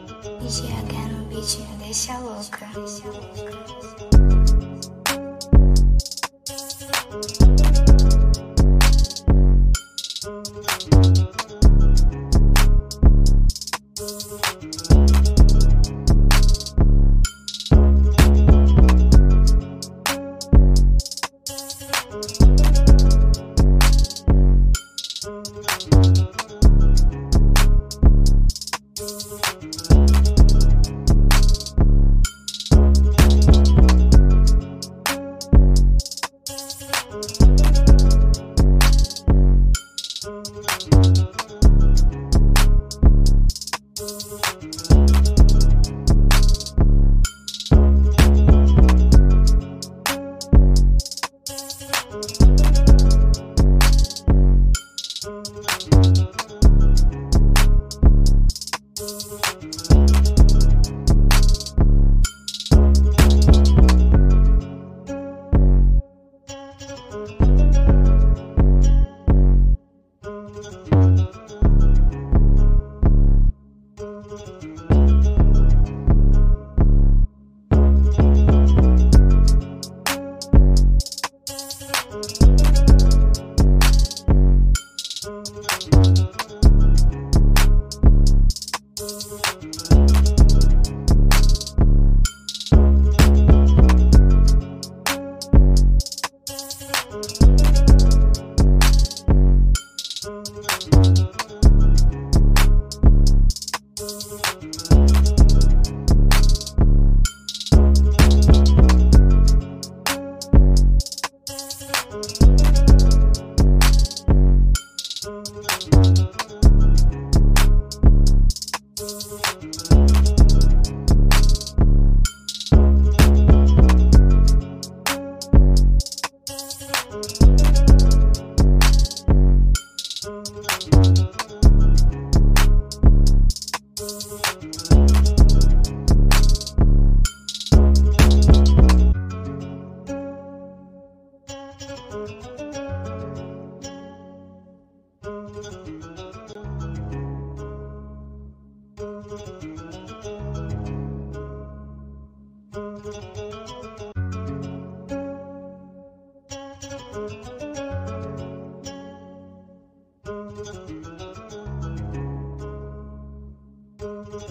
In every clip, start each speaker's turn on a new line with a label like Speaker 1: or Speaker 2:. Speaker 1: energia que no beat me um deixa louca.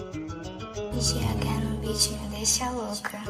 Speaker 1: Energia que no beat me um deixa louca.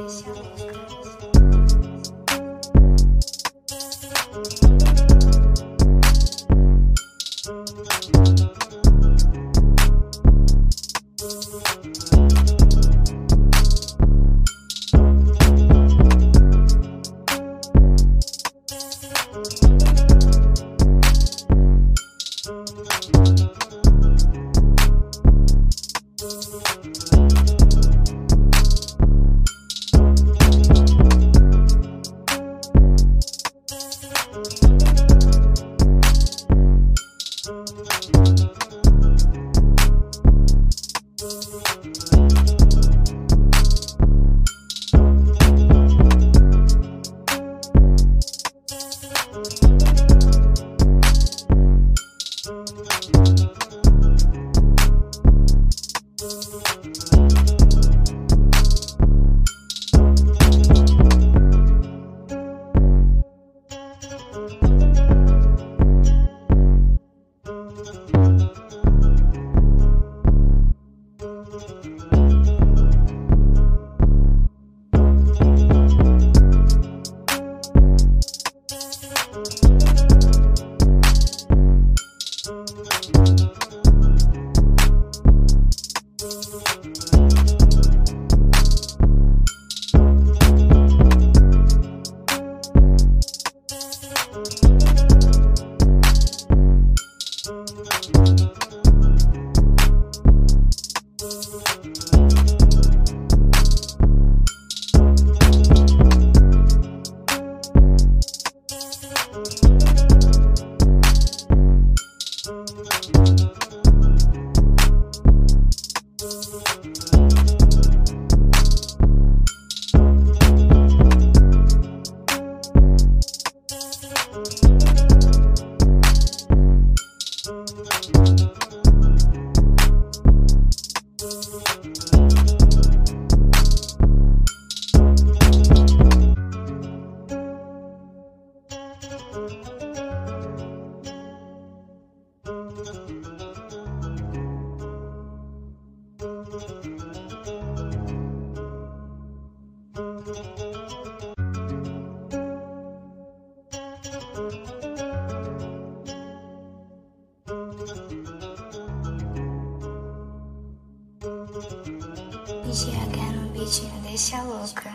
Speaker 1: Bichinho quer um bichinho, deixa louca.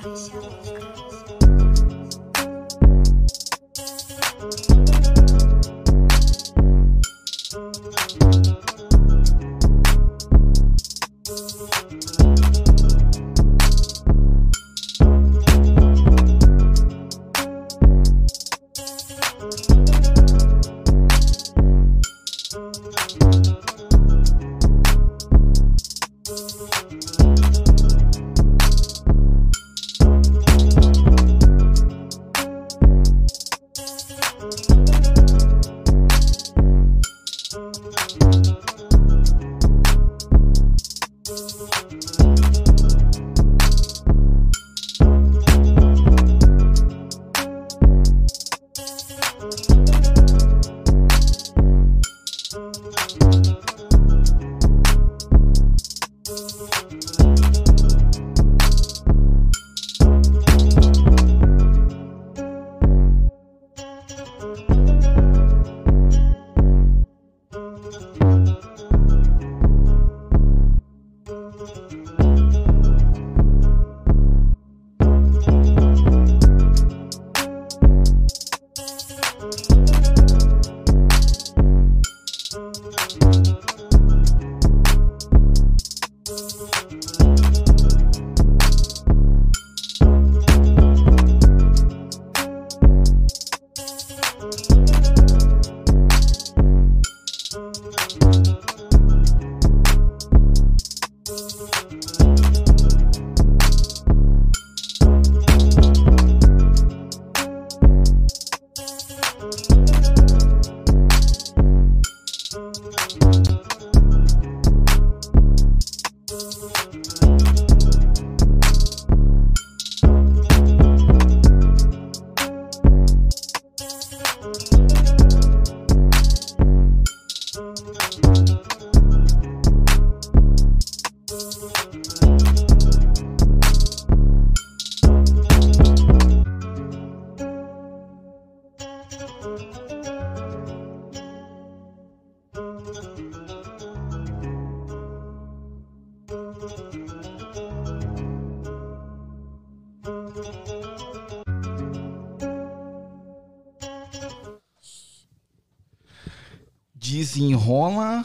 Speaker 2: Desenrola,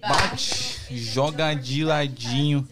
Speaker 2: bate, joga de ladinho.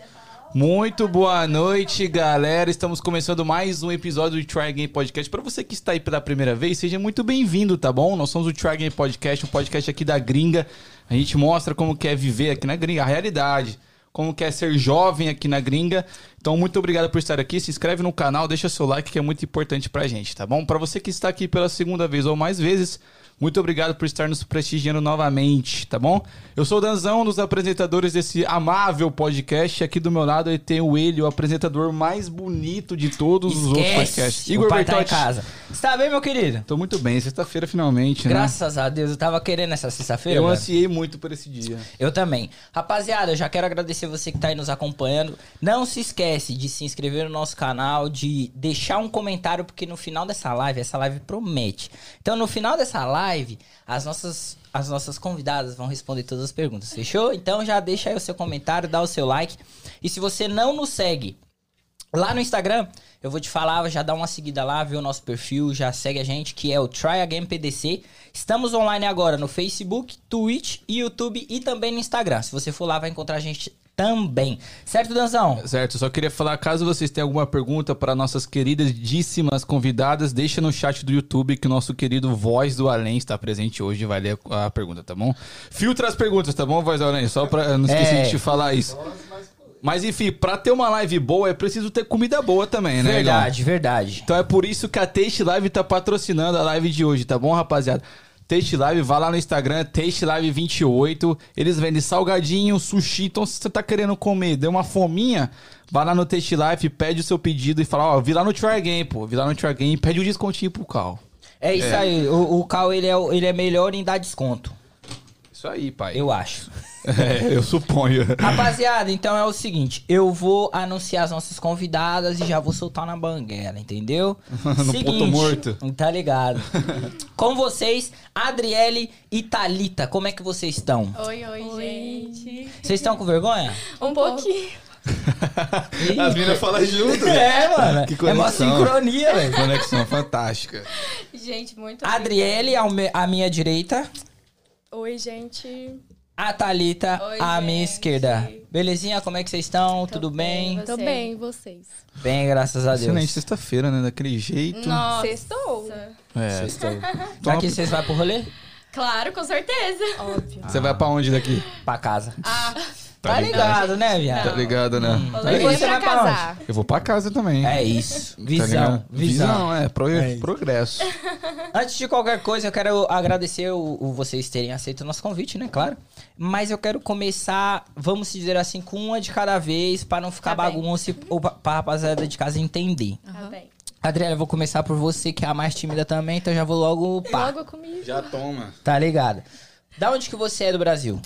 Speaker 2: Muito boa noite, galera. Estamos começando mais um episódio do Try Game Podcast. Para você que está aí pela primeira vez, seja muito bem-vindo, tá bom? Nós somos o Try Game Podcast, um podcast aqui da gringa. A gente mostra como que é viver aqui na gringa, a realidade, como que é ser jovem aqui na gringa. Então, muito obrigado por estar aqui. Se inscreve no canal, deixa seu like que é muito importante pra gente, tá bom? Para você que está aqui pela segunda vez ou mais vezes, muito obrigado por estar nos prestigiando novamente, tá bom? Eu sou o Danzão, um dos apresentadores desse amável podcast. Aqui do meu lado eu tenho ele, o apresentador mais bonito de todos os outros podcasts.
Speaker 3: Igor o pai tá em casa. Está bem, meu querido?
Speaker 2: Tô muito bem, sexta-feira finalmente, né?
Speaker 3: Graças a Deus, eu tava querendo essa sexta-feira.
Speaker 2: Eu
Speaker 3: velho.
Speaker 2: ansiei muito por esse dia.
Speaker 3: Eu também. Rapaziada, eu já quero agradecer você que tá aí nos acompanhando. Não se esquece de se inscrever no nosso canal, de deixar um comentário, porque no final dessa live, essa live promete. Então, no final dessa live, as nossas, as nossas convidadas vão responder todas as perguntas, fechou? Então, já deixa aí o seu comentário, dá o seu like. E se você não nos segue lá no Instagram, eu vou te falar, já dá uma seguida lá, vê o nosso perfil, já segue a gente, que é o Try Again PDC. Estamos online agora no Facebook, Twitch, YouTube e também no Instagram. Se você for lá, vai encontrar a gente também. Certo, Danzão?
Speaker 2: Certo, só queria falar, caso vocês tenham alguma pergunta para nossas queridíssimas convidadas, deixa no chat do YouTube que o nosso querido Voz do Além está presente hoje e vai ler a a pergunta, tá bom? Filtra as perguntas, tá bom, Voz do Além? Só pra eu não esqueci
Speaker 3: É.
Speaker 2: de te falar isso. Mas enfim, pra ter uma live boa é preciso ter comida boa também, né? Igão?
Speaker 3: Verdade, verdade.
Speaker 2: Então é por isso que a Taste Live tá patrocinando a live de hoje, tá bom, rapaziada? Taste Live, vá lá no Instagram, Taste Live 28. Eles vendem salgadinho, sushi. Então, se você tá querendo comer, deu uma fominha, vá lá no Taste Live, pede o seu pedido e fala: Ó, vi lá no Try Game, pô. Vi lá no Try Game, pede o descontinho pro Cal.
Speaker 3: É isso aí, o, o Cal ele é, o- ele é melhor em dar desconto,
Speaker 2: Isso aí, pai.
Speaker 3: eu acho.
Speaker 2: É, eu suponho.
Speaker 3: Rapaziada, então é o seguinte, eu vou anunciar as nossas convidadas e já vou soltar na banguela, entendeu?
Speaker 2: No ponto morto.
Speaker 3: Tá ligado. Com vocês, Adriele e Thalita, como é que vocês estão?
Speaker 4: Oi, oi, gente.
Speaker 3: Vocês estão com vergonha?
Speaker 4: Um pouquinho.
Speaker 5: As meninas falam junto. né?
Speaker 3: É, mano.
Speaker 5: Que
Speaker 3: é uma
Speaker 5: conexão.
Speaker 3: sincronia, velho.
Speaker 5: Conexão fantástica.
Speaker 4: Gente, muito
Speaker 3: Adriele, ao me- à minha direita.
Speaker 4: obrigada. Oi, gente.
Speaker 3: A Thalita,
Speaker 4: Oi,
Speaker 3: à minha
Speaker 4: gente.
Speaker 3: esquerda. Belezinha, como é que vocês estão? Tudo bem?
Speaker 4: Tô
Speaker 6: Tô
Speaker 4: bem,
Speaker 6: bem, vocês.
Speaker 3: Bem, graças a
Speaker 2: é
Speaker 5: Excelente,
Speaker 3: Deus.
Speaker 5: sexta-feira, né? Daquele jeito.
Speaker 4: Nossa.
Speaker 6: Sextou.
Speaker 5: É.
Speaker 3: Sextou.
Speaker 5: Toma-
Speaker 3: Daqui vocês vão pro rolê?
Speaker 4: Claro, com certeza.
Speaker 6: Óbvio.
Speaker 5: Você vai pra onde daqui?
Speaker 3: Pra casa.
Speaker 4: Ah,
Speaker 3: Tá, ligado, né, viado?
Speaker 5: Tá ligado, né?
Speaker 4: falou
Speaker 3: Aí
Speaker 6: E
Speaker 4: isso.
Speaker 6: você
Speaker 3: você vai
Speaker 6: pra
Speaker 3: pra
Speaker 6: casar.
Speaker 5: Eu vou pra casa também.
Speaker 3: É isso.
Speaker 5: Tá
Speaker 3: Visão,
Speaker 5: ligado?
Speaker 3: visão.
Speaker 5: Visão, é, pro-
Speaker 3: É isso.
Speaker 5: progresso.
Speaker 3: Antes de qualquer coisa, eu quero agradecer o, o vocês terem aceito o nosso convite, né? Claro. Mas eu quero começar, vamos dizer assim, com uma de cada vez, pra não ficar
Speaker 4: Tá bem.
Speaker 3: bagunça e ou pra, pra rapaziada de casa entender.
Speaker 4: Tá bem.
Speaker 3: Adriana, eu vou começar por você, que é a mais tímida também, então já vou logo pá.
Speaker 6: Logo comigo.
Speaker 5: Já toma.
Speaker 3: Tá ligado? Da onde que você é do Brasil?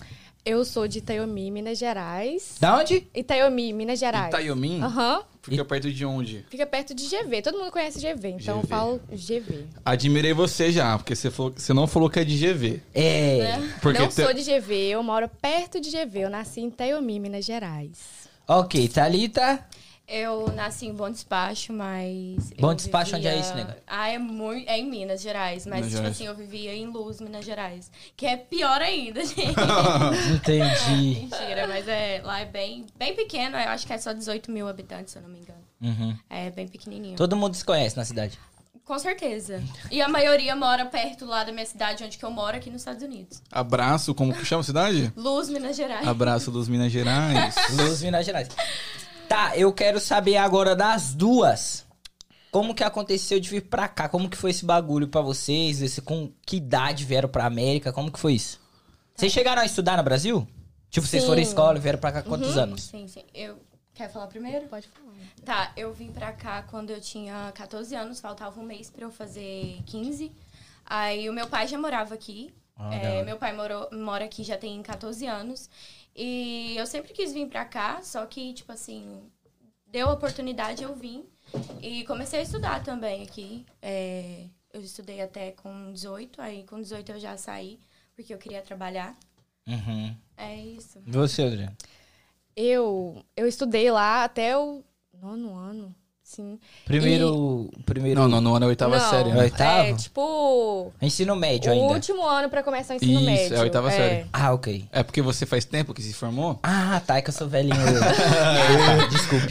Speaker 6: Eu sou de Itaiomi, Minas Gerais.
Speaker 3: Da onde?
Speaker 6: Itaiomi, Minas Gerais.
Speaker 5: Itaiomin?
Speaker 6: Aham.
Speaker 5: Fica perto de onde?
Speaker 6: Fica perto de GV. Todo mundo conhece GV, então
Speaker 5: GV.
Speaker 6: eu falo GV.
Speaker 5: Admirei você já, porque você, falou- você não falou que é de GV.
Speaker 3: É.
Speaker 5: Porque
Speaker 6: Não
Speaker 5: te-
Speaker 6: sou de GV, eu moro perto de GV. Eu nasci em Itaiomi, Minas Gerais.
Speaker 3: Ok, Thalita.
Speaker 4: Eu nasci em Bom Despacho, mas. eu
Speaker 3: Bom Despacho, onde é isso, nega?
Speaker 4: Ah, é, muito, é em Minas Gerais, mas,
Speaker 5: Minas
Speaker 4: tipo
Speaker 5: Gerais.
Speaker 4: assim, eu vivia em Luz, Minas Gerais. Que é pior ainda, gente.
Speaker 3: Entendi.
Speaker 4: Mentira, mas é, lá é bem, bem pequeno, eu acho que é só 18 mil habitantes, se eu não me engano.
Speaker 3: Uhum.
Speaker 4: É bem pequenininho.
Speaker 3: Todo mundo se conhece na cidade.
Speaker 4: Com certeza. E a maioria mora perto lá da minha cidade, onde que eu moro, aqui nos Estados Unidos.
Speaker 5: Abraço, como que chama a cidade?
Speaker 4: Luz, Minas Gerais.
Speaker 5: Abraço dos Minas Gerais.
Speaker 3: Luz, Minas Gerais. Tá, eu quero saber agora das duas. Como que aconteceu de vir pra cá? Como que foi esse bagulho pra vocês? Esse, com que idade vieram pra América? Como que foi isso? Vocês chegaram a estudar no Brasil? Tipo, vocês
Speaker 6: Tá. Sim. Uhum.
Speaker 3: foram à escola e vieram pra cá
Speaker 4: Hum?
Speaker 3: quantos anos?
Speaker 4: Sim, sim. Eu... Quer falar primeiro?
Speaker 6: Pode falar.
Speaker 4: Tá, eu vim pra cá quando eu tinha 14 anos, faltava um mês pra eu fazer 15. Aí o meu pai já morava aqui.
Speaker 3: Ah,
Speaker 4: É,
Speaker 3: da hora.
Speaker 4: meu pai morou, mora aqui já tem 14 anos. E eu sempre quis vir pra cá, só que, tipo assim, deu a oportunidade, eu vim. E comecei a estudar também aqui. É, eu estudei até com 18, aí com 18 eu já saí, porque eu queria trabalhar.
Speaker 3: Uhum.
Speaker 4: É isso.
Speaker 3: E Você, Adriano?
Speaker 6: Eu, eu estudei lá até o nono ano, sim.
Speaker 3: Primeiro. primeiro
Speaker 5: Não, não, não, é a oitava
Speaker 6: Não,
Speaker 5: série.
Speaker 3: É
Speaker 5: Né?
Speaker 3: oitavo?
Speaker 6: É, tipo,
Speaker 3: Ensino médio
Speaker 6: o
Speaker 3: ainda.
Speaker 6: último ano pra começar o ensino
Speaker 5: Isso, é a
Speaker 6: médio.
Speaker 5: oitava série.
Speaker 3: Ah, ok.
Speaker 5: É porque você faz tempo que se formou?
Speaker 3: Ah, tá, é que eu sou velhinho. Ah, Desculpe.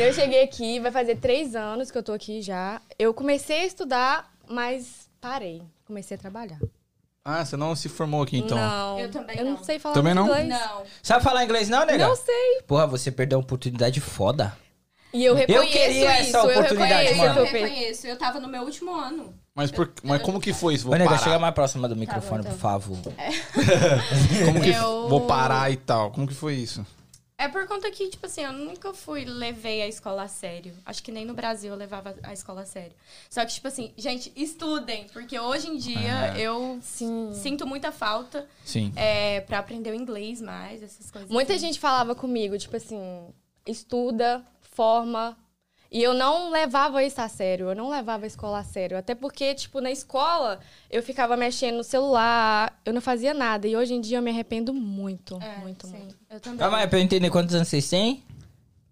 Speaker 6: Eu cheguei aqui, vai fazer três anos que eu tô aqui já. Eu comecei a estudar, mas parei. Comecei a trabalhar.
Speaker 5: Ah, você não se formou aqui então.
Speaker 6: não,
Speaker 4: Eu também
Speaker 6: Eu não,
Speaker 4: não.
Speaker 6: sei falar
Speaker 5: Também não?
Speaker 6: inglês.
Speaker 4: Não.
Speaker 3: Sabe falar inglês, não, nega?
Speaker 6: Não sei.
Speaker 3: Porra, você perdeu uma oportunidade foda.
Speaker 6: E eu reconheço
Speaker 3: queria essa
Speaker 6: isso.
Speaker 3: oportunidade,
Speaker 6: eu
Speaker 3: mano.
Speaker 4: Eu
Speaker 6: reconheço. eu pe-
Speaker 4: reconheço, eu tava no meu último ano.
Speaker 5: Mas, por- mas como que foi isso? Vou
Speaker 3: Ô, nega,
Speaker 5: parar.
Speaker 3: chega mais próxima do microfone,
Speaker 4: bom, então.
Speaker 3: por favor.
Speaker 5: Como que
Speaker 4: Eu-
Speaker 5: vou parar e tal? Como que foi isso?
Speaker 4: É por conta que, tipo assim, eu nunca fui, levei a escola a sério. Acho que nem no Brasil eu levava a escola a sério. Só que, tipo assim, gente, estudem, porque hoje em dia eu
Speaker 6: Sim.
Speaker 4: sinto muita falta
Speaker 5: Sim.
Speaker 4: é, para aprender o inglês mais, essas coisas.
Speaker 6: Muita
Speaker 4: assim.
Speaker 6: gente falava comigo, tipo assim, estuda, forma. E eu não levava isso a sério, eu não levava a escola a sério. Até porque, tipo, na escola, eu ficava mexendo no celular, eu não fazia nada. E hoje em dia eu me arrependo muito,
Speaker 4: É,
Speaker 6: muito,
Speaker 4: sim.
Speaker 6: muito.
Speaker 3: Ah,
Speaker 4: Eu também.
Speaker 3: Calma aí, pra eu entender quantos anos vocês têm?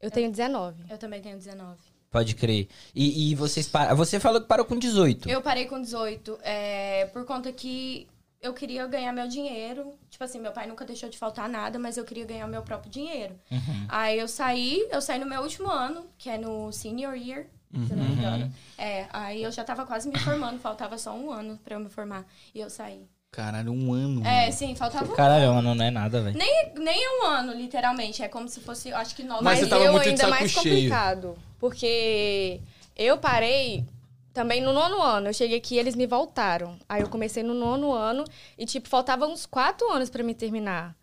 Speaker 6: Eu tenho 19.
Speaker 4: Eu também tenho 19.
Speaker 3: Pode crer. E, e vocês param. Você falou que parou com 18.
Speaker 4: Eu parei com 18, é, por conta que eu queria ganhar meu dinheiro. Tipo assim, meu pai nunca deixou de faltar nada, mas eu queria ganhar o meu próprio dinheiro.
Speaker 5: Uhum.
Speaker 4: Aí eu saí, eu saí no meu último ano, que é no senior year, se eu
Speaker 3: Uhum.
Speaker 5: Uhum.
Speaker 4: não me engano. É, aí eu já tava quase me formando, faltava só um ano pra eu me formar. E eu saí.
Speaker 5: Caralho, um ano.
Speaker 4: É, sim, faltava um
Speaker 3: Caralho, mano, não é nada, velho.
Speaker 4: nem, nem um ano, literalmente. É como se fosse, eu acho que nove
Speaker 5: Mas você
Speaker 6: Mas
Speaker 5: tava
Speaker 6: eu
Speaker 5: muito de
Speaker 6: ainda
Speaker 5: saco
Speaker 6: mais
Speaker 5: cheio.
Speaker 6: complicado. Porque eu parei também no nono ano. Eu cheguei aqui e eles me voltaram. Aí eu comecei no nono ano e, tipo, faltavam uns quatro anos pra me terminar.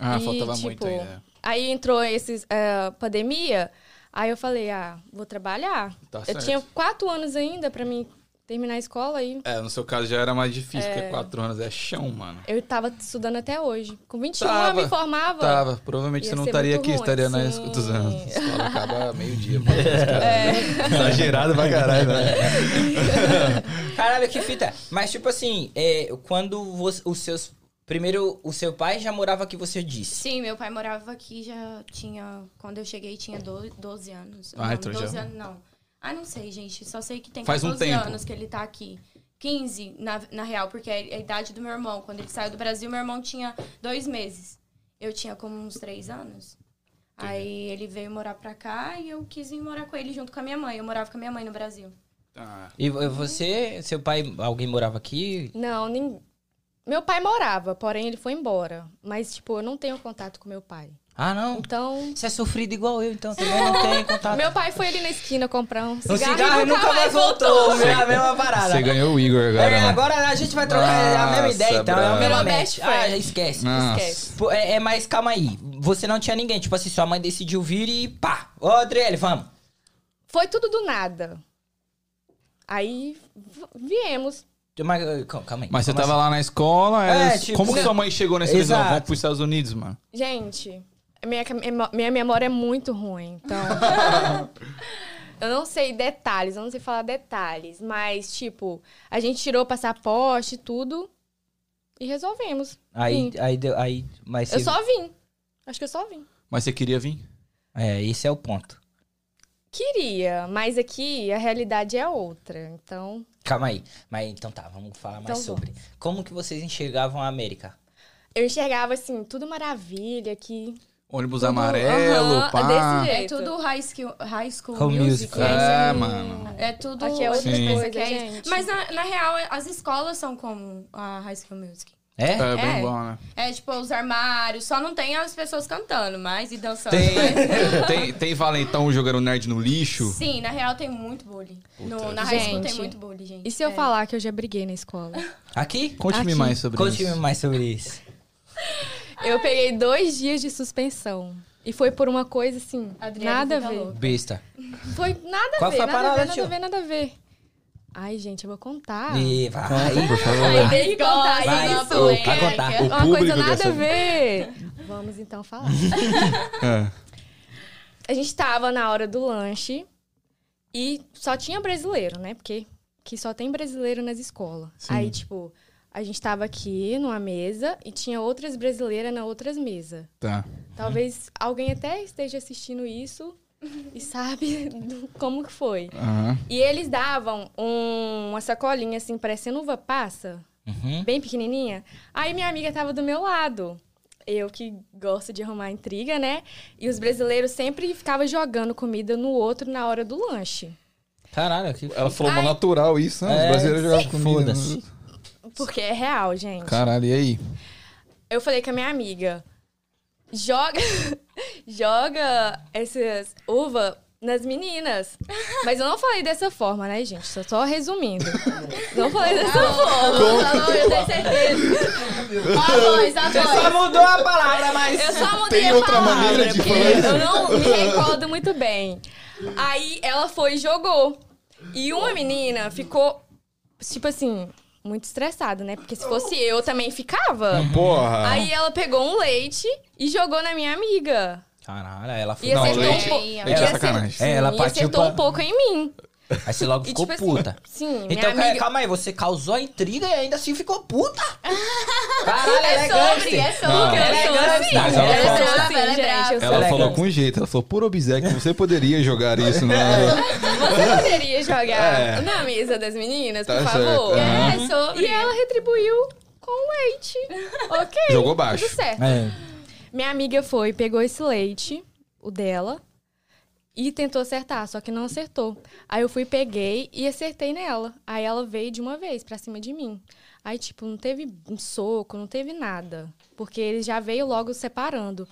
Speaker 5: Ah,
Speaker 6: E,
Speaker 5: faltava
Speaker 6: tipo,
Speaker 5: muito ainda.
Speaker 6: Aí entrou esses eh, pandemia. Aí eu falei, ah, vou trabalhar.
Speaker 5: Tá
Speaker 6: eu
Speaker 5: certo.
Speaker 6: tinha quatro anos ainda pra mim terminar a escola e
Speaker 5: É, no seu caso já era mais difícil, porque quatro anos é chão, mano.
Speaker 6: eu tava estudando até hoje. Com 21
Speaker 5: Tava,
Speaker 6: eu me formava.
Speaker 5: Tava, provavelmente
Speaker 6: Ia
Speaker 5: você não
Speaker 6: ser
Speaker 5: estaria
Speaker 6: muito
Speaker 5: aqui,
Speaker 6: ruim,
Speaker 5: estaria na
Speaker 6: sim.
Speaker 5: escola anos. A escola acaba meio-dia. mano. Exagerado Tá pra caralho, né?
Speaker 3: Caralho, que fita. Mas, tipo assim, é, quando você- os seus Primeiro, o seu pai já morava aqui, você disse.
Speaker 4: Sim, meu pai morava aqui, já tinha. Quando eu cheguei, tinha do- 12 anos.
Speaker 5: Ah,
Speaker 4: não,
Speaker 5: então já-
Speaker 4: 12 anos, não. Ah, não sei, gente. Só sei que tem
Speaker 5: Faz um
Speaker 4: 14
Speaker 5: tempo.
Speaker 4: anos que ele tá aqui. 15, na, na real, porque é a idade do meu irmão. Quando ele saiu do Brasil, meu irmão tinha dois meses. Eu tinha como uns três anos. Aí ele veio morar pra cá e eu quis ir morar com ele junto com a minha mãe. Eu morava com a minha mãe no Brasil.
Speaker 5: Ah,
Speaker 3: E vo- você, seu pai, alguém morava aqui?
Speaker 6: Não, nem... meu pai morava, porém ele foi embora. Mas, tipo, eu não tenho contato com meu pai.
Speaker 3: Ah, não.
Speaker 6: Então.
Speaker 3: Você é sofrido igual eu, então também não tem contato.
Speaker 6: Meu pai foi ali na esquina comprar Tá. um
Speaker 3: o
Speaker 6: cigarro,
Speaker 3: cigarro
Speaker 6: e nunca mais voltou.
Speaker 3: É a mesma parada.
Speaker 5: Você ganhou o Igor agora, né?
Speaker 3: É,
Speaker 5: mano.
Speaker 3: agora a gente vai trocar é a mesma
Speaker 5: Nossa,
Speaker 3: ideia, então. É a
Speaker 5: bravo.
Speaker 3: mesma
Speaker 6: Virou
Speaker 3: mente.
Speaker 6: best
Speaker 3: Ah,
Speaker 6: friend.
Speaker 3: já esquece.
Speaker 5: Nossa.
Speaker 6: Esquece.
Speaker 3: Pô, é, é, mas calma aí. Você não tinha ninguém. Tipo assim, sua mãe decidiu vir e pá. Ô, Adriele, vamos.
Speaker 6: Foi tudo do nada. Aí v- viemos.
Speaker 3: Mas, eh, cal- calma aí.
Speaker 5: Mas você
Speaker 3: Como
Speaker 5: tava lá na escola,
Speaker 3: É,
Speaker 5: ela-
Speaker 3: tipo,
Speaker 5: como que
Speaker 3: né?
Speaker 5: sua mãe chegou nessa decisão?
Speaker 3: Exato.
Speaker 5: Vamos pros Estados Unidos, mano.
Speaker 6: Gente, minha, cam- minha memória é muito ruim, então. eu não sei detalhes, eu não sei falar detalhes, mas, tipo, a gente tirou o passaporte e tudo e resolvemos.
Speaker 3: Aí,
Speaker 6: Vim.
Speaker 3: aí, deu- aí, mas
Speaker 6: Eu
Speaker 3: você-
Speaker 6: só vim. Acho que eu só vim.
Speaker 5: Mas você queria vir?
Speaker 3: É, esse é o ponto.
Speaker 6: Queria, mas aqui a realidade é outra. Então,
Speaker 3: Calma aí. Mas então tá, vamos falar mais
Speaker 6: Então
Speaker 3: sobre. Como que vocês enxergavam a América?
Speaker 6: eu enxergava assim, tudo maravilha aqui.
Speaker 5: Ônibus
Speaker 6: Tudo-
Speaker 5: amarelo,
Speaker 6: Aham,
Speaker 5: pá.
Speaker 6: desse jeito.
Speaker 4: É tudo high school, high school
Speaker 3: Home
Speaker 4: music.
Speaker 3: musical.
Speaker 5: É,
Speaker 4: É, isso aí.
Speaker 5: mano.
Speaker 4: É tudo
Speaker 6: Aqui é outra
Speaker 4: a gente
Speaker 5: coisa,
Speaker 4: pensa que é isso.
Speaker 6: gente.
Speaker 4: Mas na, na real, é, as escolas são como a High School Music.
Speaker 3: É?
Speaker 5: É, bem
Speaker 4: É.
Speaker 5: bom, né?
Speaker 4: É tipo os armários, só não tem as pessoas cantando mais e dançando. mas-
Speaker 5: Tem, tem, tem Valentão jogando nerd no lixo.
Speaker 4: Sim, na real tem muito bullying. No- na
Speaker 5: que
Speaker 4: high school
Speaker 6: desgraça.
Speaker 4: tem muito bullying, gente.
Speaker 6: E se eu
Speaker 4: É.
Speaker 6: falar que eu já briguei na escola?
Speaker 3: Aqui?
Speaker 5: Conte-me
Speaker 6: Aqui.
Speaker 5: mais sobre
Speaker 3: Conte-me
Speaker 5: isso.
Speaker 3: mais sobre isso.
Speaker 6: Eu peguei dois dias de suspensão. E foi por uma coisa assim,
Speaker 4: Adriana
Speaker 6: nada a
Speaker 4: fica
Speaker 6: ver.
Speaker 4: louca.
Speaker 3: Besta.
Speaker 6: Foi nada a
Speaker 3: Qual
Speaker 6: ver,
Speaker 3: foi a
Speaker 6: nada
Speaker 3: parada,
Speaker 6: a ver, nada
Speaker 3: tio?
Speaker 6: a ver, nada a ver. Ai, gente, eu vou contar.
Speaker 3: E vai.
Speaker 5: Por
Speaker 4: Ai,
Speaker 5: favor.
Speaker 4: tem que contar
Speaker 6: Vai,
Speaker 4: isso, né? É
Speaker 3: vai,
Speaker 4: não,
Speaker 3: vai
Speaker 4: polêmica.
Speaker 3: contar.
Speaker 5: O
Speaker 6: uma coisa
Speaker 5: público
Speaker 6: nada
Speaker 5: dessa-
Speaker 6: a ver. Vamos então falar.
Speaker 5: É.
Speaker 6: A gente tava na hora do lanche e só tinha brasileiro, né? Porque que só tem brasileiro nas escolas.
Speaker 5: Sim.
Speaker 6: Aí, tipo, a gente tava aqui numa mesa e tinha outras brasileiras na outras mesa.
Speaker 5: Tá.
Speaker 6: Talvez alguém até esteja assistindo isso e sabe do- como que foi.
Speaker 5: Aham.
Speaker 6: E eles davam um- uma sacolinha assim, parecendo uva passa,
Speaker 3: Uhum.
Speaker 6: bem pequenininha. Aí minha amiga tava do meu lado. Eu que gosto de arrumar intriga, né? E os brasileiros sempre ficavam jogando comida no outro na hora do lanche.
Speaker 3: Caralho, que
Speaker 5: Ela falou
Speaker 6: Ai.
Speaker 5: mó natural isso, né?
Speaker 3: É,
Speaker 5: Os brasileiros jogavam
Speaker 3: sim,
Speaker 5: comida.
Speaker 3: foda-se.
Speaker 5: né?
Speaker 6: Porque é real, gente.
Speaker 5: Caralho, e aí?
Speaker 6: Eu falei com a minha amiga: joga, joga essas uvas nas meninas. Mas eu não falei dessa forma, né, gente? Só, só resumindo. Não falei dessa forma.
Speaker 4: Falou, eu tenho certeza. A voz, a voz.
Speaker 3: Só mudou a palavra, mas.
Speaker 6: Eu só mudei
Speaker 5: Tem
Speaker 6: a
Speaker 5: outra
Speaker 6: palavra, né?
Speaker 5: maneira de
Speaker 6: porque
Speaker 5: falar isso?
Speaker 6: Eu não me recordo muito bem. Aí ela foi e jogou. E uma menina ficou, tipo assim, muito estressada, né? Porque se fosse eu, eu também ficava.
Speaker 5: Porra.
Speaker 6: Aí ela pegou um leite e jogou na minha amiga.
Speaker 3: Caralho, ela foi.
Speaker 6: E
Speaker 5: Não,
Speaker 6: acertou
Speaker 5: leite-
Speaker 6: um pouco.
Speaker 5: é
Speaker 4: leite
Speaker 6: e acer-
Speaker 5: sacanagem.
Speaker 6: sim,
Speaker 3: É, ela
Speaker 6: e
Speaker 3: partiu
Speaker 6: acertou
Speaker 3: pra-
Speaker 6: um pouco em mim.
Speaker 3: Aí você logo
Speaker 6: E
Speaker 3: ficou
Speaker 6: tipo assim,
Speaker 3: puta.
Speaker 6: Sim,
Speaker 3: Então,
Speaker 6: minha amiga.
Speaker 3: calma aí, você causou a intriga e ainda assim ficou puta. Caralho, ela
Speaker 4: É sobre,
Speaker 3: gangster.
Speaker 4: é
Speaker 5: Não,
Speaker 4: sobre.
Speaker 3: ela é
Speaker 4: é sobre.
Speaker 3: gangster.
Speaker 5: Mas
Speaker 6: Ela
Speaker 5: ela
Speaker 6: é
Speaker 5: falou-
Speaker 6: brava,
Speaker 4: Ela é
Speaker 6: gente,
Speaker 4: brava.
Speaker 6: eu sou
Speaker 5: Ela
Speaker 3: Será
Speaker 5: falou
Speaker 3: que-
Speaker 5: com jeito, ela falou, por obséquio, você poderia jogar isso na...
Speaker 6: Você poderia jogar
Speaker 5: É.
Speaker 6: na mesa das meninas,
Speaker 5: Tá
Speaker 6: por
Speaker 5: certo,
Speaker 6: favor?
Speaker 5: aham.
Speaker 6: É, sobre. E ela retribuiu com leite. ok.
Speaker 5: Jogou baixo.
Speaker 6: Tudo certo.
Speaker 3: É.
Speaker 6: Minha amiga foi, pegou esse leite, o dela, e tentou acertar, só que não acertou. Aí eu fui, peguei e acertei nela. Aí ela veio de uma vez pra cima de mim. Aí, tipo, não teve um soco, não teve nada. Porque ele já veio logo separando.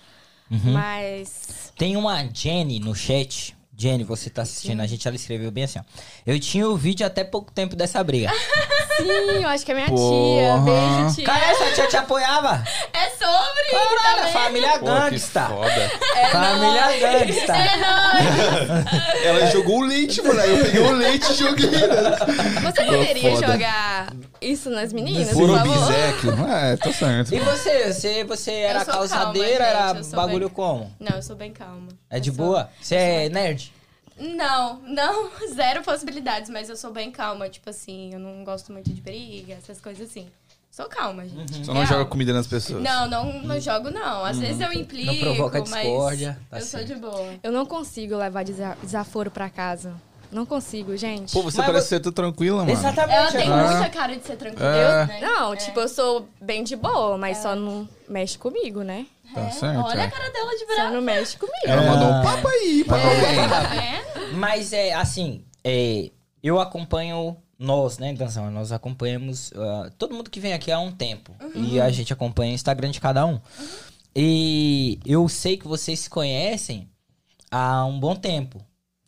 Speaker 5: Uhum.
Speaker 6: Mas.
Speaker 3: Tem uma Jenny no chat. Jenny, você tá assistindo a gente, ela escreveu bem assim, ó. Eu tinha o vídeo até pouco tempo dessa briga.
Speaker 6: Sim, eu acho que é minha
Speaker 5: Porra.
Speaker 6: tia. Beijo, tia.
Speaker 3: Caralho, essa tia te apoiava?
Speaker 4: É sobre.
Speaker 3: Caralho,
Speaker 4: também.
Speaker 3: família
Speaker 5: Pô, que
Speaker 3: gangsta.
Speaker 5: foda.
Speaker 3: Família gangsta.
Speaker 5: Ela jogou o leite, mano. Aí eu peguei o leite e joguei.
Speaker 6: Você poderia
Speaker 5: foda.
Speaker 6: jogar isso nas meninas,
Speaker 5: Por
Speaker 6: por favor?
Speaker 5: obséquio. É, tá certo.
Speaker 3: E você? Você, você era
Speaker 4: sou calma,
Speaker 3: causadeira,
Speaker 4: gente, eu
Speaker 3: era
Speaker 4: sou
Speaker 3: bagulho
Speaker 4: bem-
Speaker 3: como?
Speaker 4: Não, eu sou bem calma.
Speaker 3: É de
Speaker 4: Eu sou-
Speaker 3: boa? Você é nerd?
Speaker 4: Não, não, zero possibilidades, mas eu sou bem calma, tipo assim, eu não gosto muito de briga, essas coisas assim. Sou calma, gente.
Speaker 3: Uhum.
Speaker 5: Só não
Speaker 4: Real.
Speaker 5: joga comida nas pessoas.
Speaker 4: Não, não, não jogo, não.
Speaker 5: Uhum.
Speaker 4: Às vezes eu implico,
Speaker 3: Não provoca
Speaker 4: mas
Speaker 3: discórdia, tá
Speaker 4: eu
Speaker 3: certo.
Speaker 4: sou de boa.
Speaker 6: Eu não consigo levar desa- desaforo pra casa. Não consigo, gente.
Speaker 5: Pô, você
Speaker 3: Mas
Speaker 5: parece
Speaker 3: você-
Speaker 5: ser tão tranquila, mano.
Speaker 4: Ela tem
Speaker 5: Ah.
Speaker 4: muita cara de ser tranquila,
Speaker 5: É.
Speaker 4: né?
Speaker 6: Não,
Speaker 4: É.
Speaker 6: tipo, eu sou bem de boa, mas só não mexe comigo, né?
Speaker 5: Tá
Speaker 4: É,
Speaker 5: certo,
Speaker 4: Olha
Speaker 5: é.
Speaker 4: a cara dela de
Speaker 6: Só
Speaker 4: brava.
Speaker 6: não mexe comigo.
Speaker 5: Ela
Speaker 3: É.
Speaker 5: mandou um papo aí pra alguém.
Speaker 4: Tá vendo?
Speaker 3: Mas é assim, é, eu acompanho nós, né, Ganzão? Nós acompanhamos ah, todo mundo que vem aqui há um tempo.
Speaker 4: Uhum.
Speaker 3: E a gente acompanha o Instagram de cada um. E eu sei que vocês se conhecem há um bom tempo.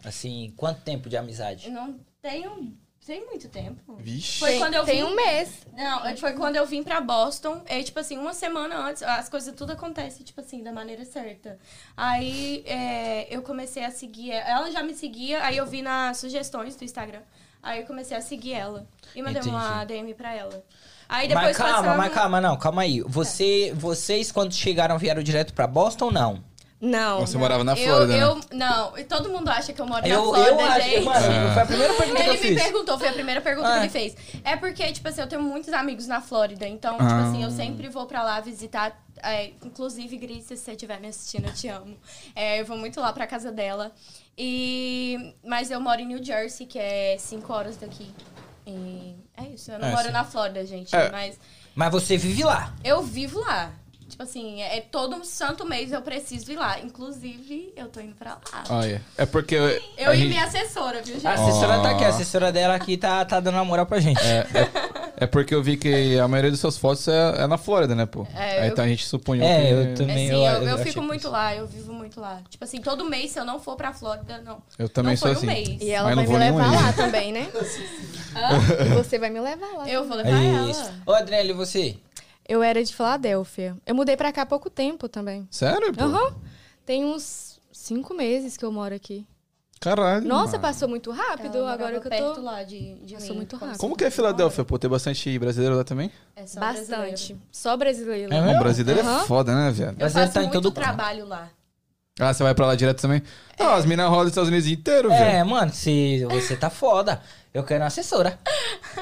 Speaker 3: Assim, quanto tempo de amizade?
Speaker 4: Não tenho. Tem muito tempo.
Speaker 5: Vixe.
Speaker 4: Foi quando eu
Speaker 6: Tem
Speaker 4: vim.
Speaker 6: um mês.
Speaker 4: Não, é, foi quando eu vim pra Boston. E, tipo assim, uma semana antes, as coisas tudo acontecem, tipo assim, da maneira certa. Aí é, eu comecei a seguir ela. Ela já me seguia, aí eu vi nas sugestões do Instagram. Aí eu comecei a seguir ela. E mandei uma DM pra ela. Aí depois
Speaker 3: Mas calma,
Speaker 4: passamos-
Speaker 3: mas calma, não, calma aí. Você, vocês quando chegaram vieram direto pra Boston ou não?
Speaker 6: Não.
Speaker 5: Você morava na
Speaker 4: né? eu,
Speaker 5: Flórida, né?
Speaker 4: eu, Não, e todo mundo acha que eu moro na
Speaker 3: né? eu
Speaker 4: Flórida,
Speaker 3: eu acho,
Speaker 4: gente.
Speaker 3: que, mano,
Speaker 5: É.
Speaker 3: foi a primeira pergunta que eu
Speaker 4: Ele me
Speaker 3: fiz.
Speaker 4: perguntou, foi a primeira pergunta
Speaker 3: Ah.
Speaker 4: que ele fez. É porque, tipo assim, eu tenho muitos amigos na Flórida, então, tipo
Speaker 5: Ah.
Speaker 4: assim, eu sempre vou pra lá visitar. é, inclusive, Gris, se você estiver me assistindo, eu te amo. É, eu vou muito lá pra casa dela. E... Mas eu moro em New Jersey, que é 5 horas daqui. E é isso, eu não
Speaker 5: É,
Speaker 4: moro
Speaker 5: sim.
Speaker 4: na Flórida, gente,
Speaker 5: É.
Speaker 4: mas
Speaker 3: Mas você vive lá.
Speaker 4: eu vivo lá. Tipo assim, é é todo um santo mês eu preciso ir lá. Inclusive, eu tô indo pra lá.
Speaker 5: Olha, é porque...
Speaker 4: Eu
Speaker 5: a
Speaker 4: e
Speaker 5: gente-
Speaker 4: minha assessora, viu, gente?
Speaker 3: A assessora
Speaker 5: Ó.
Speaker 3: tá aqui, a assessora dela aqui tá, tá dando uma moral pra gente.
Speaker 5: É porque eu vi que a maioria das suas fotos é, é na Flórida, né, pô?
Speaker 4: É,
Speaker 5: Aí
Speaker 4: eu-
Speaker 5: tá, a gente supunhou
Speaker 3: É,
Speaker 5: que...
Speaker 3: eu também.
Speaker 4: É, sim,
Speaker 3: eu-
Speaker 4: eu,
Speaker 3: eu
Speaker 4: eu
Speaker 3: achei
Speaker 4: fico
Speaker 3: que
Speaker 4: muito
Speaker 3: isso-
Speaker 4: lá, eu vivo muito lá. Tipo assim, todo mês, se eu não for pra Flórida, não.
Speaker 5: Eu também
Speaker 4: não
Speaker 5: sou
Speaker 4: foi
Speaker 5: assim.
Speaker 4: um mês.
Speaker 6: E ela
Speaker 5: Mas não
Speaker 6: vai
Speaker 5: vou
Speaker 6: me levar
Speaker 5: nenhum
Speaker 6: lá
Speaker 5: aí.
Speaker 6: também, né? E você vai me levar lá.
Speaker 4: Eu vou levar
Speaker 3: É
Speaker 4: ela.
Speaker 3: isso. Ô, Adriele, você?
Speaker 6: Eu era de Filadélfia. Eu mudei pra cá há pouco tempo também.
Speaker 5: Sério, pô?
Speaker 6: Aham. Tem uns cinco meses que eu moro aqui.
Speaker 5: Caralho,
Speaker 6: Nossa,
Speaker 5: mano.
Speaker 6: passou muito rápido
Speaker 4: Ela
Speaker 6: agora
Speaker 4: morava
Speaker 6: que eu
Speaker 4: perto
Speaker 6: tô.
Speaker 4: lá de, de
Speaker 6: Eu sou
Speaker 4: mim,
Speaker 6: muito
Speaker 4: como
Speaker 6: rápida.
Speaker 5: Como que é Filadélfia, pô? Tem bastante brasileiro lá também?
Speaker 4: É só brasileiro.
Speaker 6: Bastante. Só brasileiro.
Speaker 3: É mesmo?
Speaker 5: Bom, brasileiro é
Speaker 6: Aham.
Speaker 5: foda, né, viado?
Speaker 4: Eu
Speaker 3: Mas ele
Speaker 4: faço
Speaker 3: tá em
Speaker 4: muito
Speaker 3: todo canto.
Speaker 4: trabalho lá.
Speaker 5: Ah, você vai pra lá direto também?
Speaker 4: É.
Speaker 5: Ah, as minas rolam nos Estados Unidos inteiro, velho.
Speaker 3: É, mano, se você tá foda. Eu quero uma assessora.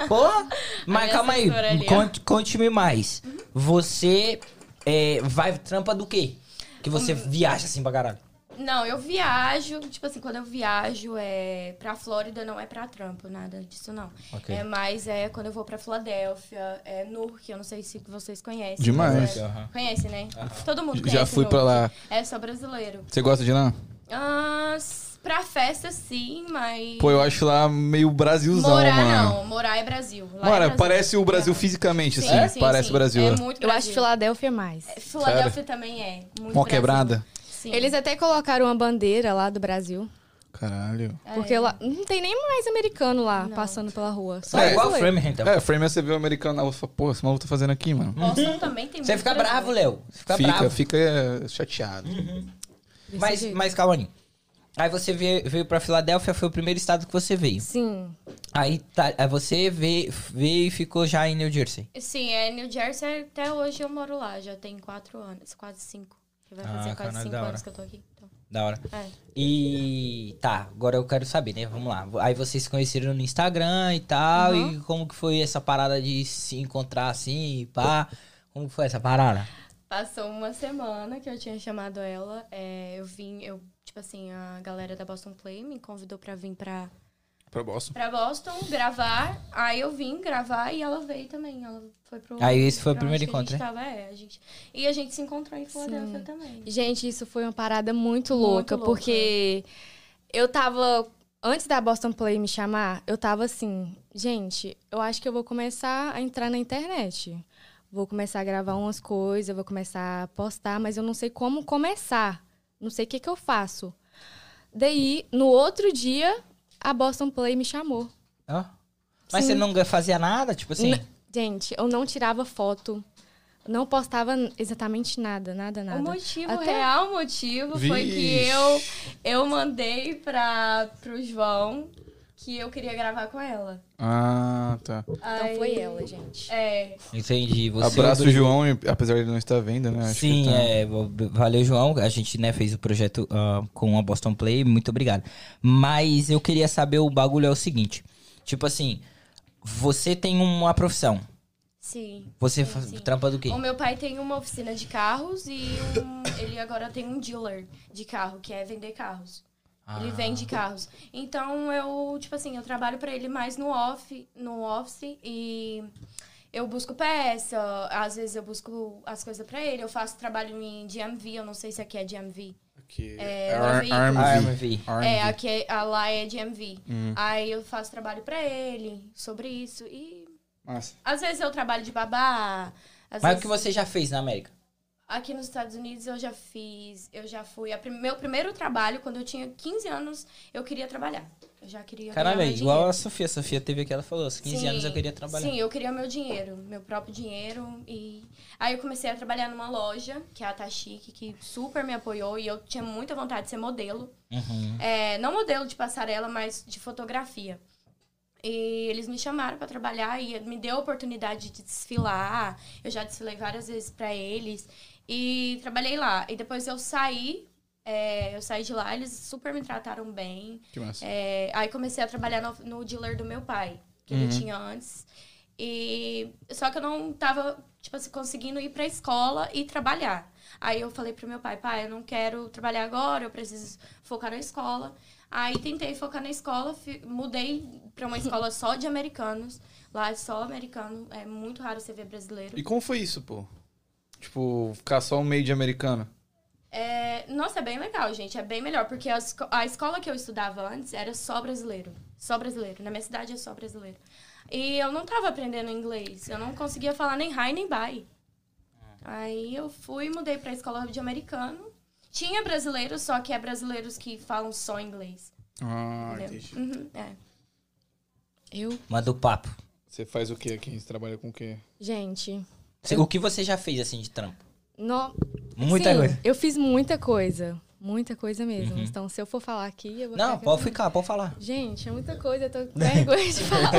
Speaker 3: Porra! Mas
Speaker 4: minha
Speaker 3: calma aí,
Speaker 4: assessora ali, ó.
Speaker 3: conte, conte-me mais. Você é, vai trampa do quê? Que você viaja assim pra caralho.
Speaker 4: Não, eu viajo, tipo assim, quando eu viajo é pra Flórida, não é pra trampo, nada disso não.
Speaker 3: Ok.
Speaker 4: É mais é quando eu vou pra Filadélfia, é Newark, eu não sei se vocês conhecem.
Speaker 5: Demais.
Speaker 4: mas é- Conhece, né? Todo mundo conhece.
Speaker 5: Já fui pra
Speaker 4: Newark.
Speaker 5: lá.
Speaker 4: É só brasileiro.
Speaker 5: Você gosta de lá?
Speaker 4: Ah, s- pra festa, sim, mas.
Speaker 5: Pô, eu acho lá meio Brasilzão,
Speaker 4: morar
Speaker 5: mano.
Speaker 4: não, morar é Brasil. Lá é
Speaker 5: Mano,
Speaker 4: Brasil.
Speaker 5: parece o Brasil
Speaker 4: É.
Speaker 5: fisicamente,
Speaker 4: Sim,
Speaker 5: assim.
Speaker 4: sim,
Speaker 5: parece
Speaker 4: sim.
Speaker 5: o Brasil.
Speaker 4: É muito
Speaker 6: Eu acho
Speaker 4: Brasil.
Speaker 6: Filadélfia mais.
Speaker 4: Filadélfia também é. Muito
Speaker 5: Mó
Speaker 4: Brasil.
Speaker 5: quebrada.
Speaker 4: Sim.
Speaker 6: Eles até colocaram uma bandeira lá do Brasil.
Speaker 5: Caralho.
Speaker 4: É.
Speaker 6: Porque lá não tem nem mais americano lá passando pela rua. Só
Speaker 3: É, igual o
Speaker 6: brasileiro.
Speaker 3: Framingham, então.
Speaker 5: É, Framer, você vê o americano lá, você fala, pô, esse maluco tá fazendo aqui, mano?
Speaker 4: Boston também tem
Speaker 3: Você
Speaker 4: muito
Speaker 3: fica
Speaker 4: Brasil.
Speaker 3: bravo, Léo. Você Fica,
Speaker 4: Tá
Speaker 5: fica,
Speaker 3: bravo.
Speaker 5: fica é, chateado.
Speaker 4: Uhum.
Speaker 6: Desse
Speaker 3: Mas,
Speaker 6: jeito.
Speaker 3: mas calma aí. Aí você veio, veio pra Filadélfia, foi o primeiro estado que você veio.
Speaker 6: Sim.
Speaker 3: Aí, tá, aí você veio, veio e ficou já em New Jersey.
Speaker 4: Sim, é New Jersey, até hoje eu moro lá, já tem quatro anos, quase cinco. Vai
Speaker 3: Ah, caralho,
Speaker 4: fazer quase cinco
Speaker 3: da hora.
Speaker 4: anos que eu tô aqui. Então,
Speaker 3: Da hora.
Speaker 4: é.
Speaker 3: E tá, agora eu quero saber, né? Vamos lá. Aí vocês se conheceram no Instagram e tal.
Speaker 4: Uhum.
Speaker 3: E como que foi essa parada de se encontrar assim e pá? Como que foi essa parada?
Speaker 4: Passou uma semana que eu tinha chamado ela. é, eu vim, eu, tipo assim, a galera da Boston Play me convidou pra vir pra,
Speaker 5: Pra Boston.
Speaker 4: pra Boston gravar. Aí eu vim gravar e ela veio também. Ela foi pro.
Speaker 3: Aí esse foi o
Speaker 4: pra
Speaker 3: primeiro
Speaker 4: onde que
Speaker 3: encontro, né?
Speaker 4: A gente tava, é, a gente, e a gente se encontrou em Filadélfia também.
Speaker 6: Gente, isso foi uma parada
Speaker 4: Muito
Speaker 6: muito louca,
Speaker 4: louca.
Speaker 6: porque eu tava. Antes da Boston Play me chamar, eu tava assim, gente, eu acho que eu vou começar a entrar na internet. Vou começar a gravar umas coisas, vou começar a postar, mas eu não sei como começar. Não sei o que, que eu faço. Daí, no outro dia, a Boston Play me chamou.
Speaker 3: Ó. Mas você não fazia nada? Tipo assim?
Speaker 6: N- Gente, eu não tirava foto, não postava exatamente nada, nada, nada.
Speaker 4: O motivo, o
Speaker 6: Até-
Speaker 4: real motivo foi que
Speaker 5: Vixe.
Speaker 4: eu, eu mandei pra, pro João que eu queria gravar com ela.
Speaker 5: Ah, tá.
Speaker 6: Então foi ela, gente.
Speaker 4: É,
Speaker 3: Entendi. Você
Speaker 5: Abraço o
Speaker 3: João.
Speaker 5: João, e- apesar de ele não estar vendo, né? Acho
Speaker 3: Sim,
Speaker 5: que tá-
Speaker 3: é, v- v- valeu, João. A gente né, fez o projeto ah, com a Boston Play, muito obrigado. Mas eu queria saber: o bagulho é o seguinte: tipo assim, você tem uma profissão,
Speaker 4: Sim.
Speaker 3: Você
Speaker 4: sim,
Speaker 3: fa-
Speaker 4: sim.
Speaker 3: trampa do quê?
Speaker 4: O meu pai tem uma oficina de carros e um- ele agora tem um dealer de carro, que é vender carros. Ele
Speaker 3: Ah.
Speaker 4: vende carros. Então eu, tipo assim, eu trabalho pra ele mais no off, no office e eu busco peça, às vezes eu busco as coisas pra ele, eu faço trabalho em DMV, eu não sei se aqui é DMV.
Speaker 2: Aqui.
Speaker 4: É,
Speaker 2: Ar-
Speaker 4: no
Speaker 3: Ah,
Speaker 2: Armv.
Speaker 3: MV.
Speaker 4: É,
Speaker 2: Armv.
Speaker 4: aqui é- a lá é DMV.
Speaker 3: Hum.
Speaker 4: Aí eu faço trabalho pra ele sobre isso e
Speaker 2: Massa.
Speaker 4: às vezes eu trabalho de babá, às
Speaker 3: Mas o
Speaker 6: é
Speaker 4: vezes...
Speaker 3: que você já fez na América?
Speaker 4: Aqui nos Estados Unidos eu já fiz, eu já fui. a prim- meu primeiro trabalho, quando eu tinha 15 anos, eu queria trabalhar. Eu já queria.
Speaker 3: Caralho,
Speaker 4: ganhar
Speaker 3: é
Speaker 4: meu
Speaker 3: igual
Speaker 4: dinheiro.
Speaker 3: a Sofia. A Sofia teve aqui, ela falou, aos 15
Speaker 4: Sim,
Speaker 3: anos eu queria trabalhar.
Speaker 4: Sim, eu queria meu dinheiro, meu próprio dinheiro. E aí eu comecei a trabalhar numa loja, que é a Tachik, que super me apoiou e eu tinha muita vontade de ser modelo.
Speaker 3: Uhum.
Speaker 4: É, não modelo de passarela, mas de fotografia. E eles me chamaram para trabalhar e me deu a oportunidade de desfilar. Eu já desfilei várias vezes para eles e trabalhei lá. E depois eu saí, é, eu saí de lá, eles super me trataram bem.
Speaker 5: Que massa.
Speaker 4: É, aí comecei a trabalhar no, no dealer do meu pai, que ele tinha antes. E só que eu não tava, tipo assim, conseguindo ir pra escola e trabalhar. Aí eu falei pro meu pai, pai, eu não quero trabalhar agora, eu preciso focar na escola. Aí tentei focar na escola, fi- mudei pra uma escola só de americanos. Lá é só americano, é muito raro você ver brasileiro.
Speaker 2: E como foi isso, pô? Tipo, ficar só um meio de americano.
Speaker 4: É, nossa, é bem legal, gente. É bem melhor, porque a, esco- a escola que eu estudava antes era só brasileiro. Só brasileiro. Na minha cidade é só brasileiro. E eu não tava aprendendo inglês. Eu não conseguia falar nem hi nem bye. Aí eu fui e mudei pra escola de americano. Tinha brasileiros, só que é brasileiros que falam só inglês.
Speaker 2: Ah,
Speaker 4: entendeu?
Speaker 2: entendi.
Speaker 4: Uhum, é.
Speaker 6: Eu,
Speaker 3: Manda o papo.
Speaker 2: Você faz o que aqui? Você trabalha com o quê?
Speaker 6: gente,
Speaker 3: Cê- O que você já fez, assim, de trampo?
Speaker 6: no...
Speaker 3: Muita
Speaker 6: Sim,
Speaker 3: coisa. Uhum.
Speaker 6: Eu fiz muita coisa. Muita coisa mesmo. Então, se eu for falar aqui, eu vou
Speaker 3: Não,
Speaker 6: ficar
Speaker 3: pode
Speaker 6: cantando.
Speaker 3: ficar, pode falar.
Speaker 6: Gente, é muita coisa, eu tô com vergonha de falar.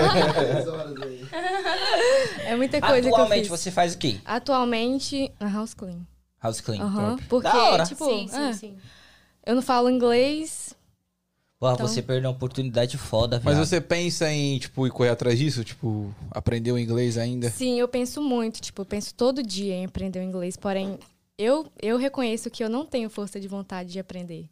Speaker 6: É muita coisa que eu
Speaker 3: Atualmente
Speaker 6: fiz.
Speaker 3: você faz o quê?
Speaker 6: Atualmente, na House Clean.
Speaker 3: House clean.
Speaker 6: Aham,
Speaker 3: top.
Speaker 6: Porque,
Speaker 3: Da hora.
Speaker 6: tipo,
Speaker 4: sim, sim,
Speaker 6: ah,
Speaker 4: sim.
Speaker 6: eu não falo inglês.
Speaker 3: Porra,
Speaker 6: então-
Speaker 3: você perdeu uma oportunidade foda,
Speaker 2: Mas
Speaker 3: viado.
Speaker 2: você pensa em, tipo, ir correr atrás disso? Tipo, aprender o inglês
Speaker 3: Né?
Speaker 2: ainda?
Speaker 6: Sim, eu penso muito, tipo, eu penso todo dia em aprender o inglês, porém, eu, eu reconheço que eu não tenho força de vontade de aprender.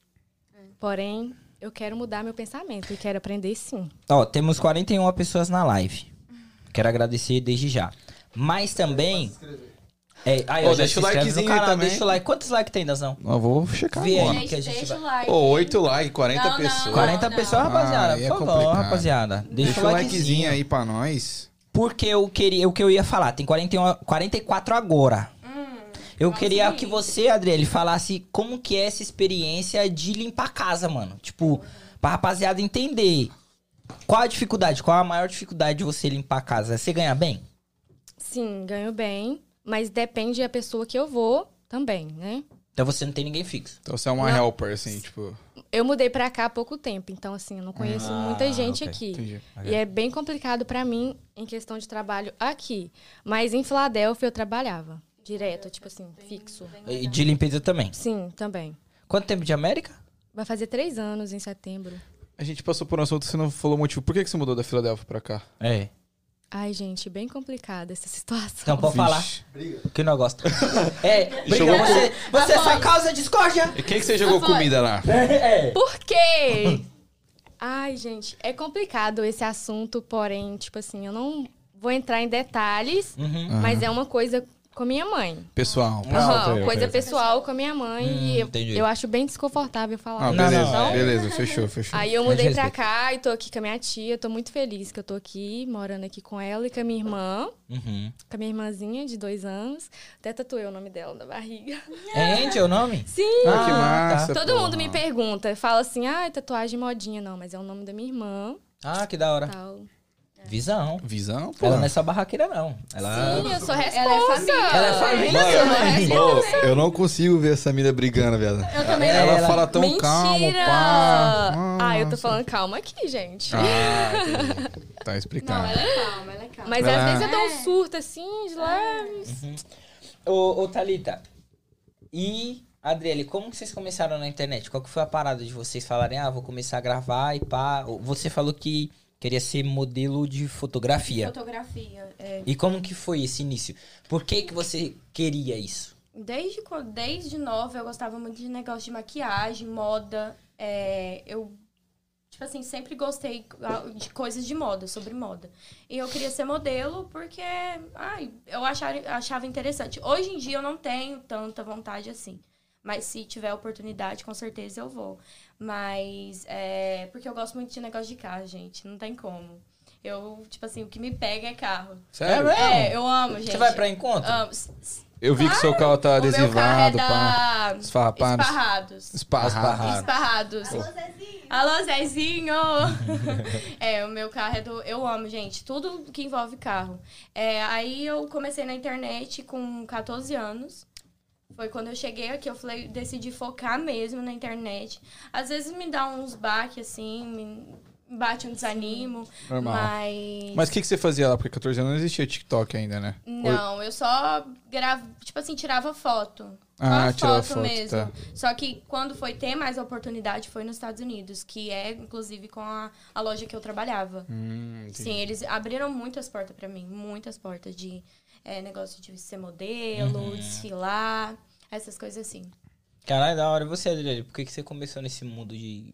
Speaker 6: Porém, eu quero mudar meu pensamento e quero aprender sim.
Speaker 3: Ó, temos 41 pessoas na live. Quero agradecer desde já. Mas também. É, aí,
Speaker 2: Ô,
Speaker 3: ó, já
Speaker 2: deixa
Speaker 3: se
Speaker 2: o
Speaker 3: inscreve
Speaker 2: likezinho
Speaker 3: no
Speaker 2: aí
Speaker 3: canal,
Speaker 2: também.
Speaker 3: deixa o like. Quantos likes tem, Dazão?
Speaker 2: Não, vou checar
Speaker 3: Vê aí.
Speaker 2: agora.
Speaker 3: que a gente
Speaker 4: deixa
Speaker 3: vai-
Speaker 4: o like.
Speaker 2: Ô, 8 likes, 40
Speaker 4: Não, não,
Speaker 2: pessoas.
Speaker 3: 40
Speaker 4: não.
Speaker 3: pessoas, rapaziada.
Speaker 2: Ah, aí é
Speaker 3: Por favor,
Speaker 2: complicado.
Speaker 3: rapaziada. Deixa,
Speaker 2: Deixa
Speaker 3: o
Speaker 2: o
Speaker 3: likezinho.
Speaker 2: likezinho aí pra nós.
Speaker 3: Porque eu queria, o que eu ia falar, tem 41, 44 agora. eu
Speaker 4: Hum, mas
Speaker 3: queria
Speaker 4: e aí?
Speaker 3: que você, Adriele, falasse como que é essa experiência de limpar a casa, mano. Tipo, pra rapaziada entender. Qual a dificuldade? Qual a maior dificuldade de você limpar a casa? Você ganha bem?
Speaker 6: Sim, ganho bem, mas depende da pessoa que eu vou também, né?
Speaker 3: Então você não tem ninguém fixo.
Speaker 2: Então você é uma
Speaker 6: Não.
Speaker 2: helper, assim, tipo.
Speaker 6: Eu mudei pra cá há pouco tempo, então assim, eu não conheço
Speaker 3: Ah,
Speaker 6: muita gente
Speaker 3: ok.
Speaker 6: aqui.
Speaker 2: Entendi.
Speaker 6: E é bem complicado pra mim em questão de trabalho aqui. Mas em Filadélfia eu trabalhava direto, tipo assim, fixo.
Speaker 3: E de limpeza também.
Speaker 6: Sim, também.
Speaker 3: Quanto tempo de América?
Speaker 6: Vai fazer três anos em setembro.
Speaker 2: A gente passou por um assunto, você não falou o motivo. Por que que você mudou da Filadélfia pra cá?
Speaker 3: É.
Speaker 6: Ai, gente, bem complicada essa situação.
Speaker 3: Então pode falar.
Speaker 2: Vixe.
Speaker 3: Que eu não gosto. é, briga,
Speaker 2: Jogou-
Speaker 3: você, você só causa discórdia.
Speaker 2: E quem que você jogou
Speaker 4: Apoio.
Speaker 2: comida lá?
Speaker 3: É.
Speaker 6: Por quê? Ai, gente, é complicado esse assunto, porém, tipo assim, eu não vou entrar em detalhes,
Speaker 3: Uhum.
Speaker 6: mas é uma coisa com a minha mãe.
Speaker 2: Pessoal.
Speaker 6: Aham,
Speaker 2: Ah, ok, ok.
Speaker 6: coisa pessoal com a minha mãe e eu,
Speaker 3: entendi.
Speaker 6: eu acho bem desconfortável falar.
Speaker 2: Ah,
Speaker 3: Não,
Speaker 2: beleza,
Speaker 3: não, é.
Speaker 2: beleza, fechou, fechou.
Speaker 6: Aí eu
Speaker 3: Mas
Speaker 6: mudei pra
Speaker 3: respeito.
Speaker 6: cá e tô aqui com a minha tia. Tô muito feliz que eu tô aqui, morando aqui com ela e com a minha irmã.
Speaker 3: Uhum.
Speaker 6: Com a minha irmãzinha de dois anos. Até tatuei o nome dela na barriga.
Speaker 3: É Angel o nome?
Speaker 6: Sim!
Speaker 2: Ah, que
Speaker 3: Ah, tá.
Speaker 2: massa.
Speaker 6: Todo
Speaker 2: porra.
Speaker 6: mundo me pergunta. Fala assim, ah, tatuagem modinha. Não, mas é o nome da minha irmã.
Speaker 3: Ah, que da hora.
Speaker 4: Tá.
Speaker 6: Tal.
Speaker 3: Visão.
Speaker 2: Visão, pô.
Speaker 3: Ela não é só barraqueira, não. Ela.
Speaker 6: Sim, eu sou
Speaker 4: Ela é
Speaker 6: responsa.
Speaker 4: família.
Speaker 3: Ah. Ela é família, mãe.
Speaker 2: eu não consigo ver essa mina brigando, velho.
Speaker 4: Eu também
Speaker 3: É,
Speaker 2: Ela,
Speaker 3: ela-
Speaker 2: fala Tá tão
Speaker 6: Mentira!
Speaker 2: calmo, pá.
Speaker 6: ah, eu tô falando calma aqui, gente.
Speaker 2: Ah, entendi. tá explicado.
Speaker 4: Não, ela é calma, ela é calma.
Speaker 6: Mas
Speaker 2: Ah.
Speaker 6: às vezes eu dou
Speaker 4: É.
Speaker 6: um surto assim, de
Speaker 4: Ah,
Speaker 6: leves.
Speaker 3: Ô, ô, Thalita. E, Adriele, como que vocês começaram na internet? Qual que foi a parada de vocês falarem, ah, vou começar a gravar e pá? Ou Você falou que Queria ser modelo de fotografia.
Speaker 4: Fotografia. é.
Speaker 3: E como que foi esse início? Por que que você queria isso?
Speaker 4: Desde, quando- desde nova, eu gostava muito de negócio de maquiagem, moda. É, eu, tipo assim, sempre gostei de coisas de moda, sobre moda. E eu queria ser modelo porque ai, eu achava, achava interessante. Hoje em dia eu não tenho tanta vontade assim. Mas se tiver oportunidade, com certeza eu vou. Mas é porque eu gosto muito de negócio de carro, gente. Não tem como. Eu, tipo assim, o que me pega é carro.
Speaker 2: Sério?
Speaker 3: É mesmo?
Speaker 4: É, eu Ah. amo, gente.
Speaker 3: Você vai pra encontro?
Speaker 4: Amo. S- s-
Speaker 2: Eu vi que seu carro tá
Speaker 4: o meu carro é
Speaker 2: adesivado, pá.
Speaker 4: da
Speaker 2: Esfarrapado.
Speaker 4: Esparrados.
Speaker 2: Esparrado.
Speaker 3: Esparrado.
Speaker 4: Esparrados. Alô, Zezinho! é, o meu carro é do. Eu amo, gente. Tudo que envolve carro. É, aí eu comecei na internet com 14 anos. Foi quando eu cheguei aqui, eu falei, decidi focar mesmo na internet. Às vezes me dá uns baques, assim, me bate um desanimo.
Speaker 2: Normal.
Speaker 4: Mas.
Speaker 2: Mas o que, que você fazia lá? Porque 14 anos não existia TikTok ainda, né? Ou-
Speaker 4: Não, eu só gravo, tipo assim, tirava foto.
Speaker 2: Ah,
Speaker 4: Só
Speaker 2: tirava foto,
Speaker 4: mesmo.
Speaker 2: tá.
Speaker 4: Só que quando foi ter mais oportunidade foi nos Estados Unidos, que é inclusive com a, a loja que eu trabalhava.
Speaker 2: Hum, entendi.
Speaker 4: Sim, eles abriram muitas portas pra mim, muitas portas de é, negócio de ser modelo,
Speaker 2: Uhum.
Speaker 4: desfilar, essas coisas assim.
Speaker 3: Caralho, da hora. E você, Adriane, por que que você começou nesse mundo de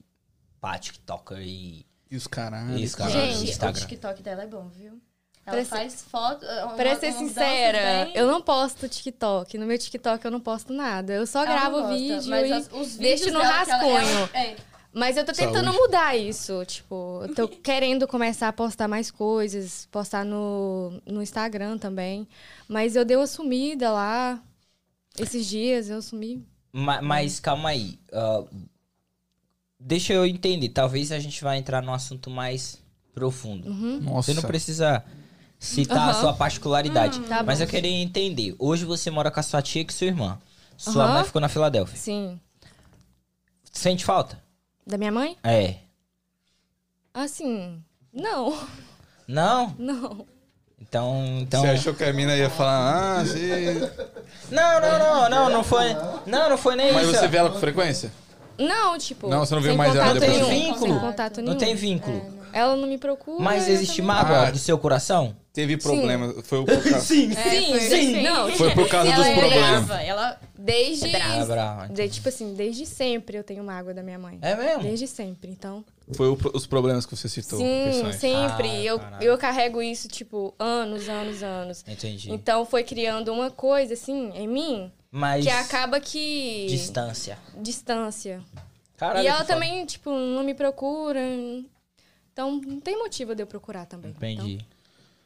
Speaker 3: pá, TikToker e...
Speaker 2: E os caralhos.
Speaker 3: E os caralhos.
Speaker 4: Gente,
Speaker 3: no Instagram.
Speaker 4: o TikTok dela é bom, viu? Ela
Speaker 6: Pra ser-
Speaker 4: faz foto. é, uma-
Speaker 6: Pra ser
Speaker 4: umas danças
Speaker 6: sincera,
Speaker 4: bem-
Speaker 6: eu não posto TikTok. No meu TikTok eu não posto nada. Eu só
Speaker 4: Ela não
Speaker 6: gravo
Speaker 4: gosta,
Speaker 6: vídeo
Speaker 4: mas
Speaker 6: e
Speaker 4: as- os
Speaker 6: deixo
Speaker 4: vídeos
Speaker 6: no
Speaker 4: dela que ela- ela-
Speaker 6: rascunho.
Speaker 4: é,
Speaker 6: Mas eu tô tentando
Speaker 2: Saúde.
Speaker 6: mudar isso. Tipo, eu tô querendo começar a postar mais coisas, postar no, no Instagram também. Mas eu dei uma sumida lá. Esses dias eu sumi. Hum.
Speaker 3: Ma- mas calma aí. ah, deixa eu entender. Talvez a gente vai entrar num assunto mais profundo.
Speaker 2: Nossa.
Speaker 3: Você não precisa citar a
Speaker 6: Uhum. Aham.
Speaker 3: sua particularidade.
Speaker 6: tá
Speaker 3: mas
Speaker 6: bom.
Speaker 3: eu queria entender. Hoje você mora com a sua tia e com sua irmã. Sua
Speaker 6: Aham.
Speaker 3: mãe ficou na Filadélfia.
Speaker 6: Sim.
Speaker 3: Sente falta?
Speaker 6: assim, Da minha mãe?
Speaker 3: É.
Speaker 6: Assim. Não,
Speaker 3: Não?
Speaker 6: não.
Speaker 3: Então. então...
Speaker 2: Você achou que a mina ia falar, ah, você...
Speaker 3: Não, não, não, não, não foi. Não, não foi nem
Speaker 2: Mas
Speaker 3: isso.
Speaker 2: você vê ela com frequência?
Speaker 6: Não, tipo.
Speaker 2: Não, você não viu
Speaker 6: sem
Speaker 2: mais ela
Speaker 6: contato
Speaker 2: depois
Speaker 3: disso? Não tem
Speaker 6: nenhum. Sem
Speaker 3: vínculo.
Speaker 6: contato nenhum.
Speaker 3: Não tem vínculo.
Speaker 6: Ela não me procura.
Speaker 3: Mas
Speaker 6: eu
Speaker 3: existe
Speaker 6: também-
Speaker 3: mágoa
Speaker 2: Ah.
Speaker 3: do seu coração?
Speaker 2: Teve problema. Foi, o
Speaker 3: Sim.
Speaker 6: Sim,
Speaker 4: foi
Speaker 6: sim.
Speaker 4: assim.
Speaker 6: Não, tipo,
Speaker 2: foi por causa
Speaker 4: ela
Speaker 2: dos
Speaker 4: é
Speaker 2: problemas.
Speaker 4: brava, ela
Speaker 6: desde.
Speaker 3: Ah, brava.
Speaker 6: de- tipo assim, desde sempre eu tenho mágoa da minha mãe.
Speaker 3: É mesmo?
Speaker 6: Desde sempre, então.
Speaker 2: Foi o- os problemas que você citou.
Speaker 6: Sim,
Speaker 2: pessoal.
Speaker 6: sempre.
Speaker 3: Ah,
Speaker 6: eu,
Speaker 3: caralho.
Speaker 6: eu carrego isso, tipo, anos, anos, anos.
Speaker 3: Entendi.
Speaker 6: Então foi criando uma coisa, assim, em mim,
Speaker 3: Mas.
Speaker 6: que acaba que.
Speaker 3: Distância.
Speaker 6: Distância.
Speaker 3: Caralho,
Speaker 6: e ela
Speaker 3: que foda.
Speaker 6: também, tipo, não me procura. Então não tem motivo de eu procurar também. então.
Speaker 3: Entendi.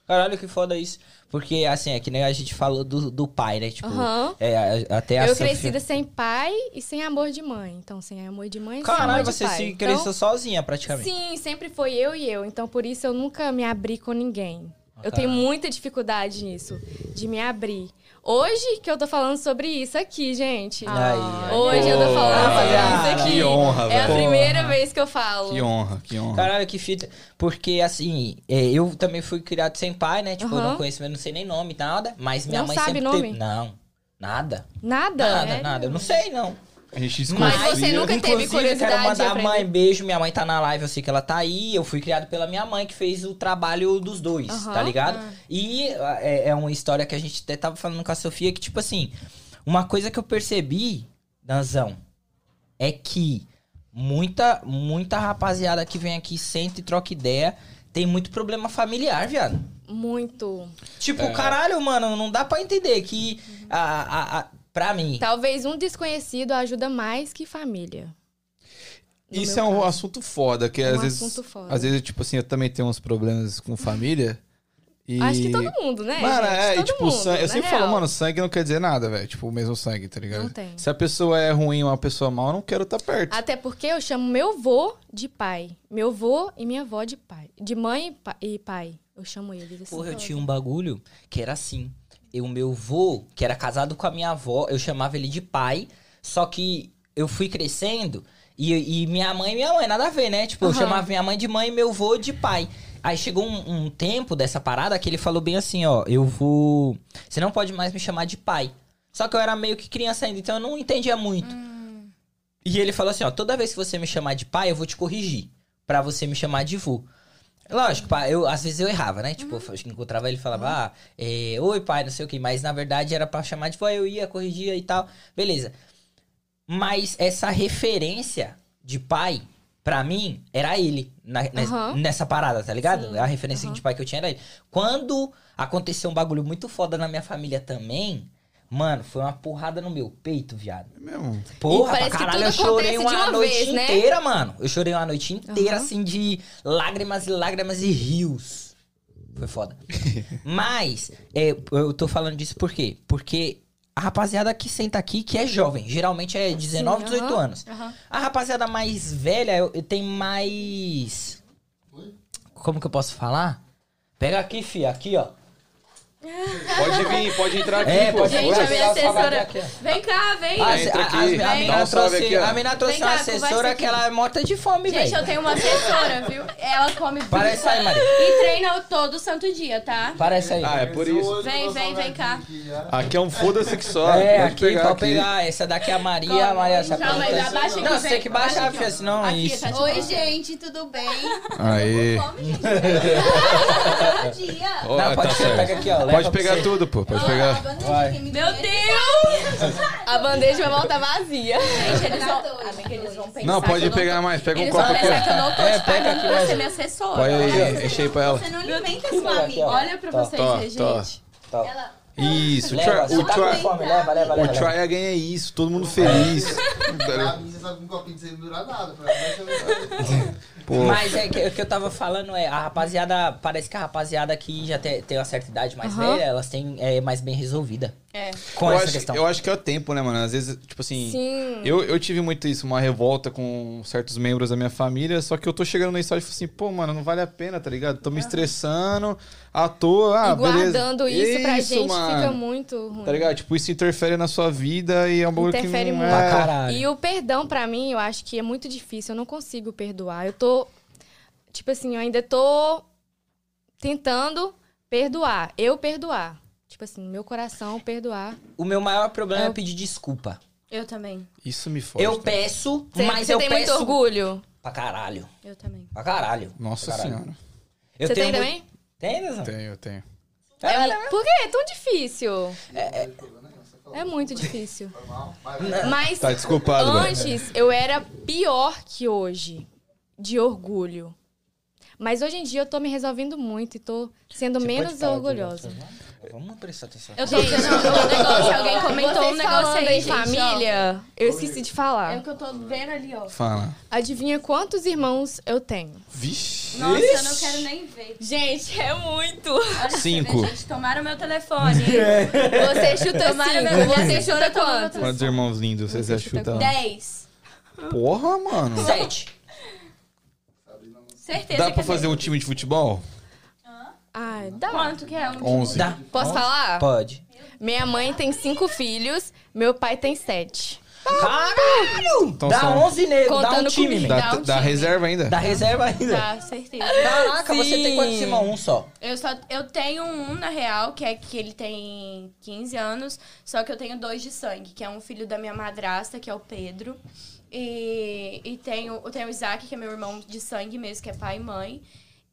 Speaker 3: Caralho, que foda isso. Porque, assim, é que nem a gente falou do, do pai, né? Tipo,
Speaker 6: Então, aham.
Speaker 3: é, a- até a
Speaker 6: Eu
Speaker 3: Sofia-
Speaker 6: crescida sem pai e sem amor de mãe. Então, sem amor de mãe, sem amor
Speaker 3: Caralho,
Speaker 6: de
Speaker 3: você
Speaker 6: pai.
Speaker 3: se
Speaker 6: Então,
Speaker 3: cresceu sozinha, praticamente.
Speaker 6: Sim, sempre foi eu e eu. Então, por isso eu nunca me abri com ninguém.
Speaker 2: Ah,
Speaker 6: Eu
Speaker 3: tá.
Speaker 6: tenho muita dificuldade nisso, de me abrir. Hoje que eu tô falando sobre isso aqui, gente.
Speaker 2: Ah,
Speaker 3: Aí, aí.
Speaker 6: Hoje eu tô falando
Speaker 3: Porra,
Speaker 6: sobre isso aqui.
Speaker 2: que honra,
Speaker 6: É a
Speaker 2: velho.
Speaker 6: primeira vez que eu falo.
Speaker 2: Que honra, que honra.
Speaker 3: Caralho, que fita. Porque, assim, é, eu também fui criado sem pai, né? Tipo, eu não
Speaker 6: Aham.
Speaker 3: conheço, eu não sei nem nome, nada. Mas minha
Speaker 6: Não
Speaker 3: mãe
Speaker 6: sabe
Speaker 3: sempre
Speaker 6: nome?
Speaker 3: teve... Não, nada.
Speaker 6: Nada.
Speaker 3: Nada,
Speaker 6: né?
Speaker 3: nada. Eu não sei, não.
Speaker 2: A gente desconfia.
Speaker 6: Mas você nunca
Speaker 3: Inclusive,
Speaker 6: teve
Speaker 3: eu quero
Speaker 6: curiosidade
Speaker 3: mandar a
Speaker 6: pra
Speaker 3: mãe beijo. Minha mãe tá na live, eu sei que ela tá aí. Eu fui criado pela minha mãe, que fez o trabalho dos dois,
Speaker 6: Aham.
Speaker 3: tá ligado? E ah, é, é uma história que a gente até tava falando com a Sofia, que tipo assim, uma coisa que eu percebi, Danzão, é que muita, muita rapaziada que vem aqui, senta e troca ideia, tem muito problema familiar, viado.
Speaker 6: Muito.
Speaker 3: Tipo,
Speaker 6: É.
Speaker 3: caralho, mano, não dá pra entender que a, a, a- pra mim...
Speaker 6: Talvez um desconhecido ajuda mais que família. No
Speaker 2: Isso é
Speaker 6: meu
Speaker 2: um
Speaker 6: caso.
Speaker 2: assunto foda, que às
Speaker 6: Um
Speaker 2: vezes.
Speaker 6: assunto foda.
Speaker 2: Às vezes, tipo assim, eu também tenho uns problemas com família. E...
Speaker 6: Acho que todo mundo, né?
Speaker 2: Mano,
Speaker 6: gente?
Speaker 2: é, e,
Speaker 6: todo
Speaker 2: tipo,
Speaker 6: mundo,
Speaker 2: sangue, eu
Speaker 6: na
Speaker 2: sempre
Speaker 6: real.
Speaker 2: falo, mano, sangue não quer dizer nada, velho. Tipo, o mesmo sangue, tá ligado?
Speaker 6: Não tem.
Speaker 2: Se a pessoa é ruim ou uma pessoa mal, eu não quero estar perto.
Speaker 6: Até porque eu chamo meu vô de pai. Meu vô e minha avó de pai. De mãe e pa- e pai. Eu chamo eles assim.
Speaker 3: Porra, eu tinha um bagulho que era assim. E O meu vô, que era casado com a minha avó, eu chamava ele de pai, só que eu fui crescendo e, e minha mãe, minha mãe, nada a ver, né? Tipo, eu
Speaker 6: Aham.
Speaker 3: chamava minha mãe de mãe e meu vô de pai. Aí chegou um, um tempo dessa parada que ele falou bem assim, ó, eu vou... Você não pode mais me chamar de pai. Só que eu era meio que criança ainda, então eu não entendia muito. E ele falou assim, ó, toda vez que você me chamar de pai, eu vou te corrigir. Pra você me chamar de vô. Lógico, pá, eu, às vezes eu errava, né? Tipo, eu acho que encontrava ele e falava, ah, é, oi pai, não sei o que, mas na verdade era pra chamar de vó, eu ia, corrigia e tal, beleza. Mas essa referência de pai, pra mim, era ele na- nes-
Speaker 6: Aham.
Speaker 3: nessa parada, tá ligado? a referência de pai que eu tinha era ele. Quando aconteceu um bagulho muito foda na minha família também, mano, foi uma porrada no meu peito, viado.
Speaker 2: é Mesmo.
Speaker 3: Porra, pra
Speaker 6: parece que
Speaker 3: caralho,
Speaker 6: tudo
Speaker 3: eu chorei
Speaker 6: acontece
Speaker 3: uma,
Speaker 6: de uma
Speaker 3: noite
Speaker 6: vez, né?
Speaker 3: inteira, mano. Eu chorei uma noite inteira,
Speaker 6: Aham.
Speaker 3: assim, de lágrimas e lágrimas e rios. Foi foda. Mas, é, eu tô falando disso por quê? Porque a rapaziada que senta aqui, que é jovem, geralmente é 19,
Speaker 6: Sim,
Speaker 3: 18
Speaker 6: aham.
Speaker 3: anos.
Speaker 4: Aham.
Speaker 3: A rapaziada mais velha eu- eu tem mais. Como que eu posso falar? Pega aqui, fi, aqui, ó.
Speaker 2: Pode vir, pode entrar aqui,
Speaker 3: É,
Speaker 2: pô.
Speaker 3: pode
Speaker 4: Gente, a
Speaker 2: Ué,
Speaker 4: minha assessora.
Speaker 3: Aqui, ó.
Speaker 4: Vem cá, vem.
Speaker 3: Ah,
Speaker 2: Entra
Speaker 3: a-
Speaker 2: aqui,
Speaker 3: a- a mina
Speaker 2: dá um salve
Speaker 3: trouxe-
Speaker 2: aqui, ó.
Speaker 3: A mina trouxe
Speaker 4: Vem
Speaker 3: uma
Speaker 4: cá, conversa
Speaker 3: assessora
Speaker 4: aqui.
Speaker 3: que ela é morta de fome, velho.
Speaker 4: Gente, eu tenho uma assessora, viu? Ela come
Speaker 3: Parece aí, Maria.
Speaker 4: e treina todo santo dia, tá?
Speaker 3: Parece aí.
Speaker 2: Ah, é por isso.
Speaker 4: Vem, vem, vem cá.
Speaker 2: Aqui é um foda-se que só.
Speaker 3: é,
Speaker 2: Pode
Speaker 3: aqui, pode pegar,
Speaker 2: aqui.
Speaker 3: Essa daqui é a Maria.
Speaker 4: Come.
Speaker 3: a Maria, essa
Speaker 4: Calma aí,
Speaker 3: pergunta-
Speaker 4: abaixa aqui,
Speaker 3: Não, você
Speaker 4: vem.
Speaker 3: tem que baixar,
Speaker 4: Abaixa
Speaker 3: filha,
Speaker 4: aqui, ó.
Speaker 3: senão é
Speaker 4: Aqui,
Speaker 3: isso.
Speaker 4: tá de
Speaker 7: Oi, gente, tudo bem?
Speaker 2: Aê. É.
Speaker 7: Bom dia!
Speaker 2: Ó,
Speaker 3: Não,
Speaker 2: tá
Speaker 3: pode ser,
Speaker 2: certo.
Speaker 3: pega aqui, ó. leva
Speaker 2: Pode
Speaker 3: pra
Speaker 2: pegar
Speaker 3: você.
Speaker 2: tudo, pô. Pode
Speaker 7: Olá,
Speaker 2: pegar.
Speaker 7: boa noite,
Speaker 3: Vai.
Speaker 7: quem me
Speaker 4: Meu
Speaker 7: conhece?
Speaker 4: Deus!
Speaker 3: um
Speaker 6: A bandeja vai voltar vazia.
Speaker 4: Gente, eles vão,
Speaker 7: Dois,
Speaker 4: amiga, eles vão pensar
Speaker 2: Não,
Speaker 4: que
Speaker 2: pode
Speaker 4: eu não
Speaker 2: pegar mais. Pega
Speaker 4: tô...
Speaker 2: um
Speaker 4: Eles
Speaker 2: copo
Speaker 4: vão
Speaker 2: aqui.
Speaker 4: pensar
Speaker 2: ó.
Speaker 4: que eu não tô
Speaker 3: É,
Speaker 4: te
Speaker 3: pega
Speaker 4: pagando
Speaker 3: aqui
Speaker 4: por
Speaker 3: mais
Speaker 4: ser
Speaker 3: um.
Speaker 4: minha assessora.
Speaker 2: Olha
Speaker 4: Olha.
Speaker 2: aí, enchei pra ela.
Speaker 7: Você não alimenta esse
Speaker 3: Aqui, ó.
Speaker 7: amigo.
Speaker 4: Olha pra
Speaker 3: Tá,
Speaker 4: vocês
Speaker 2: tá,
Speaker 4: verem,
Speaker 2: tá.
Speaker 4: gente.
Speaker 3: Tá.
Speaker 7: Ela...
Speaker 2: Isso, o
Speaker 3: Leva,
Speaker 2: try,
Speaker 3: você
Speaker 2: o
Speaker 3: tá com
Speaker 2: try,
Speaker 3: fome, leva, leva,
Speaker 2: o
Speaker 3: leva.
Speaker 2: try again é isso. Todo mundo feliz.
Speaker 8: Pra mim, você sabe que um copinho de cerveja não dura nada. Pra mim, vai ser-
Speaker 2: Pô.
Speaker 3: Mas é que o que eu tava falando é, a rapaziada, parece que a rapaziada que já te- tem uma certa idade mais
Speaker 6: Aham.
Speaker 3: velha, elas têm é, mais bem resolvida
Speaker 4: É.
Speaker 3: com
Speaker 2: eu
Speaker 3: essa
Speaker 2: acho,
Speaker 3: questão.
Speaker 2: Eu acho que é o tempo, né, mano? Às vezes, tipo assim.
Speaker 6: Sim.
Speaker 2: Eu, eu tive muito isso, uma revolta com certos membros da minha família, só que eu tô chegando no estágio e falo assim, pô, mano, não vale a pena, tá ligado? Tô me estressando à toa, ah,
Speaker 6: e guardando
Speaker 2: beleza.
Speaker 6: isso pra gente
Speaker 2: mano.
Speaker 6: fica muito ruim.
Speaker 2: Tá ligado? Tipo, isso interfere na sua vida e é um bagulho que
Speaker 6: Interfere
Speaker 2: não
Speaker 6: muito.
Speaker 3: Pra
Speaker 2: é...
Speaker 3: caralho.
Speaker 6: E o perdão pra mim, eu acho que é muito difícil, eu não consigo perdoar. Eu tô tipo assim, eu ainda tô tentando perdoar, eu perdoar. Tipo assim, meu coração perdoar.
Speaker 3: O meu maior problema é
Speaker 6: Eu-
Speaker 3: pedir desculpa.
Speaker 4: Eu também,
Speaker 2: Isso me fode.
Speaker 3: Eu
Speaker 2: tá?
Speaker 3: peço,
Speaker 4: é
Speaker 6: Você,
Speaker 3: mas
Speaker 6: você
Speaker 3: eu
Speaker 6: tem
Speaker 3: peço...
Speaker 6: muito orgulho.
Speaker 3: Pra caralho.
Speaker 4: eu também.
Speaker 3: Pra caralho.
Speaker 2: Nossa
Speaker 3: pra caralho.
Speaker 2: senhora.
Speaker 3: Eu
Speaker 6: você tem
Speaker 3: tenho
Speaker 6: também?
Speaker 3: Tem, Nizam?
Speaker 2: Tenho, eu tenho.
Speaker 6: É mu- Por que é tão difícil? É, muito difícil. Mas
Speaker 2: Tá desculpado, velho.
Speaker 6: antes eu era pior que hoje, de orgulho. Mas hoje em dia eu tô me resolvendo muito e tô sendo
Speaker 3: Você
Speaker 6: menos
Speaker 3: pode parar de olhar
Speaker 6: orgulhosa.
Speaker 3: pra lá? Vamos prestar atenção.
Speaker 4: Eu tô vendo um negócio, alguém comentou um
Speaker 6: Vocês
Speaker 4: negócio
Speaker 6: falando
Speaker 4: aí,
Speaker 6: em
Speaker 4: gente, ó.
Speaker 6: família, eu esqueci de
Speaker 4: É o
Speaker 6: falar.
Speaker 4: que eu tô vendo ali, ó.
Speaker 2: Fala.
Speaker 6: Adivinha quantos irmãos eu tenho?
Speaker 2: Vixe.
Speaker 4: Nossa, eu não quero nem ver.
Speaker 6: Gente, é muito.
Speaker 4: Olha, você vê,
Speaker 2: Cinco.
Speaker 4: Gente, tomaram meu telefone.
Speaker 6: É. Você chuta
Speaker 4: Tomara
Speaker 6: cinco,
Speaker 4: meu
Speaker 6: você
Speaker 4: Deus.
Speaker 6: chuta quanto?
Speaker 2: Quantos irmãos lindos vocês
Speaker 6: Você
Speaker 2: acham
Speaker 6: chuta
Speaker 2: chutar?
Speaker 4: Dez.
Speaker 2: Porra, mano.
Speaker 3: Sete.
Speaker 4: Certeza
Speaker 2: Dá
Speaker 4: que
Speaker 2: pra
Speaker 4: é
Speaker 2: fazer um time de futebol?
Speaker 6: Ai,
Speaker 4: dez.
Speaker 6: dá.
Speaker 4: Quanto que é? Um
Speaker 2: Onze.
Speaker 3: Dá.
Speaker 6: Posso falar?
Speaker 3: Pode.
Speaker 6: Minha mãe tem cinco filhos, meu pai tem sete.
Speaker 3: Caralho!
Speaker 2: Então
Speaker 3: dá
Speaker 2: são-
Speaker 3: 11 negros, dá um
Speaker 6: Contando
Speaker 3: time,
Speaker 6: comigo.
Speaker 3: man.
Speaker 2: Dá,
Speaker 4: Dá um
Speaker 2: dá
Speaker 4: time.
Speaker 2: reserva ainda?
Speaker 3: Dá reserva ainda.
Speaker 4: Tá, certeza.
Speaker 3: Caraca, você
Speaker 6: Sim.
Speaker 3: tem quantos irmãos? Um só.
Speaker 4: Eu, só, eu tenho um, na real, que é que ele tem 15 anos, só que eu tenho dois de sangue, que é um filho da minha madrasta, que é o Pedro. E, e tenho, eu tenho o Isaac, que é meu irmão de sangue mesmo, que é pai e mãe.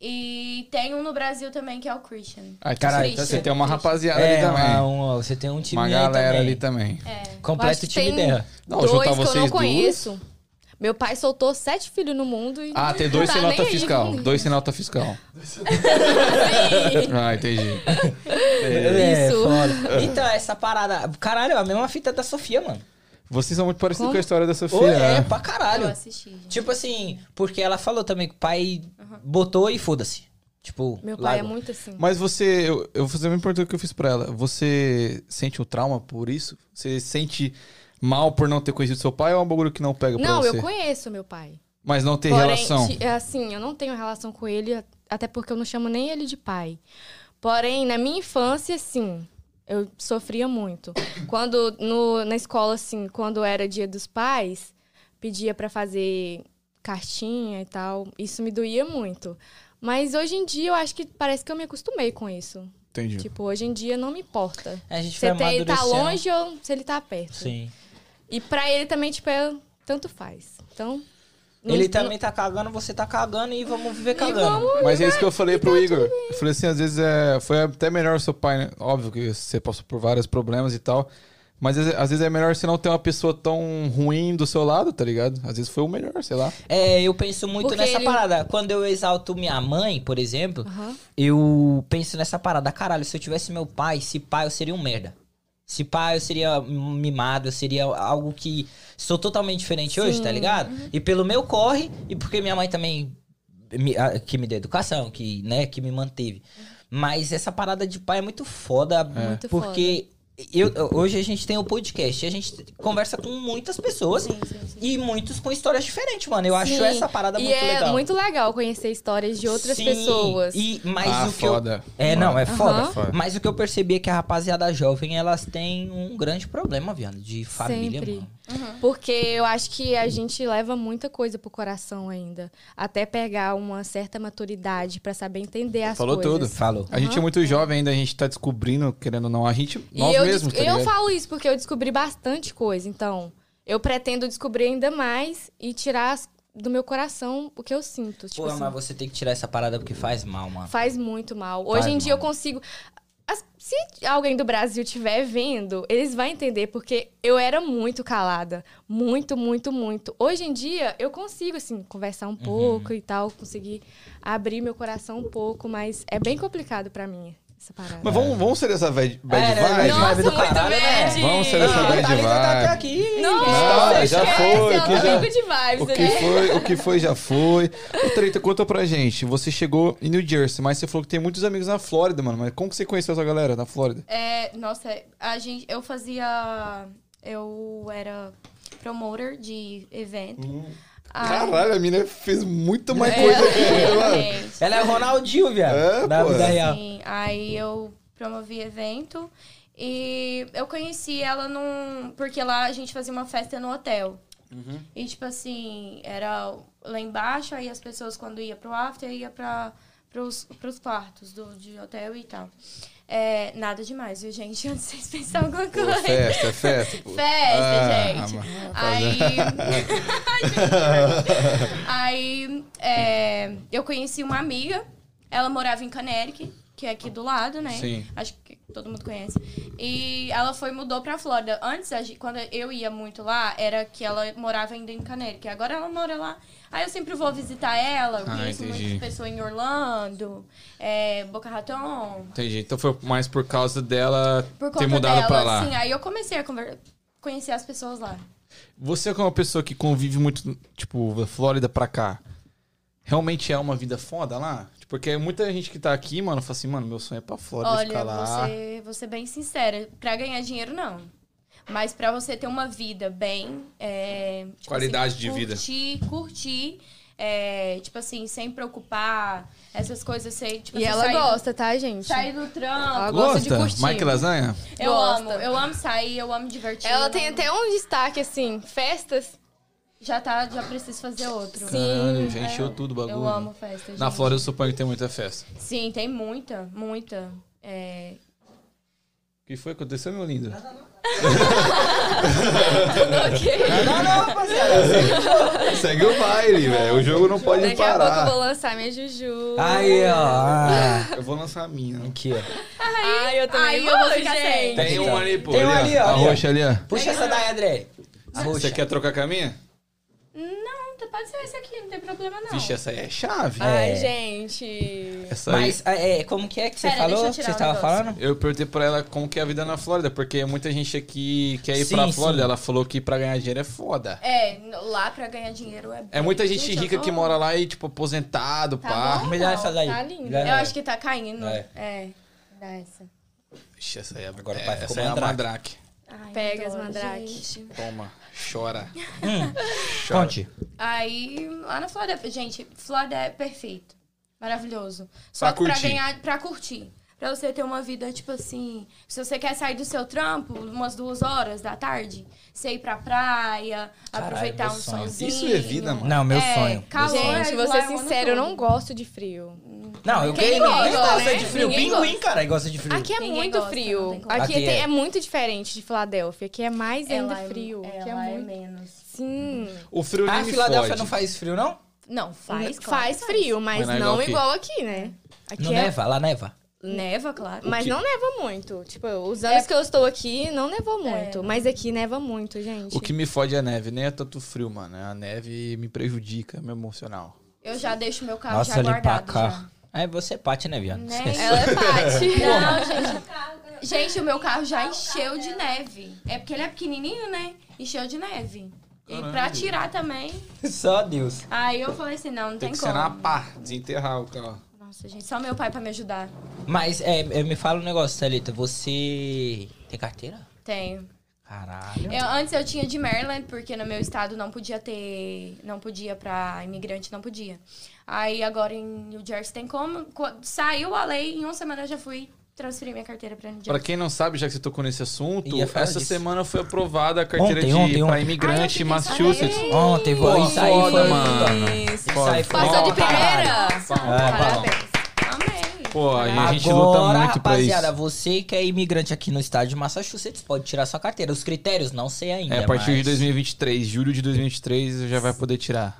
Speaker 4: E tem um no Brasil também, que é o Christian.
Speaker 2: Ah,
Speaker 3: Caralho,
Speaker 2: então você
Speaker 3: triste.
Speaker 2: tem uma rapaziada ali
Speaker 3: É,
Speaker 2: também.
Speaker 3: uma,
Speaker 2: Uma,
Speaker 3: uma- você tem um time aí
Speaker 2: galera
Speaker 3: também.
Speaker 2: ali também.
Speaker 4: É,
Speaker 6: Eu acho
Speaker 3: Completo
Speaker 6: que
Speaker 3: o time
Speaker 6: tem-
Speaker 3: dela.
Speaker 2: Não,
Speaker 6: Dois
Speaker 2: juntar
Speaker 6: que eu
Speaker 2: vocês
Speaker 6: não
Speaker 2: duas.
Speaker 6: conheço. Meu pai soltou sete filhos no mundo e.
Speaker 2: Ah, tem dois
Speaker 6: Não
Speaker 2: sem
Speaker 6: tá
Speaker 2: nota
Speaker 6: nem aí
Speaker 2: fiscal.
Speaker 6: comigo.
Speaker 2: Dois sem nota fiscal. ah, entendi.
Speaker 3: É,
Speaker 6: Isso.
Speaker 3: foda. Então, essa parada. Caralho, é a mesma fita da Sofia, mano.
Speaker 2: Vocês são muito parecidos
Speaker 6: Como?
Speaker 2: com a história da Sofia.
Speaker 3: Oi, é,
Speaker 2: né?
Speaker 3: pra
Speaker 4: Eu
Speaker 3: caralho.
Speaker 4: assisti, gente.
Speaker 3: Tipo assim, porque ela falou também que o pai botou e foda-se. Tipo,
Speaker 6: Meu pai é
Speaker 3: largou.
Speaker 6: muito assim.
Speaker 2: Mas você, eu, eu vou fazer a mesma pergunta que eu fiz pra ela. Você sente o trauma por isso? Você sente mal por não ter conhecido seu pai ou é um bagulho que não pega
Speaker 6: Não,
Speaker 2: pra
Speaker 6: eu
Speaker 2: você?
Speaker 6: conheço meu pai.
Speaker 2: Mas não ter relação.
Speaker 6: ti- é assim, eu não tenho relação com ele, até porque eu não chamo nem ele de pai. Porém, na minha infância, sim, eu sofria muito. Quando no- na escola, assim, quando era dia dos pais, pedia pra fazer cartinha e tal. Isso me doía muito. Mas hoje em dia eu acho que parece que eu me acostumei com isso.
Speaker 2: Entendi.
Speaker 6: Tipo, hoje em dia não me importa.
Speaker 3: É, A gente
Speaker 6: Se
Speaker 3: foi
Speaker 6: ele tá
Speaker 3: amadurecendo.
Speaker 6: longe ou se ele tá perto.
Speaker 3: Sim.
Speaker 6: E pra ele também, tipo, é, tanto faz. Então, Não-
Speaker 3: Ele
Speaker 6: não-
Speaker 3: também tá cagando, você tá cagando e vamos viver cagando.
Speaker 2: Mas é isso que eu falei
Speaker 6: tá
Speaker 2: pro Igor. Eu falei assim, às vezes é, foi até melhor o seu pai, né? Óbvio que você passou por vários problemas e tal. Mas às vezes- às vezes é melhor você não ter uma pessoa tão ruim do seu lado, tá ligado? Às vezes foi o melhor, sei lá.
Speaker 3: É, eu penso muito
Speaker 6: Porque
Speaker 3: nessa
Speaker 6: ele-
Speaker 3: parada. Quando eu exalto minha mãe, por exemplo,
Speaker 6: Aham.
Speaker 3: eu penso nessa parada. Caralho, se eu tivesse meu pai, se pai, eu seria um merda. Se pai, eu seria mimado, eu seria algo que. Sou totalmente diferente hoje, tá ligado?
Speaker 6: uhum.
Speaker 3: E pelo meu corre, e porque minha mãe também. me- a- que me deu educação, que, né, que me manteve. Mas essa parada de pai é muito foda,
Speaker 6: Uhum. Muito
Speaker 3: porque. eu- hoje a gente tem o podcast e a gente conversa com muitas pessoas e muitos com histórias diferentes, mano. Eu acho
Speaker 6: Sim.
Speaker 3: essa parada
Speaker 6: e
Speaker 3: muito
Speaker 6: é
Speaker 3: legal.
Speaker 6: muito legal conhecer histórias de outras
Speaker 3: Sim,
Speaker 6: pessoas.
Speaker 3: E, mas
Speaker 2: ah,
Speaker 3: o que eu-
Speaker 2: foda.
Speaker 3: É, não, é
Speaker 6: Aham.
Speaker 3: foda.
Speaker 2: Foda.
Speaker 3: Mas o que eu percebi é que a rapaziada jovem, elas têm um grande problema, viado, de família,
Speaker 6: Sempre.
Speaker 3: mano.
Speaker 6: Porque eu acho que a gente leva muita coisa pro coração ainda. Até pegar uma certa maturidade pra saber entender as
Speaker 2: Falou
Speaker 6: coisas.
Speaker 2: tudo.
Speaker 3: Falou.
Speaker 2: A gente é muito jovem ainda, a gente tá descobrindo, querendo ou não, a gente, nós
Speaker 6: e eu,
Speaker 2: mesmos,
Speaker 6: des-
Speaker 2: tá
Speaker 6: eu
Speaker 2: ligado?
Speaker 6: falo isso porque eu descobri bastante coisa. Então, eu pretendo descobrir ainda mais e tirar as- do meu coração o que eu sinto. Tipo
Speaker 3: Pô, é
Speaker 6: assim,
Speaker 3: mas você tem que tirar essa parada porque faz mal, mano.
Speaker 6: Faz muito mal.
Speaker 3: Faz
Speaker 6: Hoje em dia
Speaker 3: mal.
Speaker 6: eu consigo. As- se alguém do Brasil estiver vendo, eles vão entender, porque eu era muito calada. Muito, muito, muito. Hoje em dia eu consigo, assim, conversar
Speaker 3: Uhum.
Speaker 6: um pouco e tal, conseguir abrir meu coração um pouco, mas é bem complicado pra mim essa parada.
Speaker 2: Mas vamos, vamos ser dessa bad, bad
Speaker 3: É, né,
Speaker 2: vibe?
Speaker 3: bad vibe
Speaker 6: Nossa,
Speaker 3: do
Speaker 6: muito
Speaker 3: caralho, né?
Speaker 6: bad!
Speaker 2: Vamos ser dessa
Speaker 6: Ah,
Speaker 2: é bad
Speaker 3: tá ligado até
Speaker 2: vibe.
Speaker 3: aqui.
Speaker 6: Nossa,
Speaker 2: Ah, já
Speaker 6: esquece,
Speaker 2: foi,
Speaker 6: eu
Speaker 2: que
Speaker 6: não
Speaker 2: já-
Speaker 6: ligo de vibes,
Speaker 2: O que
Speaker 6: né?
Speaker 2: foi, o que foi já foi. Ô, Treta, conta pra gente. Você chegou em New Jersey, mas você falou que tem muitos amigos na Flórida, mano. Mas como que você conheceu essa galera na Flórida?
Speaker 4: É, nossa, a gente, eu fazia. Eu era promotor de evento. Aí-
Speaker 2: Caralho, a mina fez muito mais
Speaker 4: Ah. É,
Speaker 2: coisa que ela.
Speaker 4: exatamente.
Speaker 3: Ela é o Ronaldinho, viado.
Speaker 2: É,
Speaker 3: da
Speaker 2: pô.
Speaker 3: vida real.
Speaker 4: Sim, aí eu promovi evento e eu conheci ela num. Porque lá a gente fazia uma festa no hotel. E tipo assim, era lá embaixo, aí as pessoas quando ia pro after ia pra, pros, pros quartos do, de hotel e tal. É, nada demais, viu, gente? Antes de vocês pensarem alguma
Speaker 2: Pô,
Speaker 4: coisa.
Speaker 2: festa, é festa. Pô.
Speaker 4: Festa,
Speaker 2: Ah,
Speaker 4: gente.
Speaker 2: mano.
Speaker 4: Aí. aí. é, eu conheci uma amiga. Ela morava em Canéric, que é aqui do lado, né?
Speaker 2: Sim.
Speaker 4: Acho que todo mundo conhece. E ela foi mudou pra Flórida. Antes, a gente- quando eu ia muito lá, era que ela morava ainda em Canéric. Agora ela mora lá. Aí eu sempre vou visitar ela. Eu
Speaker 2: Ah,
Speaker 4: conheço
Speaker 2: entendi.
Speaker 4: muitas pessoas em Orlando, é, Boca Raton.
Speaker 2: Entendi. Então foi mais por causa dela
Speaker 4: Por
Speaker 2: ter
Speaker 4: conta
Speaker 2: mudado
Speaker 4: dela,
Speaker 2: pra lá.
Speaker 4: assim. Aí eu comecei a conver- conhecer as pessoas lá.
Speaker 2: Você que é uma pessoa que convive muito, tipo, da Flórida pra cá, realmente é uma vida foda lá? Tipo, Porque muita gente que tá aqui, mano, fala assim, mano, meu sonho é pra Flórida ficar
Speaker 4: Olha,
Speaker 2: lá.
Speaker 4: você, vou ser bem sincera, pra ganhar dinheiro não. Mas pra você ter uma vida bem. é, tipo
Speaker 2: Qualidade de vida.
Speaker 4: curtir, vida. Curtir, é, tipo assim, sem preocupar, essas coisas, sei, tipo
Speaker 6: E
Speaker 4: assim,
Speaker 6: ela
Speaker 4: sair,
Speaker 6: gosta, tá, gente?
Speaker 4: Sair do
Speaker 6: Ela
Speaker 4: trampo.
Speaker 6: gosta de
Speaker 2: Gosta?
Speaker 6: curtir.
Speaker 2: Mike Lasanha?
Speaker 4: Eu
Speaker 6: Gosta.
Speaker 4: amo, eu amo sair, eu amo divertir.
Speaker 6: Ela
Speaker 4: eu
Speaker 6: tem
Speaker 4: amo-
Speaker 6: até um destaque, assim, festas.
Speaker 4: Já tá, já preciso fazer outro.
Speaker 2: Caralho, já encheu tudo o bagulho.
Speaker 4: é. Eu amo festa.
Speaker 2: Na
Speaker 4: gente.
Speaker 2: Flórida, eu suponho que tem muita festa.
Speaker 4: Sim, tem muita, muita. É,
Speaker 2: O que foi que aconteceu, meu lindo?
Speaker 3: Não, não, rapaziada.
Speaker 2: Segue o baile, velho. O jogo não pode
Speaker 6: Daqui a pouco eu vou lançar minha Juju.
Speaker 3: Aí, ó. ah,
Speaker 2: Eu vou lançar a minha.
Speaker 3: Aqui, ó.
Speaker 6: Ai, eu também
Speaker 4: Aí
Speaker 6: Aí
Speaker 4: eu vou ficar sem.
Speaker 6: gente.
Speaker 2: Tem um ali, pô.
Speaker 3: Tem um ali, ó.
Speaker 2: A roxa ali, ó.
Speaker 3: Puxa essa daí, André. A roxa.
Speaker 2: Ah, Você quer trocar com a minha?
Speaker 4: Não, tá, pode ser esse aqui, não tem problema não.
Speaker 2: Vixe, essa aí é chave.
Speaker 6: Ai,
Speaker 3: É.
Speaker 6: gente.
Speaker 2: Essa aí.
Speaker 3: Mas, é, como que é que você
Speaker 4: Pera,
Speaker 3: falou?
Speaker 4: deixa eu
Speaker 3: que você
Speaker 4: tirar o
Speaker 3: tava
Speaker 4: negócio.
Speaker 3: falando?
Speaker 2: Eu perguntei pra ela como que é a vida na Flórida, porque muita gente aqui quer ir
Speaker 3: Sim,
Speaker 2: pra Flórida.
Speaker 3: sim.
Speaker 2: Ela falou que pra ganhar dinheiro é foda.
Speaker 4: É, lá pra ganhar dinheiro é
Speaker 2: É muita gente,
Speaker 4: Gente, eu
Speaker 2: rica
Speaker 4: tô-
Speaker 2: que mora lá e, tipo, aposentado,
Speaker 4: Tá
Speaker 2: pá.
Speaker 4: bom.
Speaker 3: Melhor
Speaker 4: Não,
Speaker 3: essa daí.
Speaker 6: tá lindo.
Speaker 3: Melhor
Speaker 4: Eu
Speaker 3: ela.
Speaker 4: acho que tá caindo.
Speaker 3: É.
Speaker 4: É. Dá essa.
Speaker 2: Ixi, essa aí é,
Speaker 3: Agora o
Speaker 2: é,
Speaker 3: pai ficou
Speaker 2: essa aí é a
Speaker 3: mandrake.
Speaker 2: madraque.
Speaker 4: Ai,
Speaker 6: Pega as
Speaker 4: adoro,
Speaker 6: mandrake.
Speaker 4: gente.
Speaker 2: Toma, chora. Chora.
Speaker 3: Conte.
Speaker 4: Aí, lá na Flórida, gente, Flórida é perfeito. Maravilhoso. Só
Speaker 2: Pra
Speaker 4: que pra
Speaker 2: curtir.
Speaker 4: ganhar, pra curtir. Pra você ter uma vida, tipo assim, se você quer sair do seu trampo umas duas horas da tarde, você ir pra praia,
Speaker 3: Caralho,
Speaker 4: aproveitar
Speaker 3: meu
Speaker 4: um
Speaker 3: sonho.
Speaker 4: solzinho.
Speaker 2: Isso é vida, mano.
Speaker 3: Não, meu
Speaker 4: É,
Speaker 3: sonho.
Speaker 4: calor,
Speaker 6: Gente, vou
Speaker 4: lá
Speaker 6: ser
Speaker 4: é o ano
Speaker 6: sincera, eu
Speaker 4: todo.
Speaker 6: não gosto de frio.
Speaker 3: Não, eu
Speaker 6: Quem
Speaker 3: ganhei. Ninguém
Speaker 6: gosta,
Speaker 3: gosta
Speaker 6: né?
Speaker 3: de frio.
Speaker 6: Ninguém
Speaker 3: Pinguim, cara, gosta de frio.
Speaker 6: Aqui é
Speaker 4: Ninguém
Speaker 6: muito
Speaker 4: gosta, não
Speaker 6: frio.
Speaker 4: tem como.
Speaker 6: Aqui,
Speaker 3: Aqui
Speaker 6: tem-
Speaker 3: é.
Speaker 6: é. muito diferente de Filadélfia, que é mais
Speaker 4: Ela
Speaker 6: ainda frio.
Speaker 4: É,
Speaker 6: que é
Speaker 4: lá é
Speaker 6: muito...
Speaker 4: menos.
Speaker 6: Sim.
Speaker 2: O frio nem
Speaker 3: Ah,
Speaker 2: me
Speaker 3: Filadélfia
Speaker 2: fode.
Speaker 3: não faz frio, não?
Speaker 4: Não, faz, claro.
Speaker 6: Faz frio, mas,
Speaker 2: Mas não é
Speaker 6: não
Speaker 2: igual aqui.
Speaker 6: igual aqui, né? Aqui
Speaker 3: Não
Speaker 6: é.
Speaker 3: neva, lá neva.
Speaker 4: Neva, claro.
Speaker 6: Mas não neva muito. Tipo, os
Speaker 4: É.
Speaker 6: anos que eu estou aqui, não nevou muito. Mas aqui neva muito, gente.
Speaker 2: O que me fode é a neve, nem é tanto frio, mano. A neve me prejudica, é meu emocional.
Speaker 4: Eu já deixo meu
Speaker 6: tá
Speaker 4: carro já guardado. Já.
Speaker 3: Aí você pate, né, viado?
Speaker 4: Né?
Speaker 3: Esquece.
Speaker 6: Ela é Paty.
Speaker 4: Não, gente. Gente, o meu carro já encheu de neve. É porque ele é pequenininho, né? Encheu de neve. E pra tirar também.
Speaker 3: Só Deus.
Speaker 4: Aí eu falei assim: não, não tem,
Speaker 2: Tem que
Speaker 4: como.
Speaker 2: ser na pá, desenterrar o carro.
Speaker 4: Nossa, gente, só meu pai pra me ajudar.
Speaker 3: Mas é, é, me fala um negócio, Thalita. Você tem carteira?
Speaker 4: Tenho.
Speaker 6: É.
Speaker 3: Caralho.
Speaker 4: Eu- antes eu tinha de Maryland, porque no meu estado não podia ter. Não podia pra imigrante, não podia. Aí agora em New Jersey tem como. Co- Saiu a lei, em uma semana eu já fui transferir minha carteira pra New
Speaker 2: Pra
Speaker 4: Jersey.
Speaker 2: quem não sabe, já que você tocou nesse assunto,
Speaker 3: Ia falar
Speaker 2: essa
Speaker 3: disso.
Speaker 2: semana foi aprovada a carteira
Speaker 3: Ontem,
Speaker 2: de
Speaker 3: ontem,
Speaker 2: pra
Speaker 3: ontem.
Speaker 2: imigrante em Massachusetts.
Speaker 3: Ontem, vou
Speaker 2: Pô,
Speaker 3: isso aí
Speaker 2: foda,
Speaker 3: foi.
Speaker 2: mano.
Speaker 3: Isso aí foi.
Speaker 6: Passou de
Speaker 3: bom pra caralho.
Speaker 6: primeira.
Speaker 2: Palma.
Speaker 4: Amei.
Speaker 2: Pô, a gente luta
Speaker 3: Agora,
Speaker 2: muito pra isso.
Speaker 3: rapaziada, você que é imigrante aqui no estado de Massachusetts pode tirar sua carteira. Os critérios, não sei ainda.
Speaker 2: É, a partir de
Speaker 3: mas-
Speaker 2: 2023, julho de 2023, já vai poder tirar.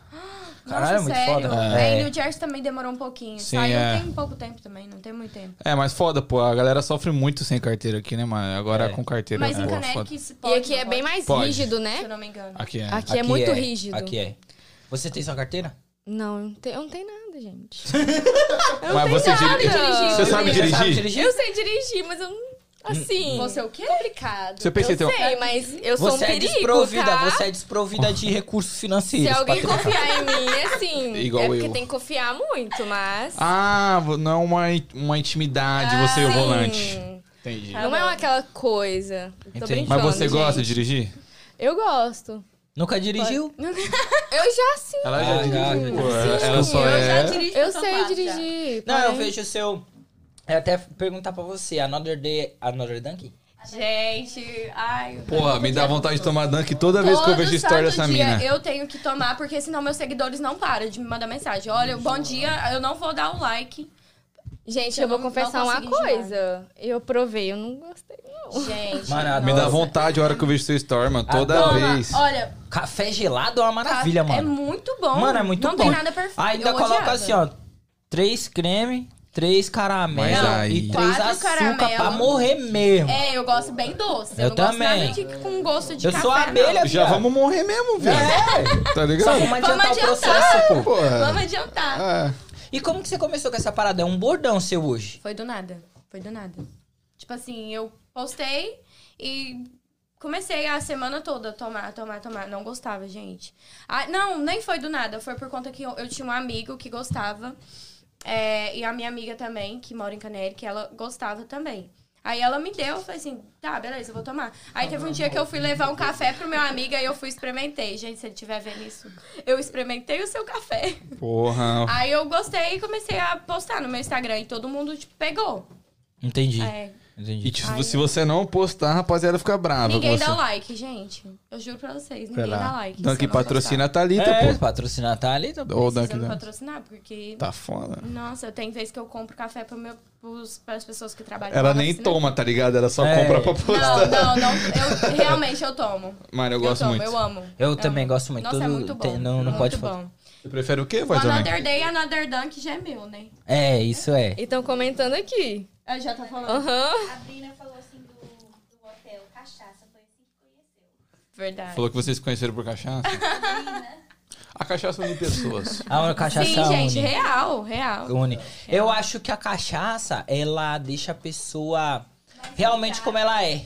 Speaker 3: Caralho,
Speaker 4: Nossa,
Speaker 3: muito
Speaker 4: sério.
Speaker 3: foda.
Speaker 4: É.
Speaker 3: É.
Speaker 4: New Jersey também demorou um pouquinho.
Speaker 2: né? Sim,
Speaker 4: Saiu
Speaker 2: é.
Speaker 4: tem pouco tempo também, não tem muito tempo.
Speaker 2: É, mas foda, pô. A galera sofre muito sem carteira aqui, né, mano? Agora
Speaker 3: É.
Speaker 2: com carteira,
Speaker 4: Mas em
Speaker 2: pô, foda.
Speaker 4: Connecticut se
Speaker 6: E
Speaker 4: pode.
Speaker 6: aqui
Speaker 4: não
Speaker 6: é bem
Speaker 4: pode,
Speaker 6: mais
Speaker 2: Pode.
Speaker 6: rígido,
Speaker 4: Se eu
Speaker 6: né?
Speaker 4: não me engano.
Speaker 2: Aqui é.
Speaker 6: Aqui, é muito rígido.
Speaker 3: Aqui é. Você tem sua carteira?
Speaker 6: Não, eu não tenho- eu não tenho nada, gente.
Speaker 2: mas você, diri- você sabe dirigir?
Speaker 3: Sabe dirigir?
Speaker 6: Eu sei dirigir, mas eu não. Assim.
Speaker 4: Você é o quê?
Speaker 6: complicado.
Speaker 2: Você pensa
Speaker 6: eu
Speaker 2: que tem um-
Speaker 6: sei, mas eu sou um
Speaker 3: Você é
Speaker 6: perigo,
Speaker 3: desprovida,
Speaker 6: tá?
Speaker 3: você é desprovida de recursos
Speaker 6: Se
Speaker 3: financeiros.
Speaker 6: alguém
Speaker 3: Patrícia.
Speaker 6: confiar em mim, assim,
Speaker 2: um Igual
Speaker 6: é porque
Speaker 2: eu.
Speaker 6: tem que confiar muito, mas...
Speaker 2: Ah, vo- não é uma, in- uma intimidade
Speaker 4: Ah,
Speaker 2: você e o
Speaker 6: Sim.
Speaker 2: volante. Entendi.
Speaker 6: Não
Speaker 4: Tá
Speaker 6: é aquela coisa. Tô
Speaker 3: Entendi.
Speaker 6: brincando,
Speaker 2: Mas você
Speaker 6: gente.
Speaker 2: gosta de dirigir?
Speaker 6: Eu gosto.
Speaker 3: Nunca dirigiu?
Speaker 6: Eu já sim.
Speaker 2: Ela
Speaker 3: já Ah, dirigiu. já
Speaker 2: Pô,
Speaker 3: dirigiu.
Speaker 2: ela ela só
Speaker 1: Eu já
Speaker 2: é.
Speaker 1: dirigi
Speaker 6: Eu
Speaker 1: pra
Speaker 6: sei
Speaker 1: São Paulo, já.
Speaker 6: dirigir.
Speaker 3: Não, eu
Speaker 6: porém-
Speaker 3: vejo o seu. Eu até perguntar pra você, Another Day. Another Dunk?
Speaker 4: Gente, ai.
Speaker 2: Porra, me dá vontade de tomar dunk toda vez que eu
Speaker 4: Todo
Speaker 2: vejo a história dessa
Speaker 4: santo dia
Speaker 2: mina.
Speaker 4: eu tenho que tomar, porque senão meus seguidores não param de me mandar mensagem. Olha, bom dia,
Speaker 2: né?
Speaker 4: eu não vou dar o like.
Speaker 6: Gente,
Speaker 4: Eu
Speaker 6: eu vou
Speaker 4: não- não
Speaker 6: confessar uma
Speaker 4: consegui enjoar.
Speaker 6: coisa. Eu provei, eu não gostei, não.
Speaker 4: Gente.
Speaker 3: Mano,
Speaker 2: Me dá
Speaker 3: nossa.
Speaker 2: vontade a hora que eu vejo seu story, mano.
Speaker 3: Ah,
Speaker 2: Toda
Speaker 4: Toma,
Speaker 2: vez.
Speaker 4: olha,
Speaker 3: Café gelado é uma maravilha,
Speaker 4: tá- é
Speaker 3: mano.
Speaker 4: muito bom.
Speaker 3: Mano, é muito
Speaker 4: não
Speaker 3: bom.
Speaker 4: Não tem nada perfeito.
Speaker 3: Ainda
Speaker 4: eu
Speaker 3: coloca
Speaker 4: odiava.
Speaker 3: assim, ó. Três creme, três
Speaker 2: Mas
Speaker 3: caramelo
Speaker 2: aí-
Speaker 3: e três
Speaker 4: Quatro
Speaker 3: açúcar
Speaker 4: caramelo.
Speaker 3: pra morrer mesmo.
Speaker 4: É, eu gosto bem doce.
Speaker 3: Eu
Speaker 4: não
Speaker 3: também.
Speaker 4: gosto nada de, com gosto de
Speaker 3: eu
Speaker 4: café.
Speaker 3: sou a abelha,
Speaker 2: Já
Speaker 3: viado.
Speaker 2: vamos morrer mesmo, velho.
Speaker 3: É,
Speaker 2: Tá
Speaker 3: só
Speaker 2: ligado? Ah,
Speaker 3: vamos adiantar o
Speaker 4: adiantar.
Speaker 3: processo, pô.
Speaker 4: não. Vamos adiantar.
Speaker 2: É,
Speaker 3: E como que você começou com essa parada? É um bordão seu hoje.
Speaker 4: Foi do nada. Foi do nada. Tipo assim, eu postei e comecei a semana toda a tomar, tomar, tomar. Não gostava, gente. Ah, não, nem foi do nada. Foi por conta que eu, eu tinha um amigo que gostava. é, e a minha amiga também, que mora em Canary, que ela gostava também. Aí ela me deu, eu falei assim, tá, beleza, eu vou tomar. Aí teve um dia que eu fui levar um café pro meu amigo e eu fui e experimentei. Gente, se ele estiver vendo isso, eu experimentei o seu café.
Speaker 2: Porra.
Speaker 4: Aí eu gostei e comecei a postar no meu Instagram e todo mundo, tipo, pegou.
Speaker 3: Entendi.
Speaker 4: É.
Speaker 3: Entendi.
Speaker 2: E te- se você não postar, a rapaziada fica brava
Speaker 4: Ninguém
Speaker 2: com
Speaker 4: dá um
Speaker 2: você.
Speaker 4: like, gente. Eu juro pra vocês, ninguém
Speaker 2: Vai lá.
Speaker 4: dá like.
Speaker 2: Dunk
Speaker 4: se eu não
Speaker 2: patrocina a Thalita,
Speaker 3: É,
Speaker 2: pô.
Speaker 3: patrocinar tá ali, tá bom.
Speaker 2: Ou
Speaker 4: gostar.
Speaker 2: Dunk
Speaker 4: Precisando
Speaker 2: né?
Speaker 4: patrocinar, porque...
Speaker 2: Tá foda.
Speaker 4: Nossa, tem vez que eu compro café pro meu, pros, pras pessoas que trabalham
Speaker 2: Ela
Speaker 4: lá na
Speaker 2: nem
Speaker 4: oficina.
Speaker 2: toma, tá ligado? Ela só
Speaker 3: É.
Speaker 2: compra pra postar.
Speaker 4: Não, não, não. Eu, realmente eu tomo.
Speaker 2: Mano, eu gosto
Speaker 4: tomo,
Speaker 2: muito.
Speaker 4: eu amo.
Speaker 3: Eu também gosto muito.
Speaker 4: Nossa, é
Speaker 3: Tudo
Speaker 4: muito bom.
Speaker 3: tem- não- não
Speaker 4: muito
Speaker 3: pode faltar.
Speaker 4: bom.
Speaker 2: Você prefere o quê,
Speaker 4: O
Speaker 2: vai também?
Speaker 4: Another Day, Another Dunk já é meu, né?
Speaker 3: É, isso é.
Speaker 6: E estão comentando aqui.
Speaker 4: Eu já tô falando.
Speaker 6: Aham.
Speaker 1: A Brina falou assim do, do hotel Cachaça, foi assim que conheceu.
Speaker 4: Verdade.
Speaker 2: Falou que vocês se conheceram por cachaça?
Speaker 4: né?
Speaker 2: a cachaça une pessoas.
Speaker 3: Ah, uma cachaça
Speaker 4: Sim, gente,
Speaker 3: une.
Speaker 4: real, real.
Speaker 3: Une.
Speaker 6: É.
Speaker 3: Eu acho que a cachaça, ela deixa a pessoa realmente como ela é.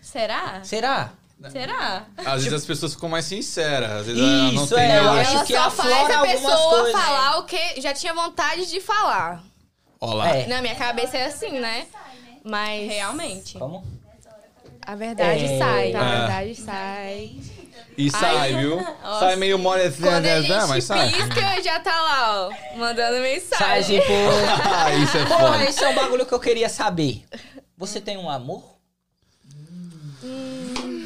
Speaker 4: Será?
Speaker 3: Será?
Speaker 6: Tá.
Speaker 4: Será?
Speaker 2: Às vezes as pessoas ficam mais sinceras. Às vezes ela não
Speaker 3: Isso,
Speaker 2: tem...
Speaker 3: é. Eu
Speaker 2: ela-
Speaker 3: acho
Speaker 6: Ela
Speaker 3: que
Speaker 6: só faz
Speaker 3: aflora
Speaker 6: a
Speaker 3: algumas
Speaker 6: pessoa
Speaker 3: coisas.
Speaker 6: falar o que já tinha vontade de falar.
Speaker 2: Ó lá.
Speaker 3: É.
Speaker 6: Na minha cabeça é assim, né? Mas
Speaker 4: Realmente.
Speaker 3: Como?
Speaker 6: a verdade
Speaker 3: É.
Speaker 6: sai, a
Speaker 2: Ah.
Speaker 6: verdade sai.
Speaker 2: E sai, viu? Sai meio mole assim,
Speaker 6: Quando
Speaker 2: né?
Speaker 6: a gente
Speaker 2: mas sai.
Speaker 6: pisca, já tá lá, ó, mandando
Speaker 3: Sai,
Speaker 6: mensagem.
Speaker 3: gente, pô.
Speaker 2: Ah, isso é
Speaker 3: Pô,
Speaker 2: foda.
Speaker 3: esse é um bagulho que eu queria saber. Você tem um amor?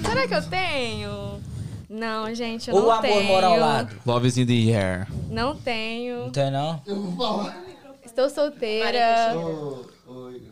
Speaker 6: Será que eu tenho? Não, gente, eu
Speaker 3: Ou o
Speaker 6: não
Speaker 3: amor
Speaker 6: tenho.
Speaker 3: mora ao lado?
Speaker 2: Love is in the air.
Speaker 6: Não
Speaker 3: Não
Speaker 6: tenho.
Speaker 3: tem, Então, não?
Speaker 9: Eu vou falar.
Speaker 6: Estou solteira.
Speaker 9: Ô, ô, Igor.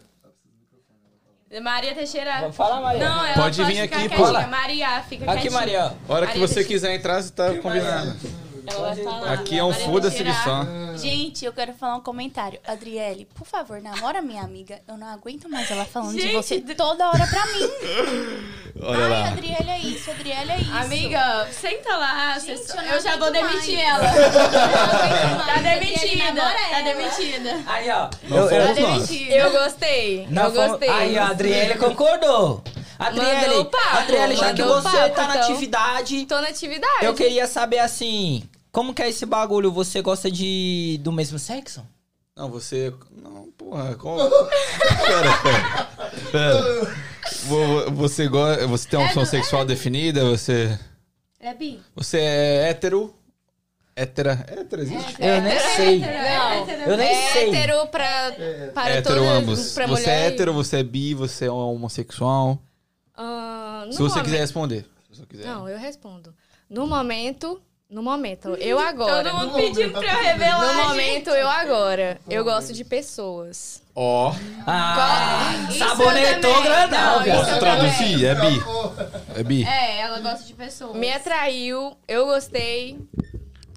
Speaker 4: Maria Teixeira.
Speaker 3: Fala, Maria.
Speaker 4: Não, ela
Speaker 5: Pode
Speaker 4: pode,
Speaker 5: vir
Speaker 4: ficar
Speaker 5: aqui, pô.
Speaker 4: quietinha.
Speaker 3: Fala.
Speaker 4: Maria, fica
Speaker 3: Aqui,
Speaker 4: quietinha.
Speaker 3: Maria. ó.
Speaker 2: A hora que
Speaker 4: Maria
Speaker 2: você
Speaker 4: Teixeira.
Speaker 2: quiser entrar, você tá combinado.
Speaker 4: Ela vai falar. né?
Speaker 2: Aqui é um
Speaker 4: Maria
Speaker 2: foda-se
Speaker 4: Teixeira.
Speaker 2: que só.
Speaker 7: Gente, eu quero falar um comentário. Adriele, por favor, namora minha amiga. Eu não aguento mais ela falando de
Speaker 4: Gente,
Speaker 7: você
Speaker 4: do-
Speaker 7: toda hora pra mim.
Speaker 5: Olha
Speaker 7: Ai,
Speaker 5: lá.
Speaker 7: Adriele é isso, Adriele é isso.
Speaker 4: Amiga, senta lá.
Speaker 7: Gente,
Speaker 4: cê-
Speaker 7: eu não
Speaker 4: eu já vou
Speaker 7: aguento
Speaker 4: demitir
Speaker 7: mais.
Speaker 4: ela. tá
Speaker 7: Adriele,
Speaker 4: demitida.
Speaker 7: namora
Speaker 4: Tá
Speaker 7: ela.
Speaker 4: demitida.
Speaker 3: Aí, ó.
Speaker 5: Não
Speaker 3: Eu- eu-
Speaker 5: fomos
Speaker 4: Tá
Speaker 5: nós.
Speaker 4: demitida.
Speaker 6: Eu gostei.
Speaker 3: Não,
Speaker 6: eu
Speaker 3: fomos-
Speaker 6: gostei.
Speaker 3: Aí, a Adriele concordou. Adriele,
Speaker 6: Mandou um papo,
Speaker 3: Adriele, já que
Speaker 6: mandou
Speaker 3: você
Speaker 6: papo,
Speaker 3: tá na
Speaker 6: então.
Speaker 3: atividade,
Speaker 6: Tô na atividade.
Speaker 3: eu queria saber assim, como que é esse bagulho? Você gosta de do mesmo sexo?
Speaker 2: Não, você. Não, porra. Como... Vo- vo- Você, gosta, você
Speaker 6: É,
Speaker 2: tem uma opção sexual definida? Você.
Speaker 4: É bi.
Speaker 2: Você é hétero? Hétera. Hétera
Speaker 6: É,
Speaker 2: existe?
Speaker 3: Eu nem sei.
Speaker 6: Não.
Speaker 3: Eu nem
Speaker 6: é
Speaker 3: sei.
Speaker 6: hétero pra, para
Speaker 2: É hétero
Speaker 6: todas,
Speaker 2: ambos.
Speaker 6: pra
Speaker 2: Você é
Speaker 6: mulher e-
Speaker 2: hétero, você é bi, você é homossexual.
Speaker 6: Ah, no
Speaker 2: Se você
Speaker 6: momento-
Speaker 2: quiser responder. Se você quiser.
Speaker 6: Não, eu respondo. No momento, no momento, eu agora.
Speaker 4: Todo mundo pedindo pra eu revelar.
Speaker 6: No
Speaker 4: gente.
Speaker 6: momento, eu agora. Eu gosto de pessoas.
Speaker 2: Ó.
Speaker 3: Ah,
Speaker 4: Isso
Speaker 3: sabonetou
Speaker 4: também.
Speaker 3: grandão,
Speaker 4: Não,
Speaker 3: viado.
Speaker 4: isso
Speaker 2: Posso traduzir?
Speaker 8: Tá
Speaker 2: É bi. É bi.
Speaker 4: É, ela gosta de pessoas.
Speaker 6: Me atraiu, eu gostei.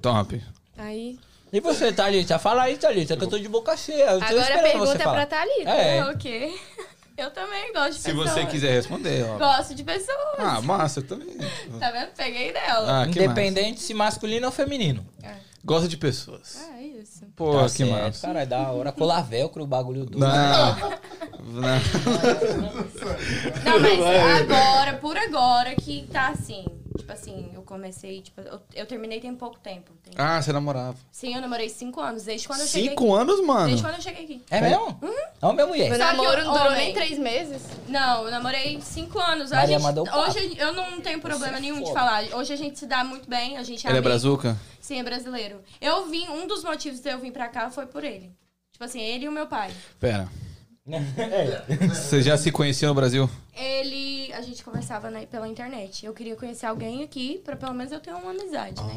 Speaker 2: Top.
Speaker 6: Aí.
Speaker 3: E você, Thalita? Fala aí, Thalita, que eu tô de boca cheia. Eu tô
Speaker 6: Agora a
Speaker 3: esperando
Speaker 6: pergunta
Speaker 3: você
Speaker 6: é
Speaker 3: falar.
Speaker 6: pra Thalita.
Speaker 3: É.
Speaker 4: O quê? Ah, Eu também gosto de
Speaker 2: Ah,
Speaker 6: é
Speaker 2: Se
Speaker 4: pessoas.
Speaker 2: você quiser responder, ó.
Speaker 4: Gosto de pessoas.
Speaker 2: Ah, massa, eu também.
Speaker 4: Tá vendo? Peguei
Speaker 2: Ah,
Speaker 4: dela.
Speaker 2: que massa.
Speaker 3: Independente se masculino ou feminino.
Speaker 2: Gosta de pessoas.
Speaker 4: É isso.
Speaker 2: Pô,
Speaker 3: Tá
Speaker 2: que
Speaker 3: certo,
Speaker 2: massa.
Speaker 3: Cara, é da hora. Colar velcro, o bagulho duro.
Speaker 2: Não. Não.
Speaker 4: Não, mas agora, por agora, que tá assim. Tipo assim, eu comecei, tipo, eu, eu terminei tem pouco tempo. Tem-
Speaker 2: Ah, você namorava.
Speaker 4: Sim, eu namorei cinco anos, desde quando eu cheguei
Speaker 2: Cinco anos,
Speaker 4: aqui.
Speaker 2: mano?
Speaker 4: Desde quando eu cheguei aqui.
Speaker 3: É mesmo? Ó, minha
Speaker 6: Meu
Speaker 3: mulher.
Speaker 4: Só que
Speaker 6: namoro não durou
Speaker 4: homem.
Speaker 6: nem três meses.
Speaker 4: Não, eu namorei cinco anos. A
Speaker 3: Maria
Speaker 4: gente,
Speaker 3: mandou um papo.
Speaker 4: hoje eu não tenho problema
Speaker 3: Você é
Speaker 4: nenhum de
Speaker 3: foda.
Speaker 4: falar. Hoje a gente se dá muito bem, a gente é
Speaker 2: Ele é
Speaker 4: amigo.
Speaker 2: brazuca?
Speaker 4: Sim, é brasileiro. Eu vim, um dos motivos de eu vir pra cá foi por ele. Tipo assim, ele e o meu pai.
Speaker 2: Pera.
Speaker 3: É.
Speaker 2: Você já se conheceu no Brasil?
Speaker 4: Ele, a gente conversava né, pela internet. Eu queria conhecer alguém aqui, pra pelo menos eu ter uma amizade, né?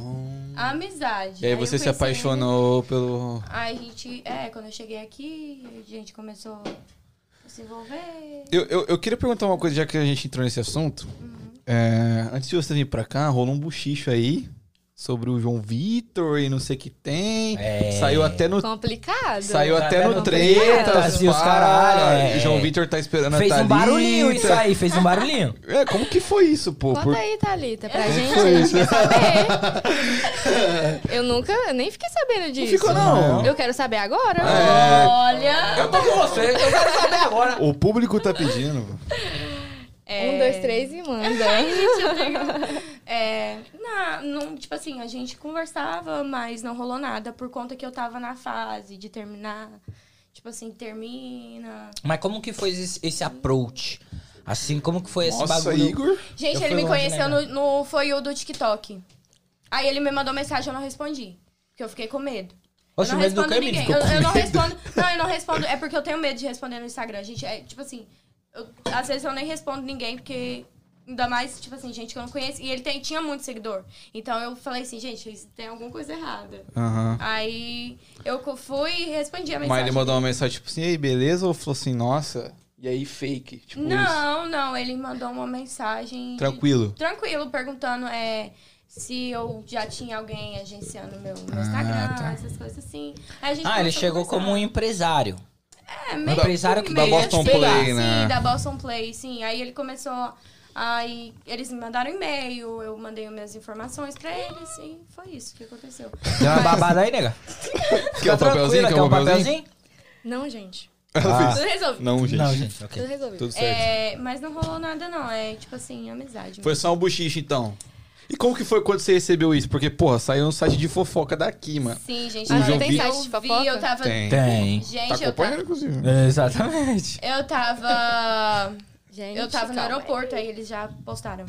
Speaker 4: Amizade.
Speaker 2: Ah. E aí
Speaker 4: eu
Speaker 2: você se
Speaker 4: conheci ele.
Speaker 2: apaixonou pelo.
Speaker 4: Aí a gente, é, quando eu cheguei aqui, a gente começou a se envolver.
Speaker 2: Eu, eu, eu queria perguntar uma coisa, já que a gente entrou nesse assunto. É, antes de você vir pra cá, rolou um buchicho aí sobre o João Vitor e não sei o que tem.
Speaker 3: É. Tá
Speaker 2: Saiu até no.
Speaker 6: Complicado.
Speaker 2: Saiu até no assim.
Speaker 3: tretas
Speaker 2: tretas,
Speaker 3: e Tá assim, os
Speaker 2: pá.
Speaker 3: caralho, é.
Speaker 2: João Vitor tá esperando
Speaker 3: Fez
Speaker 2: a
Speaker 3: um
Speaker 2: Thalita.
Speaker 3: barulhinho isso aí, fez um barulhinho.
Speaker 2: É, como que foi isso, pô?
Speaker 6: Conta
Speaker 2: Por-
Speaker 6: aí, Thalita, pra
Speaker 2: Como
Speaker 6: gente.
Speaker 2: que foi
Speaker 6: a gente
Speaker 2: isso?
Speaker 6: quer saber. eu nunca, eu nem fiquei sabendo disso.
Speaker 2: ficou, não.
Speaker 6: Eu quero saber agora.
Speaker 2: É.
Speaker 4: Olha!
Speaker 3: Eu tô com você, eu quero saber agora.
Speaker 2: O público tá pedindo.
Speaker 6: Um, dois, três e manda.
Speaker 4: É, na- não, tipo assim, a gente conversava, mas não rolou nada por conta que eu tava na fase de terminar. Tipo assim, termina.
Speaker 3: Mas como que foi esse, esse approach? Assim, como que foi esse
Speaker 2: Nossa,
Speaker 3: bagulho?
Speaker 2: Igor.
Speaker 4: Gente,
Speaker 3: Eu
Speaker 4: ele
Speaker 3: fui
Speaker 4: me
Speaker 3: longe,
Speaker 4: conheceu
Speaker 3: né,
Speaker 4: no, no Foi o do TikTok. Aí ele me mandou mensagem, eu não respondi. Porque eu fiquei com medo.
Speaker 3: Oxe,
Speaker 4: eu não
Speaker 3: mas do
Speaker 4: respondo
Speaker 3: que,
Speaker 4: ninguém.
Speaker 3: amigo?
Speaker 4: Eu, eu não respondo. Não, eu não respondo. É porque eu tenho medo de responder no Instagram. Gente, é tipo assim. eu- às vezes eu nem respondo ninguém, porque. Ainda mais, tipo assim, gente que eu não conheço. E ele tem- tinha muito seguidor. Então eu falei assim, gente, isso tem alguma coisa errada.
Speaker 2: Aham.
Speaker 4: Aí eu co- fui e respondi a mensagem.
Speaker 2: Mas ele mandou uma mensagem tipo assim, ei, beleza? Ou falou assim, nossa. E aí, fake. Tipo isso.
Speaker 4: Não, não, ele mandou uma mensagem. de-
Speaker 2: Tranquilo.
Speaker 4: tranquilo, perguntando é, se eu já tinha alguém agenciando meu, meu Instagram, essas coisas assim. Aí a gente
Speaker 3: tá. Ah, ele
Speaker 4: começou a
Speaker 3: chegou
Speaker 4: conversar.
Speaker 3: como um empresário.
Speaker 4: É, meio
Speaker 3: empresário
Speaker 4: que
Speaker 3: que
Speaker 2: Né? Da
Speaker 3: Meio
Speaker 4: meio-
Speaker 2: Boston
Speaker 3: desesperado.
Speaker 2: Play,
Speaker 4: Sim,
Speaker 2: né?
Speaker 4: da Boston Play, sim. Aí ele começou. Aí eles me mandaram um e-mail, eu mandei minhas informações pra eles e foi isso que aconteceu.
Speaker 3: Deu uma babada aí, nega?
Speaker 4: Tá
Speaker 2: Quer um
Speaker 3: Fica
Speaker 2: papelzinho?
Speaker 3: tranquila,
Speaker 2: Quer um papelzinho?
Speaker 6: Não, gente.
Speaker 3: Ah,
Speaker 4: Tudo resolvido.
Speaker 2: Não, gente.
Speaker 3: não, gente,
Speaker 6: Tudo
Speaker 3: ok.
Speaker 6: resolvido.
Speaker 2: Tudo certo.
Speaker 4: É, mas não rolou nada, não. É tipo assim, amizade.
Speaker 2: Foi só um buchicho, então. E como que foi quando você recebeu isso? Porque, porra, saiu um site de fofoca daqui, mano.
Speaker 4: Sim, gente.
Speaker 6: Ah,
Speaker 4: eu
Speaker 6: não tem
Speaker 4: vi,
Speaker 6: site de
Speaker 4: eu
Speaker 6: fofoca?
Speaker 4: vi, eu tava.
Speaker 2: Tem.
Speaker 3: Tem.
Speaker 4: Gente,
Speaker 2: tá
Speaker 4: eu
Speaker 2: acompanhando,
Speaker 4: tava.
Speaker 2: inclusive.
Speaker 3: Exatamente.
Speaker 4: Eu tava.
Speaker 6: Gente,
Speaker 4: Eu tava no
Speaker 6: calma aí.
Speaker 4: aeroporto, aí eles já postaram.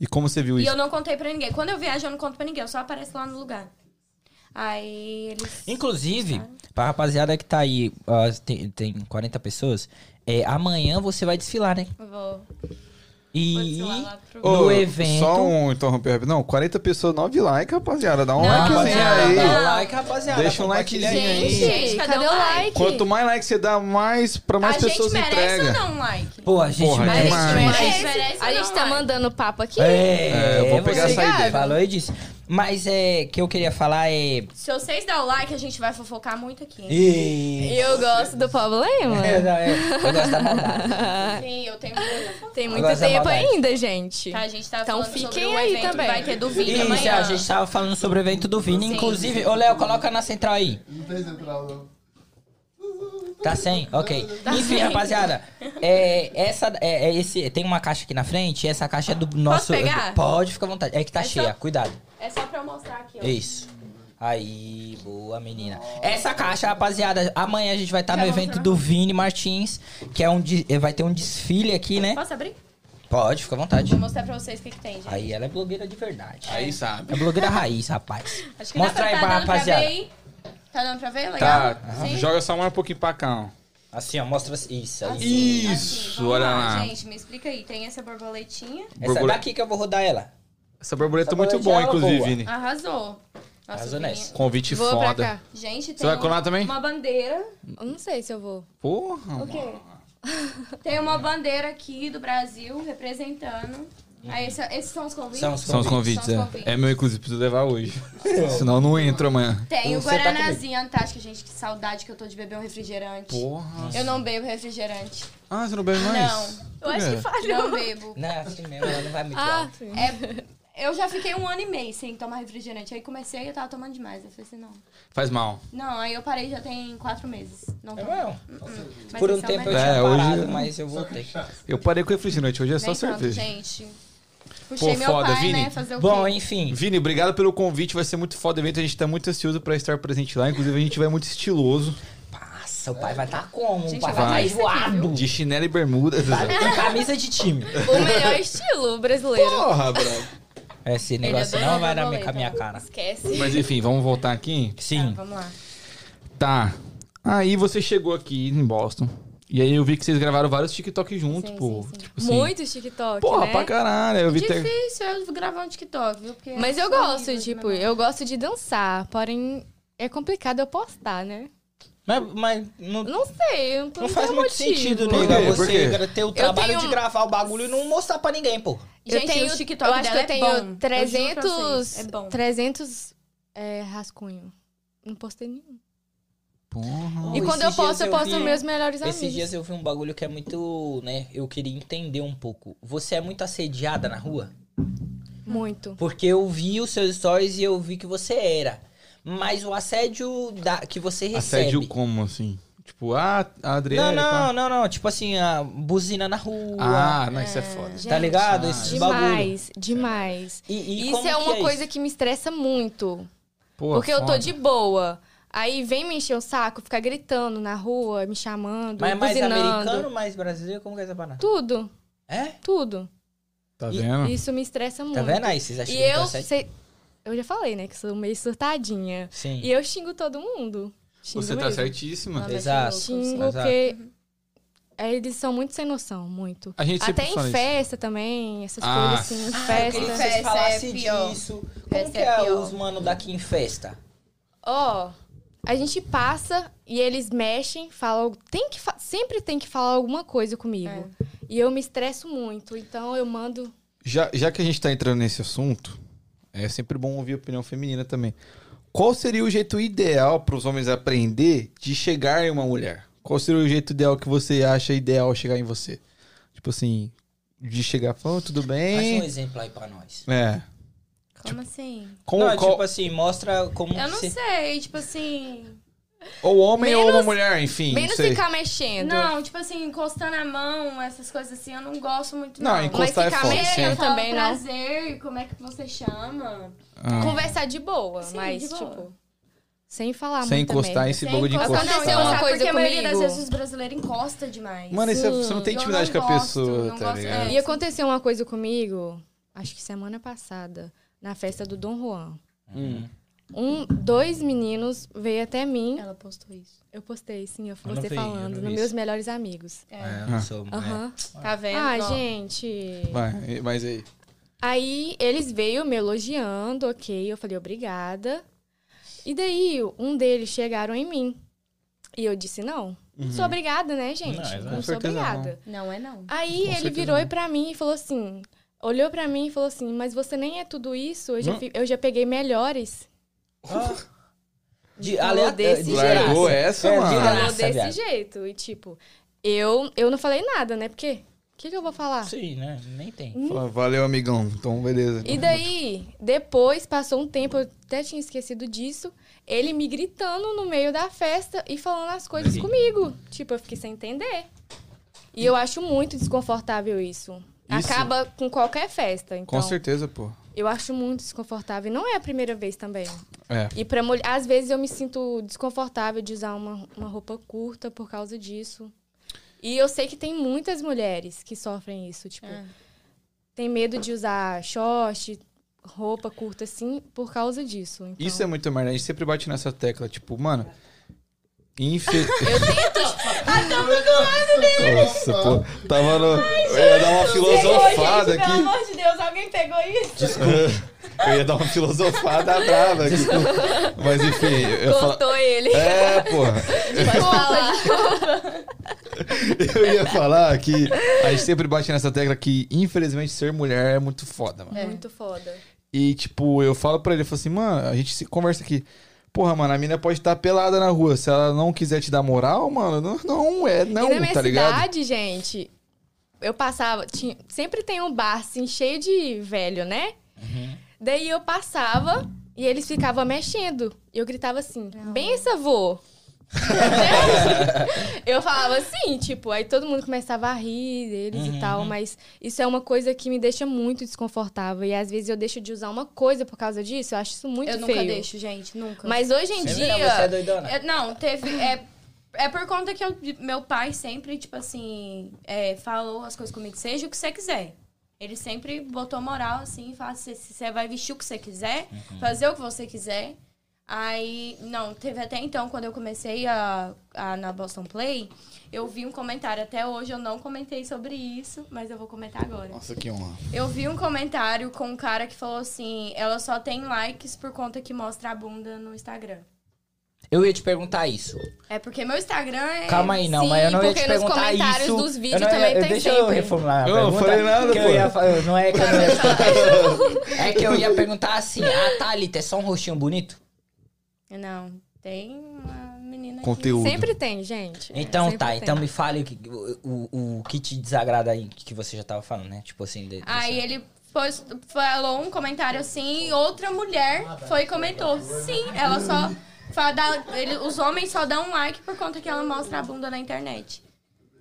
Speaker 2: E como você viu
Speaker 4: E
Speaker 2: isso?
Speaker 4: eu não contei pra ninguém. Quando eu viajo, eu não conto pra ninguém, eu só apareço lá no lugar. Aí eles.
Speaker 3: Inclusive, pra rapaziada que tá aí, ó, tem, tem 40 pessoas, é, amanhã você vai desfilar, né?
Speaker 4: Vou.
Speaker 3: E
Speaker 4: Pode ser lá, lá pro-
Speaker 3: no
Speaker 2: Ô,
Speaker 3: evento.
Speaker 2: Só um interromper rápido. Não, 40 pessoas, 9 likes, rapaziada. Dá um likezinho
Speaker 3: rapaziada,
Speaker 2: aí.
Speaker 3: dá um like, rapaziada.
Speaker 2: Deixa um
Speaker 3: compartilha
Speaker 2: likezinho
Speaker 3: aí.
Speaker 2: aí.
Speaker 4: Gente, cadê o like?
Speaker 2: Quanto mais like você dá, mais pra mais
Speaker 4: a
Speaker 2: pessoas
Speaker 4: gente merece
Speaker 2: entrega.
Speaker 4: ou não um like?
Speaker 3: Pô, a gente
Speaker 2: Porra,
Speaker 6: A gente
Speaker 3: merece.
Speaker 2: demais.
Speaker 6: merece.
Speaker 4: A gente merece
Speaker 6: A
Speaker 4: ou
Speaker 6: gente
Speaker 4: não,
Speaker 6: tá
Speaker 4: Mari?
Speaker 6: mandando papo aqui.
Speaker 3: É,
Speaker 2: É, eu vou pegar
Speaker 3: você
Speaker 2: essa ideia.
Speaker 3: Falou e disse. Mas é que eu queria falar é.
Speaker 4: Se vocês dão like, a gente vai fofocar muito aqui.
Speaker 3: E...
Speaker 6: Eu gosto do problema.
Speaker 3: É, não, é, eu gosto da maldade.
Speaker 4: Sim, eu tenho muita fofoca.
Speaker 6: Tem
Speaker 3: Agora
Speaker 6: muito
Speaker 3: essa
Speaker 6: tempo
Speaker 3: maldade.
Speaker 6: ainda, gente.
Speaker 4: Tá, a gente tá
Speaker 6: Então
Speaker 4: falando sobre
Speaker 6: fiquem
Speaker 4: o
Speaker 6: aí
Speaker 4: evento
Speaker 6: também.
Speaker 4: que vai ter do Vini
Speaker 3: Isso, é,
Speaker 4: amanhã.
Speaker 3: a gente tava falando sobre o evento do Vini. Inclusive, ô Léo, coloca na central aí.
Speaker 8: Não tem central, não.
Speaker 3: Tá sem? Ok. Enfim, rapaziada, é, essa, é, é esse, tem uma caixa aqui na frente. Essa caixa é do nosso.
Speaker 4: pegar?
Speaker 3: Pode, fica à vontade. É que tá
Speaker 4: É só-
Speaker 3: cheia, cuidado.
Speaker 4: É só pra eu mostrar aqui, ó.
Speaker 3: Isso. Aí, boa menina. Essa caixa, rapaziada, amanhã a gente vai estar
Speaker 4: Quer
Speaker 3: no evento
Speaker 4: mostrar?
Speaker 3: do Vini Martins, que é um de- eh, vai ter um desfile aqui, né?
Speaker 4: Posso abrir?
Speaker 3: Pode, fica à vontade.
Speaker 4: Vou mostrar pra vocês o que, que tem, gente.
Speaker 3: Aí ela é blogueira de verdade.
Speaker 5: Aí sabe.
Speaker 3: É blogueira raiz, rapaz.
Speaker 4: Acho que
Speaker 3: Mostra
Speaker 4: dá
Speaker 3: aí
Speaker 4: pra,
Speaker 3: pra
Speaker 4: tá dando
Speaker 3: rapaziada.
Speaker 4: pra ver, hein? Tá dando pra ver? Legal?
Speaker 5: Tá,
Speaker 4: Sim?
Speaker 5: joga só mais um pouquinho pra cá, ó.
Speaker 3: Assim, ó, mostra isso. aí.
Speaker 4: Assim,
Speaker 5: Isso,
Speaker 4: vamos
Speaker 5: olha lá.
Speaker 4: Gente, me explica aí. Tem essa borboletinha.
Speaker 3: Essa
Speaker 5: Borboleta.
Speaker 3: daqui que eu vou rodar ela.
Speaker 5: Essa borboleta é muito
Speaker 3: Essa
Speaker 5: boa,
Speaker 3: borboleta é
Speaker 5: inclusive,
Speaker 3: boa.
Speaker 5: Vini.
Speaker 4: Arrasou. Nossa,
Speaker 3: Arrasou
Speaker 4: eu
Speaker 3: nessa.
Speaker 5: Convite
Speaker 6: Vou pra
Speaker 5: foda.
Speaker 6: cá.
Speaker 4: queria- Gente, tem
Speaker 5: vai
Speaker 4: um-
Speaker 5: colar também?
Speaker 4: uma bandeira.
Speaker 6: Eu não sei se eu vou.
Speaker 5: Porra, mano.
Speaker 4: Tem uma bandeira aqui do Brasil representando. Aí, esse- é, esses são os convites?
Speaker 3: Uhum. São os
Speaker 5: São os convites,
Speaker 4: São os
Speaker 5: é.
Speaker 4: convites.
Speaker 5: É meu, inclusive, preciso levar hoje. Senão eu não entro amanhã.
Speaker 4: Tem o
Speaker 3: Você tá
Speaker 4: Guaranazinho Antártica, gente. Que saudade que eu tô de beber um refrigerante.
Speaker 5: Porra.
Speaker 4: Eu não bebo refrigerante.
Speaker 5: Ah, você não bebe mais?
Speaker 4: Não.
Speaker 5: Por quê?
Speaker 3: É.
Speaker 4: Não bebo.
Speaker 3: Não, assim mesmo, ela não vai me
Speaker 6: Ah,
Speaker 3: tirar.
Speaker 6: sim.
Speaker 4: É, eu já fiquei um ano e meio sem tomar refrigerante. Aí comecei e eu tava tomando demais. Eu falei assim, não.
Speaker 5: Faz mal.
Speaker 4: Não, aí eu parei já tem quatro meses. Não
Speaker 3: É
Speaker 4: tomo.
Speaker 3: mesmo?
Speaker 4: Mas
Speaker 3: Por um
Speaker 4: esse é o
Speaker 3: tempo eu
Speaker 4: melhor.
Speaker 5: É,
Speaker 3: tinha
Speaker 5: hoje-
Speaker 3: parado, mas eu voltei.
Speaker 5: Eu parei com refrigerante, hoje é só
Speaker 4: Nem tanto,
Speaker 5: cerveja.
Speaker 4: gente. Puxei meu
Speaker 5: foda,
Speaker 4: pai,
Speaker 5: Vini.
Speaker 4: né? Fazer o
Speaker 3: Bom,
Speaker 4: quê?
Speaker 3: enfim.
Speaker 5: Vini, obrigado pelo convite, vai ser muito foda o evento, a gente tá muito ansioso pra estar presente lá, inclusive a gente vai muito estiloso,
Speaker 3: Nossa, o pai vai estar tá como? O
Speaker 4: Gente,
Speaker 3: pai
Speaker 4: vai tá
Speaker 3: vai
Speaker 4: isso
Speaker 3: estar
Speaker 4: aqui,
Speaker 3: tá zoado.
Speaker 5: de chinelo e bermuda.
Speaker 3: Com camisa de time.
Speaker 6: O melhor estilo brasileiro.
Speaker 5: Porra, brother.
Speaker 3: Esse
Speaker 4: Ele
Speaker 3: negócio
Speaker 4: adora
Speaker 3: não vai
Speaker 4: dar
Speaker 3: na minha, com a minha
Speaker 4: boleta.
Speaker 3: cara.
Speaker 4: Esquece.
Speaker 5: Mas enfim, vamos voltar aqui?
Speaker 3: Sim.
Speaker 4: Vamos lá.
Speaker 5: Tá. Aí você chegou aqui em Boston, e aí eu vi que vocês gravaram vários TikTok junto, pô. Tipo assim,
Speaker 6: Muito TikTok,
Speaker 5: Porra,
Speaker 6: né?
Speaker 5: pra caralho. Eu vi até-
Speaker 4: Difícil eu gravar um TikTok, viu? Porque
Speaker 6: Mas eu
Speaker 4: sou
Speaker 6: gosto,
Speaker 4: horrível de
Speaker 6: tipo,
Speaker 4: memória.
Speaker 6: eu gosto de dançar, porém é complicado eu postar, né?
Speaker 3: Mas, mas não, não,
Speaker 6: Não sei, eu não, não
Speaker 3: faz
Speaker 6: tenho
Speaker 3: muito
Speaker 6: motivo.
Speaker 3: sentido, né,
Speaker 5: Por
Speaker 3: nega,
Speaker 5: quê? Por
Speaker 3: você
Speaker 5: quê?
Speaker 3: gra- ter o trabalho
Speaker 6: tenho-
Speaker 3: de gravar o bagulho e não mostrar pra ninguém, pô.
Speaker 6: Eu
Speaker 4: Gente,
Speaker 6: tenho,
Speaker 4: o TikTok
Speaker 6: eu acho que
Speaker 4: dela
Speaker 6: eu
Speaker 4: é
Speaker 6: tenho
Speaker 4: bom. Eu juro pra
Speaker 6: 300,
Speaker 4: vocês, é bom.
Speaker 6: 300 é, rascunho. Não postei nenhum.
Speaker 5: Porra.
Speaker 6: e
Speaker 3: Pô,
Speaker 6: quando eu
Speaker 3: esses dias
Speaker 6: posto, eu posto
Speaker 3: vi-
Speaker 6: meus melhores
Speaker 3: Esses
Speaker 6: amigos.
Speaker 3: dias eu vi um bagulho que é muito, né, eu queria entender um pouco. Você é muito assediada na rua?
Speaker 6: Muito.
Speaker 3: Porque eu vi os seus stories e eu vi que você era. Mas o assédio da- que você recebe...
Speaker 5: Assédio como, assim? Tipo, ah, a
Speaker 3: Não,
Speaker 5: Adriana...
Speaker 2: tá?
Speaker 3: não, não, não. Tipo assim, a buzina na rua.
Speaker 5: Ah, não, isso é foda.
Speaker 3: tá
Speaker 6: Gente,
Speaker 3: ligado? Esses bagulho.
Speaker 6: Demais, demais.
Speaker 3: E, e
Speaker 6: Isso
Speaker 3: como
Speaker 6: é uma
Speaker 3: que
Speaker 6: coisa que me estressa muito.
Speaker 5: Pô,
Speaker 6: porque eu tô
Speaker 5: foda.
Speaker 6: de boa. Aí vem me encher o saco, ficar gritando na rua, me chamando,
Speaker 3: Mas é mais
Speaker 6: buzinando.
Speaker 3: americano, mais brasileiro, como que é essa banana?
Speaker 6: Tudo,
Speaker 3: É?
Speaker 6: tudo.
Speaker 5: Tá
Speaker 3: E-
Speaker 5: vendo?
Speaker 6: Isso me estressa muito.
Speaker 3: Tá vendo aí? Vocês acham
Speaker 6: E
Speaker 3: que tá
Speaker 6: eu
Speaker 3: certo?
Speaker 6: sei- Eu já falei, né, que sou meio surtadinha.
Speaker 3: Sim.
Speaker 6: E eu xingo todo mundo. Xingo
Speaker 5: Você tá
Speaker 6: mesmo.
Speaker 5: certíssima.
Speaker 4: Nossa,
Speaker 3: Exato.
Speaker 4: que louco.
Speaker 6: Xingo,
Speaker 3: Exato.
Speaker 6: porque é, eles são muito sem noção, muito.
Speaker 5: A gente sempre
Speaker 6: Até
Speaker 5: fala
Speaker 6: em
Speaker 5: tipo isso.
Speaker 6: festa também, essas
Speaker 5: Ah,
Speaker 6: coisas assim, em
Speaker 3: Eu queria que
Speaker 6: festa.
Speaker 3: vocês
Speaker 4: Festa é
Speaker 3: falassem
Speaker 4: pior.
Speaker 3: disso. Como
Speaker 4: Festa
Speaker 3: que
Speaker 4: é
Speaker 3: é,
Speaker 4: pior.
Speaker 3: os mano daqui em festa?
Speaker 6: Ó, a gente passa e eles mexem, falam, tem que fa- sempre tem que falar alguma coisa comigo.
Speaker 4: É.
Speaker 6: E eu me estresso muito, então eu mando
Speaker 2: Já, já que a gente tá entrando nesse assunto, é sempre bom ouvir a opinião feminina também. Qual seria o jeito ideal para os homens aprender de chegar em uma mulher? Qual seria o jeito ideal que você acha ideal chegar em você? Tipo assim, de chegar falando, tudo
Speaker 3: Faz um
Speaker 2: bem?
Speaker 3: exemplo aí pra nós.
Speaker 2: É.
Speaker 3: Tipo,
Speaker 4: Como assim?
Speaker 2: Com,
Speaker 3: não,
Speaker 2: qual-
Speaker 3: tipo assim, mostra como
Speaker 4: Eu não
Speaker 3: você...
Speaker 4: sei, tipo assim.
Speaker 2: Ou homem ou uma mulher, enfim.
Speaker 6: menos
Speaker 2: não sei.
Speaker 6: ficar mexendo.
Speaker 4: Não, tipo assim, encostando a mão, essas coisas assim, eu não gosto muito.
Speaker 2: Não,
Speaker 4: Não,
Speaker 2: encosta-
Speaker 6: mas
Speaker 2: encostar é
Speaker 6: ficar
Speaker 2: foda,
Speaker 6: mexendo
Speaker 4: Eu
Speaker 2: sim.
Speaker 6: também não.
Speaker 4: um prazer, como é que você chama?
Speaker 2: Ah.
Speaker 6: Conversar de boa,
Speaker 4: Sim,
Speaker 6: mas
Speaker 4: de boa.
Speaker 6: tipo sem falar
Speaker 2: Sem
Speaker 6: muita
Speaker 2: encostar
Speaker 6: merda.
Speaker 2: esse bagulho de
Speaker 6: encostar.
Speaker 2: encostar.
Speaker 6: Aconteceu uma
Speaker 4: Sabe,
Speaker 6: coisa
Speaker 4: porque a maioria das
Speaker 6: comigo.
Speaker 4: vezes os brasileiros encosta demais.
Speaker 2: Mano, isso é- você não tem
Speaker 4: Eu
Speaker 2: intimidade
Speaker 4: não
Speaker 2: com a
Speaker 4: gosto,
Speaker 2: pessoa,
Speaker 4: não
Speaker 2: tá
Speaker 4: gosto.
Speaker 2: ligado?
Speaker 4: É.
Speaker 6: E aconteceu uma coisa comigo, acho que semana passada, na festa do Dom Juan.
Speaker 3: Hum.
Speaker 6: um, dois meninos veio até mim.
Speaker 4: Ela postou isso.
Speaker 6: Eu postei, sim, eu
Speaker 3: Eu não
Speaker 6: você
Speaker 3: vi, eu não
Speaker 6: falando,
Speaker 3: vi
Speaker 6: nos
Speaker 3: isso.
Speaker 6: meus melhores amigos.
Speaker 3: É, eu não sou mulher.
Speaker 6: Aham.
Speaker 4: Tá vendo?
Speaker 6: Ah,
Speaker 4: Ó,
Speaker 6: gente.
Speaker 2: Vai, mas aí.
Speaker 6: Aí eles veio me elogiando, ok. Eu falei, obrigada. E daí, um deles chegaram em mim. E eu disse, não. Não sou obrigada, né, gente?
Speaker 3: Não, exato.
Speaker 6: Não,
Speaker 2: Com
Speaker 6: sou
Speaker 2: certeza Uhum. não.
Speaker 6: obrigada.
Speaker 4: Não é não.
Speaker 6: Aí
Speaker 2: Com
Speaker 6: ele
Speaker 2: certeza
Speaker 6: virou
Speaker 2: não.
Speaker 6: pra mim e falou assim: olhou pra mim e falou assim, mas você nem é tudo isso, eu já, fi- eu já peguei melhores.
Speaker 3: Ah. De,
Speaker 6: Falou
Speaker 3: ale-
Speaker 6: desse
Speaker 3: de
Speaker 6: jeito.
Speaker 3: graça.
Speaker 2: Largou essa,
Speaker 3: É,
Speaker 2: mano?
Speaker 3: de
Speaker 6: Falou
Speaker 3: graça,
Speaker 6: desse
Speaker 3: viado.
Speaker 6: jeito. E tipo, eu, eu não falei nada, né? Porque o que, que eu vou falar?
Speaker 3: Sim, né? Nem tem.
Speaker 2: Fala, Valeu, amigão. Então, beleza.
Speaker 6: E daí, depois, passou um tempo, eu até tinha esquecido disso, ele me gritando no meio da festa e falando as coisas
Speaker 3: Sim.
Speaker 6: comigo. Tipo, eu fiquei sem entender. E eu acho muito desconfortável isso.
Speaker 2: Isso.
Speaker 6: Acaba com qualquer festa, então.
Speaker 2: Com certeza, pô.
Speaker 6: Eu acho muito desconfortável. E não é a primeira vez também.
Speaker 2: É.
Speaker 6: E pra mulher, às vezes eu me sinto desconfortável de usar uma, uma roupa curta por causa disso. E eu sei que tem muitas mulheres que sofrem isso, tipo,
Speaker 4: É.
Speaker 6: tem medo de usar short, roupa curta assim por causa disso. Então,
Speaker 2: Isso é muito merda. A gente sempre bate nessa tecla, tipo, mano. Infe... Nossa, pô. Tava no. Eu ia dar uma filosofada
Speaker 4: Pelo
Speaker 2: aqui.
Speaker 4: amor de Deus, alguém pegou isso?
Speaker 2: Eu ia dar uma filosofada brava aqui. Mas enfim, eu ia falar.
Speaker 6: cortou ele.
Speaker 2: É, porra.
Speaker 6: Pode falar.
Speaker 2: Eu ia falar que a gente sempre bate nessa tecla que, infelizmente, ser mulher é muito foda, mano.
Speaker 6: É muito foda.
Speaker 2: E, tipo, eu falo pra ele, eu falo assim, mano, a gente se conversa aqui. Porra, mano, a mina pode estar pelada na rua. Se ela não quiser te dar moral, mano, não, não é, não,
Speaker 6: e na minha
Speaker 2: tá ligado?
Speaker 6: cidade, gente, eu passava. tinha- sempre tem um bar assim, cheio de velho, né?
Speaker 2: Uhum.
Speaker 6: Daí eu passava e eles ficavam mexendo. E eu gritava assim: bença, vô. Entendeu? eu falava assim, tipo, aí todo mundo começava a rir deles e
Speaker 2: Uhum.
Speaker 6: tal, mas isso é uma coisa que me deixa muito desconfortável. E às vezes eu deixo de usar uma coisa por causa disso, eu acho isso muito
Speaker 4: Eu
Speaker 6: feio.
Speaker 4: nunca deixo, gente, nunca.
Speaker 6: Mas hoje em
Speaker 3: Você
Speaker 6: dia.
Speaker 3: não, você é doidona.
Speaker 4: É, não, teve. É, é por conta que eu- meu pai sempre, tipo assim, é, falou as coisas comigo, seja o que você quiser. Ele sempre botou moral, assim, fala, se se você vai vestir o que você quiser,
Speaker 2: Uhum.
Speaker 4: fazer o que você quiser. Aí, não, teve até então, quando eu comecei a, a- na Boston Play, eu vi um comentário. Até hoje eu não comentei sobre isso, mas eu vou comentar agora.
Speaker 2: Nossa, que honra.
Speaker 4: Eu vi um comentário com um cara que falou assim: ela só tem likes por conta que mostra a bunda no Instagram.
Speaker 3: Eu ia te perguntar isso.
Speaker 4: É porque meu Instagram é.
Speaker 3: Calma aí, não,
Speaker 6: Sim,
Speaker 3: mas eu não ia
Speaker 6: porque
Speaker 3: te
Speaker 6: nos
Speaker 3: perguntar isso.
Speaker 6: comentários dos
Speaker 3: Eu
Speaker 6: vídeos
Speaker 3: não ia-
Speaker 6: também
Speaker 3: eu-
Speaker 6: tem
Speaker 3: Deixa eu
Speaker 6: sempre.
Speaker 3: reformular a
Speaker 2: Eu não
Speaker 3: pergunta,
Speaker 2: falei nada,
Speaker 3: porque eu
Speaker 2: pô.
Speaker 3: ia fa- eu- Não é que eu não ia te perguntar isso. É que eu ia perguntar assim, a Thalita é só um rostinho bonito?
Speaker 4: Não, tem uma menina
Speaker 2: Conteúdo.
Speaker 6: Sempre tem, gente.
Speaker 3: Então
Speaker 6: É, Sempre
Speaker 3: tá,
Speaker 6: tem.
Speaker 3: então me fale o que- o, o, o que te desagrada aí, que você já tava falando, né? Tipo assim... de-
Speaker 4: aqui. Aí
Speaker 3: dessa-
Speaker 4: ele post- falou um comentário assim e outra mulher foi e comentou. Sim, ela só. fa- dá- ele- os homens só dão um like por conta que ela mostra a bunda na internet.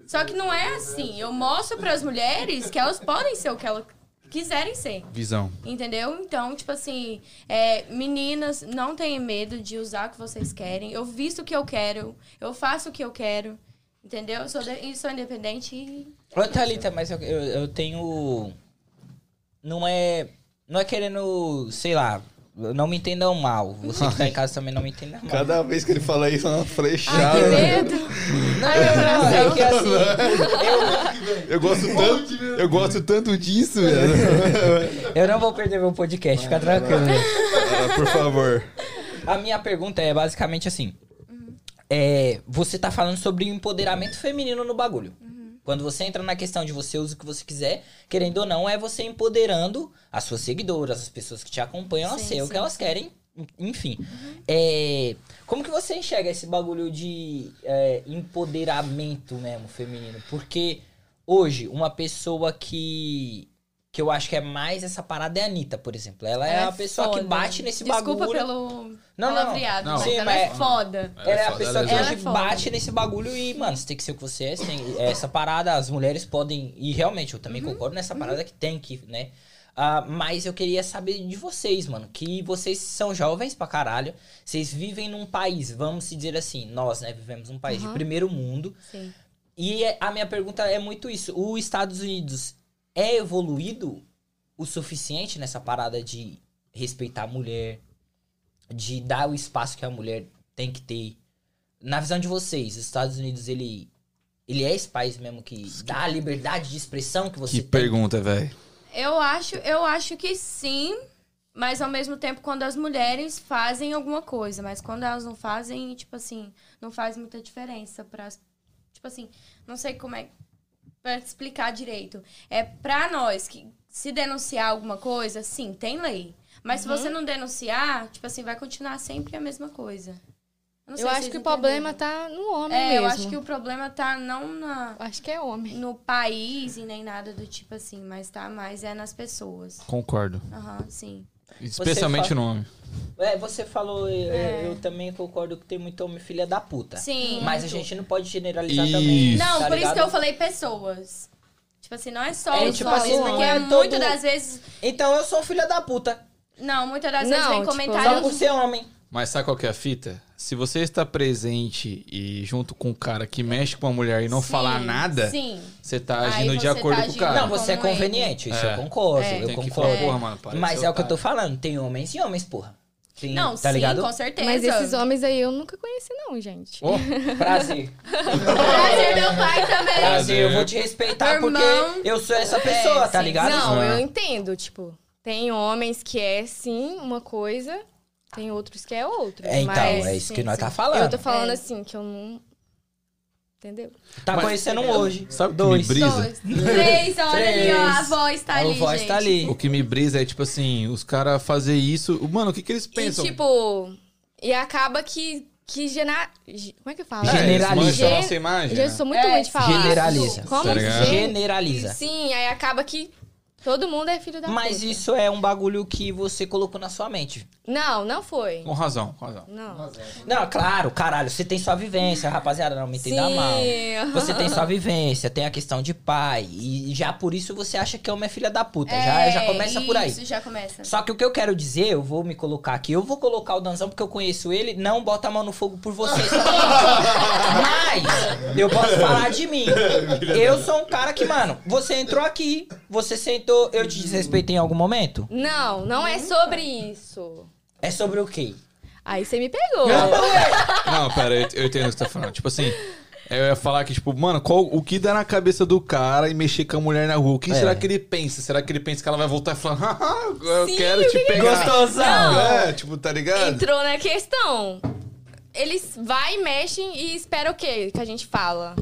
Speaker 4: Só que não é assim. Eu mostro pras mulheres que elas podem ser o que elas quiserem ser.
Speaker 2: Visão.
Speaker 4: Entendeu? Então, tipo assim, é, meninas, não tenham medo de usar o que vocês querem. Eu visto o que eu quero, eu faço o que eu quero. Entendeu? Eu sou, de- e sou independente e.
Speaker 3: Ô, Thalita, mas eu, eu, eu tenho. Não é. Não é querendo, sei lá, não me entendam mal. Você que tá em casa também não me entenda mal.
Speaker 2: Cada vez que ele fala isso, é uma
Speaker 6: Ai, que
Speaker 2: flechada.
Speaker 6: medo.
Speaker 3: Não, não, não, é que assim,
Speaker 2: eu "É." Um gosto
Speaker 6: assim,
Speaker 2: tanto, eu gosto tanto disso, velho.
Speaker 3: eu não vou perder meu podcast, fica tranquilo.
Speaker 2: Ah, Por favor.
Speaker 3: A minha pergunta é basicamente assim.
Speaker 4: Uhum.
Speaker 3: É, você tá falando sobre o empoderamento feminino no bagulho.
Speaker 4: Uhum.
Speaker 3: Quando você entra na questão de você usa o que você quiser, querendo ou não, é você empoderando as suas seguidoras, as pessoas que te acompanham a
Speaker 4: Sim,
Speaker 3: ser o
Speaker 4: sim, Uhum.
Speaker 3: que elas querem. en- Enfim. É, como que você enxerga esse bagulho de é, empoderamento mesmo feminino? Porque hoje, uma pessoa que. Que eu acho que é mais essa parada é a Anitta, por exemplo. Ela, é,
Speaker 4: Ela
Speaker 3: a pessoa
Speaker 4: foda.
Speaker 3: que bate nesse
Speaker 4: Desculpa
Speaker 3: bagulho.
Speaker 4: pelo
Speaker 3: Não, não.
Speaker 4: palavreado,
Speaker 3: Não.
Speaker 4: mas
Speaker 3: Sim,
Speaker 4: ela
Speaker 3: mas-
Speaker 4: é foda.
Speaker 3: Ela é a pessoa que
Speaker 4: ela é
Speaker 3: hoje
Speaker 4: foda.
Speaker 3: bate nesse bagulho e, mano, você tem que ser o que você é, você tem essa parada, as mulheres podem. E realmente, eu
Speaker 4: Uhum.
Speaker 3: também concordo nessa parada que tem que, né? Ah, mas eu queria saber de vocês, mano. Que vocês são jovens pra caralho. Vocês vivem num país, vamos se dizer assim, nós, né? Vivemos num país de
Speaker 6: Uhum.
Speaker 3: primeiro mundo.
Speaker 4: Sim.
Speaker 3: E é- a minha pergunta é muito isso. Os Estados Unidos é evoluído o suficiente nessa parada de respeitar a mulher, de dar o espaço que a mulher tem que ter. Na visão de vocês, os Estados Unidos, ele, ele é esse país mesmo que dá a liberdade de expressão que você
Speaker 2: Que
Speaker 3: tem?
Speaker 2: pergunta, velho.
Speaker 4: Eu acho, eu acho que sim, mas ao mesmo tempo quando as mulheres fazem alguma coisa, mas quando elas não fazem, tipo assim, não faz muita diferença para tipo assim, não sei como é para explicar direito. É pra nós que se denunciar alguma coisa, sim, tem lei. Mas
Speaker 6: Uhum.
Speaker 4: se você não denunciar, tipo assim, vai continuar sempre a mesma coisa. não sei
Speaker 6: Eu
Speaker 4: se
Speaker 6: acho
Speaker 4: vocês
Speaker 6: que o problema
Speaker 4: entenderam.
Speaker 6: tá no homem
Speaker 4: É,
Speaker 6: mesmo.
Speaker 4: eu acho que o problema tá não na
Speaker 6: Acho que é homem.
Speaker 4: no país e nem nada do tipo assim, mas tá mais é nas pessoas.
Speaker 2: Concordo.
Speaker 4: Aham, sim.
Speaker 2: Especialmente
Speaker 3: fala-
Speaker 2: no homem.
Speaker 3: É, você falou, eu, eu também concordo que tem muito homem filha da puta.
Speaker 4: É. Sim.
Speaker 3: Tá. Mas a gente não pode generalizar
Speaker 2: Isso.
Speaker 3: também.
Speaker 4: Não,
Speaker 3: tá
Speaker 4: por isso
Speaker 3: ligado?
Speaker 4: que eu falei pessoas. Tipo assim, não é só
Speaker 3: É,
Speaker 4: os
Speaker 3: tipo
Speaker 4: homens,
Speaker 3: assim,
Speaker 4: porque
Speaker 3: não é
Speaker 4: muito
Speaker 3: todo-
Speaker 4: das vezes.
Speaker 3: Então eu sou filha da puta.
Speaker 4: Não, muitas das
Speaker 6: Não,
Speaker 4: vezes vem
Speaker 6: tipo,
Speaker 3: Só
Speaker 4: comentário.
Speaker 3: por ser homem.
Speaker 2: Mas sabe qual que é a fita? Se você está presente e junto com um cara que mexe com uma mulher e não
Speaker 4: Sim,
Speaker 2: falar nada,
Speaker 4: Sim.
Speaker 2: você tá
Speaker 4: Aí
Speaker 2: agindo de
Speaker 4: você
Speaker 2: acordo
Speaker 4: tá
Speaker 2: com o
Speaker 4: agindo-
Speaker 2: cara.
Speaker 3: Não, você é
Speaker 4: como ele.
Speaker 3: conveniente, isso
Speaker 2: É.
Speaker 3: eu concordo,
Speaker 4: É.
Speaker 2: Tem
Speaker 3: eu
Speaker 2: que tá-
Speaker 3: concordo.
Speaker 2: falar, porra, mano, para de
Speaker 3: Mas
Speaker 2: ser
Speaker 3: é o que eu tô
Speaker 2: otário.
Speaker 3: falando, tem homens e homens, porra. Tem,
Speaker 4: Não,
Speaker 3: tá
Speaker 4: sim,
Speaker 3: ligado?
Speaker 4: com certeza.
Speaker 6: Mas esses homens aí eu nunca conheci, não, gente.
Speaker 2: Ó,
Speaker 3: Prazer.
Speaker 4: Prazer, meu pai também.
Speaker 3: Prazer, eu vou te respeitar
Speaker 4: É. Meu
Speaker 3: porque
Speaker 4: irmão.
Speaker 3: eu sou essa pessoa,
Speaker 4: É,
Speaker 3: tá
Speaker 4: sim.
Speaker 3: ligado?
Speaker 6: Não, eu entendo, tipo, tem homens que é sim uma coisa, tem outros que é outra.
Speaker 3: É, então,
Speaker 6: mas
Speaker 3: é isso
Speaker 4: sim,
Speaker 3: que nós
Speaker 4: sim.
Speaker 3: tá
Speaker 6: eu
Speaker 3: falando.
Speaker 6: tô falando
Speaker 4: É.
Speaker 6: assim, que eu não. Entendeu?
Speaker 3: Tá conhecendo um hoje.
Speaker 2: é, Sabe o que me
Speaker 3: Dois.
Speaker 2: brisa?
Speaker 4: Dois, três, olha ali, ó. A
Speaker 3: Três.
Speaker 4: voz tá ali.
Speaker 3: o voz
Speaker 4: gente.
Speaker 3: tá ali.
Speaker 2: O que me brisa é tipo assim, os caras fazer isso. Mano, o que que eles pensam?
Speaker 6: E tipo, e acaba que. que gena... ge- Como é que fala?
Speaker 2: É, eles
Speaker 3: Generaliza.
Speaker 2: mancham a
Speaker 6: Gen-
Speaker 2: nossa imagem.
Speaker 6: Eu
Speaker 2: né?
Speaker 6: sou muito
Speaker 4: É,
Speaker 6: ruim de falar.
Speaker 3: Generaliza.
Speaker 6: Como
Speaker 2: Tá ligado?
Speaker 4: assim?
Speaker 6: gen...
Speaker 3: Generaliza.
Speaker 6: Sim, aí acaba que todo mundo é filho da
Speaker 3: Mas
Speaker 6: puta.
Speaker 3: isso é um bagulho que você colocou na sua mente.
Speaker 6: Não, não foi.
Speaker 2: Com razão, com razão.
Speaker 6: Não.
Speaker 3: Não, claro, caralho, você tem sua vivência, rapaziada, não me entenda mal.
Speaker 6: Sim.
Speaker 3: Você tem sua vivência, tem a questão de pai, e já por isso você acha que homem é filha da puta. já,
Speaker 4: É,
Speaker 3: já começa por aí.
Speaker 4: Isso, já começa.
Speaker 3: Só que o que eu quero dizer, eu vou me colocar aqui, eu vou colocar o Danzão porque eu conheço ele, não bota a mão no fogo por vocês. Mas eu posso falar de mim. Eu sou um cara que, mano, você entrou aqui, você sentou, eu te desrespeitei em algum momento?
Speaker 6: Não, não é sobre isso.
Speaker 3: É sobre o quê?
Speaker 6: Aí você me pegou.
Speaker 2: Não, pera, eu, eu entendo o que você tá falando. Tipo assim, eu ia falar que, tipo, mano, qual, o que dá na cabeça do cara e mexer com a mulher na rua? O que
Speaker 3: É.
Speaker 2: será que ele pensa? Será que ele pensa que ela vai voltar e falar, haha, eu
Speaker 6: Sim,
Speaker 2: quero te pegar?
Speaker 3: Gostosão.
Speaker 2: É, tipo, tá ligado?
Speaker 6: Entrou na questão. Eles vai, mexem e espera o quê que a gente fala?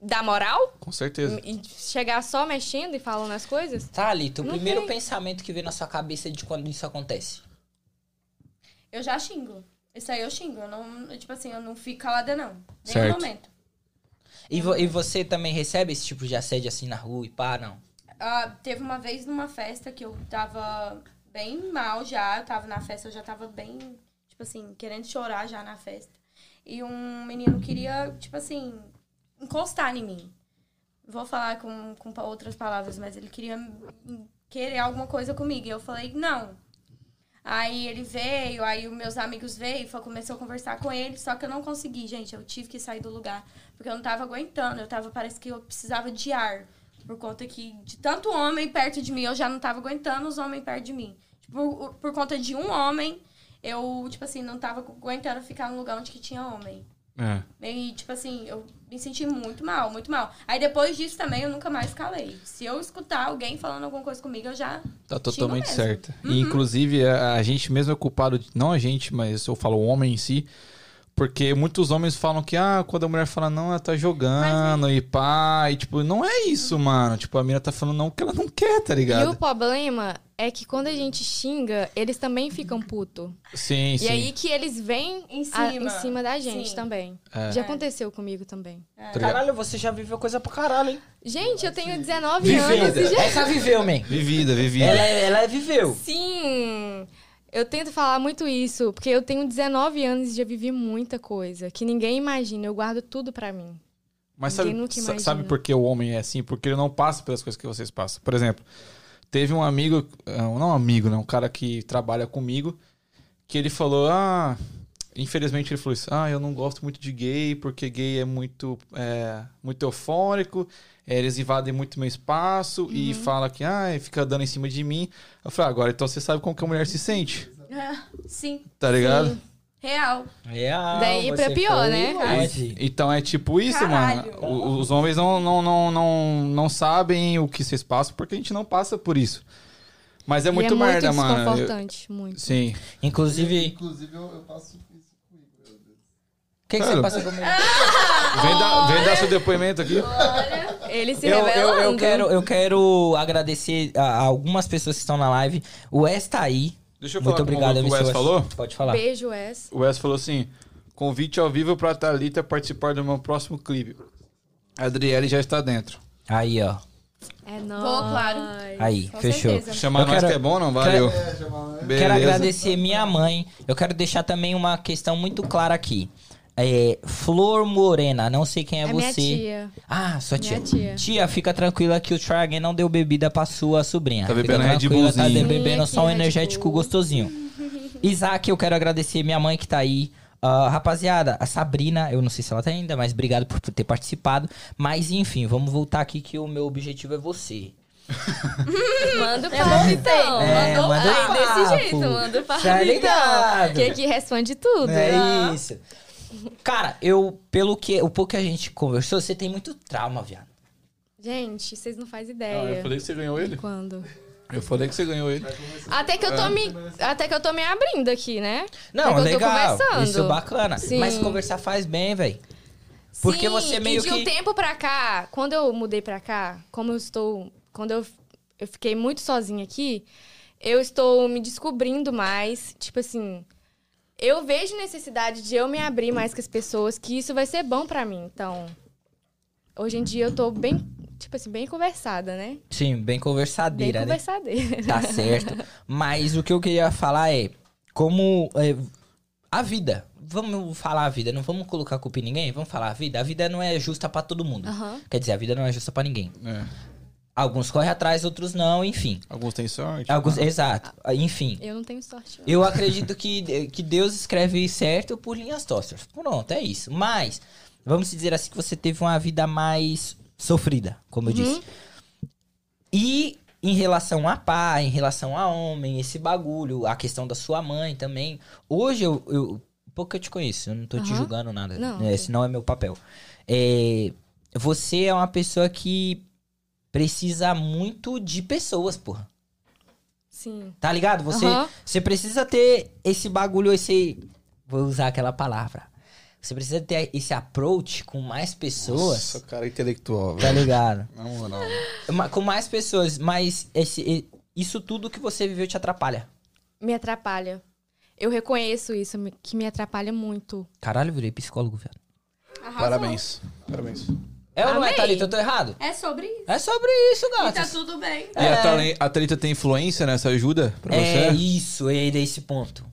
Speaker 6: Dar moral?
Speaker 2: Com certeza.
Speaker 6: E chegar só mexendo e falando as coisas?
Speaker 3: Thalita, Tá, o
Speaker 6: Não
Speaker 3: primeiro
Speaker 6: tem.
Speaker 3: pensamento que vem na sua cabeça de quando isso acontece.
Speaker 4: Eu já xingo. Isso aí eu xingo. Eu não, tipo assim, eu não fico calada, não. Nenhum
Speaker 2: Certo.
Speaker 4: momento.
Speaker 3: E, vo- e você também recebe esse tipo de assédio assim na rua e pá, não?
Speaker 4: Ah, teve uma vez numa festa que eu tava bem mal já. Eu tava na festa, eu já tava bem, tipo assim, querendo chorar já na festa. E um menino queria, tipo assim, encostar em mim. Vou falar com, com pa- outras palavras, mas ele queria hum, querer alguma coisa comigo. E eu falei, não. Aí ele veio, aí os meus amigos veio, foi- começou a conversar com ele, só que eu não consegui, gente. Eu tive que sair do lugar. Porque eu não tava aguentando. Eu tava, parece que eu precisava de ar. Por conta que de tanto homem perto de mim, eu já não tava aguentando os homens perto de mim. Tipo, Por, por conta de um homem, eu, tipo assim, não tava aguentando ficar num lugar onde que tinha homem.
Speaker 2: É.
Speaker 4: E, tipo assim, eu me senti muito mal, muito mal. Aí depois disso também eu nunca mais calei. Se eu escutar alguém falando alguma coisa comigo, eu já.
Speaker 2: Tá
Speaker 4: Xinga
Speaker 2: totalmente
Speaker 4: mesmo.
Speaker 2: certa. E, inclusive, a, a gente mesmo é culpado, de- não a gente, mas eu falo o homem em si, porque muitos homens falam que, ah, quando a mulher fala não, ela tá jogando e pá, e tipo, não é isso, mano. Tipo, a mina tá falando não que ela não quer, tá
Speaker 6: E o
Speaker 2: ligado?
Speaker 6: problema é que quando a gente xinga, eles também ficam puto.
Speaker 2: Sim,
Speaker 6: E
Speaker 2: sim.
Speaker 6: aí que eles vêm
Speaker 4: Ah, Em
Speaker 6: a-
Speaker 4: cima.
Speaker 6: em cima da gente
Speaker 4: Sim.
Speaker 6: também.
Speaker 2: É.
Speaker 6: Já aconteceu comigo também.
Speaker 2: tá ligado?
Speaker 3: Caralho, você já viveu coisa pra caralho, hein?
Speaker 6: Gente, eu tenho 19 anos e
Speaker 3: Viveu.
Speaker 6: já.
Speaker 3: Essa viveu, man.
Speaker 2: Vivida, vivida.
Speaker 3: Ela, é, ela viveu.
Speaker 6: Sim! Eu tento falar muito isso, porque eu tenho 19 anos e já vivi muita coisa que ninguém imagina. Eu guardo tudo pra mim.
Speaker 2: Mas
Speaker 6: Ninguém
Speaker 2: sabe,
Speaker 6: nunca
Speaker 2: sa-
Speaker 6: imagina.
Speaker 2: sabe por que o homem é assim? Porque ele não passa pelas coisas que vocês passam. Por exemplo, teve um amigo, ah, não um amigo, né? Um cara que trabalha comigo, que ele falou, ah, infelizmente ele falou isso, ah, eu não gosto muito de gay, porque gay é muito, é, muito eufórico, é, eles invadem muito meu
Speaker 6: Uhum.
Speaker 2: espaço e fala que, ah, fica dando em cima de mim. Eu falei, ah, agora então você sabe como que a mulher se sente.
Speaker 4: É, Sim,
Speaker 2: tá ligado?
Speaker 4: real.
Speaker 3: Real,
Speaker 6: Daí
Speaker 3: É, ah, você
Speaker 6: pra pior,
Speaker 3: foi
Speaker 6: né?
Speaker 3: longe.
Speaker 2: Então é tipo isso,
Speaker 4: Caralho.
Speaker 2: mano. O- Os homens não, não, não, não, não sabem o que vocês passam porque a gente não passa por isso. Mas é
Speaker 6: E
Speaker 2: muito merda,
Speaker 6: muito
Speaker 2: mano. Eu-
Speaker 6: desconfortante, muito.
Speaker 2: Sim.
Speaker 3: Inclusive,
Speaker 8: Inclusive, eu, eu passo isso comigo. meu Deus.
Speaker 3: o que, que
Speaker 2: Cara,
Speaker 3: você passa comigo?
Speaker 2: Vem dar, vem dar seu depoimento aqui.
Speaker 6: Ele se
Speaker 3: Eu, eu,
Speaker 6: revelando.
Speaker 3: eu quero, eu quero agradecer a a algumas pessoas que estão na live. O Wes tá aí.
Speaker 2: Deixa eu falar
Speaker 3: Muito obrigado,
Speaker 2: como o
Speaker 3: Mr.
Speaker 2: Wes
Speaker 3: Wes.
Speaker 2: falou.
Speaker 3: Pode falar.
Speaker 6: Beijo, S.
Speaker 2: O Wes falou assim: convite ao vivo pra Thalita participar do meu próximo clipe. A Adriele já está dentro.
Speaker 3: Aí, ó.
Speaker 6: É nóis.
Speaker 4: Vou, claro.
Speaker 3: Aí,
Speaker 4: Com
Speaker 3: fechou.
Speaker 4: certeza.
Speaker 2: Chamar
Speaker 3: Eu
Speaker 2: nós
Speaker 3: quero-
Speaker 2: que é bom, não? Valeu.
Speaker 8: É, chamar, né?
Speaker 2: Beleza.
Speaker 3: Quero agradecer minha mãe. Eu quero deixar também uma questão muito clara aqui. É, Flor Morena, não sei quem é,
Speaker 6: É minha
Speaker 3: você.
Speaker 6: tia.
Speaker 3: Ah, sua tia.
Speaker 6: Minha tia.
Speaker 3: fica tranquila que o Chargen não deu bebida pra sua sobrinha.
Speaker 2: Tá
Speaker 3: Fica
Speaker 2: bebendo Red
Speaker 3: tranquila, Tá
Speaker 2: Bullzinho.
Speaker 3: bebendo
Speaker 6: Sim,
Speaker 3: só um
Speaker 6: Red Bull.
Speaker 3: energético gostosinho. Isaac, eu quero agradecer minha mãe que tá aí. Ah, rapaziada, a Sabrina, eu não sei se ela tá ainda, mas obrigado por ter participado. Mas enfim, vamos voltar aqui que o meu objetivo é você.
Speaker 6: Manda o papo, então.
Speaker 3: É,
Speaker 6: manda o
Speaker 3: manda o
Speaker 6: papo. desse
Speaker 3: papo.
Speaker 6: jeito, manda o papo.
Speaker 3: Tá
Speaker 6: então.
Speaker 3: ligado.
Speaker 6: Que aqui responde tudo. Ah.
Speaker 3: É isso. Cara, eu, pelo que o pouco que a gente conversou, você tem muito trauma, viado.
Speaker 6: Gente, vocês não fazem ideia.
Speaker 2: que você ganhou ele.
Speaker 6: Quando?
Speaker 2: Eu falei que você ganhou ele.
Speaker 6: Até que eu
Speaker 2: Ah.
Speaker 6: tô me, até que eu tô me abrindo aqui, né?
Speaker 3: Não,
Speaker 6: Até que eu tô
Speaker 3: legal.
Speaker 6: conversando.
Speaker 3: Isso é bacana.
Speaker 6: Sim.
Speaker 3: Mas conversar faz bem, velho. Porque
Speaker 6: Sim,
Speaker 3: você
Speaker 6: e
Speaker 3: meio
Speaker 6: de
Speaker 3: que.
Speaker 6: um tempo pra cá, quando eu mudei pra cá, como eu estou, quando eu, eu fiquei muito sozinha aqui, eu estou me descobrindo mais, tipo assim, eu vejo necessidade de eu me abrir mais com as pessoas, que isso vai ser bom pra mim. Então, hoje em dia eu tô bem, tipo assim, bem conversada, né?
Speaker 3: Sim, bem
Speaker 6: Bem
Speaker 3: conversadeira, né?
Speaker 6: conversadeira.
Speaker 3: Tá certo. Mas o que eu queria falar é como é, a vida. Vamos falar a vida, não vamos colocar culpa em ninguém, vamos falar a vida. A vida não é justa pra todo mundo.
Speaker 6: Aham.
Speaker 3: Quer dizer, a vida não é justa pra ninguém.
Speaker 2: É.
Speaker 3: Alguns correm atrás, outros não, enfim.
Speaker 2: Alguns têm sorte.
Speaker 3: Alguns, exato. Enfim.
Speaker 6: Eu não tenho sorte. não.
Speaker 3: Eu acredito que, que Deus escreve certo por linhas tostas. Pronto, é isso. Mas, vamos dizer assim que você teve uma vida mais sofrida, como eu
Speaker 6: Uhum.
Speaker 3: disse. E em relação a pai, em relação a homem, esse bagulho, a questão da sua mãe também. Hoje eu. eu pouco que eu te conheço, eu não tô te
Speaker 6: Aham.
Speaker 3: julgando nada.
Speaker 6: Não.
Speaker 3: né? Esse não é meu papel. É, você é uma pessoa que precisa muito de pessoas, porra.
Speaker 6: Sim.
Speaker 3: Tá ligado? Você,
Speaker 6: Aham.
Speaker 3: você precisa ter esse bagulho, esse. Vou usar aquela palavra. Você precisa ter esse approach com mais pessoas.
Speaker 2: Nossa, cara intelectual,
Speaker 3: Tá
Speaker 2: velho.
Speaker 3: ligado?
Speaker 2: Na moral.
Speaker 3: Ma- com mais pessoas, mas esse, e- isso tudo que você viveu te atrapalha.
Speaker 6: Me atrapalha. Eu reconheço isso, me- que me atrapalha muito.
Speaker 3: Caralho, eu virei psicólogo, velho.
Speaker 4: Arrasou.
Speaker 2: Parabéns. Parabéns.
Speaker 3: É ou não é,
Speaker 6: Amei.
Speaker 3: Thalita? Eu tô errado?
Speaker 4: É sobre isso.
Speaker 3: É sobre isso,
Speaker 4: E tá
Speaker 3: gato.
Speaker 4: tudo bem.
Speaker 2: E a Thali- a Thalita tem influência nessa ajuda pra
Speaker 3: É
Speaker 2: você?
Speaker 3: isso, é desse ponto.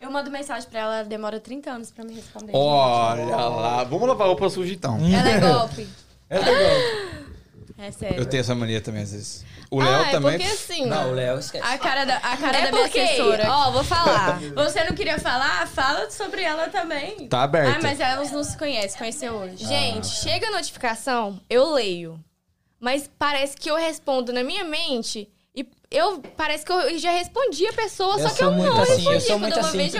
Speaker 4: Eu mando mensagem pra ela, demora 30 anos pra me responder.
Speaker 2: Olha lá. Vamos lavar roupa suja então.
Speaker 4: Ela é golpe.
Speaker 2: É legal.
Speaker 4: É sério.
Speaker 2: Eu tenho essa mania também, às vezes. O Léo
Speaker 6: ah, é
Speaker 2: também.
Speaker 6: porque assim...
Speaker 3: Não, Léo, esquece.
Speaker 4: A cara da, a cara
Speaker 6: é
Speaker 4: da minha
Speaker 6: porque,
Speaker 4: assessora.
Speaker 6: ó, vou falar.
Speaker 4: Você não queria falar? Fala sobre ela também.
Speaker 2: Tá aberto.
Speaker 4: Ah, mas elas não se conhecem, conheceu hoje.
Speaker 6: Gente, Ah. chega a notificação, eu leio. Mas parece que eu respondo na minha mente e eu parece que eu já respondi a pessoa,
Speaker 3: Eu
Speaker 6: só que eu
Speaker 3: sou muito
Speaker 6: não
Speaker 3: assim,
Speaker 6: respondi.
Speaker 3: eu sou
Speaker 6: Quando
Speaker 3: muito
Speaker 6: eu
Speaker 3: assim.
Speaker 6: vejo,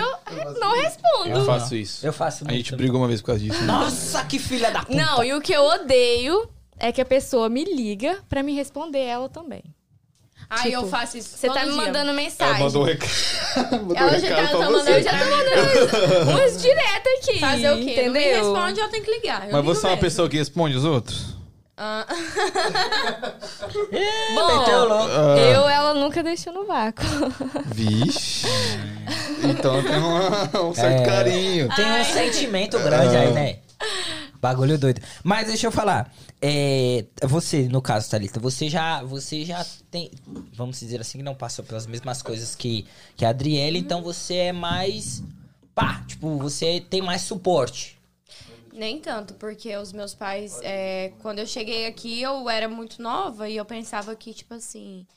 Speaker 6: eu não respondo.
Speaker 2: Eu faço isso.
Speaker 3: Eu faço
Speaker 2: A
Speaker 3: muito.
Speaker 2: gente brigou uma vez por causa disso. né?
Speaker 3: Nossa, que filha da puta.
Speaker 6: Não, e o que eu odeio é que a pessoa me liga pra me responder ela também.
Speaker 4: Aí eu faço isso.
Speaker 6: Você tá me mandando mensagem.
Speaker 2: um recado. um
Speaker 4: Ela já ela tá mandando já
Speaker 6: Umas diretas aqui.
Speaker 4: Fazer o quê? Não me
Speaker 6: Entendeu?
Speaker 4: responde, eu tenho que ligar. Eu
Speaker 2: Mas
Speaker 4: ligo
Speaker 2: você é uma
Speaker 4: mesmo.
Speaker 2: pessoa que responde os outros?
Speaker 4: Ah,
Speaker 6: Bom,
Speaker 3: Meteu louco.
Speaker 2: É.
Speaker 6: eu, ela nunca deixou no vácuo.
Speaker 2: Vixe. Então tem um, um certo
Speaker 3: É.
Speaker 2: carinho.
Speaker 3: Tem um sentimento grande aí, né? Bagulho doido. Mas deixa eu falar. é, você, no caso, Thalita, você já, você já tem. Vamos dizer assim, que não passou pelas mesmas coisas que, que a Adriele, então você é mais. Pá, tipo, você tem mais suporte.
Speaker 4: nem tanto, porque os meus pais, é, quando eu cheguei aqui, eu era muito nova e eu pensava que, tipo assim,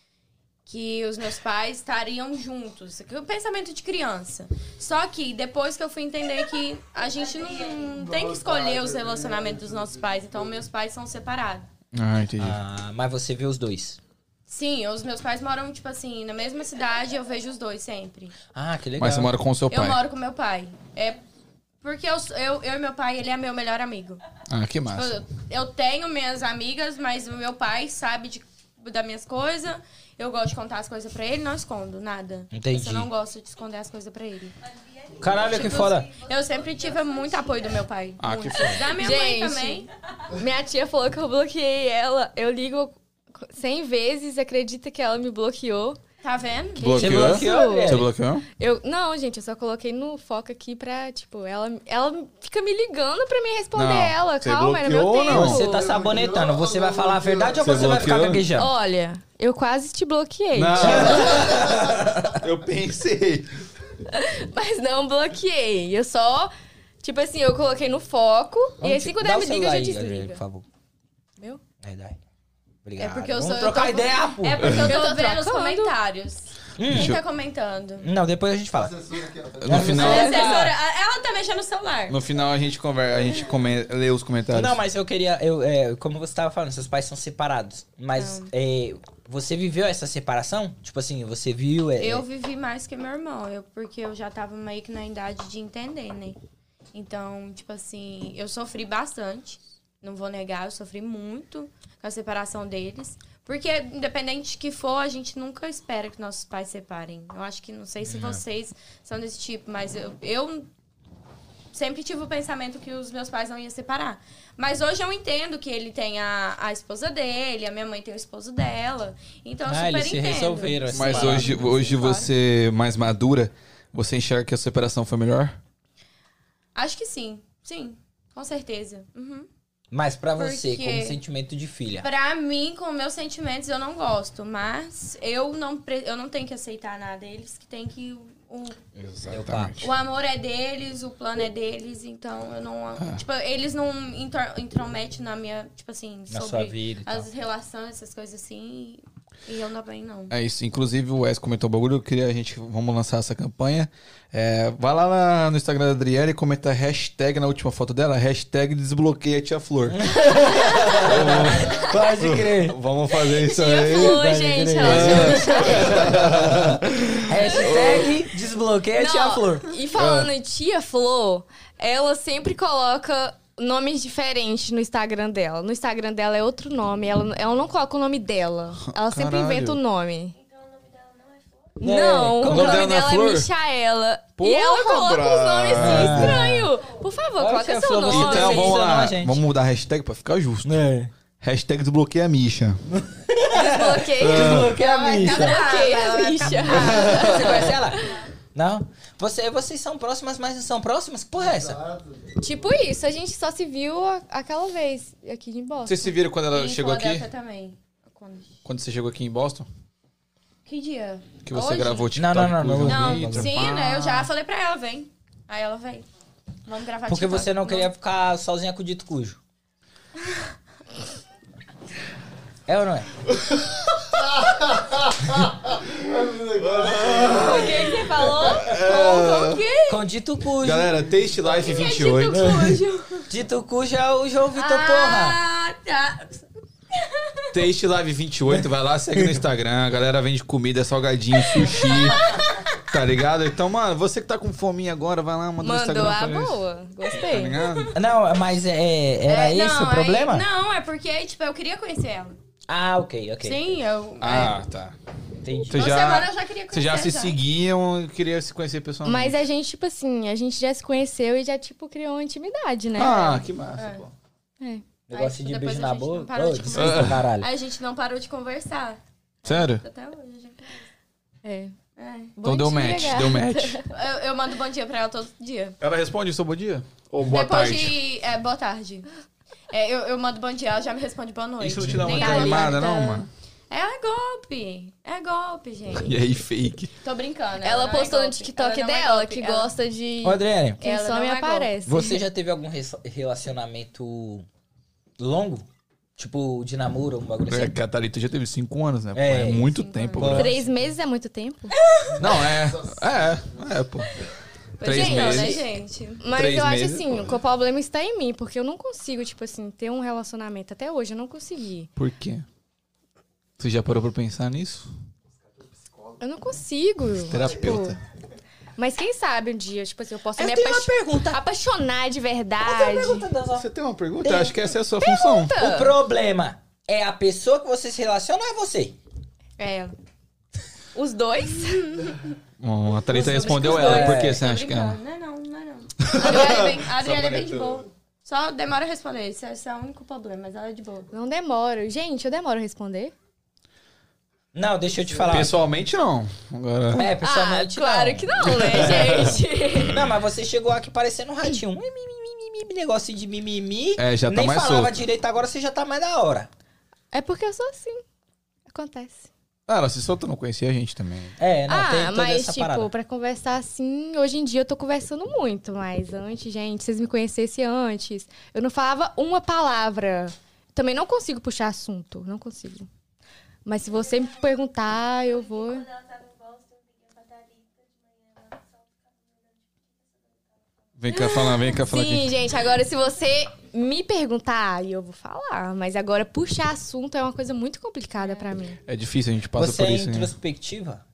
Speaker 4: que os meus pais estariam juntos. Que é o pensamento de criança. Só que depois que eu fui entender que a gente não tem que escolher os relacionamentos dos nossos pais, então meus pais são separados.
Speaker 2: Ah, entendi.
Speaker 3: Ah, mas você vê os dois.
Speaker 4: Sim, os meus pais moram, tipo assim, na mesma cidade, eu vejo os dois sempre.
Speaker 3: Ah, que legal.
Speaker 2: Mas você mora com o seu
Speaker 4: Eu
Speaker 2: pai.
Speaker 4: moro com meu pai. É porque eu, sou- eu, eu e meu pai, ele é meu melhor amigo.
Speaker 2: Ah, que massa.
Speaker 4: Eu, eu tenho minhas amigas, mas o meu pai sabe de, das minhas coisas. Eu gosto de contar as coisas pra ele, não escondo nada.
Speaker 3: Entendi.
Speaker 4: Eu não gosto de esconder as coisas pra ele. Tipo,
Speaker 3: Caralho, que foda.
Speaker 4: Eu sempre tive muito apoio do meu pai.
Speaker 2: Ah, que
Speaker 4: muito.
Speaker 2: foda.
Speaker 4: Da minha
Speaker 6: Gente.
Speaker 4: mãe também.
Speaker 6: Minha tia falou que eu bloqueei ela. Eu ligo 100 vezes, acredita que ela me bloqueou.
Speaker 4: Tá vendo?
Speaker 3: Você
Speaker 2: Bloqueou?
Speaker 3: bloqueou,
Speaker 2: Você
Speaker 3: velho.
Speaker 2: bloqueou?
Speaker 6: Eu, não, gente, eu só coloquei no foco aqui pra, tipo, ela, ela fica me ligando pra mim responder
Speaker 2: Não,
Speaker 6: ela.
Speaker 2: você
Speaker 6: Calma, era meu
Speaker 2: bloqueou ou
Speaker 6: tempo.
Speaker 2: não?
Speaker 3: Você tá sabonetando. Você vai falar a verdade ou
Speaker 2: Você
Speaker 3: você vai ficar
Speaker 2: bloqueou?
Speaker 3: gaguejando?
Speaker 6: Olha, eu quase te bloqueei.
Speaker 2: Eu pensei.
Speaker 6: Mas não bloqueei. Eu só, tipo assim, eu coloquei no foco. e aí, se
Speaker 3: Dá
Speaker 6: puder
Speaker 3: o
Speaker 6: me liga,
Speaker 3: celular
Speaker 6: eu já
Speaker 3: aí, Adriele,
Speaker 6: desligo.
Speaker 3: Por favor.
Speaker 6: Meu?
Speaker 3: É, dá. Obrigado.
Speaker 4: É porque eu
Speaker 3: Vamos
Speaker 4: sou- eu
Speaker 3: trocar
Speaker 4: tô-
Speaker 3: ideia, pô.
Speaker 4: É porque eu
Speaker 6: Eu
Speaker 4: tô,
Speaker 6: tô
Speaker 4: vendo os
Speaker 6: trocando.
Speaker 4: comentários. Quem tá comentando?
Speaker 3: Não, depois a gente fala.
Speaker 8: tá
Speaker 2: No final,
Speaker 4: Olha, assessora, a- ela tá mexendo no celular.
Speaker 2: no final a gente conversa, a gente come, lê os comentários.
Speaker 3: Não, mas eu queria. Eu, é, como você tava falando, seus pais são separados. Mas
Speaker 4: Ah.
Speaker 3: é, você viveu essa separação? Tipo assim, você viu. é,
Speaker 4: Eu vivi mais que meu irmão, eu, porque eu já tava meio que na idade de entender, né? Então, tipo assim, eu sofri bastante. Não vou negar, eu sofri muito com a separação deles. Porque, independente de que for, a gente nunca espera que nossos pais separem. Eu acho que, não sei se vocês são desse tipo, mas eu, eu sempre tive o pensamento que os meus pais não iam separar. Mas hoje eu entendo que ele tem a, a esposa dele, a minha mãe tem o esposo dela. Então, eu
Speaker 3: Ah,
Speaker 4: super
Speaker 3: eles se
Speaker 4: entendo.
Speaker 3: resolveram. assim,
Speaker 2: Mas
Speaker 3: lá.
Speaker 2: hoje, hoje você, mais madura, você enxerga que a separação foi melhor?
Speaker 4: Acho que sim, sim, com certeza. Uhum.
Speaker 3: Mas pra
Speaker 4: Por
Speaker 3: você,
Speaker 4: quê?
Speaker 3: como sentimento de filha.
Speaker 4: Pra mim, com meus sentimentos, eu não gosto, mas eu não, pre- eu não tenho que aceitar nada. Eles que têm que. O,
Speaker 3: Eu pá.
Speaker 4: o amor é deles, o plano é deles, então eu não.
Speaker 3: Ah.
Speaker 4: Tipo, eles não inter- intrometem na minha. Tipo assim,
Speaker 3: Na
Speaker 4: sobre
Speaker 3: sua vida e tal.
Speaker 4: as relações, essas coisas assim. E eu não bem, não.
Speaker 2: É isso. Inclusive, o Wes comentou o bagulho. Eu queria a gente. Vamos lançar essa campanha. É, vai lá na- no Instagram da Adriele e comenta a hashtag na última foto dela. Hashtag desbloqueia a tia Flor.
Speaker 3: Pode crer.
Speaker 2: vamos fazer isso
Speaker 6: Tia
Speaker 2: aí.
Speaker 6: Flor,
Speaker 3: vai,
Speaker 6: gente,
Speaker 3: vai,
Speaker 6: ela
Speaker 3: vai.
Speaker 6: chama
Speaker 3: Hashtag desbloqueia a É tia
Speaker 6: Não,
Speaker 3: Flor.
Speaker 6: E falando
Speaker 2: Ah.
Speaker 6: em tia Flor, ela sempre coloca nomes diferentes no Instagram dela. No Instagram dela é outro nome. Ela, ela não coloca o nome dela. Ela sempre
Speaker 2: Caralho.
Speaker 6: inventa o nome.
Speaker 3: É,
Speaker 6: Não,
Speaker 3: como que é
Speaker 6: o
Speaker 3: o
Speaker 6: nome,
Speaker 2: nome dela
Speaker 6: dela
Speaker 2: é
Speaker 6: é
Speaker 2: Flor?
Speaker 6: Michaela.
Speaker 2: Porra,
Speaker 6: e ela coloca
Speaker 2: brother.
Speaker 6: uns nomes assim estranhos. Por favor,
Speaker 3: Olha
Speaker 6: coloca
Speaker 3: essa
Speaker 6: seu
Speaker 3: Flor,
Speaker 6: nome.
Speaker 3: você
Speaker 2: Então
Speaker 3: Nossa,
Speaker 2: vamos
Speaker 3: isso não,
Speaker 2: lá.
Speaker 3: gente.
Speaker 2: vamos mudar a hashtag pra ficar justo.
Speaker 3: É.
Speaker 2: Hashtag desbloqueia a Misha.
Speaker 6: Desbloqueia.
Speaker 2: Ah,
Speaker 3: Desbloqueia a
Speaker 2: tá.
Speaker 3: bicha.
Speaker 6: Desbloqueia, bicha.
Speaker 4: então
Speaker 3: Você conhece ela? Não? Você, vocês são próximas, mas não são próximas? Que porra é essa?
Speaker 6: Tipo isso, a gente só se viu a- aquela vez aqui em Boston.
Speaker 2: Vocês se viram quando ela
Speaker 4: E
Speaker 2: chegou aqui?
Speaker 4: Filadélfia também. Quando-
Speaker 2: Quando você chegou aqui em Boston?
Speaker 4: Que dia?
Speaker 2: Que você
Speaker 4: Hoje?
Speaker 2: gravou o
Speaker 3: Não,
Speaker 2: TikTok?
Speaker 3: não, não, não.
Speaker 2: com o João
Speaker 4: Não,
Speaker 2: Vitor?
Speaker 3: Ah.
Speaker 4: sim, né? Eu já falei pra ela, vem. Aí ela vem. Vamos gravar
Speaker 3: Porque
Speaker 4: TikTok.
Speaker 3: você não queria ficar sozinha com o dito cujo. É ou não é?
Speaker 6: O que que você falou?
Speaker 4: É.
Speaker 6: Como, como que?
Speaker 3: Com o dito cujo.
Speaker 2: Galera, Taste Life 28.
Speaker 3: Dito cujo é o João Vitor, porra.
Speaker 4: Ah, tá.
Speaker 2: Taste Live 28, vai lá, segue no Instagram. A galera vende comida, salgadinho, sushi. Tá ligado? Então, mano, você que tá com fominha agora, vai lá, manda no
Speaker 6: Mandou
Speaker 2: Instagram.
Speaker 6: a
Speaker 2: pra nós,
Speaker 6: boa.
Speaker 2: Tá
Speaker 6: Gostei.
Speaker 2: ligado?
Speaker 3: Não, mas é, era
Speaker 4: É,
Speaker 3: esse
Speaker 4: não,
Speaker 3: o
Speaker 4: aí-
Speaker 3: problema?
Speaker 4: não, é porque, tipo, eu queria conhecer ela.
Speaker 3: Ah, ok, ok.
Speaker 4: Sim, eu. é.
Speaker 2: Ah, tá.
Speaker 3: Entendi.
Speaker 2: Você
Speaker 4: Uma semana
Speaker 2: já,
Speaker 4: eu já queria conhecer.
Speaker 2: você já se seguiam e queria se conhecer pessoalmente.
Speaker 6: Mas a gente, tipo assim, a gente já se conheceu e já, tipo, criou uma intimidade, né?
Speaker 2: Ah, que massa, pô.
Speaker 3: Negócio
Speaker 4: Aí,
Speaker 3: de
Speaker 4: depois
Speaker 3: beijo
Speaker 4: a
Speaker 3: na
Speaker 4: gente não
Speaker 3: boca.
Speaker 4: parou
Speaker 3: Ô,
Speaker 4: de
Speaker 3: desculpa, caralho.
Speaker 4: Aí a gente não parou de conversar.
Speaker 2: Sério?
Speaker 4: Até hoje. a gente-
Speaker 6: É.
Speaker 4: É.
Speaker 2: Então deu match, deu match.
Speaker 4: Eu, eu mando bom dia pra ela todo dia.
Speaker 2: Ela responde seu bom dia? Ou boa
Speaker 4: Depois
Speaker 2: tarde?
Speaker 4: de. É, boa tarde. É, eu, eu mando bom dia, ela já me responde boa noite.
Speaker 2: Isso não te dá uma
Speaker 4: Nem ela
Speaker 2: desanimada,
Speaker 4: manda.
Speaker 2: não, mano?
Speaker 4: É golpe. É golpe, gente.
Speaker 2: E aí, fake.
Speaker 4: Tô brincando.
Speaker 6: Ela
Speaker 4: não é
Speaker 6: postou no
Speaker 4: golpe.
Speaker 6: TikTok
Speaker 4: Ela não é
Speaker 6: dela
Speaker 4: golpe.
Speaker 6: que
Speaker 4: Ela-
Speaker 6: gosta de.
Speaker 3: Ô, Adriane,
Speaker 6: Quem
Speaker 4: Ela
Speaker 6: some
Speaker 4: não é
Speaker 6: aparece.
Speaker 3: Você já teve algum res- relacionamento longo? Tipo, de namoro, um bagulho
Speaker 2: É,
Speaker 3: assim?
Speaker 2: Catalita já teve 5 anos, né? pô?
Speaker 3: É,
Speaker 2: É, muito tempo,
Speaker 3: anos.
Speaker 2: bro.
Speaker 6: Três meses é muito tempo.
Speaker 2: Não, é. É, é, pô. Três
Speaker 4: Gente, não,
Speaker 2: meses.
Speaker 4: né, gente?
Speaker 6: Mas
Speaker 2: Três
Speaker 6: eu acho
Speaker 2: meses,
Speaker 6: assim, que o problema está em mim, porque eu não consigo, tipo assim, ter um relacionamento. Até hoje eu não consegui.
Speaker 2: Por quê? Você já parou pra pensar nisso?
Speaker 6: Eu não consigo.
Speaker 2: Terapeuta.
Speaker 6: Tipo, mas quem sabe um dia, tipo assim, eu posso
Speaker 3: Eu
Speaker 6: me
Speaker 3: tenho uma
Speaker 6: apaix-
Speaker 4: Ah,
Speaker 3: pergunta.
Speaker 6: apaixonar de verdade.
Speaker 2: Você tem uma pergunta? Eu Acho que essa é a sua função.
Speaker 3: O problema é a pessoa que você se relaciona ou é você?
Speaker 6: É. Os dois?
Speaker 2: Bom, a Thalita respondeu
Speaker 4: Os
Speaker 2: ela.
Speaker 4: dois.
Speaker 2: Por que você
Speaker 4: Tô
Speaker 2: acha que ela?
Speaker 4: brincando. Não é não, não é não. A Adriele é bem- A Adriele é bem de boa. Só demora a responder, esse esse é o único problema, mas ela é de boa.
Speaker 6: Não demoro. Gente, eu demoro a responder.
Speaker 3: Não, deixa eu te falar.
Speaker 2: Pessoalmente, não. Agora,
Speaker 3: É, pessoalmente.
Speaker 6: ah, claro
Speaker 3: não.
Speaker 6: que não, né, gente?
Speaker 3: Não, mas você chegou aqui parecendo um ratinho. Ui, mi, mi, mi, mi, mi, Negócio de mimimi.
Speaker 2: É, já tá
Speaker 3: Nem
Speaker 2: mais
Speaker 3: falava
Speaker 2: solto.
Speaker 3: direito, agora você já tá mais da hora.
Speaker 6: é porque eu sou assim. Acontece.
Speaker 2: Ah, ela se solta, não conhecia a gente também.
Speaker 3: É, não, tem
Speaker 6: ah,
Speaker 3: toda
Speaker 6: mas
Speaker 3: essa
Speaker 6: tipo,
Speaker 3: parada.
Speaker 6: pra conversar assim, hoje em dia eu tô conversando muito, mas antes, gente, vocês me conhecessem antes, eu não falava uma palavra. Também não consigo puxar assunto, não consigo. Mas se você me perguntar, eu vou.
Speaker 2: Vem cá falar, vem cá falar
Speaker 6: Sim,
Speaker 2: aqui.
Speaker 6: gente, agora se você me perguntar, aí eu vou falar, mas agora puxar assunto é uma coisa muito complicada pra mim.
Speaker 2: É difícil, a gente passa
Speaker 3: Você
Speaker 2: por
Speaker 3: é
Speaker 2: isso. né?
Speaker 3: introspectiva?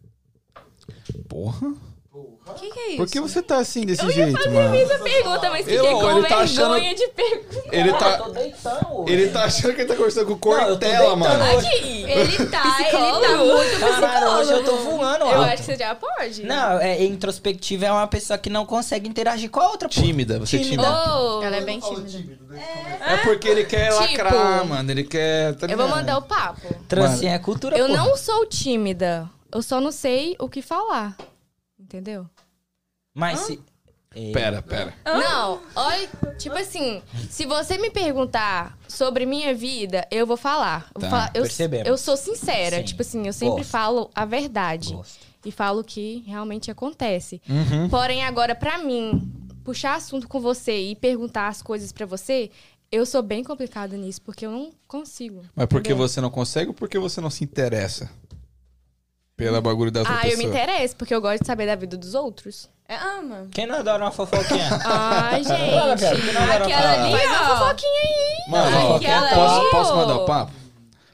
Speaker 2: Porra.
Speaker 4: O que, que é isso?
Speaker 2: Por que você tá assim desse jeito, mano?
Speaker 6: Essa pergunta, mas
Speaker 2: Eu-
Speaker 6: fiquei com
Speaker 2: ele
Speaker 6: vergonha
Speaker 2: tá achando-
Speaker 6: de perguntar.
Speaker 2: Ele
Speaker 3: Eu
Speaker 2: tá.
Speaker 3: tô deitando hoje.
Speaker 2: Ele tá achando que ele tá conversando com o
Speaker 3: Não, eu tô
Speaker 2: Cortella,
Speaker 3: deitando
Speaker 2: mano.
Speaker 3: hoje.
Speaker 6: Ele tá, ele tá
Speaker 3: Psicólogo?
Speaker 6: muito
Speaker 3: Caralho, hoje eu tô voando
Speaker 6: Eu
Speaker 3: alto.
Speaker 6: acho que você já pode.
Speaker 3: Não, é, introspectiva é uma pessoa que não consegue interagir com a outra, pô.
Speaker 2: Tímida, você é tímida.
Speaker 6: Ô,
Speaker 4: Ela é bem
Speaker 8: Fala
Speaker 4: tímida.
Speaker 8: tímido, né? Começa.
Speaker 2: É porque ele quer
Speaker 6: Tipo-
Speaker 2: lacrar, mano. Ele quer. tá
Speaker 6: eu vou mandar o papo.
Speaker 3: Trancinha é cultura,
Speaker 6: Eu
Speaker 3: pô.
Speaker 6: não sou tímida. Eu só não sei o que falar. Entendeu?
Speaker 3: Mas se... Ei.
Speaker 2: Pera, pera.
Speaker 6: Não, olha, tipo assim, se você me perguntar sobre minha vida, eu vou falar. Eu,
Speaker 2: Tá,
Speaker 6: vou falar- eu-
Speaker 3: percebemos.
Speaker 6: eu sou sincera,
Speaker 3: Sim.
Speaker 6: tipo assim, eu sempre
Speaker 3: Gosto.
Speaker 6: falo a verdade
Speaker 3: Gosto.
Speaker 6: e falo o que realmente acontece.
Speaker 2: Uhum.
Speaker 6: Porém, agora pra mim, puxar assunto com você e perguntar as coisas pra você, eu sou bem complicada nisso, porque eu não consigo.
Speaker 2: Mas porque
Speaker 6: entendeu?
Speaker 2: você não consegue ou porque você não se interessa? Pela bagulho da outra
Speaker 6: Ah,
Speaker 2: pessoa.
Speaker 6: eu me interesso, porque eu gosto de saber da vida dos outros.
Speaker 4: É, ama.
Speaker 3: Quem não adora uma fofoquinha?
Speaker 6: Ai,
Speaker 3: Fala,
Speaker 6: gente.
Speaker 3: cara, quem não adora uma
Speaker 4: Aquela
Speaker 3: fofoquinha?
Speaker 4: ali,
Speaker 6: Faz uma
Speaker 4: ó.
Speaker 6: fofoquinha aí.
Speaker 2: Mano,
Speaker 6: Ai,
Speaker 2: ó,
Speaker 6: que ela
Speaker 2: posso,
Speaker 6: é
Speaker 2: posso
Speaker 6: eu.
Speaker 2: mandar o papo?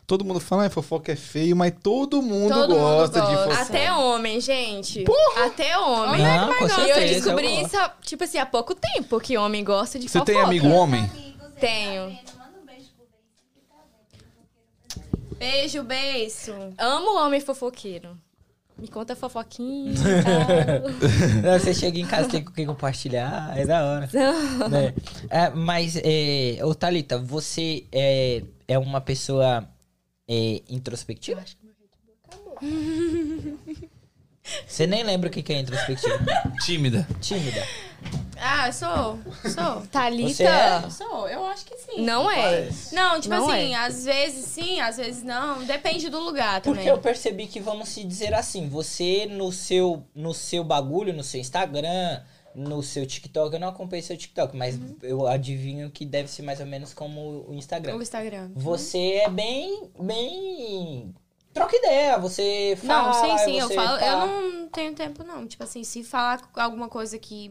Speaker 2: Todo mundo fala, ah, fofoca é feio, mas todo mundo
Speaker 4: Todo mundo
Speaker 2: gosta de
Speaker 4: gosta.
Speaker 2: fofoca.
Speaker 6: Até homem, gente. Até homem.
Speaker 3: Homem é que mais Não, com gosta.
Speaker 6: e eu
Speaker 3: certeza,
Speaker 6: descobri
Speaker 3: eu
Speaker 6: isso, tipo assim, há pouco tempo que homem gosta de
Speaker 2: Você
Speaker 6: fofoca.
Speaker 2: tem amigo homem?
Speaker 6: Tenho.
Speaker 4: Beijo, beijo.
Speaker 6: Amo homem fofoqueiro. Me conta fofoquinha. e
Speaker 3: Não, você chega em casa, tem com quem compartilhar, é da hora. Né? É, mas, é, ô Thalita, você é, é uma pessoa é, introspectiva? Você nem lembra o que que é introspectiva.
Speaker 2: Tímida.
Speaker 3: Tímida.
Speaker 4: Ah, sou, sou.
Speaker 6: tal. Thalita.
Speaker 3: Você é?
Speaker 4: Sou, eu acho que sim.
Speaker 6: Não é.
Speaker 4: Não, tipo
Speaker 6: Não
Speaker 4: assim,
Speaker 6: é.
Speaker 4: às vezes sim, às vezes não. Depende do lugar também.
Speaker 3: Porque eu percebi que, vamos se dizer assim, você no seu, no seu bagulho, no seu Instagram, no seu TikTok, eu não acompanho seu TikTok, mas eu adivinho que deve ser mais ou menos como o Instagram.
Speaker 4: O Instagram.
Speaker 3: Você é bem, bem... Troca ideia, você fala...
Speaker 4: Não, sim, sim, eu
Speaker 3: você
Speaker 4: falo.
Speaker 3: tá-
Speaker 4: Eu não tenho tempo, não. Tipo assim, se falar alguma coisa que.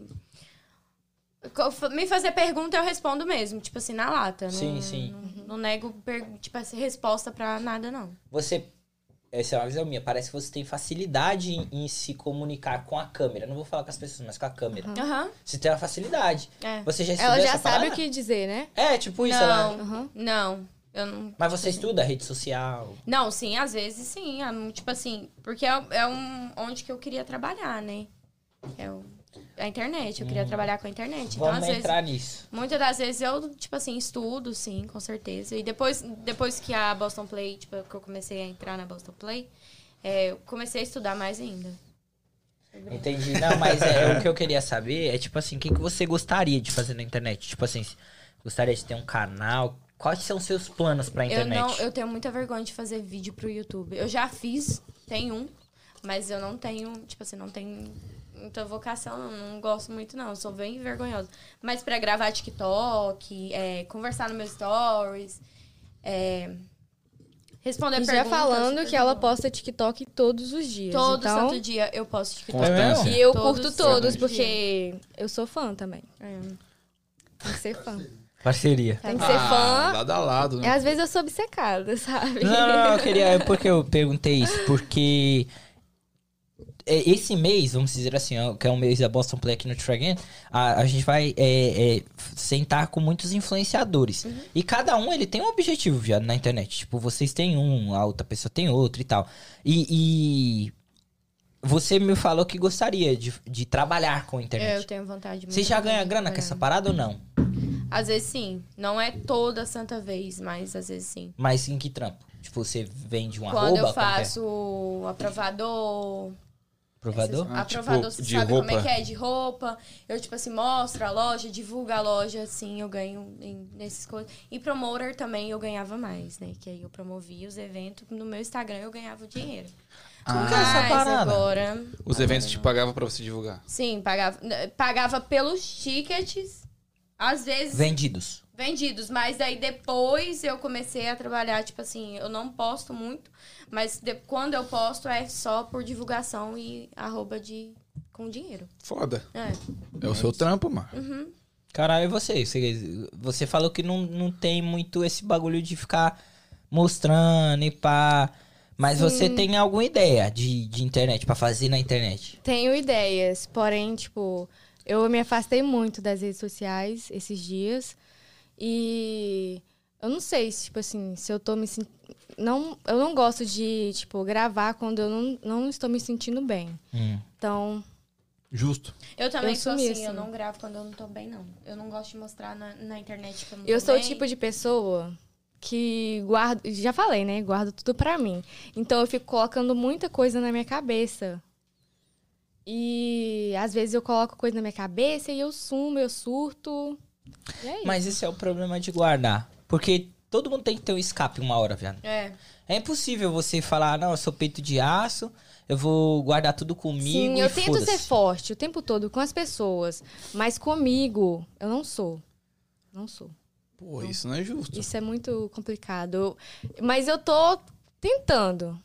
Speaker 4: co- fa- Me fazer pergunta, eu respondo mesmo. Tipo assim, na lata.
Speaker 3: Sim,
Speaker 4: não,
Speaker 3: sim.
Speaker 4: Não, não nego, per- tipo assim, resposta pra nada, não.
Speaker 3: Você... Essa é uma visão minha. Parece que você tem facilidade em, em se comunicar com a câmera. Não vou falar com as pessoas, mas com a câmera.
Speaker 4: Aham.
Speaker 3: Você tem uma facilidade.
Speaker 4: Uhum. É.
Speaker 3: Você já estudou
Speaker 6: Ela já
Speaker 3: essa
Speaker 6: sabe o
Speaker 3: parada?
Speaker 6: que dizer, né?
Speaker 3: É, tipo isso.
Speaker 4: Não,
Speaker 3: ela-
Speaker 6: Aham.
Speaker 4: não. Eu não.
Speaker 3: Mas você estuda rede social,
Speaker 4: Não, sim, às vezes sim. ah, não, Tipo assim, porque é, é um, onde que eu queria trabalhar, né? É o- a internet, eu queria trabalhar com a internet. Então, às
Speaker 3: Hum. Vamos
Speaker 4: vezes,
Speaker 3: entrar nisso.
Speaker 4: muitas das vezes eu, tipo assim, estudo, sim, com certeza. E depois, depois que a Boston Play, tipo, que eu comecei a entrar na Boston Play, é, eu comecei a estudar mais ainda.
Speaker 3: Entendi. Não, mas é, o que eu queria saber é, tipo assim, o que, que você gostaria de fazer na internet? Tipo assim, gostaria de ter um canal? Quais são seus planos pra
Speaker 4: Eu
Speaker 3: internet?
Speaker 4: não, eu tenho muita vergonha de fazer vídeo pro YouTube. Eu já fiz, tem um, mas eu não tenho, tipo assim, não tenho muita vocação, não, não gosto muito não, sou bem vergonhosa. Mas pra gravar TikTok, é, conversar nos meus stories, é, responder
Speaker 6: E já
Speaker 4: perguntas.
Speaker 6: falando que ela posta TikTok todos os dias.
Speaker 4: todo
Speaker 6: então...
Speaker 4: santo dia eu posto TikTok.
Speaker 3: mesmo?
Speaker 6: E
Speaker 2: Constância.
Speaker 6: eu
Speaker 4: Todos
Speaker 6: curto todos,
Speaker 4: santos
Speaker 6: porque eu sou fã também.
Speaker 4: É.
Speaker 6: Tem que ser fã.
Speaker 3: Parceria.
Speaker 6: Tem que ser é fã. É.
Speaker 2: Lado a lado,
Speaker 6: E
Speaker 2: né?
Speaker 6: às vezes eu sou obcecada, sabe?
Speaker 3: Não, não, não, eu queria. Por que eu perguntei isso? Porque é, esse mês, vamos dizer assim, ó, que é um mês da Boston Play aqui no Tragan, a, a gente vai é, é, sentar com muitos influenciadores.
Speaker 4: Uhum.
Speaker 3: E cada um ele tem um objetivo, viado, na internet. Tipo, vocês têm um, a outra pessoa tem outro e tal. E. e Você me falou que gostaria de, de trabalhar com a
Speaker 4: É, Eu É.
Speaker 3: internet.
Speaker 4: tenho vontade
Speaker 3: Você
Speaker 4: muito
Speaker 3: já
Speaker 4: de
Speaker 3: ganha grana com
Speaker 4: trabalhar.
Speaker 6: é.
Speaker 3: essa parada ou não?
Speaker 4: Às vezes sim. Não é toda santa vez, mas às vezes sim.
Speaker 3: Mas em que trampo? Tipo, você vende um
Speaker 4: Quando
Speaker 3: arroba?
Speaker 4: eu
Speaker 3: como que é?
Speaker 4: faço o aprovador.
Speaker 3: Provador?
Speaker 4: essas-
Speaker 2: Ah, tipo,
Speaker 4: aprovador, você
Speaker 2: de
Speaker 4: sabe como
Speaker 2: roupa.
Speaker 4: é que é? De roupa. Eu, tipo assim, mostro a loja, divulgo a loja, assim, eu ganho em- nessas coisas. E promoter também eu ganhava mais, né? Que aí eu promovia os eventos. No meu Instagram eu ganhava o dinheiro.
Speaker 3: Como que
Speaker 2: Ah,
Speaker 3: é essa
Speaker 4: Mas
Speaker 3: parada?
Speaker 4: agora.
Speaker 2: Os eventos te pagavam pra você divulgar.
Speaker 4: Sim, pagava, pagava pelos tickets, às vezes
Speaker 3: Vendidos.
Speaker 4: vendidos, mas aí depois eu comecei a trabalhar, tipo assim, eu não posto muito, mas de- quando eu posto é só por divulgação e arroba de com dinheiro.
Speaker 2: Foda.
Speaker 4: É.
Speaker 2: É o seu trampo, mano.
Speaker 3: Caralho, e você? Você, você falou que não, não tem muito esse bagulho de ficar mostrando e pá. Mas você tem alguma ideia de, de internet, pra fazer na internet?
Speaker 6: Tenho ideias, porém, tipo, eu me afastei muito das redes sociais esses dias. E eu não sei, se, tipo assim, se eu tô me sentindo. Não, eu não gosto de, tipo, gravar quando eu não, não estou me sentindo bem.
Speaker 3: Hum.
Speaker 6: Então,
Speaker 2: Justo.
Speaker 4: Eu também
Speaker 6: Eu
Speaker 4: sou
Speaker 6: sumi,
Speaker 4: assim,
Speaker 6: assim.
Speaker 4: eu não gravo quando eu não tô bem, não. Eu não gosto de mostrar na, na internet que eu não tô
Speaker 6: eu sou o
Speaker 4: bem.
Speaker 6: tipo de pessoa que guardo. Já falei, né? Guardo tudo pra mim. Então eu fico colocando muita coisa na minha cabeça. E às vezes eu coloco coisa na minha cabeça e eu sumo, eu surto. E é isso.
Speaker 3: Mas esse é o problema de guardar. Porque todo mundo tem que ter um escape uma hora, viado.
Speaker 4: É,
Speaker 3: É impossível você falar, "Ah, não, eu sou peito de aço, eu vou guardar tudo comigo.
Speaker 6: Sim,
Speaker 3: e
Speaker 6: eu tento
Speaker 3: foda-se.
Speaker 6: ser forte o tempo todo com as pessoas, mas comigo eu não sou. Não sou.
Speaker 2: Pô, isso não é justo.
Speaker 6: Isso é muito complicado. Mas eu tô tentando.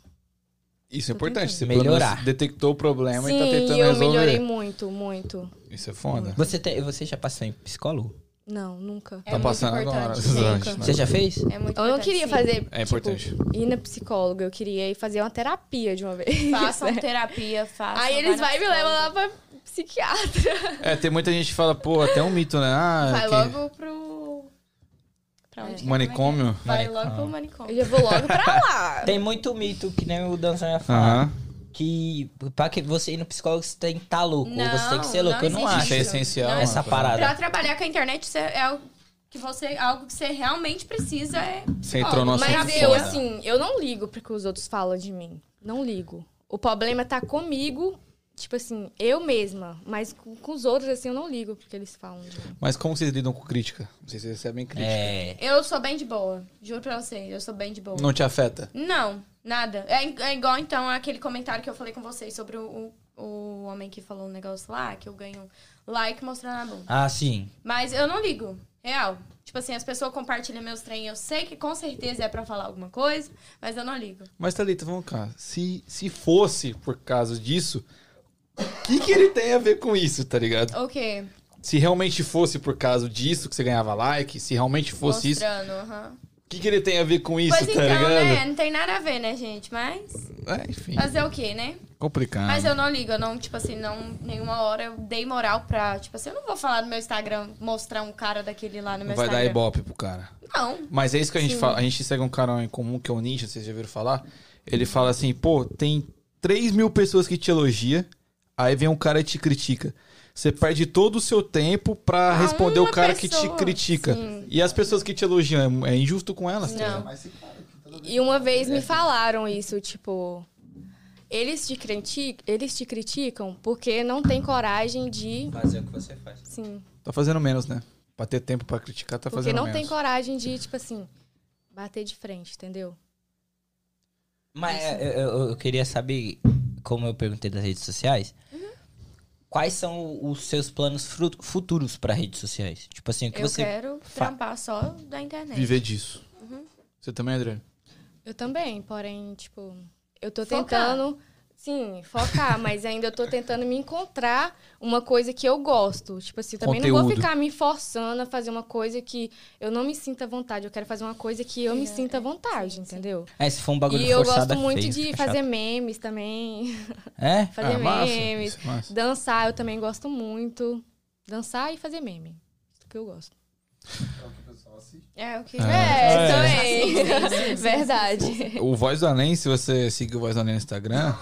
Speaker 2: Isso é importante. Você
Speaker 3: Melhorar.
Speaker 2: pelo menos detectou o problema
Speaker 6: Sim,
Speaker 2: e tá tentando
Speaker 6: eu
Speaker 2: resolver.
Speaker 6: melhorei muito, muito.
Speaker 2: Isso é foda.
Speaker 3: Você, tem- você já passou em psicólogo?
Speaker 6: Não, nunca.
Speaker 2: tá
Speaker 4: é muito
Speaker 2: passando agora.
Speaker 4: importante.
Speaker 2: Exato.
Speaker 3: Você já fez?
Speaker 4: É muito
Speaker 6: Eu não
Speaker 4: importante,
Speaker 6: queria
Speaker 4: sim.
Speaker 6: fazer.
Speaker 2: É importante.
Speaker 6: Tipo, ir na psicóloga, eu queria ir fazer uma terapia de uma vez.
Speaker 4: Façam terapia, façam.
Speaker 6: Aí eles vão e me levam
Speaker 4: lá.
Speaker 6: lá pra psiquiatra.
Speaker 2: É, tem muita gente que fala, pô, até um mito, né? Ah,
Speaker 4: Vai
Speaker 2: que-
Speaker 6: é
Speaker 4: logo pro. Pra onde? que é?
Speaker 2: Manicômio.
Speaker 4: Vai logo
Speaker 3: Manicômio.
Speaker 4: pro manicômio.
Speaker 6: Eu já vou logo pra lá.
Speaker 3: Tem muito mito, que nem o Danzan ia falar.
Speaker 2: Aham.
Speaker 3: que pra que você ir no psicólogo você tem que estar louco, ou você tem que ser
Speaker 4: Não,
Speaker 3: louco. Eu não
Speaker 4: não
Speaker 3: acho
Speaker 2: Isso é
Speaker 4: existe.
Speaker 2: essencial.
Speaker 4: Não,
Speaker 2: mano.
Speaker 3: essa parada.
Speaker 4: Pra trabalhar com a internet cê- é algo que você algo que você realmente precisa é
Speaker 2: Você entrou no
Speaker 4: Ó,
Speaker 2: assunto
Speaker 6: Mas
Speaker 4: terapia.
Speaker 6: eu,
Speaker 2: foda.
Speaker 6: assim, eu não ligo pro que os outros falam de mim. Não ligo. O problema tá comigo, tipo assim, eu mesma. Mas com, com os outros, assim, eu não ligo porque eles falam de mim.
Speaker 2: Mas como vocês lidam com crítica? Não sei se vocês recebem crítica.
Speaker 3: É.
Speaker 4: Eu sou bem de boa, juro pra você, eu sou bem de boa. Não,
Speaker 2: Não te afeta?
Speaker 4: nada. É, i- é igual então aquele comentário que eu falei com vocês sobre o, o, o homem que falou um negócio lá, que eu ganho like mostrando a bunda.
Speaker 3: Ah, sim.
Speaker 4: Mas eu não ligo, real. Tipo assim, as pessoas compartilham meus trem, eu sei que com certeza é pra falar alguma coisa, mas eu não ligo.
Speaker 2: Mas, Thalita, vamos cá. Se, se fosse por causa disso, o que, que ele tem a ver com isso, tá ligado?
Speaker 4: O quê?
Speaker 2: Se realmente fosse por causa disso que você ganhava like, se realmente fosse isso,
Speaker 4: Mostrando, aham.
Speaker 2: o que, que ele tem a ver com isso,
Speaker 4: Pois
Speaker 2: tá
Speaker 4: então, né?
Speaker 2: ligado?
Speaker 4: Não tem nada a ver, né, gente? Mas
Speaker 2: É, enfim,
Speaker 4: fazer o quê, né?
Speaker 2: complicado.
Speaker 4: Mas eu não ligo, eu não, tipo assim, não, nenhuma hora eu dei moral pra, tipo assim, eu não vou falar no meu Instagram, mostrar um cara daquele lá no
Speaker 2: Não
Speaker 4: meu
Speaker 2: vai dar
Speaker 4: Instagram.
Speaker 2: ibope pro cara.
Speaker 4: não.
Speaker 2: Mas é isso que a gente fala. A gente segue um cara em comum, que é o Ninja, vocês já viram falar. Ele fala assim, pô, tem 3 mil pessoas que te elogia, aí vem um cara e te critica. Você perde todo o seu tempo pra
Speaker 4: Ah,
Speaker 2: responder o
Speaker 4: uma
Speaker 2: cara que te
Speaker 4: pessoa,
Speaker 2: critica. E as pessoas que te elogiam, é é injusto com elas? tá ligado?
Speaker 4: Não.
Speaker 8: Mas se cara, que toda vez
Speaker 6: E uma vez
Speaker 2: É.
Speaker 6: me falaram isso, tipo. Eles te, criti eles te criticam porque não tem coragem de.
Speaker 3: Fazer o que você faz.
Speaker 6: Sim.
Speaker 2: Tá fazendo menos, né? Pra ter tempo pra criticar, tá
Speaker 6: Porque
Speaker 2: fazendo
Speaker 6: não
Speaker 2: menos.
Speaker 6: tem coragem de, tipo assim, bater de frente, entendeu?
Speaker 3: Mas é, eu, eu- eu queria saber, como eu perguntei das redes sociais,
Speaker 4: Uhum.
Speaker 3: quais são os seus planos fru- futuros pra redes sociais? Tipo assim, o que
Speaker 4: Eu
Speaker 3: você.
Speaker 4: quero
Speaker 3: fa-
Speaker 4: trampar só da internet.
Speaker 2: Viver disso.
Speaker 6: Uhum.
Speaker 2: Você também, Adriano?
Speaker 6: Eu também, porém, tipo, eu tô
Speaker 4: Focar.
Speaker 6: tentando Sim, focar, mas ainda eu tô tentando me encontrar uma coisa que eu gosto. Tipo assim, eu também não vou
Speaker 5: Conteúdo.
Speaker 6: ficar me forçando a fazer uma coisa que eu não me sinta à vontade. Eu quero fazer uma coisa que
Speaker 4: É,
Speaker 6: eu me sinta à vontade, entendeu?
Speaker 3: É, se for um bagulho
Speaker 6: E eu
Speaker 3: forçado,
Speaker 6: gosto
Speaker 3: é
Speaker 6: muito
Speaker 3: feio,
Speaker 6: de
Speaker 3: fica
Speaker 6: fazer
Speaker 3: chato.
Speaker 6: memes também.
Speaker 3: É?
Speaker 6: Fazer
Speaker 2: Ah, massa,
Speaker 6: memes.
Speaker 2: isso é massa.
Speaker 6: Dançar, eu também gosto muito. Dançar e fazer meme. Isso que eu gosto.
Speaker 8: É o que o pessoal assiste.
Speaker 4: É, o que...
Speaker 6: É, também. Verdade.
Speaker 2: O Voz do Além, se você seguir o Voz do Além no Instagram.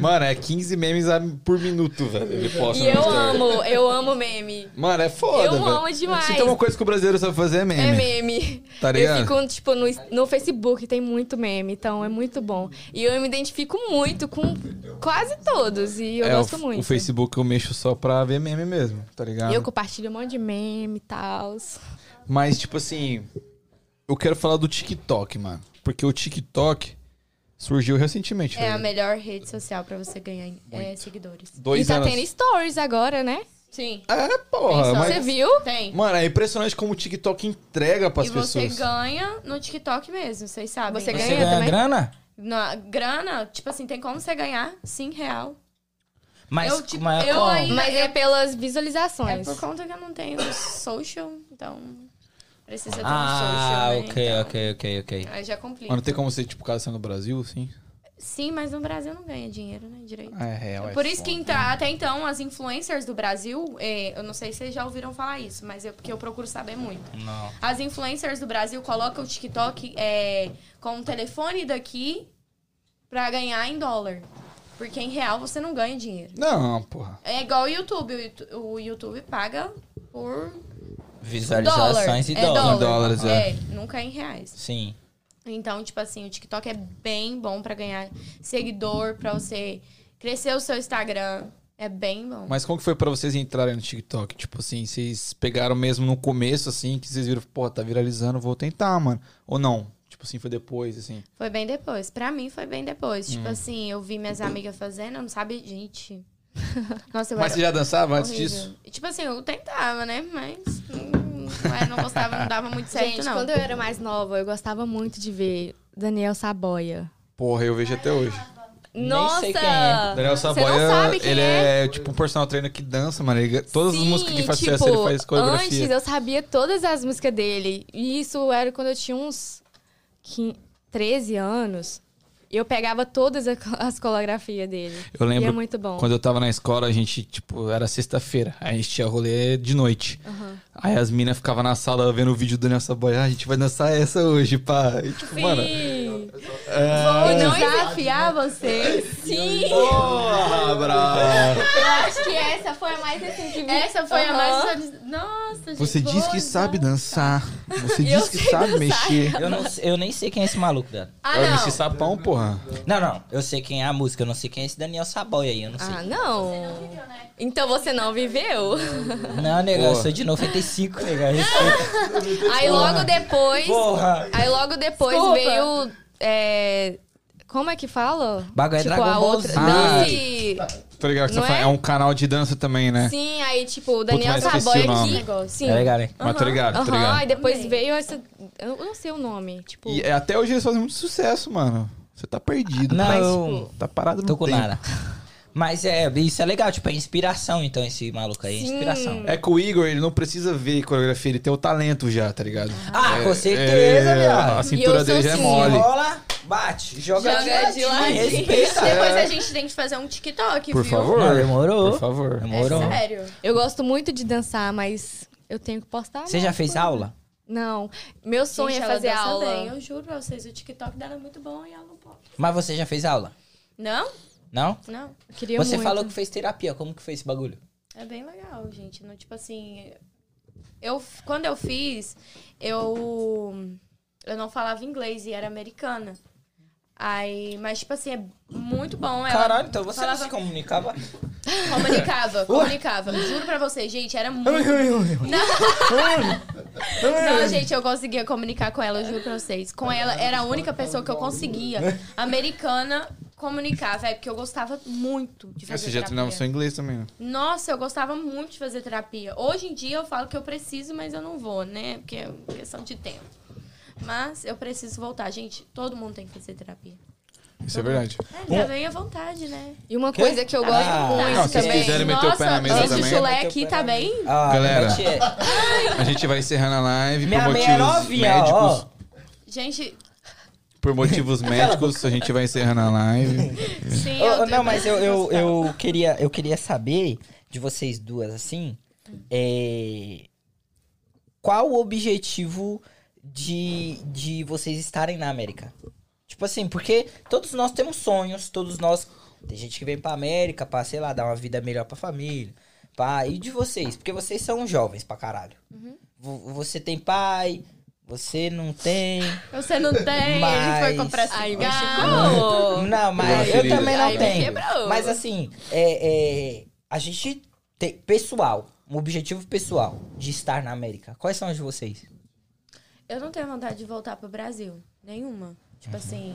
Speaker 2: mano, é 15 memes a- por minuto, velho. Ele posta
Speaker 6: E
Speaker 2: no
Speaker 6: eu
Speaker 2: Instagram.
Speaker 6: amo, eu amo meme.
Speaker 2: Mano, é foda.
Speaker 6: Eu
Speaker 2: velho.
Speaker 6: amo demais.
Speaker 2: Se tem uma coisa que o brasileiro sabe fazer é meme.
Speaker 6: É meme.
Speaker 2: Tá ligado?
Speaker 6: eu fico, tipo, no, no Facebook tem muito meme, então é muito bom. E eu me identifico muito com quase todos. E eu
Speaker 2: É, o-
Speaker 6: gosto muito.
Speaker 2: O Facebook eu mexo só pra ver meme mesmo, tá ligado?
Speaker 6: E eu compartilho um monte de meme e tal.
Speaker 2: Mas, tipo assim, eu quero falar do TikTok, mano. Porque o TikTok surgiu recentemente.
Speaker 4: é a
Speaker 2: velho.
Speaker 4: melhor rede social pra você ganhar é, seguidores.
Speaker 6: E
Speaker 2: Dois
Speaker 6: tá
Speaker 2: anos.
Speaker 6: tendo stories agora, né?
Speaker 4: Sim,
Speaker 2: É, porra.
Speaker 4: Tem só-
Speaker 6: Você
Speaker 2: Mas,
Speaker 6: viu?
Speaker 4: tem.
Speaker 2: mano, é impressionante como o TikTok entrega pras
Speaker 4: e você
Speaker 2: pessoas.
Speaker 4: ganha no TikTok mesmo, vocês sabem.
Speaker 6: Você
Speaker 3: Você
Speaker 6: ganha
Speaker 3: ganha
Speaker 6: também?
Speaker 3: grana?
Speaker 4: Na grana, tipo assim, tem como você ganhar sim real.
Speaker 3: Mas,
Speaker 4: Eu, tipo,
Speaker 3: mas
Speaker 4: eu
Speaker 3: como?
Speaker 4: ainda-
Speaker 6: Mas é
Speaker 4: eu-
Speaker 6: pelas
Speaker 4: É
Speaker 6: visualizações.
Speaker 4: por conta que eu não tenho social, então precisa ter um
Speaker 3: Ah,
Speaker 4: social. né?
Speaker 3: ok,
Speaker 4: Então,
Speaker 3: ok, ok, ok.
Speaker 4: Aí já complica.
Speaker 2: Mas não tem como você, tipo, casar no Brasil, assim?
Speaker 4: Sim, mas no Brasil não ganha dinheiro, né? Direito.
Speaker 2: É real. é
Speaker 4: Por isso que
Speaker 2: foda.
Speaker 4: então, até então as influencers do Brasil, eh, eu não sei se vocês já ouviram falar isso, mas é porque eu procuro saber muito.
Speaker 3: Não.
Speaker 4: As influencers do Brasil colocam o TikTok eh, com o telefone daqui pra ganhar em dólar. Porque em real você não ganha dinheiro.
Speaker 2: Não, porra.
Speaker 4: É igual o YouTube. o Yutu- O YouTube paga por
Speaker 3: Visualizações
Speaker 4: dólar.
Speaker 3: e
Speaker 4: É
Speaker 3: dólar.
Speaker 4: dólar.
Speaker 2: dólares, é.
Speaker 4: é, nunca é em reais.
Speaker 3: Sim.
Speaker 4: Então, tipo assim, o TikTok é bem bom pra ganhar seguidor, pra você crescer o seu Instagram. É bem bom.
Speaker 2: Mas como que foi pra vocês entrarem no TikTok? Tipo assim, vocês pegaram mesmo no começo, assim, que vocês viram, pô, tá viralizando, vou tentar, mano. Ou não? Tipo assim, foi depois, assim.
Speaker 4: Foi bem depois. Pra mim foi bem depois.
Speaker 3: Hum.
Speaker 4: Tipo assim, eu vi minhas amigas fazendo, eu não sabe, gente. Nossa, eu
Speaker 2: Mas você
Speaker 4: era
Speaker 2: já dançava antes
Speaker 4: horrível.
Speaker 2: disso?
Speaker 4: Tipo assim, eu tentava, né? Mas hum, eu não gostava, não dava muito certo,
Speaker 6: Gente,
Speaker 4: não.
Speaker 6: quando eu era mais nova, eu gostava muito de ver Daniel Saboia.
Speaker 2: Porra, eu vejo até hoje.
Speaker 3: Nem
Speaker 6: Nossa!
Speaker 3: sei quem é.
Speaker 2: Daniel
Speaker 6: Você não
Speaker 2: Saboia,
Speaker 6: sabe quem
Speaker 2: ele
Speaker 6: é?
Speaker 2: é? tipo um personal trainer que dança, mano. Ele- todas as
Speaker 6: Sim,
Speaker 2: músicas que faz
Speaker 6: tipo,
Speaker 2: sucesso, ele faz
Speaker 6: Antes
Speaker 2: coreografia.
Speaker 6: eu sabia todas as músicas dele. E isso era quando eu tinha uns 15, 13 anos. E eu pegava todas a- as coreografias dele.
Speaker 2: Eu lembro
Speaker 6: E é muito bom.
Speaker 2: Quando eu tava na escola, a gente, tipo, era sexta-feira. aí A gente tinha rolê de noite. Aí as minas ficavam na sala vendo o vídeo do Daniel Saboia. Ah, a gente vai dançar essa hoje, pá. E, tipo, mano... É.
Speaker 6: Sim,
Speaker 4: Vou não desafiar vocês.
Speaker 6: sim.
Speaker 2: Porra, brava!
Speaker 6: Eu acho que essa foi a mais assim que vi.
Speaker 4: Essa foi a
Speaker 6: Aham.
Speaker 4: mais. Nossa, gente.
Speaker 2: Você diz que
Speaker 4: boa.
Speaker 2: sabe dançar. Você diz que sabe mexer.
Speaker 3: Eu, não, eu nem sei quem é esse maluco, Dan.
Speaker 4: Ah,
Speaker 2: É o MC
Speaker 4: não.
Speaker 2: Sapão, porra.
Speaker 3: Não, não. Eu sei quem é a música. Eu não sei quem é esse Daniel Saboia aí. Eu
Speaker 2: assim.
Speaker 3: não sei.
Speaker 6: Ah, não. Então você não viveu?
Speaker 3: Não, nega, eu
Speaker 2: Boa.
Speaker 3: sou de 95, nega. respeita.
Speaker 6: Aí logo depois.
Speaker 3: Porra!
Speaker 6: Aí logo depois
Speaker 4: Desculpa.
Speaker 6: veio. é, como é que fala?
Speaker 3: Bagulho é
Speaker 6: tipo,
Speaker 3: Dragon
Speaker 6: a
Speaker 3: Ball
Speaker 6: outra.
Speaker 3: Z.
Speaker 6: Dance.
Speaker 2: Tô ligado que você
Speaker 6: Não
Speaker 2: fala.
Speaker 6: é?
Speaker 2: É um canal de dança também,
Speaker 3: É.
Speaker 2: né?
Speaker 6: Sim, aí tipo, o Daniel
Speaker 2: mas esqueci
Speaker 6: Saboia
Speaker 2: o nome.
Speaker 6: aqui. Sim.
Speaker 3: Tá legal, né?
Speaker 2: Mas tô ligado, tô
Speaker 6: Aham,
Speaker 2: ligado.
Speaker 6: aí depois
Speaker 4: Amei.
Speaker 6: veio essa. Eu não sei o nome. Tipo.
Speaker 2: E é, até hoje eles fazem muito sucesso, mano. Você tá perdido.
Speaker 3: Não,
Speaker 2: mas,
Speaker 3: eu-
Speaker 2: pô, tá parado no
Speaker 3: Tô com
Speaker 2: tempo.
Speaker 3: nada. Mas é, isso é legal, tipo, é inspiração, então, esse maluco aí. é Inspiração.
Speaker 2: É que o Igor, ele não precisa ver coreografia, ele tem o talento já, tá ligado?
Speaker 3: Ah,
Speaker 2: É-
Speaker 3: com certeza,
Speaker 2: é,
Speaker 3: viado.
Speaker 2: A cintura
Speaker 6: eu sou
Speaker 2: dele já é
Speaker 6: assim,
Speaker 2: mole.
Speaker 3: Rola, bate, joga,
Speaker 4: Joga de ladinho.
Speaker 3: Respeita.
Speaker 4: Depois a gente tem que fazer um TikTok,
Speaker 2: Por
Speaker 4: viu?
Speaker 2: favor.
Speaker 3: Não, demorou.
Speaker 2: Por favor.
Speaker 3: Demorou.
Speaker 4: É sério.
Speaker 6: Eu gosto muito de dançar, mas eu tenho que postar.
Speaker 3: Você já
Speaker 6: mais
Speaker 3: fez
Speaker 6: coisa.
Speaker 3: aula?
Speaker 6: Não. Meu sonho
Speaker 4: Gente,
Speaker 6: é
Speaker 4: ela
Speaker 6: fazer
Speaker 4: dança
Speaker 6: aula.
Speaker 4: bem, eu juro pra vocês, o TikTok dela é muito bom e ela não pode.
Speaker 3: Mas você já fez aula?
Speaker 4: Não?
Speaker 3: Não?
Speaker 4: Não.
Speaker 6: Eu Queria
Speaker 3: você
Speaker 6: muito.
Speaker 3: falou que fez terapia. Como que foi esse bagulho?
Speaker 4: É bem legal, gente. Não, tipo assim. Eu, quando eu fiz, eu. Eu não falava inglês e era americana. Aí, mas, tipo assim, é muito bom. Ela
Speaker 3: Caralho, então você não
Speaker 4: falava,
Speaker 3: se comunicava.
Speaker 4: comunicava, comunicava. Juro pra vocês, gente, era muito. Não, gente, eu conseguia comunicar com ela, eu juro pra vocês. Com ela, era a única pessoa que eu conseguia. Americana comunicar, velho, porque eu gostava muito de fazer
Speaker 2: Você já treinava
Speaker 4: terapia.
Speaker 2: seu inglês também, né?
Speaker 4: Nossa, eu gostava muito de fazer terapia. Hoje em dia eu falo que eu preciso, mas eu não vou, né? Porque é questão de tempo. Mas eu preciso voltar. Gente, todo mundo tem que fazer terapia.
Speaker 2: Isso é verdade.
Speaker 4: É, já veio à vontade, né?
Speaker 6: E uma coisa que eu gosto
Speaker 3: Ah,
Speaker 6: muito
Speaker 2: não, se vocês
Speaker 6: também.
Speaker 2: quiserem meter o pé na mesa
Speaker 4: Nossa, esse
Speaker 2: também.
Speaker 4: chulé aqui tá bem...
Speaker 3: Ah,
Speaker 2: Galera.
Speaker 3: Garotinha.
Speaker 2: A gente vai encerrando a live
Speaker 3: Minha
Speaker 2: por
Speaker 3: meia é
Speaker 2: motivos
Speaker 3: novinha,
Speaker 2: médicos.
Speaker 3: ó.
Speaker 4: Gente,
Speaker 2: Por motivos médicos, a gente vai encerrando a live.
Speaker 4: sim...
Speaker 3: Ô,
Speaker 4: eu-
Speaker 3: ô, Oh, não, mas eu, eu, eu, queria, eu queria saber de vocês duas, assim, é, qual o objetivo de, de vocês estarem na América? Tipo assim, porque todos nós temos sonhos, todos nós... Tem gente que vem pra América pra, sei lá, dar uma vida melhor pra família, pá. E de vocês? Porque vocês são jovens pra caralho.
Speaker 4: Uhum.
Speaker 3: Vo- Você tem pai, você não tem...
Speaker 4: Você não tem, ele
Speaker 3: Mas-
Speaker 4: foi comprar cigarro.
Speaker 3: Não, mas eu
Speaker 2: querida.
Speaker 3: também não
Speaker 4: Aí me
Speaker 3: tenho.
Speaker 4: quebrou.
Speaker 3: Mas assim, é, é, a gente tem pessoal, um objetivo pessoal de estar na América. Quais são os de vocês?
Speaker 4: Eu não tenho vontade de voltar pro Brasil. Nenhuma. Tipo assim,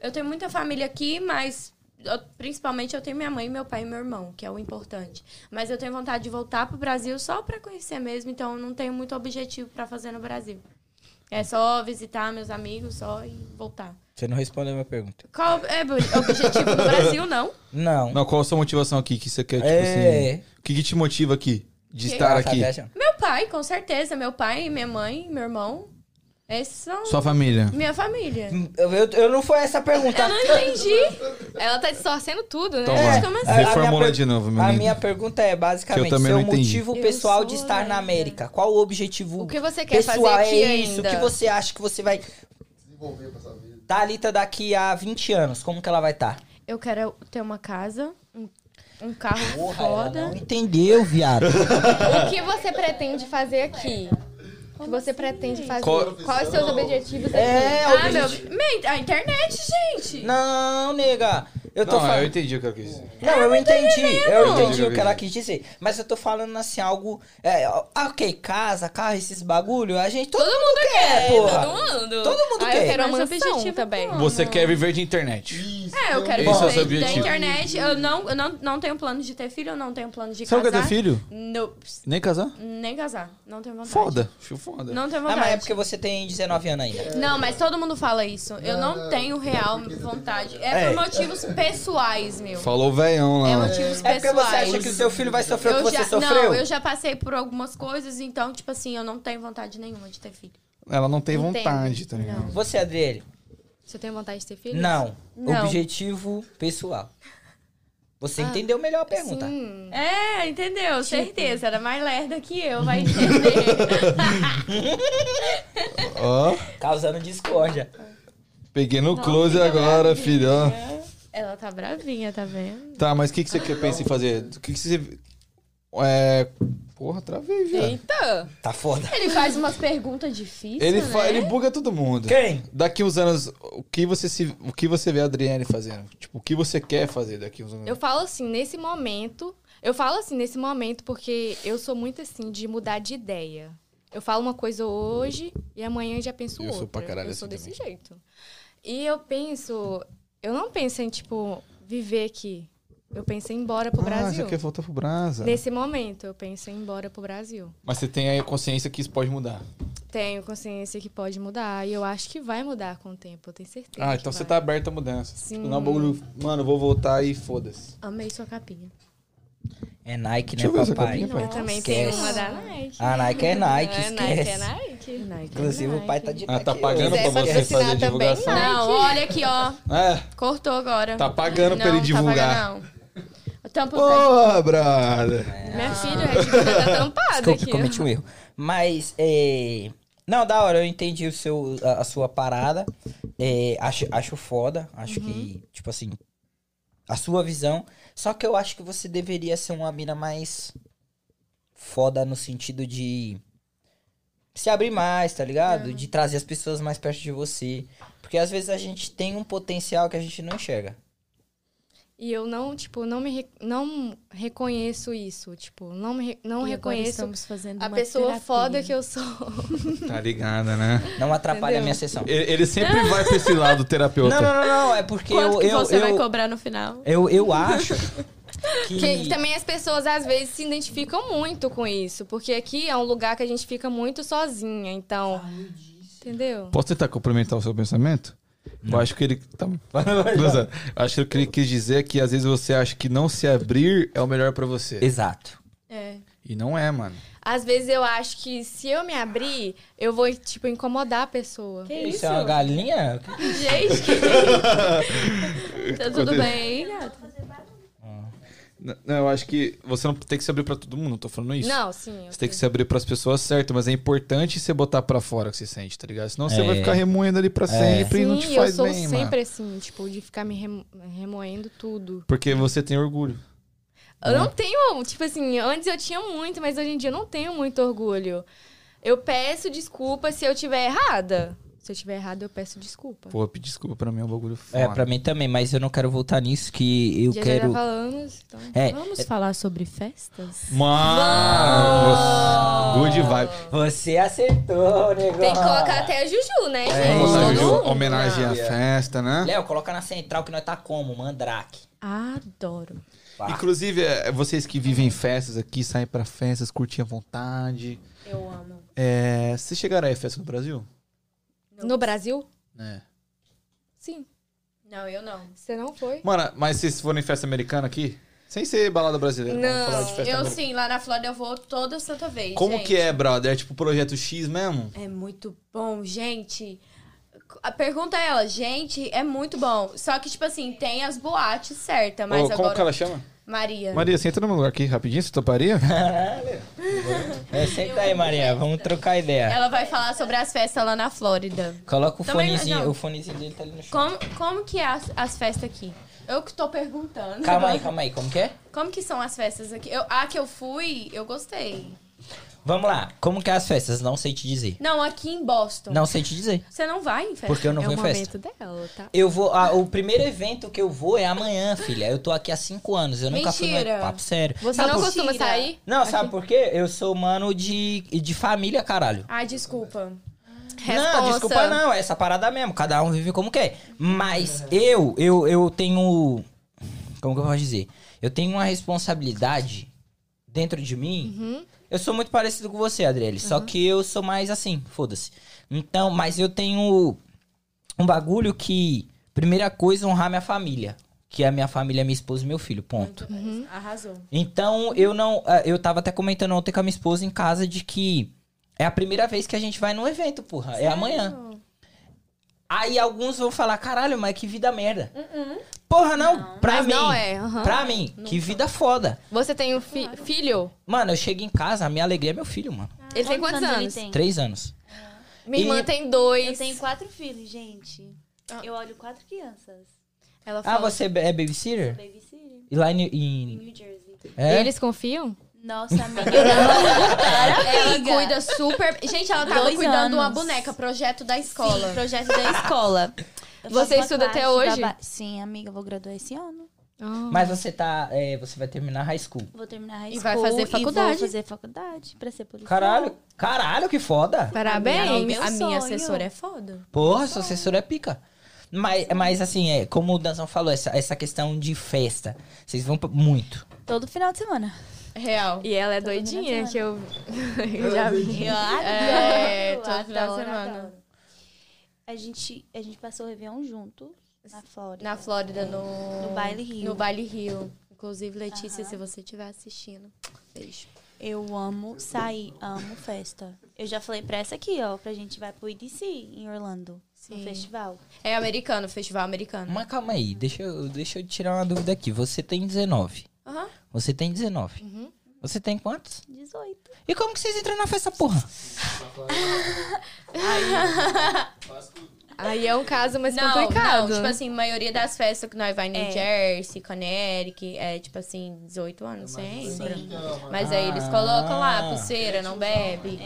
Speaker 4: eu tenho muita família aqui, mas eu- principalmente eu tenho minha mãe, meu pai e meu irmão, que é o importante. Mas eu tenho vontade de voltar pro Brasil só pra conhecer mesmo, então eu não tenho muito objetivo pra fazer no Brasil. É só visitar meus amigos, só e voltar.
Speaker 3: Você não respondeu a minha pergunta.
Speaker 4: Qual é o objetivo no Brasil, não?
Speaker 3: Não.
Speaker 2: Não, qual a sua motivação aqui? Que você quer, tipo assim.
Speaker 3: é.
Speaker 2: O que, que te motiva aqui? De
Speaker 4: Que-
Speaker 2: estar
Speaker 3: Ela
Speaker 2: aqui?
Speaker 3: sabe achar.
Speaker 4: Meu pai, com certeza. Meu pai, minha mãe, meu irmão. Esses são
Speaker 2: Sua família.
Speaker 4: minha família.
Speaker 3: Eu, eu, eu não foi essa a pergunta.
Speaker 4: Eu não entendi.
Speaker 6: Ela tá distorcendo tudo, né?
Speaker 2: Então
Speaker 4: É,
Speaker 2: vai.
Speaker 4: como assim?
Speaker 3: A minha
Speaker 2: Reformula
Speaker 3: per-
Speaker 2: de novo, meu
Speaker 3: A
Speaker 2: lindo.
Speaker 3: minha pergunta é basicamente
Speaker 2: Que eu também
Speaker 3: seu
Speaker 2: não entendi.
Speaker 3: motivo
Speaker 4: Eu
Speaker 3: pessoal
Speaker 4: sou
Speaker 3: de estar na
Speaker 4: leiga.
Speaker 3: América. Qual o objetivo
Speaker 6: O que você quer
Speaker 3: pessoal
Speaker 6: fazer aqui
Speaker 3: é isso?
Speaker 6: ainda?
Speaker 3: O que você acha que você vai
Speaker 8: Desenvolver pra essa vida.
Speaker 3: Thalita daqui a 20 anos, como que ela vai tá? estar?
Speaker 4: Eu quero ter uma casa, um, um carro
Speaker 3: Ela
Speaker 4: foda.
Speaker 3: é não então. entendeu, viado.
Speaker 6: O que você pretende fazer aqui? O que você pretende fazer?
Speaker 2: Qual-
Speaker 6: Quais os seus objetivos aqui?
Speaker 3: É,
Speaker 4: Ah,
Speaker 3: objetivo-
Speaker 4: meu. men- A internet, gente!
Speaker 3: Não, nega. Eu tô
Speaker 2: Não,
Speaker 3: falando.
Speaker 2: eu entendi o que eu quis dizer.
Speaker 3: Não, eu entendi. Eu
Speaker 2: entendendo.
Speaker 3: entendi o que ela quis dizer. Mas eu tô falando assim, algo. É, ó, ok, casa, carro, esses bagulho, a gente. Todo, mundo
Speaker 4: É,
Speaker 3: quer, porra. É, Todo mundo,
Speaker 6: mundo. Ah,
Speaker 3: quer.
Speaker 6: eu quero uma
Speaker 4: Mas o
Speaker 6: mansão
Speaker 4: objetivo
Speaker 6: também.
Speaker 4: como?
Speaker 5: Você quer viver de internet.
Speaker 8: Isso,
Speaker 4: É, eu quero
Speaker 2: Esse é o seu
Speaker 4: viver da
Speaker 2: objetivo.
Speaker 4: internet. Eu não, eu não, não tenho plano de ter filho, eu não tenho plano de
Speaker 2: Você não
Speaker 3: é
Speaker 2: quer
Speaker 4: casar.
Speaker 2: é ter filho?
Speaker 4: Não,
Speaker 2: Nem casar?
Speaker 4: nem casar. Não tenho vontade.
Speaker 2: Foda. Acho foda.
Speaker 4: Não tenho
Speaker 3: Ah,
Speaker 4: vontade.
Speaker 3: mas é porque você tem 19 anos ainda.
Speaker 4: Não, mas todo mundo fala isso. Eu não, tenho real vontade. É
Speaker 3: É.
Speaker 4: por motivos pessoais, meu.
Speaker 2: Falou o veião
Speaker 4: É
Speaker 2: lá.
Speaker 4: motivos
Speaker 3: É porque você
Speaker 4: pessoais.
Speaker 3: acha que o seu filho vai sofrer o
Speaker 4: eu
Speaker 3: que você
Speaker 4: já,
Speaker 3: sofreu?
Speaker 4: Não, eu já passei por algumas coisas, então, tipo assim, eu não tenho vontade nenhuma de ter filho.
Speaker 2: Ela não tem
Speaker 6: Entendo.
Speaker 2: vontade, tá ligado?
Speaker 3: Você, Adriele?
Speaker 6: Você tem vontade de ter filhos?
Speaker 3: Não.
Speaker 4: Não.
Speaker 3: Objetivo pessoal. Você entendeu melhor a pergunta.
Speaker 6: Sim.
Speaker 4: É, entendeu? Certeza. Era mais lerda que eu, vai entender.
Speaker 2: Ó,
Speaker 3: Causando discórdia.
Speaker 2: peguei no close agora, filho. ó.
Speaker 4: Ela tá bravinha, tá vendo?
Speaker 2: Tá, mas o que, que você quer, pensa em fazer? O que, que você. É. Porra, travei, viado.
Speaker 6: Eita!
Speaker 3: Tá foda.
Speaker 4: Ele faz umas perguntas difíceis,
Speaker 2: Ele,
Speaker 4: né?
Speaker 2: fa- ele buga todo mundo.
Speaker 3: Quem?
Speaker 2: Daqui uns anos, o que você se, o que você vê a Adriane fazendo? Tipo, o que você quer fazer daqui uns anos?
Speaker 6: Eu falo assim, nesse momento. Eu falo assim, nesse momento, porque eu sou muito assim de mudar de ideia. Eu falo uma coisa hoje e amanhã eu já penso
Speaker 2: Eu
Speaker 6: outra.
Speaker 2: sou pra caralho
Speaker 6: eu sou
Speaker 2: assim
Speaker 6: desse jeito. E eu penso. Eu não penso em, tipo, viver aqui. Eu penso em ir embora pro
Speaker 2: ah,
Speaker 6: Brasil.
Speaker 2: você quer voltar pro Brasa.
Speaker 6: Nesse momento, eu penso em ir embora pro Brasil.
Speaker 2: Mas você tem aí a consciência que isso pode mudar.
Speaker 6: Tenho consciência que pode mudar e eu acho que vai mudar com o tempo, eu tenho certeza.
Speaker 2: Ah,
Speaker 6: que
Speaker 2: então você
Speaker 6: vai.
Speaker 2: tá aberta a mudança.
Speaker 6: Sim.
Speaker 2: Tipo, não, bagulho, mano, eu vou voltar e foda-se.
Speaker 4: Amei sua capinha.
Speaker 3: É Nike, né,
Speaker 2: Deixa eu ver essa
Speaker 3: papai?
Speaker 2: capinha, pai.
Speaker 6: Eu também
Speaker 3: Esquece.
Speaker 6: tenho uma da Nike.
Speaker 3: A Nike é Nike,
Speaker 6: É,
Speaker 3: esquece.
Speaker 6: Nike é Nike.
Speaker 4: Nike.
Speaker 3: Inclusive, o pai tá de
Speaker 2: Ah,
Speaker 3: Nike
Speaker 2: tá pagando
Speaker 3: hoje.
Speaker 4: é
Speaker 2: pra você
Speaker 6: quiser
Speaker 2: fazer
Speaker 6: patrocinar
Speaker 2: a
Speaker 6: também,
Speaker 2: divulgação?
Speaker 4: Não, olha aqui, ó.
Speaker 2: É,
Speaker 4: Cortou agora.
Speaker 2: tá pagando pra ele divulgar.
Speaker 4: Não, tá pagando, não. Tampa o pé.
Speaker 2: Porra, brother.
Speaker 6: tá- Minha filha, a Red Bull já tá tampada
Speaker 3: Desculpe,
Speaker 6: aqui.
Speaker 3: cometi um erro. Mas, é... Não, da hora, eu entendi o seu, a, a sua parada. É, acho, acho foda, acho
Speaker 4: Uhum.
Speaker 3: que, tipo assim, a sua visão. Só que eu acho que você deveria ser uma mina mais foda no sentido de se abrir mais, tá ligado?
Speaker 4: Uhum.
Speaker 3: De trazer as pessoas mais perto de você. Porque às vezes a gente tem um potencial que a gente não enxerga.
Speaker 6: E eu não, tipo, não me re- não reconheço isso, tipo, não me re- não
Speaker 4: E agora
Speaker 6: reconheço
Speaker 4: estamos fazendo
Speaker 6: a
Speaker 4: uma
Speaker 6: pessoa
Speaker 4: terapia.
Speaker 6: foda que eu sou.
Speaker 2: Tá ligada, né?
Speaker 3: Não atrapalha a
Speaker 6: Entendeu?
Speaker 3: minha sessão.
Speaker 2: Ele, ele sempre vai pra esse lado terapeuta.
Speaker 3: Não, não, não, não. É porque
Speaker 4: Quanto
Speaker 3: eu,
Speaker 4: que
Speaker 3: eu,
Speaker 4: você
Speaker 3: eu,
Speaker 4: vai cobrar no final?
Speaker 3: eu, eu acho que.
Speaker 6: Que, que também as pessoas às vezes se identificam muito com isso, porque aqui é um lugar que a gente fica muito sozinha, então, entendeu?
Speaker 2: Posso tentar complementar o seu pensamento? Eu acho que ele. Tá, Cruza, acho que ele quis dizer é que às vezes você acha que não se abrir é o melhor pra você.
Speaker 3: Exato.
Speaker 6: É.
Speaker 2: E não é, mano.
Speaker 6: Às vezes eu acho que se eu me abrir, eu vou, tipo, incomodar a pessoa.
Speaker 4: Que
Speaker 3: Isso
Speaker 4: isso?
Speaker 3: é uma galinha?
Speaker 4: Gente, que... tá tudo bem aí, gata?
Speaker 2: N- Não, eu acho que você não tem que se abrir pra todo mundo, não tô falando isso.
Speaker 6: Não, sim. eu
Speaker 2: Você tem que se abrir pras pessoas certas, mas é importante você botar pra fora o que você sente, tá ligado? Senão você vai ficar remoendo ali pra sempre e não te
Speaker 6: Sim,
Speaker 2: faz
Speaker 6: eu sou
Speaker 2: bem, mano.
Speaker 6: sempre assim, tipo, de ficar me remo- remoendo tudo.
Speaker 2: Porque você tem orgulho.
Speaker 6: Eu não tenho, tipo assim, antes eu tinha muito, mas hoje em dia eu não tenho muito orgulho. Eu peço desculpa se eu tiver errada. Se eu tiver errada, eu peço desculpa.
Speaker 2: Pô, pedir desculpa pra mim é um bagulho foda.
Speaker 3: É, pra mim também, mas eu não quero voltar nisso, que eu
Speaker 6: já já
Speaker 3: quero.
Speaker 6: falamos, então.
Speaker 3: É,
Speaker 10: Vamos falar sobre festas?
Speaker 2: Mano, good vibe.
Speaker 3: você acertou, negócio.
Speaker 6: Tem que colocar até a Juju, né,
Speaker 2: Vamos
Speaker 6: gente?
Speaker 2: botar,
Speaker 6: Todo
Speaker 2: Ju,
Speaker 6: mundo.
Speaker 2: homenagem à festa, né?
Speaker 3: Léo, coloca na central que nós tá como? Mandrake.
Speaker 10: Adoro.
Speaker 3: Pá.
Speaker 2: Inclusive, é, vocês que vivem em festas aqui, saem pra festas, curtem à vontade.
Speaker 4: Eu amo.
Speaker 2: É, vocês chegaram aí a festa no Brasil?
Speaker 6: No Brasil?
Speaker 2: É.
Speaker 6: Sim.
Speaker 4: Não, eu não.
Speaker 6: Você não foi?
Speaker 2: Mano, mas vocês foram em festa americana aqui? Sem ser balada brasileira. vamos
Speaker 6: Não,
Speaker 2: falar de festa
Speaker 4: Eu
Speaker 2: americana.
Speaker 4: sim, lá na Flórida eu vou toda santa vez.
Speaker 2: Como
Speaker 4: gente.
Speaker 2: que é, brother? É tipo projeto X mesmo?
Speaker 4: É muito bom, gente. A pergunta é ela, gente, é muito bom. Só que, tipo assim, tem as boates certas, mas
Speaker 2: Ô,
Speaker 4: agora.
Speaker 2: como que ela chama?
Speaker 4: Maria.
Speaker 2: Maria, senta no meu lugar aqui rapidinho, você toparia?
Speaker 3: É, senta aí, Maria. Vamos trocar ideia.
Speaker 4: Ela vai falar sobre as festas lá na Flórida.
Speaker 3: Coloca o
Speaker 4: Também-
Speaker 3: fonezinho.
Speaker 4: não.
Speaker 3: O fonezinho dele tá ali no chão.
Speaker 4: Como, como que é as, as festas aqui? Eu que tô perguntando.
Speaker 3: Calma aí, calma aí. Como que é?
Speaker 4: Como que são as festas aqui? Eu, a que eu fui, eu gostei.
Speaker 3: Vamos lá. Como que é as festas? Não sei te dizer.
Speaker 4: Não, aqui em Boston.
Speaker 3: Não sei te dizer.
Speaker 4: Você não vai em festa?
Speaker 3: Porque eu não
Speaker 10: é
Speaker 3: vou
Speaker 10: o
Speaker 6: um
Speaker 3: em festa.
Speaker 10: momento dela, tá?
Speaker 3: Eu vou. ah, o primeiro evento que eu vou é amanhã, filha. Eu tô aqui há cinco anos. Eu nunca fui
Speaker 4: Mentira.
Speaker 3: no papo sério.
Speaker 6: Você
Speaker 3: Sabe
Speaker 6: não
Speaker 3: por-
Speaker 6: costuma
Speaker 4: Mentira.
Speaker 6: sair?
Speaker 3: Não, sabe por quê? Eu sou mano de, de família, caralho.
Speaker 4: Ai, desculpa.
Speaker 3: Não,
Speaker 6: Resposta.
Speaker 3: desculpa não, é essa parada mesmo. Cada um vive como quer. Mas eu, eu, eu tenho. Como que eu posso dizer? Eu tenho uma responsabilidade dentro de mim. Eu sou muito parecido com você, Adriele. Só que eu sou mais assim, foda-se. Então, mas eu tenho um bagulho que. Primeira coisa, honrar minha família. Que é a minha família, minha esposa e meu filho. Ponto.
Speaker 4: Uhum. Arrasou.
Speaker 3: Então, eu não. ah, Eu tava até comentando ontem com a minha esposa em casa de que é a primeira vez que a gente vai num evento, porra. É amanhã. Aí alguns vão falar, caralho, mas que vida merda. Porra, não, pra
Speaker 6: Mas
Speaker 3: mim.
Speaker 6: Uh-uh. não é, aham.
Speaker 3: Pra mim, que vida foda.
Speaker 6: Você tem um fi- filho?
Speaker 3: Mano, eu chego em casa, a minha alegria é meu filho, mano.
Speaker 6: Ele tem quantos
Speaker 7: ele
Speaker 6: anos?
Speaker 7: tem?
Speaker 3: Três anos.
Speaker 6: Minha irmã
Speaker 3: Ele-
Speaker 6: tem
Speaker 7: Eu
Speaker 6: dois.
Speaker 7: tenho quatro filhos, gente. Eu olho quatro crianças.
Speaker 6: Ela
Speaker 3: Ah,
Speaker 6: falou.
Speaker 3: você é babysitter?
Speaker 7: Baby City,
Speaker 3: E lá em.
Speaker 7: em
Speaker 3: em-
Speaker 7: New Jersey.
Speaker 3: É?
Speaker 6: Eles confiam?
Speaker 7: Nossa, amiga. Para,
Speaker 3: é
Speaker 4: Ela
Speaker 7: amiga.
Speaker 4: cuida super. Gente, ela tava
Speaker 7: Dois
Speaker 4: cuidando de uma
Speaker 7: anos.
Speaker 4: boneca, projeto da escola.
Speaker 7: Sim, projeto da escola. Eu
Speaker 6: Você
Speaker 7: faço
Speaker 6: estuda
Speaker 7: parte
Speaker 6: até
Speaker 7: da
Speaker 6: hoje?
Speaker 7: ba- Sim, amiga, eu vou graduar esse ano.
Speaker 6: Oh,
Speaker 3: Mas você tá. é, você vai terminar high school.
Speaker 7: Vou terminar a high
Speaker 4: E vai
Speaker 7: school
Speaker 4: fazer faculdade.
Speaker 7: E vou fazer faculdade pra ser policial.
Speaker 3: Caralho, caralho, que foda.
Speaker 6: Parabéns.
Speaker 4: Tá A minha, a minha
Speaker 7: Meu sonho.
Speaker 4: assessora é foda.
Speaker 3: Porra, sua assessora é pica. Mas, mas assim, é, como o Danzão falou, essa, essa questão de festa. Vocês vão pra- muito.
Speaker 7: Todo final de semana.
Speaker 4: Real.
Speaker 6: E ela é
Speaker 7: Todo
Speaker 6: doidinha,
Speaker 7: final de
Speaker 6: que eu, eu já vi.
Speaker 7: Eu
Speaker 4: Ah,
Speaker 7: adoro,
Speaker 4: É, todo
Speaker 7: adoro,
Speaker 4: final de semana.
Speaker 7: adoro. A gente, a gente passou o Réveillon junto na Flórida.
Speaker 4: Na Flórida, no...
Speaker 7: No Baile Rio.
Speaker 4: No Baile Rio. Inclusive, Letícia, se você estiver assistindo, beijo.
Speaker 7: Eu amo sair, amo festa. Eu já falei pra essa aqui, ó, pra gente vai pro IDC em Orlando, no
Speaker 4: Sim.
Speaker 7: festival.
Speaker 4: É americano, festival americano.
Speaker 3: Mas calma aí, deixa eu, deixa eu tirar uma dúvida aqui. Você tem 19.
Speaker 4: Aham.
Speaker 3: Você tem 19.
Speaker 4: Uhum.
Speaker 3: Você tem quantos?
Speaker 7: 18.
Speaker 3: E como que vocês entram na festa, porra?
Speaker 6: Aí é um caso mais
Speaker 4: Não,
Speaker 6: complicado.
Speaker 4: não, tipo assim, a maioria das festas que nós vai em New
Speaker 7: É.
Speaker 4: Jersey, Connecticut, é tipo assim, 18 anos, sempre.
Speaker 8: Então, mano,
Speaker 4: Mas aí eles colocam
Speaker 3: Ah.
Speaker 4: lá, pulseira, não bebe.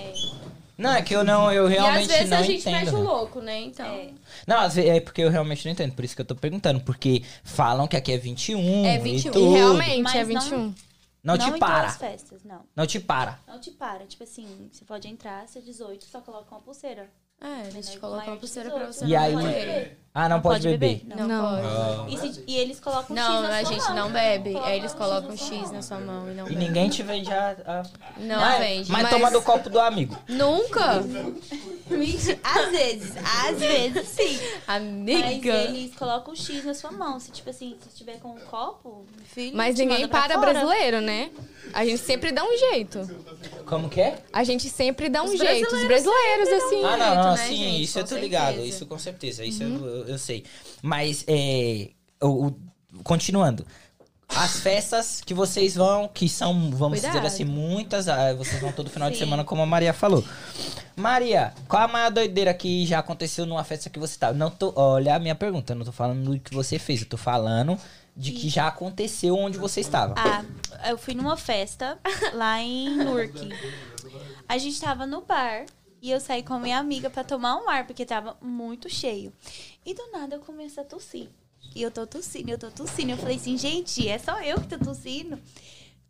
Speaker 3: Não, é que eu não, eu realmente
Speaker 4: e às vezes
Speaker 3: não
Speaker 4: a gente
Speaker 3: entendo.
Speaker 4: mexe o
Speaker 3: velho.
Speaker 4: louco, né? Então.
Speaker 3: Não, às vezes é porque eu realmente não entendo. Por isso que eu tô perguntando. Porque falam que aqui é 21.
Speaker 4: É 21,
Speaker 3: E
Speaker 4: e
Speaker 3: tudo.
Speaker 6: Realmente,
Speaker 7: Mas
Speaker 6: é
Speaker 7: não-
Speaker 6: 21.
Speaker 3: Não,
Speaker 7: não
Speaker 3: te
Speaker 7: em
Speaker 3: para.
Speaker 7: todas as festas, não.
Speaker 3: Não te para.
Speaker 7: Não te para. Tipo assim, você pode entrar, se é 18, só coloca uma pulseira.
Speaker 4: É, a gente
Speaker 7: Mas
Speaker 4: coloca
Speaker 7: maior
Speaker 4: uma
Speaker 7: de
Speaker 4: pulseira
Speaker 7: 18,
Speaker 4: pra você
Speaker 3: E
Speaker 4: não
Speaker 3: aí-
Speaker 4: beber.
Speaker 3: Ah, não, pode, beber.
Speaker 7: Não.
Speaker 4: Não,
Speaker 6: Não.
Speaker 4: pode.
Speaker 7: E, se- e eles colocam um X
Speaker 4: Não,
Speaker 7: na
Speaker 4: a
Speaker 7: sua
Speaker 4: gente
Speaker 7: mão.
Speaker 4: não bebe. Aí eles colocam um X na sua mão e não
Speaker 3: E
Speaker 4: bebe.
Speaker 3: ninguém te vende a. a-
Speaker 4: Não
Speaker 3: Ah, é,
Speaker 4: vende.
Speaker 3: mas toma do copo do amigo.
Speaker 4: Nunca?
Speaker 7: Mentira. Às vezes, às vezes sim. Mas
Speaker 10: Amiga!
Speaker 7: eles colocam o X na sua mão. Se, tipo assim, se tiver com um copo, filho.
Speaker 6: Mas
Speaker 7: te
Speaker 6: ninguém
Speaker 7: manda pra
Speaker 6: para
Speaker 7: fora.
Speaker 6: brasileiro, né? A gente sempre dá um jeito.
Speaker 3: Como que é?
Speaker 6: A gente sempre dá um
Speaker 10: Os
Speaker 6: jeito. Os brasileiros, assim.
Speaker 3: Ah, não, não,
Speaker 10: né,
Speaker 3: sim,
Speaker 10: gente?
Speaker 3: isso eu tô
Speaker 10: Com
Speaker 3: ligado,
Speaker 10: certeza.
Speaker 3: isso com certeza, isso eu- eu, eu sei. Mas, é, o- o- continuando, as festas que vocês vão, que são, vamos
Speaker 10: Cuidado.
Speaker 3: dizer assim, muitas, ah, vocês vão todo final de
Speaker 7: Sim.
Speaker 3: semana, como a Maria falou. Maria, qual a maior doideira que já aconteceu numa festa que você tá? Não tô, olha a minha pergunta, eu não tô falando do que você fez, eu tô falando de que já aconteceu onde você estava.
Speaker 7: Ah, eu fui numa festa lá em Newark. A gente tava no bar e eu saí com a minha amiga pra tomar um ar, porque tava muito cheio. E do nada eu começo a tossir. E eu tô tossindo, eu tô tossindo. Eu falei assim, gente, é só eu que tô tossindo.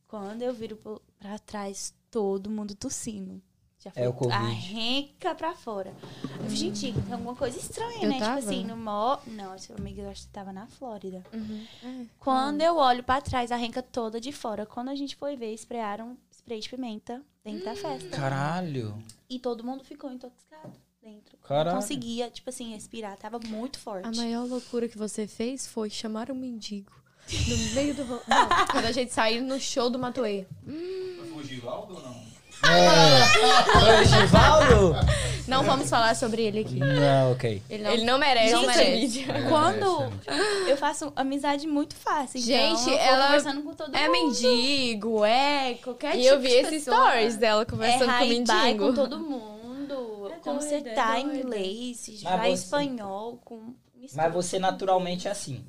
Speaker 7: Quando eu viro pro- pra trás, todo mundo tossindo. Já foi
Speaker 3: É o Covid.
Speaker 7: arranca pra fora. Eu falei, gente, tem alguma coisa estranha,
Speaker 10: Eu
Speaker 7: né?
Speaker 10: tava?
Speaker 7: Tipo assim, no mó... Não, essa amiga eu acho que tava na Flórida. Quando eu olho pra trás, arranca toda de fora. Quando a gente foi ver, esprearam spray de pimenta dentro da festa.
Speaker 3: Caralho.
Speaker 7: E todo mundo ficou intoxicado dentro.
Speaker 3: Caralho.
Speaker 7: Não conseguia, tipo assim, respirar. Tava muito
Speaker 6: assim.
Speaker 10: A
Speaker 7: forte.
Speaker 10: maior loucura que você fez foi chamar um mendigo. No meio do. ro- Não, quando a gente saiu no show do Matuê.
Speaker 3: É. Ô, Givaldo?
Speaker 10: Não vamos falar sobre ele aqui.
Speaker 3: Não, ok.
Speaker 10: Ele não,
Speaker 6: Ele não merece.
Speaker 4: é
Speaker 7: Gente,
Speaker 6: essa
Speaker 7: merece.
Speaker 6: mídia.
Speaker 7: Quando eu faço amizade muito fácil.
Speaker 6: Gente,
Speaker 7: então, eu vou
Speaker 6: ela
Speaker 7: conversando com todo
Speaker 4: É
Speaker 7: mundo.
Speaker 4: mendigo, é qualquer
Speaker 6: E
Speaker 4: tipo
Speaker 6: eu vi
Speaker 4: de
Speaker 6: esses
Speaker 4: pessoa.
Speaker 6: stories dela
Speaker 7: É
Speaker 6: conversando com o
Speaker 7: high bye
Speaker 6: mendigo.
Speaker 7: com todo mundo.
Speaker 4: É
Speaker 7: como
Speaker 4: doida,
Speaker 7: você
Speaker 4: é
Speaker 7: tá em
Speaker 4: doida.
Speaker 7: inglês,
Speaker 3: Mas
Speaker 7: vai
Speaker 3: você-
Speaker 7: espanhol, com...
Speaker 3: Mas você naturalmente é assim.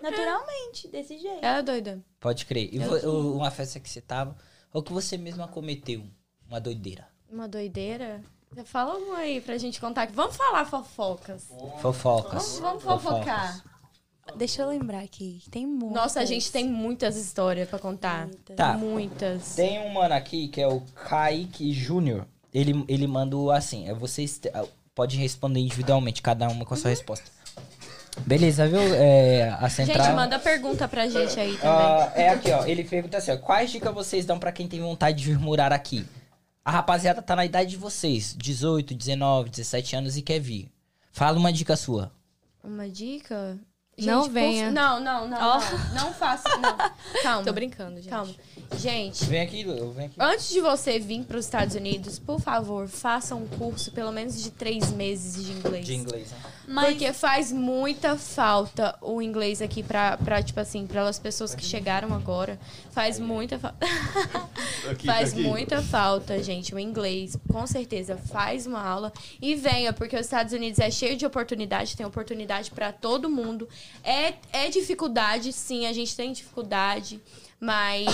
Speaker 7: Naturalmente, desse jeito.
Speaker 10: Ela é doida.
Speaker 3: Pode crer. E vo- o- uma festa que você tava, ou que você mesma cometeu uma doideira.
Speaker 10: Uma doideira?
Speaker 4: Fala uma aí pra gente contar. Vamos falar fofocas.
Speaker 3: Fofocas.
Speaker 4: Vamos, vamos fofocar.
Speaker 7: Deixa eu lembrar aqui. Tem muito.
Speaker 4: Nossa, a gente tem muitas histórias pra contar.
Speaker 3: Tá.
Speaker 4: Muitas.
Speaker 3: Tem um mano aqui que é o Kaique Júnior. Ele, ele mandou assim, é vocês te- ah, pode responder individualmente, cada uma com a sua resposta. Beleza, viu? É, a central...
Speaker 4: Uhum. Gente, manda pergunta pra gente aí também.
Speaker 3: Ah, é aqui, ó. Ele pergunta assim, ó. Quais dicas vocês dão pra quem tem vontade de vir morar aqui? A rapaziada tá na idade de vocês. 18, 19, 17 anos e quer vir. Fala uma dica sua.
Speaker 10: Uma dica?
Speaker 4: Gente,
Speaker 10: não
Speaker 4: por-
Speaker 10: venha.
Speaker 4: Não, não, não.
Speaker 10: Ó.
Speaker 4: Não, não faça, não. Calma.
Speaker 10: Tô brincando, gente.
Speaker 4: Calma. Gente,
Speaker 3: Vem aqui, Lu, vem aqui.
Speaker 4: antes de você vir pros Estados Unidos, por favor, faça um curso pelo menos de três meses de inglês.
Speaker 3: De inglês, né?
Speaker 7: Mas
Speaker 4: Porque faz muita falta o inglês aqui pra, pra tipo assim, para as pessoas que chegaram agora. Faz muita falta. faz muita falta, gente, o inglês. Com certeza, faz uma aula e venha, porque os Estados Unidos é cheio de oportunidade, tem oportunidade pra todo mundo. É, é dificuldade, sim, a gente tem dificuldade. Mas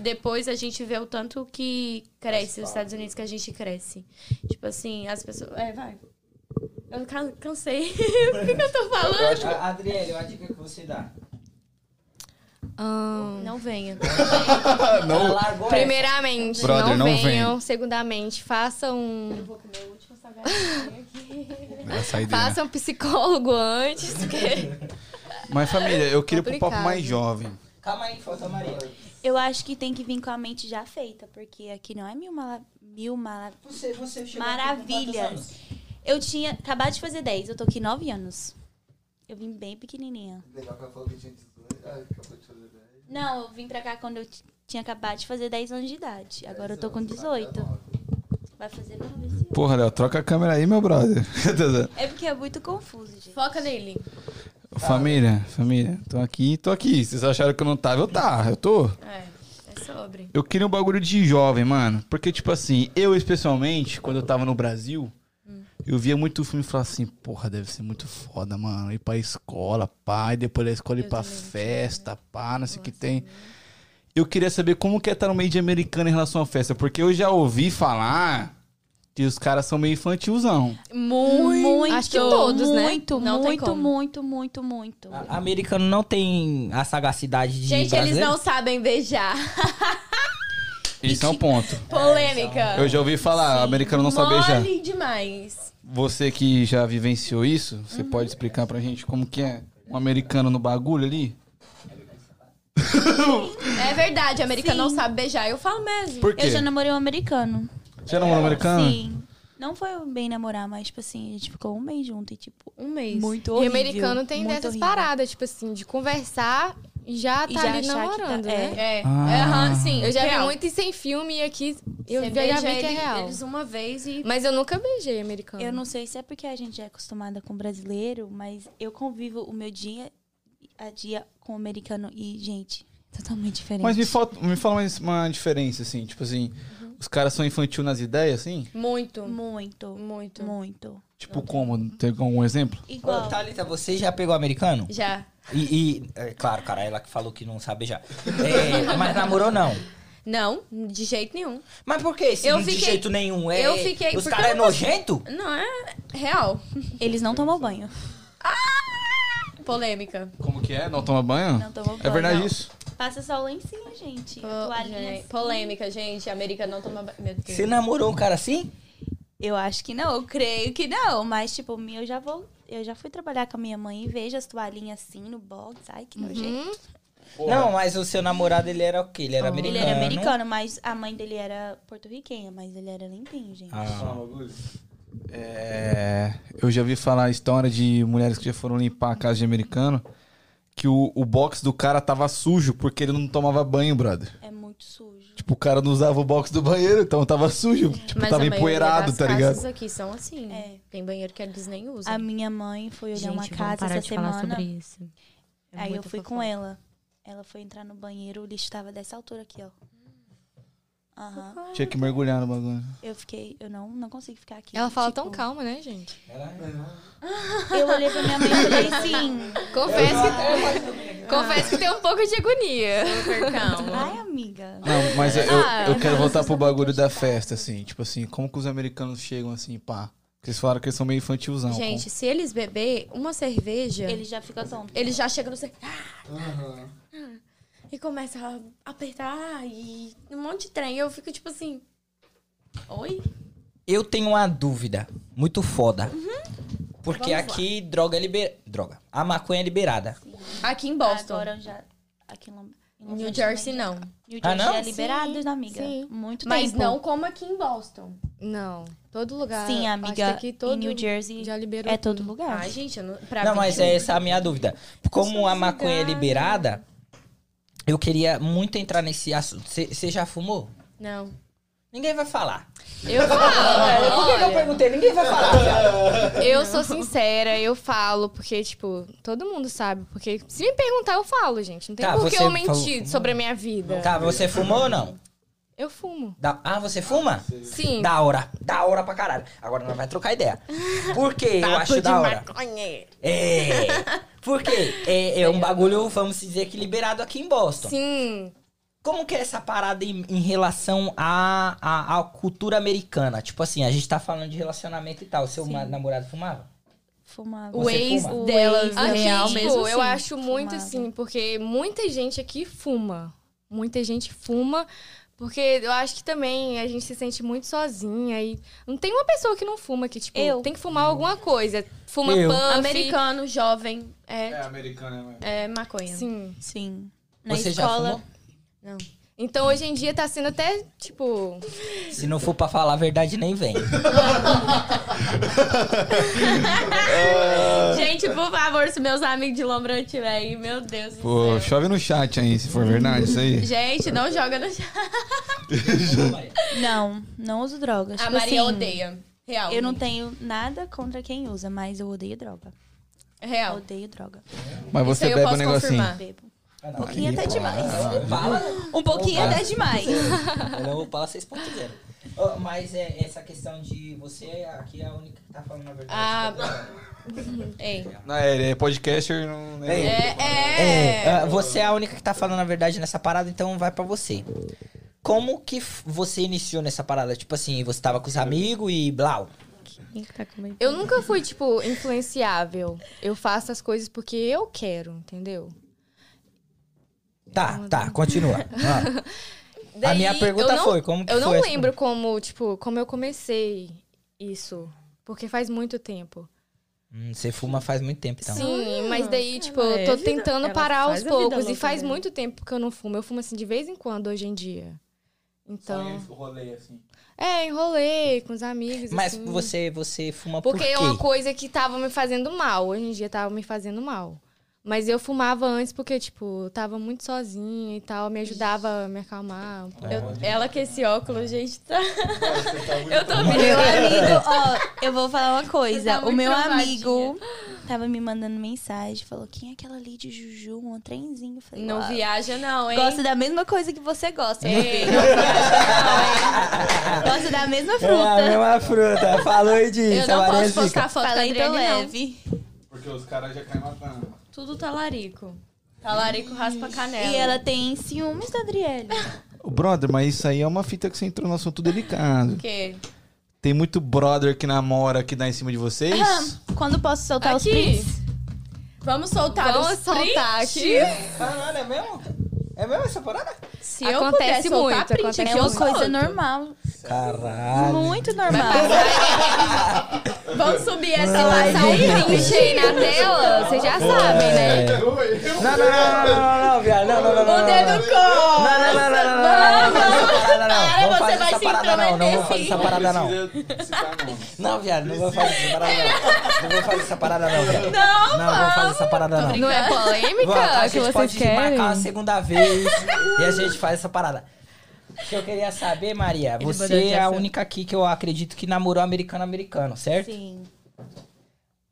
Speaker 4: depois a gente vê o tanto que cresce os Estados Unidos que a gente cresce. Tipo assim, as pessoas. É, vai. Eu can- cansei. o que, que eu tô falando?
Speaker 3: A- Adriele, uma dica que você dá.
Speaker 10: Ahn,
Speaker 4: Não venha.
Speaker 2: Ah,
Speaker 3: Ela largou essa.
Speaker 6: Primeiramente,
Speaker 2: Brother,
Speaker 6: não,
Speaker 2: não
Speaker 6: venham. Segundamente, façam,
Speaker 2: É a saideira.
Speaker 6: façam psicólogo antes. Porque...
Speaker 4: um
Speaker 2: Mas família, eu queria pro papo
Speaker 10: Complicado.
Speaker 2: mais jovem.
Speaker 3: Calma aí, falta a Maria.
Speaker 7: eu acho que tem que vir com a mente já feita, porque aqui não é mil, mala, mil mala.
Speaker 3: Você, você chegou
Speaker 7: Maravilhas.
Speaker 3: aqui com quantos anos?
Speaker 7: Eu tinha acabado de fazer 10, eu tô aqui 9 anos. Eu vim bem pequenininha.
Speaker 8: Legal é que ela falou que tinha 18. Ah, acabou de fazer 10.
Speaker 7: Não, eu vim pra cá quando eu t- tinha acabado de fazer 10 anos de idade. Agora eu tô com 18. Vai fazer 9 esse ano.
Speaker 2: Porra, Léo, troca a câmera aí, meu brother. Tá,
Speaker 7: É porque é muito confuso, gente.
Speaker 4: Foca nele.
Speaker 2: família, família, tô aqui, tô aqui. Vocês acharam que eu não tava? Eu tá, eu tô.
Speaker 4: É, é sobre.
Speaker 2: Eu queria um bagulho de jovem, mano. Porque, tipo assim, eu especialmente, quando eu tava no Brasil, eu via muito filme e falava assim, porra, deve ser muito foda, mano. Ir pra escola, pá, e depois da escola ir pra festa, pá, não sei o que tem. Eu queria saber como que é estar no meio de americano em relação à festa. Porque eu já ouvi falar que os caras são meio infantilzão.
Speaker 4: Muito.
Speaker 7: Acho que
Speaker 6: todos, né?
Speaker 7: muito,
Speaker 4: Não tem
Speaker 7: muito,
Speaker 4: como.
Speaker 7: muito, muito, muito.
Speaker 8: Ah,
Speaker 3: A- Americano não tem a sagacidade de
Speaker 4: Gente, eles
Speaker 3: brasileiro?
Speaker 4: não sabem beijar.
Speaker 2: Isso é um ponto.
Speaker 4: Polêmica.
Speaker 2: Eu já ouvi falar, americano não sabe beijar.
Speaker 4: Mole demais.
Speaker 2: Você que já vivenciou isso, você pode explicar pra gente como que é um americano no bagulho ali?
Speaker 4: É verdade, americano não sabe beijar. Eu falo mesmo.
Speaker 2: Por quê?
Speaker 7: Eu já namorei um americano.
Speaker 5: é
Speaker 2: Você namorou um americano?
Speaker 7: Sim. Não foi bem namorar, mas, tipo assim, a gente ficou um mês junto e, tipo,
Speaker 10: Um mês.
Speaker 7: muito
Speaker 6: E
Speaker 7: horrível.
Speaker 6: americano tem
Speaker 7: muito
Speaker 6: dessas
Speaker 7: horrível.
Speaker 6: paradas, tipo assim, de conversar e já
Speaker 7: E
Speaker 6: tá
Speaker 7: já
Speaker 6: ali
Speaker 7: achar que tá-
Speaker 6: namorando,
Speaker 7: é.
Speaker 6: né?
Speaker 4: É,
Speaker 5: Ah.
Speaker 4: aham, sim.
Speaker 6: Eu já vi
Speaker 4: real.
Speaker 6: muito isso em filme e aqui eu
Speaker 4: Você
Speaker 6: já, já vi
Speaker 4: beija
Speaker 6: que é
Speaker 4: ele-
Speaker 6: real.
Speaker 4: eles uma vez e...
Speaker 6: Mas eu nunca beijei americano.
Speaker 7: Eu não sei se é porque a gente é acostumada com brasileiro, mas eu convivo o meu dia a dia com o americano e, gente, totalmente diferente.
Speaker 5: Mas me, falta, me fala mais uma diferença, assim. Tipo assim, os caras são infantil nas ideias, assim?
Speaker 6: Muito.
Speaker 7: Muito,
Speaker 6: Muito.
Speaker 7: muito.
Speaker 5: Tipo, como? Tem algum exemplo?
Speaker 7: Igual.
Speaker 3: Ô, Thalita, você já pegou americano?
Speaker 6: Já.
Speaker 3: E, e- é, claro, cara, ela que falou que não sabe já. É, mas namorou não.
Speaker 4: Não, de jeito nenhum.
Speaker 3: Mas por que? Se
Speaker 4: Eu
Speaker 3: não de
Speaker 4: fiquei-
Speaker 3: jeito nenhum é.
Speaker 4: eu fiquei-
Speaker 3: Os
Speaker 4: porque
Speaker 3: caras é
Speaker 4: eu não-
Speaker 3: nojento?
Speaker 4: Não, é real.
Speaker 7: Eles não tomam banho.
Speaker 4: Polêmica.
Speaker 5: Como que é? Não toma banho?
Speaker 7: Não tomam banho.
Speaker 5: É verdade
Speaker 7: não.
Speaker 5: isso?
Speaker 7: Passa só o lencinho, gente.
Speaker 4: Po-
Speaker 7: Toalhinha.
Speaker 4: gente,
Speaker 7: assim.
Speaker 4: é, polêmica, gente. América não toma... ba- Meu Deus.
Speaker 3: Você namorou um cara assim?
Speaker 7: Eu acho que não, eu creio que não. Mas, tipo, eu já vou. Eu já fui trabalhar com a minha mãe e vejo as toalhinhas assim no box. Ai, que nojento.
Speaker 3: Não, mas o seu namorado, ele era o quê? Ele era
Speaker 7: Ele
Speaker 3: americano?
Speaker 7: era americano, mas a mãe dele era porto-riquenha, mas ele era limpinho, gente.
Speaker 3: Ah.
Speaker 5: É, eu já vi falar a história de mulheres que já foram limpar a casa de americano que o, o box do cara tava sujo porque ele não tomava banho, brother.
Speaker 7: É muito sujo.
Speaker 5: Tipo, o cara não usava o box do banheiro, então tava sujo. Tipo,
Speaker 10: Mas
Speaker 5: tava
Speaker 10: a maioria
Speaker 5: empoeirado,
Speaker 10: das
Speaker 5: tá
Speaker 10: casas
Speaker 5: ligado?
Speaker 10: aqui são assim.
Speaker 7: É.
Speaker 10: Tem banheiro que eles nem usam.
Speaker 7: A minha mãe foi olhar
Speaker 11: Gente,
Speaker 7: uma
Speaker 11: vamos
Speaker 7: casa
Speaker 11: parar
Speaker 7: essa
Speaker 11: de falar
Speaker 7: semana.
Speaker 11: sobre isso. É
Speaker 7: aí eu
Speaker 11: muita
Speaker 7: fui com
Speaker 11: fofoca.
Speaker 7: ela. Ela foi entrar no banheiro, o lixo estava dessa altura aqui, ó. Aham.
Speaker 5: Tinha que mergulhar no bagulho.
Speaker 7: Eu fiquei, eu não, não consigo ficar aqui.
Speaker 6: Ela fala
Speaker 7: Tipo,
Speaker 6: tão calma, né, gente?
Speaker 7: Eu olhei pra minha mãe e falei assim:
Speaker 6: Confesso que, confesso que tem um pouco de agonia.
Speaker 7: Ai, amiga.
Speaker 5: Não, mas eu, eu-
Speaker 6: Ah,
Speaker 5: eu quero voltar pro bagulho da festa, assim. Tipo assim, como que os americanos chegam assim, pá? Porque eles falaram que eles são meio infantilzão.
Speaker 4: Gente, se eles beber uma cerveja,
Speaker 6: É.
Speaker 7: Ele já fica tonto.
Speaker 4: eles já chegam no... cer-
Speaker 8: Aham.
Speaker 4: E começa a apertar e um monte de trem. Eu fico tipo assim. Oi?
Speaker 3: Eu tenho uma dúvida muito foda.
Speaker 4: Uhum.
Speaker 3: Porque aqui droga é liberada. Droga. A maconha é liberada.
Speaker 4: Aqui em Boston.
Speaker 7: Agora eu já. Aqui em Lom- em Los
Speaker 4: New
Speaker 7: Angeles
Speaker 4: Jersey
Speaker 7: também.
Speaker 4: não.
Speaker 7: New Jersey
Speaker 3: Ah, não?
Speaker 7: é liberado,
Speaker 6: Sim,
Speaker 7: amiga.
Speaker 6: sim.
Speaker 7: Muito
Speaker 4: Mas
Speaker 7: tempo.
Speaker 4: não como aqui em Boston.
Speaker 6: Não. Todo lugar.
Speaker 7: Sim,
Speaker 6: acho que
Speaker 7: amiga.
Speaker 6: aqui todo
Speaker 7: em New Jersey
Speaker 6: já liberou.
Speaker 7: é todo lugar.
Speaker 4: Ai, gente, eu não, pra
Speaker 3: não,
Speaker 4: mim-
Speaker 3: mas é essa a minha dúvida. Como a maconha é
Speaker 4: lugares.
Speaker 3: liberada, eu queria muito entrar nesse assunto. Você já fumou?
Speaker 6: Não.
Speaker 3: Ninguém vai falar.
Speaker 6: Eu
Speaker 3: Olha,
Speaker 6: falo.
Speaker 3: Por que que eu perguntei? Ninguém vai falar. viado.
Speaker 6: Eu sou sincera, eu falo, porque, tipo, todo mundo sabe. Porque se me perguntar, eu falo, gente. Não tem
Speaker 3: Tá,
Speaker 6: por que
Speaker 3: você
Speaker 6: eu mentir
Speaker 3: falou-
Speaker 6: sobre a minha vida.
Speaker 3: Tá, você fumou ou não?
Speaker 6: Eu fumo.
Speaker 3: Da- Ah, você fuma?
Speaker 6: Sim.
Speaker 3: Da hora. Da hora pra caralho. Agora nós vai trocar ideia. Por que eu acho da hora? É. Porque é, é um bagulho, vamos dizer que liberado aqui em Boston.
Speaker 6: Sim.
Speaker 3: Como que é essa parada em, em relação à à- à cultura americana? Tipo assim, a gente tá falando de relacionamento e tal. Seu ma- namorado fumava?
Speaker 7: Fumava.
Speaker 6: O
Speaker 3: Você
Speaker 6: ex
Speaker 3: fuma?
Speaker 6: dela,
Speaker 7: O ex
Speaker 6: aqui,
Speaker 7: É real
Speaker 6: tipo,
Speaker 7: mesmo,
Speaker 6: eu
Speaker 7: sim,
Speaker 6: acho muito
Speaker 7: fumava.
Speaker 6: assim, porque muita gente aqui fuma. Muita gente fuma, porque eu acho que também a gente se sente muito sozinha e não tem uma pessoa que não fuma que tipo,
Speaker 7: Eu.
Speaker 6: tem que fumar alguma coisa. Fuma
Speaker 3: Eu.
Speaker 6: puff,
Speaker 4: Americano, jovem, é,
Speaker 2: americano, é.
Speaker 4: é maconha.
Speaker 6: Sim.
Speaker 7: Sim. Na
Speaker 3: você já
Speaker 7: escola.
Speaker 3: fumou?
Speaker 6: Então hoje em dia tá sendo até tipo,
Speaker 3: Se não for pra falar a verdade, nem vem.
Speaker 4: Gente, por favor, se meus amigos de Lombra tiverem, meu Deus do
Speaker 5: Pô,
Speaker 4: céu.
Speaker 5: chove no chat aí, se for verdade, isso aí.
Speaker 4: Gente, não joga no chá.
Speaker 7: Não, não uso drogas.
Speaker 4: A
Speaker 7: Tipo
Speaker 4: Maria
Speaker 7: assim,
Speaker 4: odeia. Real.
Speaker 7: Eu não tenho nada contra quem usa, mas eu odeio droga. Eu
Speaker 4: Real.
Speaker 7: odeio droga.
Speaker 5: Mas
Speaker 4: Isso aí
Speaker 5: você
Speaker 4: eu
Speaker 5: bebe um
Speaker 4: posso
Speaker 5: negocinho.
Speaker 3: Ah.
Speaker 4: confirmar.
Speaker 7: Bebo. Um pouquinho até
Speaker 3: né?
Speaker 7: demais.
Speaker 3: Então, Fala.
Speaker 7: Um pouquinho
Speaker 3: Opa.
Speaker 7: até demais.
Speaker 3: Ela é o Opala 6.0. Ó, Mas é essa questão de você aqui é a única que tá falando a verdade.
Speaker 4: Ah, Ei.
Speaker 5: Não, é, ele é podcaster, não...
Speaker 3: É,
Speaker 5: É.
Speaker 4: É, é.
Speaker 3: É, ah, você é a única que tá falando a verdade nessa parada, então vai pra você. Como que f- você iniciou nessa parada? Tipo assim, você tava com os amigos e blau.
Speaker 11: Quem que tá comentando?
Speaker 6: eu nunca fui tipo influenciável. Eu faço as coisas porque eu quero, entendeu?
Speaker 3: Tá, tá, continua. Ah, a
Speaker 6: Daí,
Speaker 3: minha pergunta
Speaker 6: eu não-
Speaker 3: foi, como que
Speaker 6: Eu não
Speaker 3: foi essa-
Speaker 6: lembro como, tipo, como eu comecei isso. Porque faz muito tempo.
Speaker 3: Hum, você fuma faz muito tempo, então.
Speaker 6: Sim, mas daí, tipo,
Speaker 10: ela
Speaker 6: eu tô
Speaker 10: é vida-
Speaker 6: tentando
Speaker 10: ela
Speaker 6: parar
Speaker 10: faz
Speaker 6: aos
Speaker 10: a vida
Speaker 6: poucos. E
Speaker 10: louca
Speaker 6: faz
Speaker 10: dela.
Speaker 6: muito tempo que eu não fumo. Eu fumo assim de vez em quando hoje em dia. Então.
Speaker 5: rolê, assim.
Speaker 6: É, enrolei com os amigos.
Speaker 3: Mas
Speaker 6: assim.
Speaker 3: você, você fuma por
Speaker 6: Porque
Speaker 3: quê?
Speaker 6: é uma coisa que tava me fazendo mal. Hoje em dia tava me fazendo mal. Mas eu fumava antes porque, tipo, tava muito sozinha e tal. Me ajudava a me acalmar. um
Speaker 10: Eu- ela com esse óculos, gente, tá.
Speaker 8: Eu
Speaker 7: O meu amigo, ó, eu vou falar uma
Speaker 10: Você tá
Speaker 7: coisa. o
Speaker 10: muito
Speaker 7: meu
Speaker 10: travadinha.
Speaker 7: amigo tava me mandando mensagem, falou: quem é aquela ali de Juju? Um trenzinho. Eu Falei,
Speaker 10: Não
Speaker 7: "Ó,
Speaker 10: viaja, não, hein? É,
Speaker 7: Gosta da mesma coisa que você gosta, meu filho. Gosta da mesma
Speaker 3: É a
Speaker 7: fruta.
Speaker 3: mesma fruta. Falou e
Speaker 10: Eu
Speaker 3: disse.
Speaker 10: não
Speaker 3: Maria é
Speaker 10: posso
Speaker 3: Zica.
Speaker 10: postar foto da
Speaker 7: Talento
Speaker 10: Adriane, não.
Speaker 7: leve.
Speaker 2: Porque os caras já caem matando.
Speaker 10: Tudo talarico. Talarico raspa a canela.
Speaker 7: E ela tem ciúmes da Adriele.
Speaker 5: Ô, Brother, mas isso aí é uma fita que você entrou no assunto delicado.
Speaker 10: O quê?
Speaker 5: Tem muito brother que namora que dá em cima de vocês.
Speaker 7: Quando posso soltar os
Speaker 10: Aqui.
Speaker 7: prints?
Speaker 10: Vamos soltar
Speaker 6: Vamos
Speaker 10: os prints?
Speaker 6: soltar aqui.
Speaker 3: Caralho, é mesmo? É mesmo essa parada?
Speaker 10: Se
Speaker 6: Acontece
Speaker 10: eu puder soltar
Speaker 6: muito,
Speaker 10: print
Speaker 6: acontece
Speaker 10: aqui, um
Speaker 7: É
Speaker 10: eu
Speaker 7: uma
Speaker 10: solto.
Speaker 7: coisa normal.
Speaker 3: Caralho.
Speaker 7: Muito normal.
Speaker 10: Vamos subir essa passar um print aí
Speaker 6: Na tela, vocês já sabem,
Speaker 3: É.
Speaker 6: né?
Speaker 3: Não, não, não, não, não, não, não, viado. Não, não, não, não.
Speaker 10: O dedo
Speaker 3: Não,
Speaker 10: com.
Speaker 3: não, não, não, não, não, não, não, não, não, não,
Speaker 10: Para,
Speaker 3: não, fazer
Speaker 10: você vai
Speaker 3: essa
Speaker 10: se
Speaker 3: parada, não, não,
Speaker 10: intrometer,
Speaker 3: não, vou fazer essa parada, não. Não, viado, não vou fazer essa parada, não. Não vou fazer essa parada, não, viado. Não, não vou fazer essa parada, não.
Speaker 6: Não é polêmica
Speaker 3: Vamos, a
Speaker 6: o que
Speaker 3: tá, gente
Speaker 6: vocês
Speaker 3: pode
Speaker 6: querem?
Speaker 3: marcar uma segunda vez e a gente faz essa parada. O que eu queria saber, Maria, você é a única aqui que eu acredito que namorou americano-americano, certo?
Speaker 7: Sim.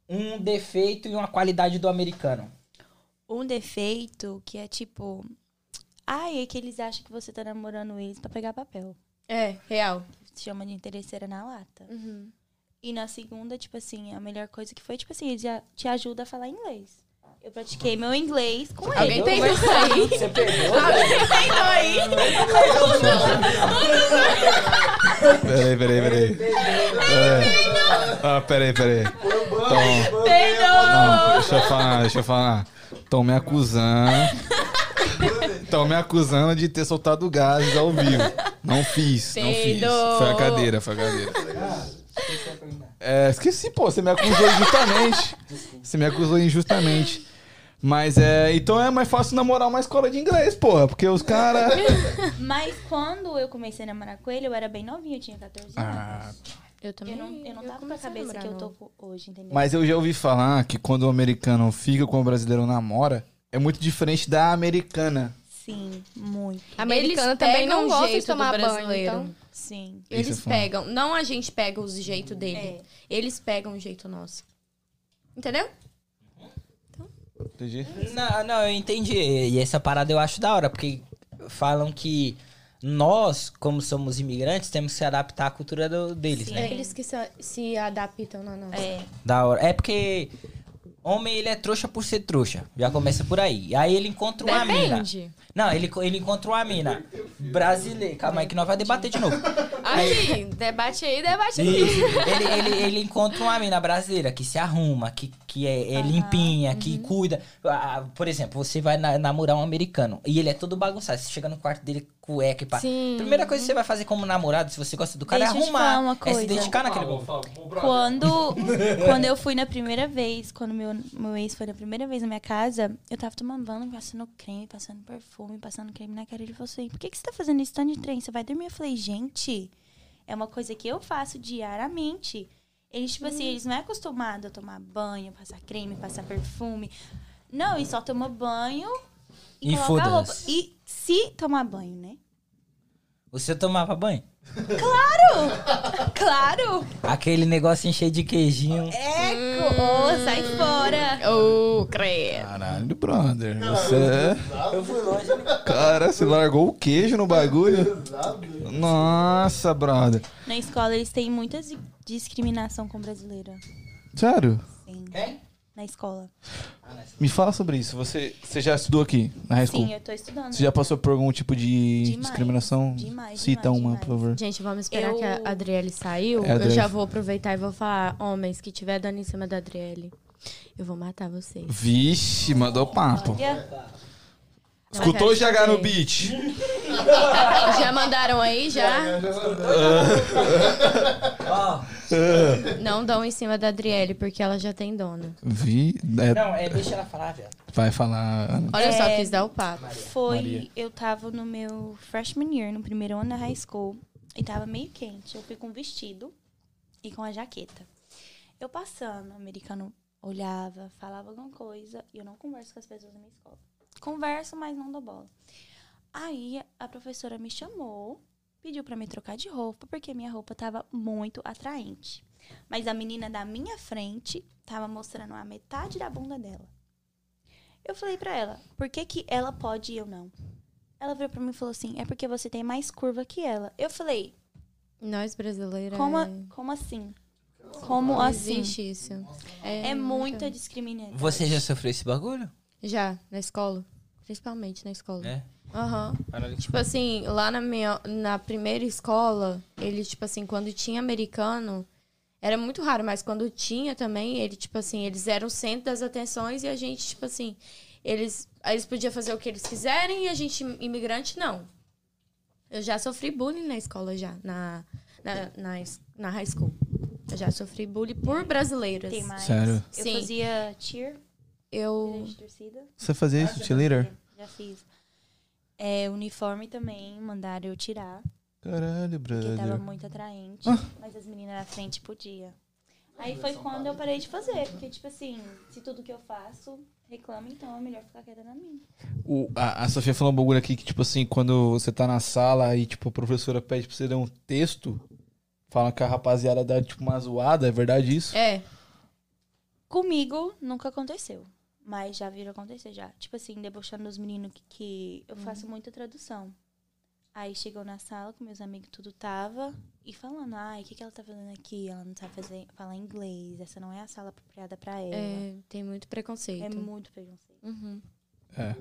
Speaker 3: Um defeito e uma qualidade do americano.
Speaker 7: Um defeito que é tipo. Ai, é que eles acham que você tá namorando eles pra pegar papel.
Speaker 10: É, real.
Speaker 7: Chama de interesseira na lata. E na segunda, tipo assim, a melhor coisa que foi, tipo assim, ele já te ajuda a falar inglês. Eu pratiquei meu inglês com ele.
Speaker 10: Alguém tem
Speaker 3: Mas-
Speaker 10: isso aí?
Speaker 3: Você pegou?
Speaker 4: Ah,
Speaker 2: Peraí, peraí, peraí. Ah, peraí, peraí.
Speaker 5: Então,
Speaker 2: Tom, não, deixa eu falar, deixa eu falar. Estão me acusando. Estão me acusando de ter soltado gases ao vivo. Não fiz, não fiz.
Speaker 10: Peido.
Speaker 2: Foi a cadeira, foi a cadeira. É, esqueci, pô, você me acusou injustamente. Você me acusou injustamente. Mas é, então é mais fácil namorar uma escola de inglês, porra, porque os caras.
Speaker 7: Mas quando eu comecei a namorar com ele, eu era bem novinha, eu tinha 14 anos.
Speaker 2: Ah,
Speaker 6: Eu
Speaker 7: eu não, eu não tava com a cabeça que eu tô com hoje, entendeu?
Speaker 2: Mas eu já ouvi falar que quando o americano fica com o brasileiro namora, é muito diferente da americana.
Speaker 7: Sim, muito.
Speaker 6: Americana
Speaker 10: Eles
Speaker 6: também
Speaker 10: pegam
Speaker 6: não
Speaker 10: o
Speaker 6: gosta de
Speaker 10: jeito do
Speaker 6: tomar banho,
Speaker 10: brasileiro.
Speaker 6: então.
Speaker 7: Sim.
Speaker 10: Eles
Speaker 2: Isso é foda.
Speaker 10: pegam. Não a gente pega o jeito dele.
Speaker 4: É.
Speaker 10: Eles pegam o jeito nosso. Entendeu?
Speaker 2: Entendi?
Speaker 3: Não, não, eu entendi. E essa parada eu acho da hora, porque falam que nós, como somos imigrantes, temos que se adaptar à cultura do- deles,
Speaker 4: É.
Speaker 3: né?
Speaker 10: Eles que se, se adaptam na nossa.
Speaker 7: É.
Speaker 3: Da hora. É porque homem, ele é trouxa por ser trouxa. Já começa por aí. Aí ele encontra uma mina.
Speaker 6: Depende.
Speaker 3: Não, ele, ele encontra uma mina brasileira. Calma aí que nós vai debater de novo.
Speaker 6: Aqui, debate aí, debate aqui.
Speaker 3: ele, ele, ele encontra uma mina brasileira que se arruma, que, que é, é limpinha, que cuida. Ah, por exemplo, você vai na- namorar um americano e ele é todo bagunçado. Você chega no quarto dele, cueca e pá.
Speaker 6: Sim.
Speaker 3: Primeira coisa que você vai fazer como namorado, se você gosta do cara,
Speaker 7: Deixa
Speaker 3: é
Speaker 7: eu te falar uma
Speaker 3: arrumar. É se
Speaker 7: coisa.
Speaker 3: dedicar naquele povo.
Speaker 7: Quando, quando eu fui na primeira vez, quando meu, meu ex foi na primeira vez na minha casa, eu tava tomando banho, passando creme, passando perfume, passando creme na cara. Ele falou assim: por que, que você tá fazendo isso tanto de trem? Você vai dormir? Eu falei: gente, é uma coisa que eu faço diariamente. Eles, tipo assim, eles não é acostumado a tomar banho, passar creme, passar perfume. Não, e só toma banho e,
Speaker 3: E
Speaker 7: coloca a roupa.
Speaker 3: foda-se.
Speaker 7: E se tomar banho, né?
Speaker 3: Você tomava banho?
Speaker 7: Claro!
Speaker 3: Aquele negócio cheio de queijinho.
Speaker 7: É, co- ô, sai fora!
Speaker 10: Oh, creio.
Speaker 2: Caralho, brother. Você é.
Speaker 3: Eu fui longe.
Speaker 2: Cara, você largou o queijo no bagulho? Nossa, brother.
Speaker 7: Na escola eles têm muita zi- discriminação com brasileira.
Speaker 2: Sério?
Speaker 7: Sim.
Speaker 3: Quem?
Speaker 7: Na escola.
Speaker 2: Me fala sobre isso. Você, você já estudou aqui na high school?
Speaker 7: Sim, eu tô estudando.
Speaker 2: Você já passou por algum tipo de
Speaker 7: Demais,
Speaker 2: discriminação?
Speaker 7: demais,
Speaker 2: Cita
Speaker 7: demais,
Speaker 2: uma,
Speaker 7: demais.
Speaker 2: por favor.
Speaker 10: Gente, vamos esperar
Speaker 7: Eu-
Speaker 10: que a Adriele saiu.
Speaker 2: É,
Speaker 10: eu
Speaker 2: Adriele.
Speaker 10: já vou aproveitar e vou falar: homens, que tiver dando em cima da Adriele, eu vou matar vocês.
Speaker 2: Vixe, mandou papo.
Speaker 7: Olha,
Speaker 2: Escutou
Speaker 10: já
Speaker 2: GH no beat?
Speaker 10: Já mandaram aí, já?
Speaker 3: Ó,
Speaker 10: Não dão em cima da Adriele, porque ela já tem dona.
Speaker 2: Vi. é,
Speaker 3: Não, é, deixa ela falar, velho.
Speaker 2: vai falar. Ana.
Speaker 10: Olha
Speaker 7: É.
Speaker 10: só, quis dar o papo.
Speaker 7: Foi,
Speaker 2: Maria.
Speaker 7: eu tava no meu freshman year, no primeiro ano da high school, e tava meio quente. Eu fui com um vestido e com a jaqueta. Eu passando, o americano olhava, falava alguma coisa, e eu não converso com as pessoas na minha escola. Converso, mas não dou bola. Aí a professora me chamou, pediu pra me trocar de roupa, porque minha roupa tava muito atraente. Mas a menina da minha frente tava mostrando a metade da bunda dela. Eu falei pra ela, por que, que ela pode e eu não? Ela virou pra mim e falou assim, é porque você tem mais curva que ela. Eu falei,
Speaker 10: Nós brasileiras.
Speaker 7: como, a- como assim? Como
Speaker 10: É. não
Speaker 7: assim?
Speaker 10: existe né? isso.
Speaker 7: É muita discriminação.
Speaker 3: Você já sofreu esse bagulho?
Speaker 10: Já, na escola. Principalmente na escola.
Speaker 3: É?
Speaker 10: Aham. Tipo assim, lá na minha na primeira escola, ele, tipo assim, quando tinha americano, era muito raro, mas quando tinha também, ele, tipo assim, eles eram o centro das atenções e a gente, tipo assim, eles, eles podiam fazer o que eles quiserem e a gente, imigrante, não. Eu já sofri bullying na escola já, na, na, na, es- na high school. Eu já sofri bullying por brasileiras.
Speaker 7: Tem mais.
Speaker 2: Sério?
Speaker 7: Eu
Speaker 10: Sim.
Speaker 7: fazia cheer,
Speaker 10: Eu.
Speaker 7: líder de torcida.
Speaker 2: Você fazia isso, cheerleader?
Speaker 7: Já fiz. É, uniforme também, mandaram eu tirar.
Speaker 2: Caralho,
Speaker 7: Porque tava
Speaker 2: brother.
Speaker 7: muito atraente. Mas as meninas na frente podia. Aí foi quando eu parei de fazer. Porque, tipo assim, se tudo que eu faço reclama, então é melhor ficar quieta na minha.
Speaker 2: O- a, a Sofia falou um bagulho aqui que, tipo assim, quando você tá na sala e, tipo, a professora pede pra você ler um texto, fala que a rapaziada dá, tipo, uma zoada, é verdade isso?
Speaker 10: É,
Speaker 7: Comigo nunca aconteceu. Mas já viram acontecer já. Tipo assim, debochando dos meninos que, que eu faço muita tradução. Aí chegou na sala com meus amigos, tudo tava. E falando, ai, o que, que ela tá fazendo aqui? Ela não sabe fazer, falar inglês. Essa não é a sala apropriada pra ela.
Speaker 10: é, tem muito
Speaker 7: É,
Speaker 10: preconceito.
Speaker 7: muito preconceito.
Speaker 10: Uhum.
Speaker 2: É.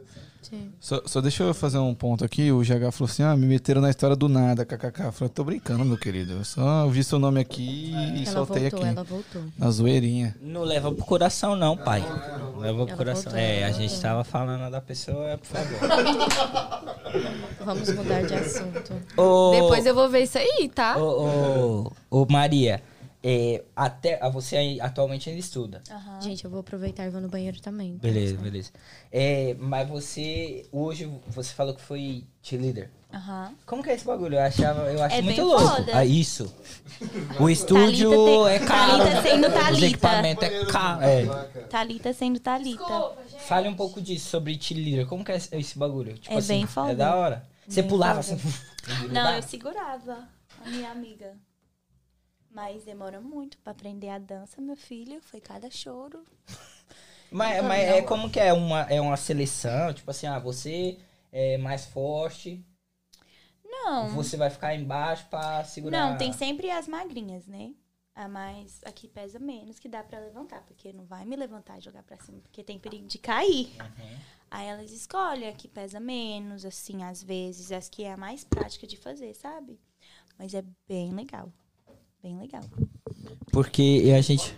Speaker 10: Sim.
Speaker 2: Só, só deixa eu fazer um ponto aqui. O GH falou assim: ah, me meteram na história do nada, kkk. Eu falei, tô brincando, meu querido. Eu só vi seu nome aqui e
Speaker 10: É, Ela
Speaker 2: soltei
Speaker 10: voltou,
Speaker 2: aqui.
Speaker 10: ela voltou.
Speaker 2: Na zoeirinha.
Speaker 3: Não leva pro coração, não, pai. Não leva pro
Speaker 10: Ela
Speaker 3: coração.
Speaker 10: voltou,
Speaker 3: É,
Speaker 10: ela
Speaker 3: a gente
Speaker 10: voltou.
Speaker 3: tava falando da pessoa, por favor.
Speaker 10: Vamos mudar de assunto.
Speaker 3: Ô,
Speaker 10: Depois eu vou ver isso aí, tá?
Speaker 3: Ô, ô, ô, Maria, é, até, a você aí atualmente ainda estuda.
Speaker 7: Aham.
Speaker 10: Gente, eu vou aproveitar e vou no banheiro também. tá?
Speaker 3: Beleza, beleza. É, mas você, hoje, você falou que foi cheerleader.
Speaker 7: Aham.
Speaker 3: Como que é esse bagulho? Eu achava, eu acho
Speaker 7: É
Speaker 3: muito
Speaker 7: bem
Speaker 3: louco.
Speaker 7: foda.
Speaker 3: Ah, isso. O estúdio
Speaker 7: tem-
Speaker 3: é caro.
Speaker 7: Thalita sendo
Speaker 3: Os
Speaker 7: Thalita.
Speaker 3: equipamentos é caro. É.
Speaker 7: Thalita sendo Thalita.
Speaker 3: Fale um pouco disso, sobre cheerleader. Como que é esse- esse bagulho? Tipo
Speaker 7: É
Speaker 3: assim,
Speaker 7: bem foda.
Speaker 3: É da hora. Você pulava assim.
Speaker 7: Não, eu segurava a minha amiga. Mas demora muito pra aprender a dança, meu filho. Foi cada choro.
Speaker 3: Mas,
Speaker 7: Então,
Speaker 3: mas
Speaker 7: um
Speaker 3: é como que é uma, é uma seleção? Tipo assim, ah, você é mais forte,
Speaker 7: Não.
Speaker 3: você vai ficar embaixo pra segurar.
Speaker 7: Então. Não, tem sempre as magrinhas, né? A mais aqui pesa menos que dá pra levantar, porque não vai me levantar e jogar pra cima, porque tem perigo de cair.
Speaker 3: Uhum.
Speaker 7: Aí elas escolhem a que pesa menos, assim, às vezes, as que é a mais prática de fazer, sabe? Mas é bem legal. Bem legal.
Speaker 3: Porque a gente.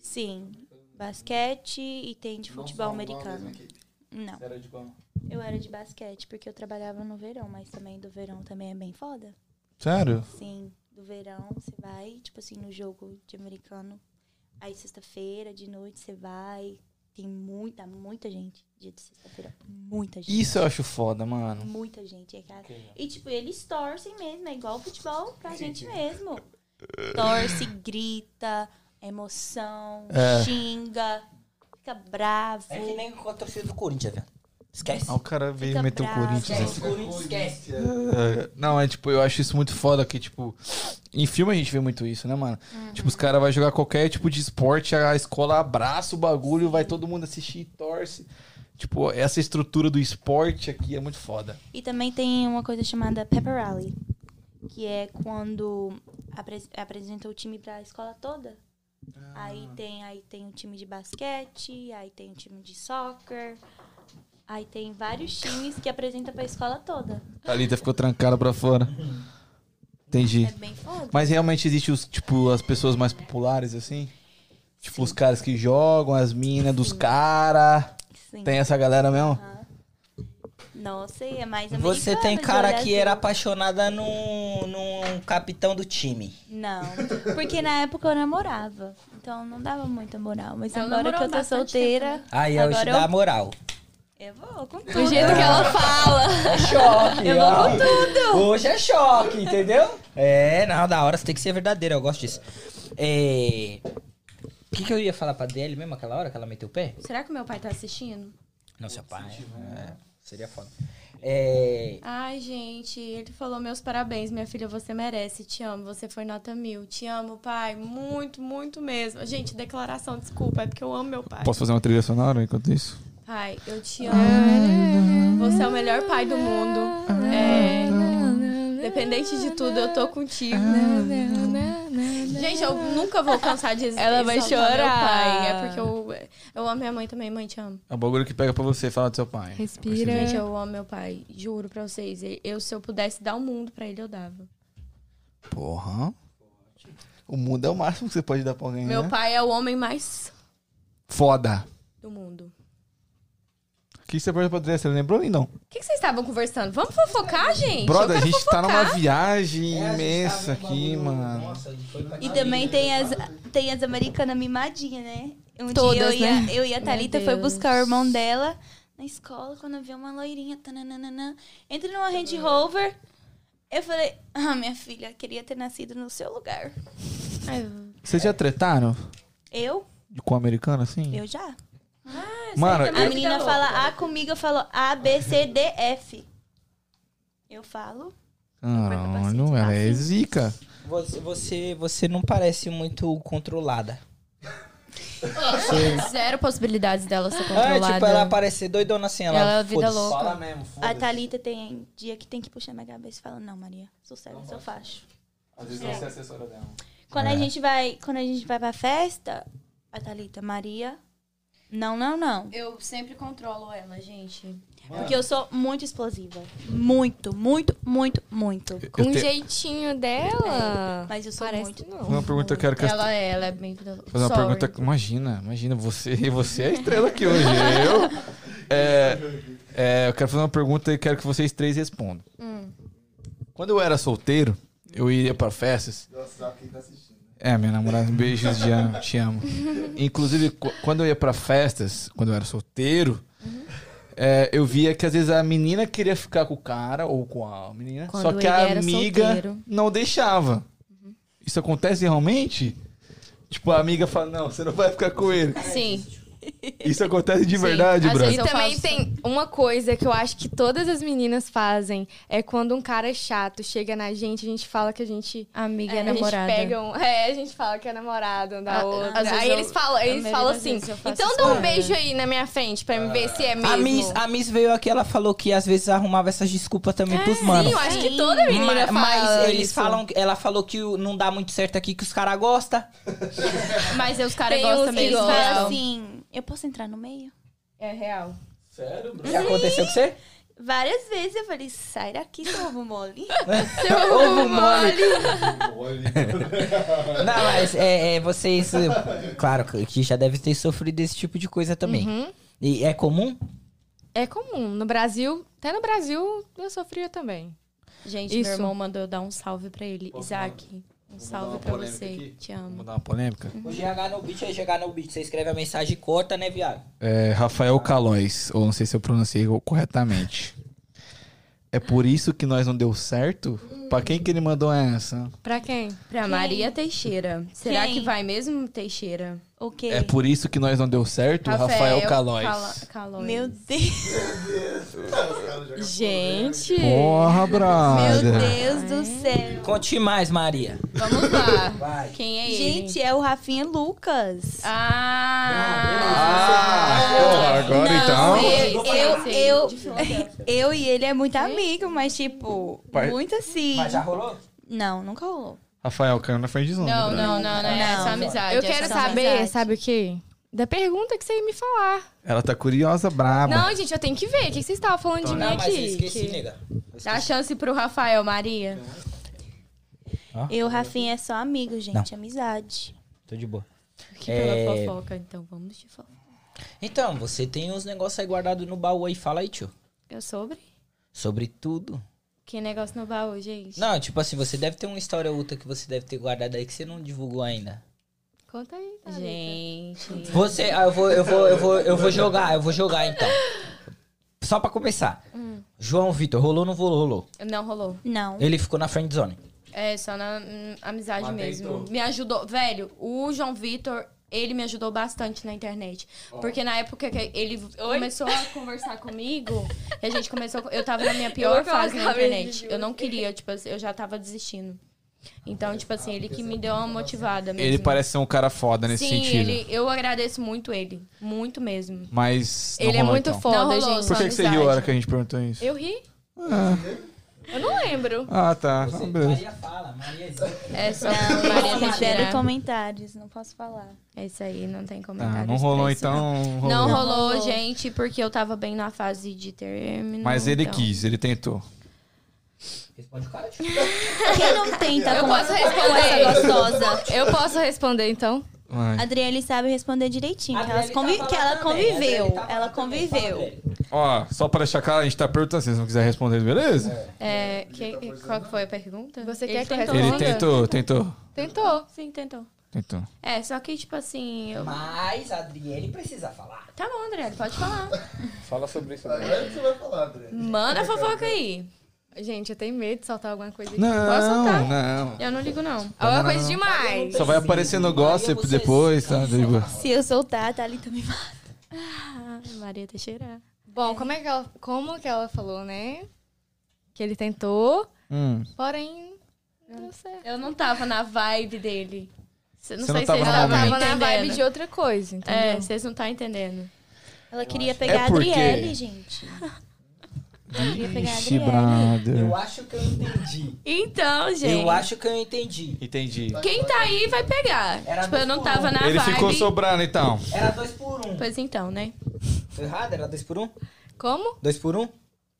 Speaker 7: Sim. Basquete e tem de futebol americano. Não.
Speaker 3: Era de como?
Speaker 7: Eu era de basquete porque eu trabalhava no verão, mas também do verão também é bem foda.
Speaker 2: Sério?
Speaker 7: Sim, do verão você vai, tipo assim, no jogo de americano. Aí sexta-feira, de noite, você vai. Tem muita, muita gente. Dia de sexta-feira, muita gente.
Speaker 2: Isso eu acho foda, mano.
Speaker 7: Muita gente. É aquela- E tipo, eles torcem mesmo, é igual futebol pra gente mesmo. Torce, grita, emoção,
Speaker 2: É.
Speaker 7: xinga, fica bravo.
Speaker 3: É que nem com a torcida do Corinthians, velho. Esquece.
Speaker 2: Ah, o cara veio
Speaker 7: Fica
Speaker 2: e meteu o
Speaker 7: bravo.
Speaker 10: é
Speaker 2: Corinthians.
Speaker 3: Esquece, Corinthians, né? esquece.
Speaker 2: É, Não, é tipo, eu acho isso muito foda que, tipo, em filme a gente vê muito isso, né, mano?
Speaker 7: Uhum.
Speaker 2: Tipo, os caras vão jogar qualquer tipo de esporte, a escola abraça o bagulho, vai todo mundo assistir e torce. Tipo, essa estrutura do esporte aqui é muito foda.
Speaker 7: E também tem uma coisa chamada Pepper Rally, que é quando apres- apresenta o time pra escola toda. Aí tem aí tem o time de basquete, aí tem o time de soccer. Aí tem vários times que apresenta pra escola toda.
Speaker 2: Thalita ficou trancada pra fora. Entendi.
Speaker 7: É bem foda.
Speaker 2: Mas realmente existe os, tipo, as pessoas mais populares, assim? Tipo, os caras que jogam, as minas dos caras.
Speaker 7: Sim.
Speaker 2: Tem essa galera mesmo?
Speaker 7: Aham. Nossa, e é mais americano.
Speaker 3: Você tem
Speaker 7: de
Speaker 3: cara
Speaker 7: olhar
Speaker 3: que
Speaker 7: assim.
Speaker 3: era apaixonada num, num capitão do time.
Speaker 7: Não, porque na época eu namorava. Então não dava muita moral. Mas
Speaker 4: Ela
Speaker 7: agora que
Speaker 4: namorou
Speaker 7: eu tô
Speaker 4: bastante
Speaker 7: solteira,
Speaker 3: Aí eu te
Speaker 7: Agora
Speaker 3: dá
Speaker 7: eu-
Speaker 3: moral.
Speaker 7: eu vou com
Speaker 6: né? Do
Speaker 7: tudo.
Speaker 6: jeito que ela fala.
Speaker 3: É choque,
Speaker 7: Eu
Speaker 3: ó.
Speaker 7: vou com tudo.
Speaker 3: Hoje é choque, entendeu? É, não, da hora, você tem que ser verdadeira, eu gosto disso. É... O que, que eu ia falar pra DL mesmo aquela hora que ela meteu o pé?
Speaker 4: Será que meu pai tá assistindo?
Speaker 3: Não, seu pai. é, seria foda. É...
Speaker 4: Ai, gente, ele falou meus parabéns, minha filha, você merece, te amo, você foi nota mil, te amo, pai, muito, muito mesmo. Gente, declaração, desculpa, é porque eu amo meu pai.
Speaker 2: Posso fazer uma trilha sonora enquanto isso?
Speaker 4: Pai, eu te amo, você é o melhor pai do mundo, é, dependente de tudo, eu tô contigo. Gente, eu nunca vou cansar de exaltar
Speaker 6: Ela vai
Speaker 4: meu
Speaker 6: chorar.
Speaker 4: pai, é porque eu, eu amo minha mãe também, mãe, te amo.
Speaker 2: É o bagulho que pega pra você falar do seu pai.
Speaker 11: Respira.
Speaker 4: Gente,
Speaker 10: é
Speaker 4: eu amo meu pai, juro pra vocês, eu se eu pudesse dar o mundo pra ele, eu dava.
Speaker 5: Porra. O mundo é o máximo que você pode dar pra alguém,
Speaker 4: Meu
Speaker 5: né?
Speaker 4: pai é o homem mais
Speaker 5: Foda.
Speaker 4: do mundo.
Speaker 2: O que você perdeu pra André? Você lembrou ou não?
Speaker 4: O que, que vocês estavam conversando? Vamos fofocar, gente?
Speaker 2: Brother,
Speaker 4: Eu
Speaker 2: a
Speaker 4: quero
Speaker 2: gente tá numa
Speaker 4: fofocar.
Speaker 2: viagem
Speaker 3: É, a gente
Speaker 2: imensa
Speaker 3: tava num
Speaker 2: aqui,
Speaker 3: bagulho-
Speaker 2: mano.
Speaker 3: Nossa, foi pra
Speaker 7: E também tem as, tem as americanas mimadinhas, né? Um
Speaker 6: Todas,
Speaker 7: dia eu ia,
Speaker 6: né?
Speaker 7: eu e a Thalita
Speaker 6: Meu
Speaker 7: foi
Speaker 6: Deus.
Speaker 7: buscar o irmão dela na escola, quando eu vi uma loirinha, tananana, entra numa Range Rover. Eu falei, ah, minha filha, queria ter nascido no seu lugar.
Speaker 2: Vocês já tretaram
Speaker 7: Eu?
Speaker 2: com o americano assim?
Speaker 7: Eu já. "Ah,
Speaker 2: Mano,
Speaker 7: A menina fala A comigo, eu falo A, B, C, D, F. Eu falo.
Speaker 2: Caralho, ela é zica.
Speaker 3: Você, você, você não parece muito controlada.
Speaker 10: Zero possibilidades dela ser
Speaker 3: Ah,
Speaker 10: controlada.
Speaker 3: tipo, ela parecer doidona assim. Ela,
Speaker 10: Ela é vida
Speaker 3: foda-se.
Speaker 10: louca.
Speaker 3: Fala mesmo,
Speaker 7: A
Speaker 3: foda-se.
Speaker 7: Thalita tem dia que tem que puxar minha cabeça e fala, não, Maria, sossega, eu faço.
Speaker 2: Às vezes você é assessora dela.
Speaker 7: Quando a gente vai, quando a gente vai pra festa, a Thalita, Maria, não, não, não.
Speaker 4: Eu sempre controlo ela, gente.
Speaker 7: Porque eu sou muito explosiva. Muito, muito, muito, muito.
Speaker 6: Com o jeitinho
Speaker 10: É.
Speaker 6: dela.
Speaker 7: Mas eu sou
Speaker 6: Parece
Speaker 7: muito.
Speaker 6: que não.
Speaker 2: Uma pergunta que eu quero que
Speaker 4: Ela é, ela é bem vida louca.
Speaker 2: Fazer uma
Speaker 4: Sorry.
Speaker 2: pergunta. Imagina, imagina, você, você é a estrela aqui hoje. Eu. É, é, eu quero fazer uma pergunta e quero que vocês três respondam.
Speaker 10: Hum.
Speaker 2: Quando eu era solteiro, eu ia pra festas.
Speaker 8: Nossa, sabe quem tá assistindo.
Speaker 2: É, minha namorada, beijos, te amo, te amo. Inclusive, qu- quando eu ia pra festas, quando eu era solteiro,
Speaker 10: Uhum.
Speaker 2: é, eu via que às vezes a menina queria ficar com o cara ou com a menina,
Speaker 10: Quando
Speaker 2: só que
Speaker 10: ele
Speaker 2: a
Speaker 10: era
Speaker 2: amiga
Speaker 10: solteiro. Uhum.
Speaker 2: não deixava. Isso acontece realmente? Tipo, a amiga fala: Não, você não vai ficar com ele.
Speaker 10: Sim.
Speaker 2: Isso acontece de verdade,
Speaker 10: Às
Speaker 2: brother.
Speaker 10: vezes
Speaker 6: E
Speaker 10: eu
Speaker 6: também
Speaker 10: faço.
Speaker 6: tem uma coisa que eu acho que todas as meninas fazem. É quando um cara chato chega na gente, a gente fala que a gente...
Speaker 10: Amiga e
Speaker 6: a
Speaker 10: namorada.
Speaker 6: gente pega um- é, a gente fala que é namorado um da
Speaker 10: Ah,
Speaker 6: outra.
Speaker 10: às vezes
Speaker 6: Aí
Speaker 10: eu-
Speaker 6: eles falam,
Speaker 10: a
Speaker 6: eles
Speaker 10: maioria
Speaker 6: falam
Speaker 10: das
Speaker 6: assim,
Speaker 10: vezes eu faço
Speaker 6: então
Speaker 10: isso Ah,
Speaker 6: dá um
Speaker 10: com
Speaker 6: beijo
Speaker 10: ela."
Speaker 6: aí na minha frente pra me ver se é mesmo.
Speaker 3: A Miss, a Miss veio aqui, ela falou que às vezes arrumava essas desculpas também pros manos.
Speaker 6: Sim, eu acho que toda menina
Speaker 3: Ma-
Speaker 6: fala
Speaker 3: mas eles
Speaker 6: isso.
Speaker 3: falam, que- ela falou que o- não dá muito certo aqui, que os caras gostam.
Speaker 10: Mas os caras
Speaker 6: Tem
Speaker 10: gostam
Speaker 6: uns que
Speaker 10: mesmo. É
Speaker 7: Eles
Speaker 6: Legal.
Speaker 7: falam assim, eu posso entrar no meio?
Speaker 4: É real.
Speaker 3: Já aconteceu com você?
Speaker 7: Várias vezes eu falei, sai daqui, seu ovo mole.
Speaker 4: um
Speaker 3: Ovo mole. Não, mas é, é, vocês. eh, Claro que- que já devem ter sofrido esse tipo de coisa
Speaker 4: Uhum.
Speaker 3: também. E é comum?
Speaker 6: Uhum. É comum. No Brasil, até no Brasil, eu sofria também.
Speaker 4: Gente,
Speaker 6: Isso.
Speaker 4: meu irmão mandou eu dar um salve pra ele. Isaac, um salve pra você. Te amo.
Speaker 2: Vamos dar uma polêmica?
Speaker 3: O GH no beat é GH no beat. Você escreve a mensagem e corta, né, viado?
Speaker 2: É, Rafael Calóis, ou não sei se eu pronunciei corretamente. É por isso que nós não deu certo? Pra quem que ele mandou essa?
Speaker 6: Pra quem?
Speaker 4: Pra Maria Teixeira. Será
Speaker 7: Quem?
Speaker 4: que vai mesmo, Teixeira?
Speaker 7: O quê?
Speaker 2: É por isso que nós não deu certo, Rafael, Calóis.
Speaker 4: Cala- Calóis.
Speaker 7: Meu Deus,
Speaker 6: Gente.
Speaker 2: Porra,
Speaker 7: meu
Speaker 2: brother.
Speaker 7: Deus do céu.
Speaker 3: Conte mais, Maria.
Speaker 4: Vamos lá.
Speaker 3: Vai.
Speaker 4: Quem é ele?
Speaker 7: Gente, é o Rafinha Lucas.
Speaker 4: Ah!
Speaker 2: Ah, porra, agora
Speaker 7: Não,
Speaker 2: então.
Speaker 7: eu, eu, eu, eu e ele é muito amigo, mas tipo,
Speaker 2: Par-
Speaker 7: muito assim.
Speaker 3: Mas já rolou?
Speaker 7: Não, nunca rolou.
Speaker 2: Rafael caiu na frente de nós.
Speaker 4: Não,
Speaker 2: brother.
Speaker 4: não, não, não, não. É só
Speaker 10: Ah,
Speaker 4: amizade.
Speaker 6: Eu
Speaker 4: é
Speaker 6: quero
Speaker 4: só
Speaker 6: saber,
Speaker 4: amizade.
Speaker 6: sabe o quê? Da pergunta que você ia me falar.
Speaker 2: Ela tá curiosa, braba.
Speaker 6: Não, gente, eu tenho que ver. O que vocês estavam falando de mim
Speaker 3: Não, mas eu
Speaker 6: aqui?
Speaker 3: esqueci,
Speaker 6: Que-
Speaker 3: nega.
Speaker 4: Dá chance pro Rafael, Maria.
Speaker 7: Eu, Rafinha, é só amigo, gente, amizade.
Speaker 3: Tô de boa.
Speaker 4: Que
Speaker 3: É.
Speaker 4: pela fofoca, então vamos de fofoca.
Speaker 3: Então, você tem uns negócios aí guardados no baú aí. Fala aí, tio.
Speaker 4: Eu sobre?
Speaker 3: Sobre tudo.
Speaker 4: Que negócio no baú, gente.
Speaker 3: Não, tipo assim, você deve ter uma história outra que você deve ter guardado aí que você não divulgou ainda.
Speaker 6: Conta aí, Thalita.
Speaker 4: Gente.
Speaker 3: Você, ah, eu vou, eu vou, eu vou, eu vou jogar, eu vou jogar então. Só pra começar. João Vitor, rolou ou não rolou? Rolou.
Speaker 4: Não rolou.
Speaker 7: Não.
Speaker 3: Ele ficou na friend zone.
Speaker 4: É, só na hum, amizade
Speaker 2: Mas
Speaker 4: mesmo.
Speaker 2: tentou.
Speaker 4: Me ajudou. Velho, o João Vitor, ele me ajudou bastante na internet. Porque na época que ele começou a conversar comigo, a gente começou. Eu tava na minha pior
Speaker 6: vou colocar
Speaker 4: fase na
Speaker 6: a vez de
Speaker 4: internet. Eu não queria, tipo assim, eu já tava desistindo. Então, tipo
Speaker 2: ah,
Speaker 4: assim, ele que me deu uma motivada mesmo.
Speaker 2: Ele parece ser um cara foda nesse
Speaker 4: Sim,
Speaker 2: sentido.
Speaker 4: ele, eu agradeço muito ele. Muito mesmo.
Speaker 2: Mas. não
Speaker 6: Ele é
Speaker 2: rolou,
Speaker 6: muito
Speaker 2: então.
Speaker 6: foda,
Speaker 4: Não rolou,
Speaker 6: gente.
Speaker 4: só
Speaker 2: Por que, que você
Speaker 4: amizade.
Speaker 2: riu a hora que a gente perguntou isso?
Speaker 6: Eu ri? Eu não lembro.
Speaker 2: Ah, tá. Ah, beleza.
Speaker 3: fala, Maria
Speaker 4: É só
Speaker 7: Não,
Speaker 4: Maria
Speaker 7: considero
Speaker 4: Teixeira.
Speaker 7: comentários, não posso falar.
Speaker 4: É isso aí, não tem comentário.
Speaker 2: Ah, não rolou então. Rolou.
Speaker 4: Não
Speaker 7: Não
Speaker 4: rolou,
Speaker 7: rolou.
Speaker 4: gente, porque eu tava bem na fase de término.
Speaker 2: Mas ele
Speaker 4: então.
Speaker 2: quis, ele tentou.
Speaker 3: Responde o cara.
Speaker 7: Quem não tenta com,
Speaker 6: posso
Speaker 7: com essa gostosa?
Speaker 6: Eu posso responder, então?
Speaker 2: Vai.
Speaker 7: A Adriele sabe responder direitinho, que, elas
Speaker 3: Adriele
Speaker 7: convi-
Speaker 3: tava
Speaker 7: que
Speaker 3: lá
Speaker 7: ela
Speaker 3: também,
Speaker 7: conviveu.
Speaker 3: Adriele tava
Speaker 7: Ela
Speaker 3: lá também, fala
Speaker 7: conviveu.
Speaker 3: dele.
Speaker 2: Ó, só pra deixar claro, a gente tá perguntando, se você não quiser responder, beleza?
Speaker 4: É, que- que- qual que foi a pergunta?
Speaker 6: Você
Speaker 4: Ele
Speaker 6: quer que eu
Speaker 4: tentou.
Speaker 2: Ele
Speaker 6: Olha.
Speaker 2: tentou, tentou,
Speaker 6: Tentou.
Speaker 4: Sim, tentou.
Speaker 2: tentou.
Speaker 4: É, só que, tipo assim. eu-
Speaker 3: Mas a Adriele precisa falar.
Speaker 4: Tá bom, André, pode falar.
Speaker 2: Fala sobre isso
Speaker 8: Agora que você vai falar, André.
Speaker 4: Manda a fofoca aí.
Speaker 6: Gente, eu tenho medo de soltar alguma coisa aqui.
Speaker 4: Posso
Speaker 2: Não,
Speaker 4: soltar?
Speaker 2: não.
Speaker 4: Eu não ligo, não.
Speaker 6: Alguma coisa demais.
Speaker 2: Só vai aparecer no gossip depois, tá? Tipo,
Speaker 7: Se eu soltar, a Thalita me mata.
Speaker 4: Ah, Maria Teixeira.
Speaker 6: Bom, como é que ela, como que ela falou, né? Que ele tentou,
Speaker 2: hum.
Speaker 6: porém não deu certo.
Speaker 4: Eu não tava na vibe dele. Cê- Não
Speaker 2: Você não
Speaker 4: sei se
Speaker 2: tava
Speaker 4: vocês
Speaker 2: na
Speaker 4: estavam
Speaker 2: vibe.
Speaker 6: Tava na
Speaker 4: entendendo.
Speaker 6: vibe de outra coisa, entendeu?
Speaker 4: É, vocês não tá entendendo.
Speaker 7: Ela queria pegar
Speaker 2: É
Speaker 7: a
Speaker 2: porque-
Speaker 7: Adriele, gente. Ela queria pegar a
Speaker 2: Ixi,
Speaker 7: Adriele.
Speaker 2: brother.
Speaker 3: Eu acho que eu entendi.
Speaker 4: Então, gente.
Speaker 3: Eu acho que eu entendi.
Speaker 2: Entendi.
Speaker 4: Quem tá aí vai pegar.
Speaker 3: Era
Speaker 4: tipo, eu não
Speaker 3: dois por
Speaker 4: tava
Speaker 3: um.
Speaker 4: na
Speaker 2: Ele
Speaker 4: vibe.
Speaker 2: ficou sobrando, então.
Speaker 3: Era 2 por 1. Um.
Speaker 4: Pois então, né?
Speaker 3: Tô errado? Era 2 por 1? Um?
Speaker 6: Como?
Speaker 3: 2 por 1? Um?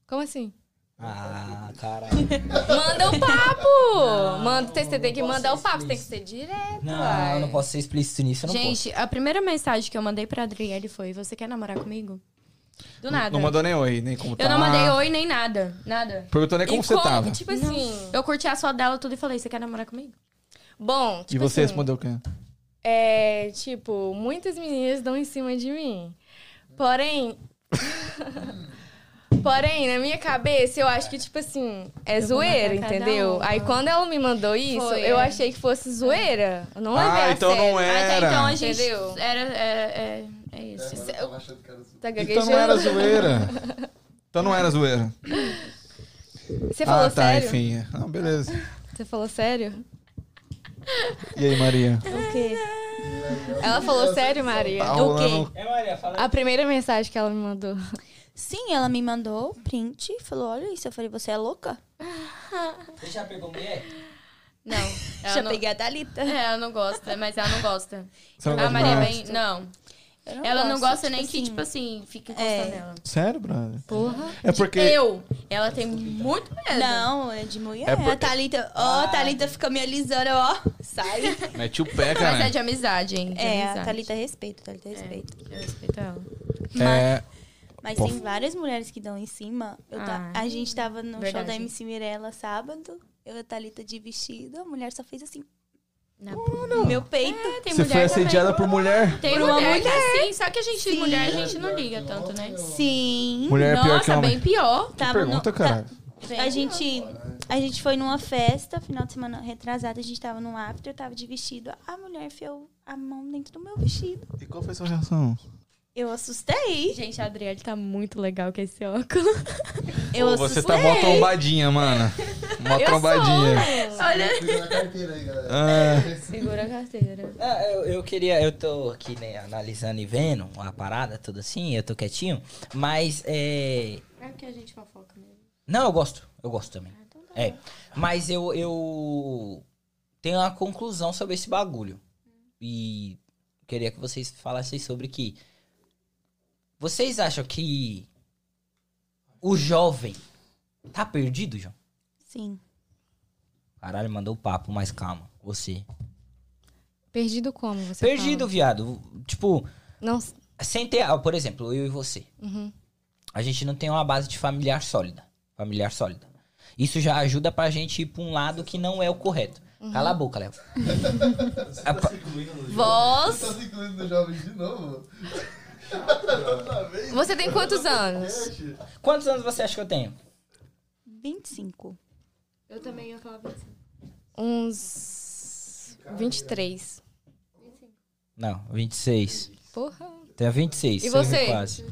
Speaker 6: Como assim?
Speaker 3: Ah, caralho.
Speaker 6: Manda o papo!
Speaker 2: Ah,
Speaker 6: Manda, você tem que
Speaker 3: não posso
Speaker 6: mandar o
Speaker 3: ser
Speaker 6: papo, você tem que
Speaker 3: explícito.
Speaker 6: ser direto,
Speaker 3: Não,
Speaker 6: uai.
Speaker 3: eu não posso ser explícito nisso, eu não
Speaker 4: Gente, a primeira mensagem que eu mandei pra Adriele foi: Você quer namorar comigo? Do nada.
Speaker 2: Não mandou nem oi, nem como tá.
Speaker 4: Eu não mandei oi nem nada. Nada.
Speaker 2: Perguntou nem como
Speaker 6: E
Speaker 2: você tava.
Speaker 6: Tipo assim,
Speaker 4: Eu curti a foto dela tudo e falei: Você quer namorar comigo?
Speaker 6: bom, tipo
Speaker 2: E você
Speaker 6: assim,
Speaker 2: respondeu o quê?
Speaker 6: É, tipo, muitas meninas dão em cima de mim. Porém. Porém, na minha cabeça, eu acho que, tipo assim, é
Speaker 4: vou matar
Speaker 6: zoeira,
Speaker 4: cada
Speaker 6: entendeu?
Speaker 4: uma.
Speaker 6: Aí quando ela me mandou isso,
Speaker 4: Foi,
Speaker 6: eu
Speaker 4: é.
Speaker 6: achei que fosse zoeira. Eu não levei
Speaker 2: Ah,
Speaker 6: a
Speaker 2: então
Speaker 6: sério.
Speaker 2: não
Speaker 4: Até
Speaker 2: era.
Speaker 4: então a gente.
Speaker 6: Entendeu?
Speaker 4: Era. É, é, é isso.
Speaker 8: Agora eu tava achando que era
Speaker 6: Tá
Speaker 2: Então
Speaker 6: gaguejando?
Speaker 2: não era zoeira. Então não era zoeira.
Speaker 6: Você falou
Speaker 2: Ah, tá,
Speaker 6: sério?
Speaker 2: enfim. Não, beleza.
Speaker 6: Você falou sério?
Speaker 2: E aí, Maria?
Speaker 7: O quê?
Speaker 6: Ela falou sério, Maria?
Speaker 2: Tá
Speaker 7: O quê?
Speaker 2: rolando.
Speaker 3: posso. É, Maria, fala.
Speaker 6: A primeira mensagem que ela me mandou.
Speaker 7: Sim, ela me mandou o print e falou: olha isso. Eu falei, você é louca?
Speaker 3: Você já pegou mulher?
Speaker 4: Não. Ela
Speaker 7: Já
Speaker 4: não...
Speaker 7: peguei a Thalita.
Speaker 4: É, ela não gosta, mas ela não gosta.
Speaker 2: Você não
Speaker 4: a
Speaker 2: gosta de
Speaker 4: Ah, Maria
Speaker 2: mulher?
Speaker 4: bem. Não.
Speaker 7: Eu
Speaker 4: ela não
Speaker 7: gosto,
Speaker 4: gosta nem que, tipo assim, fique encostando
Speaker 7: É.
Speaker 4: nela.
Speaker 2: Sério, brother?
Speaker 6: Porra.
Speaker 2: É porque.
Speaker 4: Tipo, Eu. Ela tem muito medo.
Speaker 7: Não, é de mulher.
Speaker 2: É porque-
Speaker 7: A Thalita, ó,
Speaker 4: Ah,
Speaker 7: a
Speaker 4: tá.
Speaker 7: Thalita fica me alisando, ó. Sai.
Speaker 2: Mete o pé,
Speaker 4: Mas é
Speaker 2: cara.
Speaker 4: de amizade, hein? De
Speaker 7: É, a
Speaker 4: amizade. É.
Speaker 7: Thalita respeita, a Thalita respeita.
Speaker 4: Eu respeito ela.
Speaker 2: É,
Speaker 7: Mas
Speaker 2: Pô.
Speaker 7: tem várias mulheres que dão em cima. Eu ta-
Speaker 4: Ah,
Speaker 7: a gente tava no show
Speaker 4: verdade.
Speaker 7: da MC Mirella sábado. Eu e a Thalita de vestido, a mulher só fez assim,
Speaker 4: Na
Speaker 7: no meu peito.
Speaker 4: É, Tem
Speaker 2: Você foi
Speaker 4: mulher também.
Speaker 2: assediada por mulher?
Speaker 4: Tem
Speaker 7: Por uma
Speaker 4: mulher, que
Speaker 6: né?
Speaker 4: é assim, só que a gente, mulher, a gente não liga tanto, né?
Speaker 7: Sim.
Speaker 2: Mulher é pior que
Speaker 4: Nossa,
Speaker 2: homem.
Speaker 4: bem pior.
Speaker 7: assim. Tava
Speaker 2: Pergunta,
Speaker 7: no,
Speaker 2: cara.
Speaker 7: tá- a gente a gente foi numa festa, final de semana retrasada, a gente tava num after, eu tava de vestido. A mulher enfiou a mão dentro do meu vestido.
Speaker 2: E qual foi sua reação?
Speaker 7: Eu assustei.
Speaker 4: Gente, a Adriele tá muito legal com esse óculos.
Speaker 7: Eu
Speaker 2: Pô, você
Speaker 7: assustei.
Speaker 2: tá mó trombadinha, mano. Mó trombadinha.
Speaker 4: Olha.
Speaker 8: Cuida da carteira aí, galera.
Speaker 2: Ah,
Speaker 4: Segura a carteira.
Speaker 3: Ah, eu, eu queria, eu tô aqui né, analisando e vendo a parada, tudo assim, eu tô quietinho, mas é.
Speaker 4: É porque a gente fofoca mesmo.
Speaker 3: Não, eu gosto, eu gosto também.
Speaker 6: Ah, então tá
Speaker 3: É, mas eu, eu tenho uma conclusão sobre esse bagulho. E queria que vocês falassem sobre que. Vocês acham que o jovem tá perdido, João?
Speaker 7: Sim.
Speaker 3: Caralho, mandou o papo, mas calma, você.
Speaker 6: Perdido como? Você
Speaker 3: perdido,
Speaker 6: fala?
Speaker 3: viado. Tipo,
Speaker 6: Não.
Speaker 3: sem ter, ah, por exemplo, eu e você.
Speaker 6: Uhum.
Speaker 3: A gente não tem uma base de familiar sólida. Familiar sólida. Isso já ajuda pra gente ir pra um lado que não é o correto.
Speaker 10: Uhum.
Speaker 3: Cala a boca, Léo. A pa-
Speaker 6: Vós.
Speaker 8: Tá se incluindo no jovem de novo?
Speaker 6: Você tem quantos anos?
Speaker 8: Gente,
Speaker 3: Quantos anos você acha que eu tenho?
Speaker 7: 25.
Speaker 4: Eu também ia falar assim.
Speaker 6: Uns. 23.
Speaker 3: Não, 26.
Speaker 6: Porra.
Speaker 3: Tenho 26.
Speaker 2: é
Speaker 6: E
Speaker 3: sou
Speaker 6: você?
Speaker 3: Quase.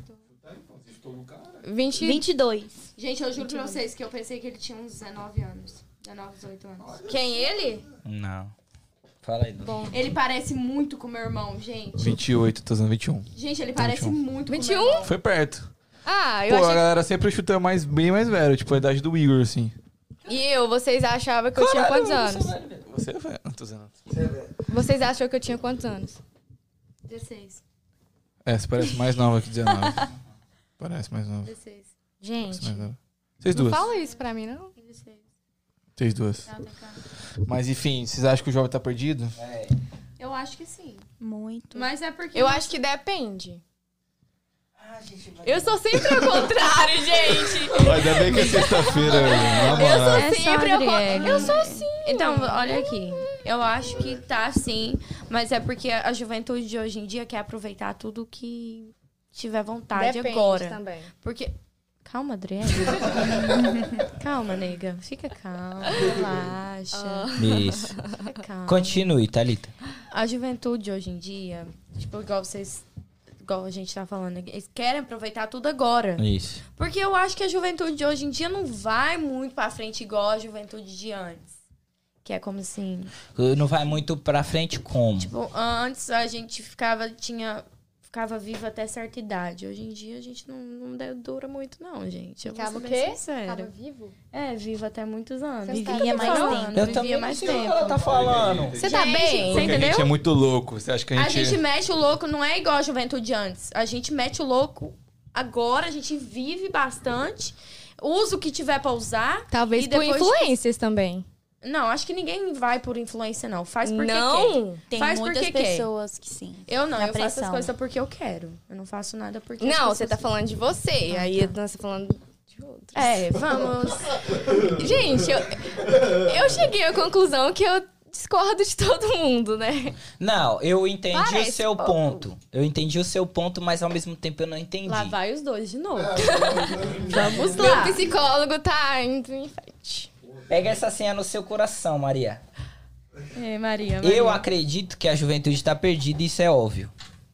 Speaker 6: 20.
Speaker 7: 22.
Speaker 4: Gente, eu juro pra vocês que eu pensei que ele tinha uns 19 anos. 19, 18 anos.
Speaker 6: Quem ele?
Speaker 3: Não. Fala aí, Dudu.
Speaker 4: Ele parece muito com meu irmão, gente.
Speaker 2: 28, tô usando 21.
Speaker 4: Gente, ele parece muito com
Speaker 6: 21?
Speaker 4: meu irmão.
Speaker 2: Foi perto.
Speaker 6: Ah,
Speaker 2: Pô,
Speaker 6: eu
Speaker 2: a
Speaker 6: achei.
Speaker 2: galera sempre chuta mais, bem mais velho, tipo a idade do Igor, assim.
Speaker 6: E eu, vocês achavam que eu tinha quantos anos?
Speaker 2: Você é velho, tô usando.
Speaker 6: Vocês acham que eu tinha quantos anos?
Speaker 4: 16,
Speaker 2: É, você parece mais nova que 19. parece mais nova.
Speaker 4: 16,
Speaker 6: Gente.
Speaker 2: Mais nova. Vocês
Speaker 6: Não
Speaker 2: duas.
Speaker 6: fala isso pra mim, não.
Speaker 4: 16.
Speaker 2: Vocês duas. Mas enfim, vocês acham que o jovem tá perdido?
Speaker 4: Eu acho que sim.
Speaker 7: Muito.
Speaker 4: Mas é porque.
Speaker 6: Eu acho que depende.
Speaker 4: Ah,
Speaker 6: Eu sou sempre ao contrário, gente.
Speaker 2: Ainda bem que é sexta-feira,
Speaker 6: Eu sou
Speaker 10: É só,
Speaker 6: Tá sempre ao
Speaker 10: Adriele.
Speaker 6: contrário. Eu sou assim.
Speaker 4: Então, olha aqui. Eu acho que tá sim, mas é porque a juventude de hoje em dia quer aproveitar tudo que tiver vontade agora.
Speaker 6: também.
Speaker 4: Porque.
Speaker 10: Calma, Adriele. calma, nega. Fica calma, relaxa.
Speaker 6: Ah.
Speaker 3: Isso.
Speaker 10: Fica calma.
Speaker 3: Continue, Thalita.
Speaker 10: A juventude hoje em dia, tipo, igual vocês. Igual a gente tá falando, eles querem aproveitar tudo agora.
Speaker 3: Isso.
Speaker 10: Porque eu acho que a juventude de hoje em dia não vai muito pra frente igual a juventude de antes. Que é como assim.
Speaker 3: Não vai muito pra frente como?
Speaker 10: Tipo, antes a gente ficava, tinha. Ficava viva até certa idade. Hoje em dia a gente não, não de- dura muito, não, gente. Eu
Speaker 6: Ficava
Speaker 10: vou ser
Speaker 6: o
Speaker 10: bem
Speaker 6: quê?
Speaker 10: sincera.
Speaker 6: vivo?
Speaker 10: É, viva até muitos anos.
Speaker 6: Você
Speaker 10: Vivia
Speaker 6: tá bem,
Speaker 10: mais
Speaker 6: não?
Speaker 10: tempo.
Speaker 3: eu
Speaker 10: vivia
Speaker 3: também
Speaker 10: mais
Speaker 3: não sei o que
Speaker 10: tempo.
Speaker 3: ela tá falando.
Speaker 6: Você tá
Speaker 10: Gente,
Speaker 6: bem?
Speaker 10: você
Speaker 2: Porque a gente
Speaker 10: entendeu?
Speaker 2: é muito louco. Você acha que a
Speaker 10: A
Speaker 2: gente.
Speaker 10: gente mete o louco, não é igual a juventude antes. A gente mete o louco agora, a gente vive bastante, usa o que tiver pra usar.
Speaker 6: Talvez
Speaker 10: E
Speaker 6: por
Speaker 10: depois-
Speaker 6: influências também.
Speaker 10: Não, acho que ninguém vai por influência, não. Faz porque quer.
Speaker 6: Não.
Speaker 7: Tem
Speaker 10: Faz porque
Speaker 7: muitas
Speaker 10: quer.
Speaker 7: pessoas que é? sim.
Speaker 10: Eu não,
Speaker 7: Na
Speaker 10: eu faço as
Speaker 7: pressão.
Speaker 10: coisas porque eu quero. Eu não faço nada porque.
Speaker 6: Não,
Speaker 10: as
Speaker 6: você tá
Speaker 10: pessoas-
Speaker 6: falando de você. Aí você tá falando de outro.
Speaker 10: É, vamos.
Speaker 6: Gente, eu, eu cheguei à conclusão que eu discordo de todo mundo, né?
Speaker 3: Não, eu entendi
Speaker 6: Parece
Speaker 3: o seu
Speaker 6: pouco.
Speaker 3: ponto. Eu entendi o seu ponto, mas ao mesmo tempo eu não entendi.
Speaker 10: Lá vai os dois de
Speaker 3: É,
Speaker 10: novo.
Speaker 4: Tá.
Speaker 6: Vamos lá. Meu psicólogo tá indo em frente.
Speaker 3: Pega essa senha no seu coração, Maria.
Speaker 11: É, Maria, Maria.
Speaker 3: Eu acredito que a juventude tá perdida, isso é óbvio.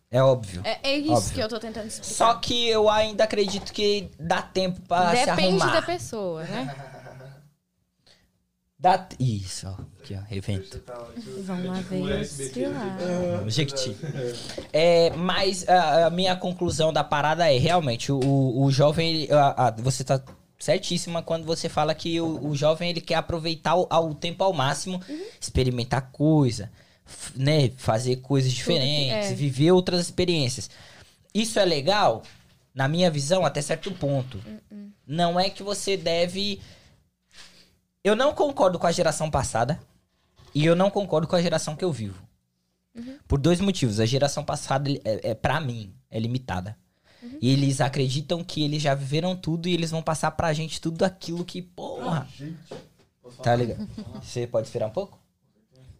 Speaker 3: É óbvio.
Speaker 10: É, é isso
Speaker 3: Óbvio.
Speaker 10: que eu tô tentando explicar.
Speaker 3: Só que eu ainda acredito que dá tempo pra se
Speaker 6: Depende
Speaker 3: arrumar.
Speaker 6: da pessoa, né?
Speaker 3: Dá t- Isso, ó. Aqui, ó. Evento.
Speaker 11: Vamos lá ver os lá.
Speaker 3: Jequiti. É, mas a, a minha conclusão da parada é realmente o, o, o jovem. ele- a- a- você tá certíssima quando você fala que o, o jovem ele quer aproveitar o, ao tempo ao máximo, experimentar coisa, f- né, fazer coisas diferentes, viver outras experiências. Isso é legal, na minha visão, até certo ponto. Não é que você deve. Eu não concordo com a geração passada e eu não concordo com a geração que eu vivo. Por dois motivos. A geração passada, ele- é, é para mim, é limitada. E eles acreditam que eles já viveram tudo e eles vão passar pra gente tudo aquilo que, porra. Tá ligado? Você pode esperar um pouco?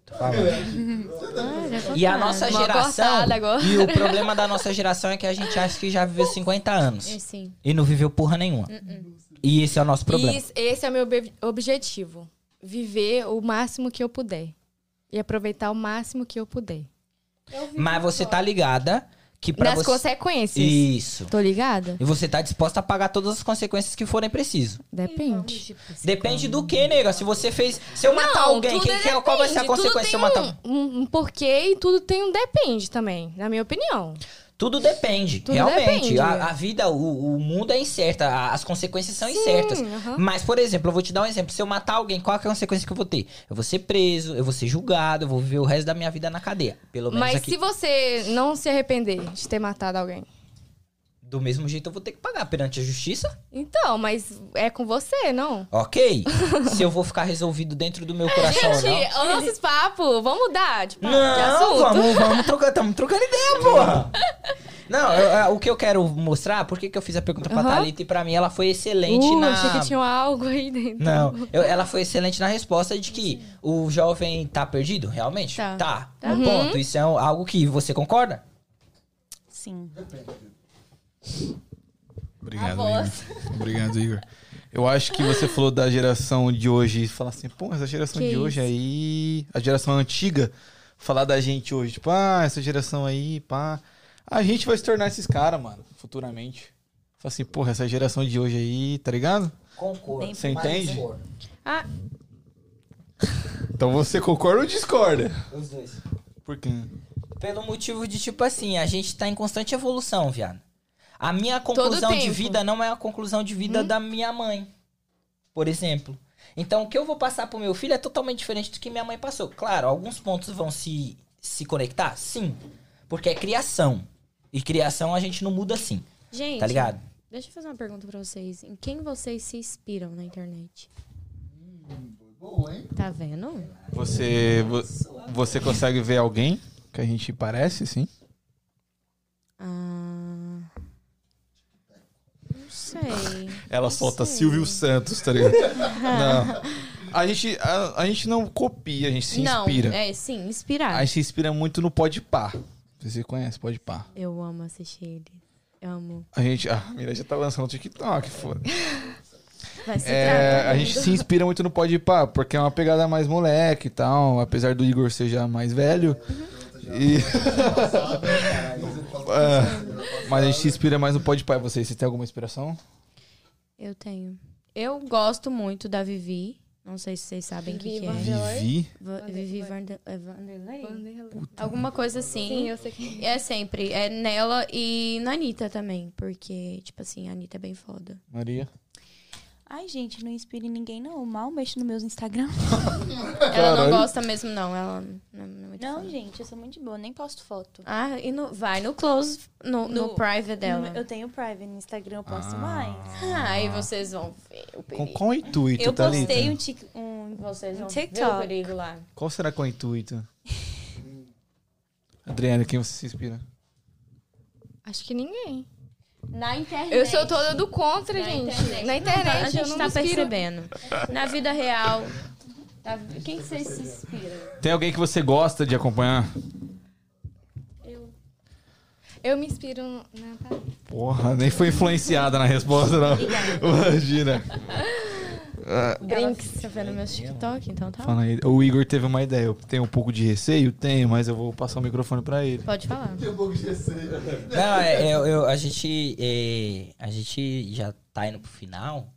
Speaker 3: Tô falando. E a nossa
Speaker 6: Uma
Speaker 3: geração.
Speaker 6: cortada agora.
Speaker 3: E o problema da nossa geração é que a gente acha que já viveu 50
Speaker 6: É,
Speaker 3: anos.
Speaker 10: Sim.
Speaker 3: E não viveu porra nenhuma. E esse é o nosso problema.
Speaker 6: Uh-uh. Isso- esse é o meu obje- objetivo. Viver o máximo que eu puder. E aproveitar o máximo que eu puder.
Speaker 3: Mas você tá ligada que pra
Speaker 6: Nas
Speaker 3: você.
Speaker 6: consequências.
Speaker 3: Isso.
Speaker 6: Tô ligada?
Speaker 3: E você tá disposta a pagar todas as consequências que forem preciso.
Speaker 6: Depende.
Speaker 3: Depende do que, nega? Se você fez. Se eu matar alguém,
Speaker 6: tudo
Speaker 3: quem que é, qual vai ser a
Speaker 6: depende. Tudo
Speaker 3: consequência se eu
Speaker 6: tem
Speaker 3: matar?
Speaker 6: Um, um porquê e tudo tem um depende também, na minha opinião.
Speaker 3: Tudo depende,
Speaker 6: Tudo
Speaker 3: realmente.
Speaker 6: depende.
Speaker 3: A, a vida, o, o mundo é incerta, a- as consequências são incertas.
Speaker 6: aham.
Speaker 3: Mas, por exemplo, eu vou te dar um exemplo. Se eu matar alguém, qual que é a consequência que eu vou ter? Eu vou ser preso, eu vou ser julgado, eu vou viver o resto da minha vida na cadeia. Pelo menos
Speaker 6: Mas
Speaker 3: aqui.
Speaker 6: se você não se arrepender de ter matado alguém.
Speaker 3: Do mesmo jeito, eu vou ter que pagar perante a justiça.
Speaker 6: Então, mas é com você, não?
Speaker 3: Ok. se eu vou ficar resolvido dentro do meu coração ou não.
Speaker 6: Gente, os nossos papos, vamos mudar de, papo, de
Speaker 3: Não,
Speaker 6: assunto.
Speaker 3: vamos, vamos trocar. Estamos trocando ideia, porra. Não, eu- eu- o que eu quero mostrar, por que que eu fiz a pergunta pra
Speaker 6: Aham.
Speaker 3: Thalita e pra mim ela foi excelente
Speaker 6: Uh,
Speaker 3: na.
Speaker 6: achei que tinha um algo aí dentro.
Speaker 3: Não, eu- ela foi excelente na resposta de que o jovem tá perdido, realmente?
Speaker 12: Tá.
Speaker 3: Tá. No
Speaker 6: Uhum.
Speaker 3: ponto. Isso é um- algo que você concorda?
Speaker 7: Sim.
Speaker 2: Obrigado, Igor. Obrigado, Igor. Eu acho que você falou da geração de hoje e falar assim, pô, essa geração de hoje aí, a geração antiga, falar da gente hoje, tipo, ah, essa geração aí, pá. A gente vai se tornar esses caras, mano, futuramente. Fala assim, porra, essa geração de hoje aí, tá ligado?
Speaker 3: Concordo.
Speaker 2: Você mas entende? discordo.
Speaker 6: Ah.
Speaker 2: Então você concorda ou discorda?
Speaker 3: Os dois.
Speaker 2: Por quê?
Speaker 3: Pelo motivo de, tipo assim, a gente tá em constante evolução, viado. A minha conclusão de
Speaker 6: tempo. Hum?
Speaker 3: vida não é a conclusão de vida da minha mãe, por exemplo. Então, o que eu vou passar pro meu filho é totalmente diferente do que minha mãe passou. Claro, alguns pontos vão se, se conectar? Sim. Porque é criação. E criação a gente não muda assim,
Speaker 4: Gente,
Speaker 3: tá ligado?
Speaker 4: deixa eu fazer uma pergunta pra vocês. Em quem vocês se inspiram na internet?
Speaker 8: Boa, hein?
Speaker 4: Tá vendo?
Speaker 2: Você, vo- você consegue ver alguém que a gente parece, sim?
Speaker 4: Ah. Não sei.
Speaker 2: Ela solta Silvio Santos, tá ligado? não. A gente, a, a gente não copia, a gente se inspira.
Speaker 4: Não, é, sim,
Speaker 2: A
Speaker 4: inspirar.
Speaker 2: gente se inspira muito no Podpah. Você conhece Podpah?
Speaker 4: Eu amo assistir ele. Eu amo.
Speaker 2: A gente... Ah, a Mira já tá lançando o TikTok, foda.
Speaker 4: Vai se
Speaker 2: É,
Speaker 4: tratar. né?
Speaker 2: a
Speaker 7: né?
Speaker 2: gente se inspira muito no Podpah, porque é uma pegada mais moleque e tal. Apesar do Igor ser já mais velho. E... Ah, Mas a gente se inspira mais no Podpah. E Vocês, vocês têm alguma inspiração?
Speaker 4: Eu tenho. Eu gosto muito da Vivi. Não sei se vocês sabem o que, que é.
Speaker 6: Vivi. Vanderlei?
Speaker 2: Vivi?
Speaker 4: Va- Vivi Vander- é Vanderlei?
Speaker 6: Vanderlei.
Speaker 4: Alguma coisa assim.
Speaker 6: Sim, eu sei que.
Speaker 4: É sempre. É nela e na Anitta também. Porque, tipo assim, a Anitta é bem foda.
Speaker 2: Maria?
Speaker 7: Ai, gente, não inspire ninguém, não. Mal mexe no meu Instagram.
Speaker 4: Ela
Speaker 2: É, Caralho.
Speaker 4: não gosta mesmo, não. Ela não, não é muito
Speaker 7: Não,
Speaker 4: fã.
Speaker 7: gente, eu sou muito de boa, nem posto foto.
Speaker 4: Ah, e no, vai no close, no, no,
Speaker 7: No-
Speaker 4: private dela.
Speaker 7: Eu tenho private no Instagram, eu posto
Speaker 2: Ah.
Speaker 7: mais.
Speaker 4: Ah, aí vocês vão ver o
Speaker 2: Com
Speaker 4: perigo.
Speaker 2: qual intuito,
Speaker 7: Eu
Speaker 2: Thalita?
Speaker 7: postei um, tic- um
Speaker 4: Vocês vão ver o
Speaker 7: TikTok.
Speaker 4: perigo lá.
Speaker 2: Qual será que é o intuito? Adriana, quem você se inspira?
Speaker 6: Acho que ninguém.
Speaker 4: Na internet.
Speaker 6: Eu sou toda do contra, gente.
Speaker 4: internet.
Speaker 6: Na internet,
Speaker 4: a
Speaker 6: eu
Speaker 4: gente
Speaker 6: não
Speaker 4: tá
Speaker 6: me inspiro.
Speaker 4: percebendo. Na vida real. tá- Quem que vocês se inspiram?
Speaker 2: Tem alguém que você gosta de acompanhar?
Speaker 6: Eu me inspiro na Thalita.
Speaker 2: Porra, nem foi influenciada na resposta, não. Imagina.
Speaker 4: Brinks. Tá vendo meus TikTok? Então tá.
Speaker 2: Fala aí. O Igor teve uma ideia. Eu tenho um pouco de receio? Tenho, mas eu vou passar o microfone pra ele.
Speaker 4: Pode falar.
Speaker 8: Tem um pouco de receio.
Speaker 3: Não, é, eu- eu- a gente. é, a gente já tá indo pro final.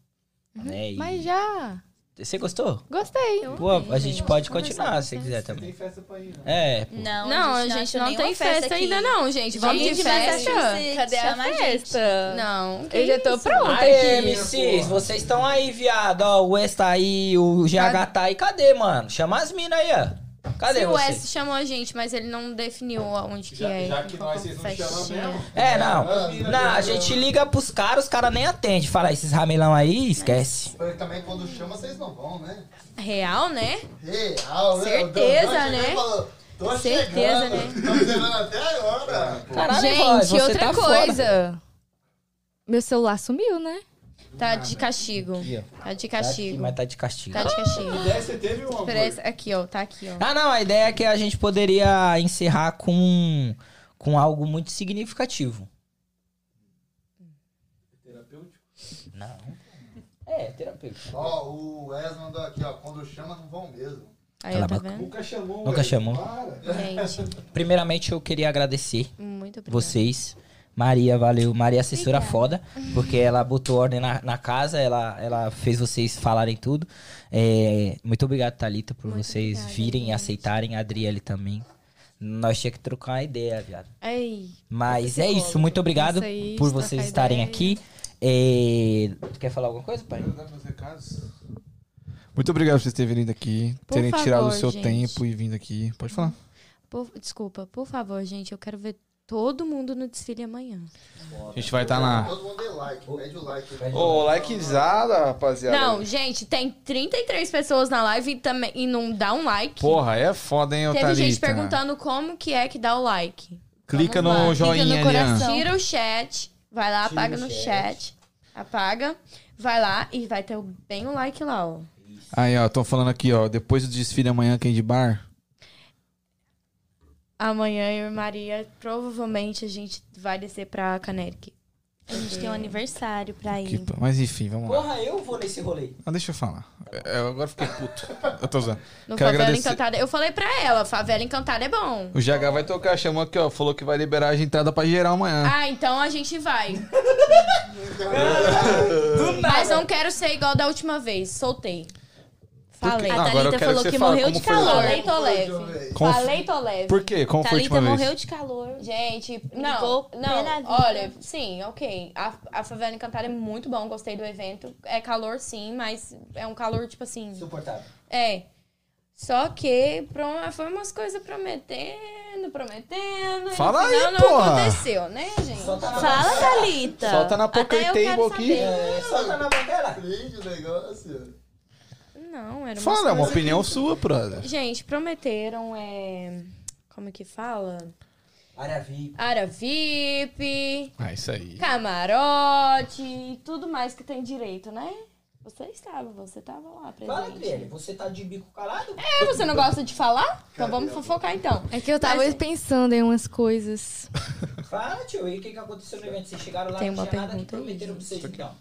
Speaker 3: Né? E-
Speaker 6: Uhum. Mas já.
Speaker 3: Você gostou?
Speaker 6: Gostei.
Speaker 3: Pô, a gente pode continuar se quiser também. Tem festa pra ir, É, pô.
Speaker 7: Não,
Speaker 4: Não, a gente não,
Speaker 7: achou
Speaker 4: tem
Speaker 7: nenhuma
Speaker 4: festa
Speaker 7: aqui.
Speaker 4: ainda não, gente. Vamos
Speaker 7: Gente,
Speaker 4: de
Speaker 7: mas
Speaker 4: festa.
Speaker 7: acho que
Speaker 6: Cadê a
Speaker 7: Chama a gente.
Speaker 6: festa?
Speaker 4: Não.
Speaker 6: Eu já tô pronta
Speaker 3: Aí,
Speaker 6: aqui.
Speaker 3: MCs, vocês estão aí, viado. Ó, o Wes tá aí, o GH tá aí. Cadê, mano? Chama as minas aí, ó. Cadê
Speaker 4: Se o
Speaker 3: vocês?
Speaker 4: Wes chamou a gente, mas ele não definiu aonde que é. Qual festinha.
Speaker 3: É, não. Não, a gente liga pros caras, os caras nem atendem. Fala, esses ramelão aí, esquece.
Speaker 8: Mas Também quando chama, vocês não vão, né?
Speaker 4: Real, né?
Speaker 8: Real, né?
Speaker 4: Certeza,
Speaker 8: O Dan chegou e
Speaker 4: né?
Speaker 8: falou, Tô
Speaker 4: Certeza, né?"
Speaker 8: chegando. Tá me levando até agora.
Speaker 3: Caralho, voz,
Speaker 4: gente,
Speaker 3: você
Speaker 4: outra
Speaker 3: tá Foda.
Speaker 4: coisa.
Speaker 6: Meu celular sumiu, né?
Speaker 4: Tá de castigo.
Speaker 3: Aqui, ó.
Speaker 4: Tá de
Speaker 3: Tá aqui,
Speaker 4: castigo.
Speaker 3: mas tá de castigo.
Speaker 4: Tá de castigo.
Speaker 8: Você teve um
Speaker 4: Parece- Aqui, ó. Tá aqui, ó.
Speaker 3: Ah, não, a ideia é que a gente poderia encerrar com, com algo muito significativo. Terapêutico? Não. É, terapêutico.
Speaker 8: Ó, o Wes mandou aqui, ó. Quando chama, não vão mesmo.
Speaker 4: Aí,
Speaker 3: Cala
Speaker 4: ó, tá
Speaker 3: a boca.
Speaker 4: vendo?
Speaker 8: Nunca chamou.
Speaker 3: Nunca chamou.
Speaker 4: Gente,
Speaker 3: Primeiramente, eu queria agradecer
Speaker 4: muito obrigada.
Speaker 3: vocês. Maria, valeu. Maria, é assessora foda, porque ela botou ordem na, na casa, ela, ela fez vocês falarem tudo. É, muito obrigado, Thalita, por vocês virem e aceitarem. A Adriele também. Nós tinha que trocar uma ideia, viado.
Speaker 4: Ei,
Speaker 3: Mas é isso, muito obrigado
Speaker 6: Isso aí,
Speaker 3: por
Speaker 6: trocar
Speaker 3: vocês estarem
Speaker 6: ideia.
Speaker 3: aqui. É, tu Quer falar alguma coisa, pai?
Speaker 2: Muito obrigado por vocês terem vindo aqui,
Speaker 4: Por
Speaker 2: terem tirado o
Speaker 4: favor,
Speaker 2: seu
Speaker 4: gente.
Speaker 2: tempo e vindo aqui. Pode falar.
Speaker 4: por- desculpa, por favor, gente, eu quero ver todo mundo no desfile amanhã.
Speaker 2: A gente vai estar tá na.
Speaker 8: Todo mundo dê like, pede o like. né?
Speaker 13: Ô, likezada, rapaziada.
Speaker 4: Não, gente, tem 33 pessoas na live e, também, e não dá um like.
Speaker 2: Porra, é foda, hein, ô
Speaker 4: Teve gente
Speaker 2: Thalita?
Speaker 4: perguntando como que é que dá o like.
Speaker 2: Clica
Speaker 6: Vamos
Speaker 2: no
Speaker 6: lá, clica
Speaker 2: joinha
Speaker 6: no
Speaker 2: ali.
Speaker 6: coração.
Speaker 2: ó.
Speaker 6: Tira o chat, vai lá, apaga no chat. Apaga, vai lá e vai ter o- bem um like lá, ó.
Speaker 2: Aí, ó, estão falando aqui, ó. Depois do desfile amanhã, quem é de bar?
Speaker 6: Amanhã eu e Maria, provavelmente a gente vai descer pra Caneric.
Speaker 7: A gente tem um aniversário pra
Speaker 2: Que
Speaker 7: ir.
Speaker 2: pa- Mas enfim, vamos lá.
Speaker 3: Porra, eu vou nesse rolê.
Speaker 2: Ah, deixa eu falar. É, Eu agora fiquei puto. Eu tô usando.
Speaker 6: No
Speaker 2: Quero
Speaker 6: Favela
Speaker 4: então,
Speaker 2: agradecer.
Speaker 4: tá
Speaker 6: Encantada. Eu falei pra ela, Favela Encantada é bom.
Speaker 2: O GH vai tocar, chamou aqui, ó. Falou que vai liberar a entrada pra geral amanhã.
Speaker 6: Ah, então a gente vai.
Speaker 3: Do
Speaker 6: Mas não quero ser igual da última vez. Soltei. Falei.
Speaker 7: A
Speaker 2: Ah, Agora eu
Speaker 7: Thalita
Speaker 2: quero
Speaker 7: falou
Speaker 2: que
Speaker 7: que,
Speaker 2: você fale
Speaker 7: morreu
Speaker 2: como
Speaker 7: de
Speaker 2: foi lá.
Speaker 7: calor.
Speaker 6: Falei, tô
Speaker 8: Última
Speaker 6: leve.
Speaker 8: vez.
Speaker 2: Como f-
Speaker 6: Falei, tô tipo, leve.
Speaker 2: Por quê? Como foi a
Speaker 7: Thalita
Speaker 2: última vez?
Speaker 7: morreu de calor.
Speaker 6: Gente,
Speaker 7: ligou
Speaker 6: não,
Speaker 7: pela
Speaker 6: não,
Speaker 7: vida.
Speaker 6: olha, sim, ok. A, a Favela Encantada é muito bom, gostei do evento. É calor, sim, mas é um calor, tipo assim,
Speaker 3: Suportável.
Speaker 6: é. Só que pro- foi umas coisas prometendo, prometendo. e
Speaker 2: Fala
Speaker 6: no final
Speaker 2: aí,
Speaker 6: não
Speaker 2: porra.
Speaker 6: aconteceu, né,
Speaker 3: tá
Speaker 6: gente?
Speaker 7: Fala, Thalita.
Speaker 2: Solta na poker
Speaker 7: Até eu
Speaker 2: table
Speaker 7: quero
Speaker 2: aqui.
Speaker 7: saber.
Speaker 3: Solta é, tá na bandeira.
Speaker 8: Prende o negócio.
Speaker 6: Não, era umas
Speaker 2: Fala, é uma
Speaker 6: coisas-
Speaker 2: opinião sua, brother.
Speaker 6: Gente, prometeram, é... Como que fala?
Speaker 3: Área VIP.
Speaker 6: Área VIP,
Speaker 2: Ah, isso aí.
Speaker 6: camarote, tudo mais que tem direito, né? Você estava, você estava lá
Speaker 3: Fala,
Speaker 6: presente.
Speaker 3: Criele. Você tá de bico calado?
Speaker 6: É, você não gosta de falar? Então vamos fofocar então.
Speaker 4: É que eu tava
Speaker 6: Mas-
Speaker 4: pensando em umas coisas.
Speaker 3: Fala, tio. E o que, que aconteceu no evento? Vocês chegaram lá,
Speaker 6: Tem
Speaker 3: não
Speaker 6: uma
Speaker 3: tinha nada que
Speaker 6: pergunta aí,
Speaker 3: prometeram pra vocês, então.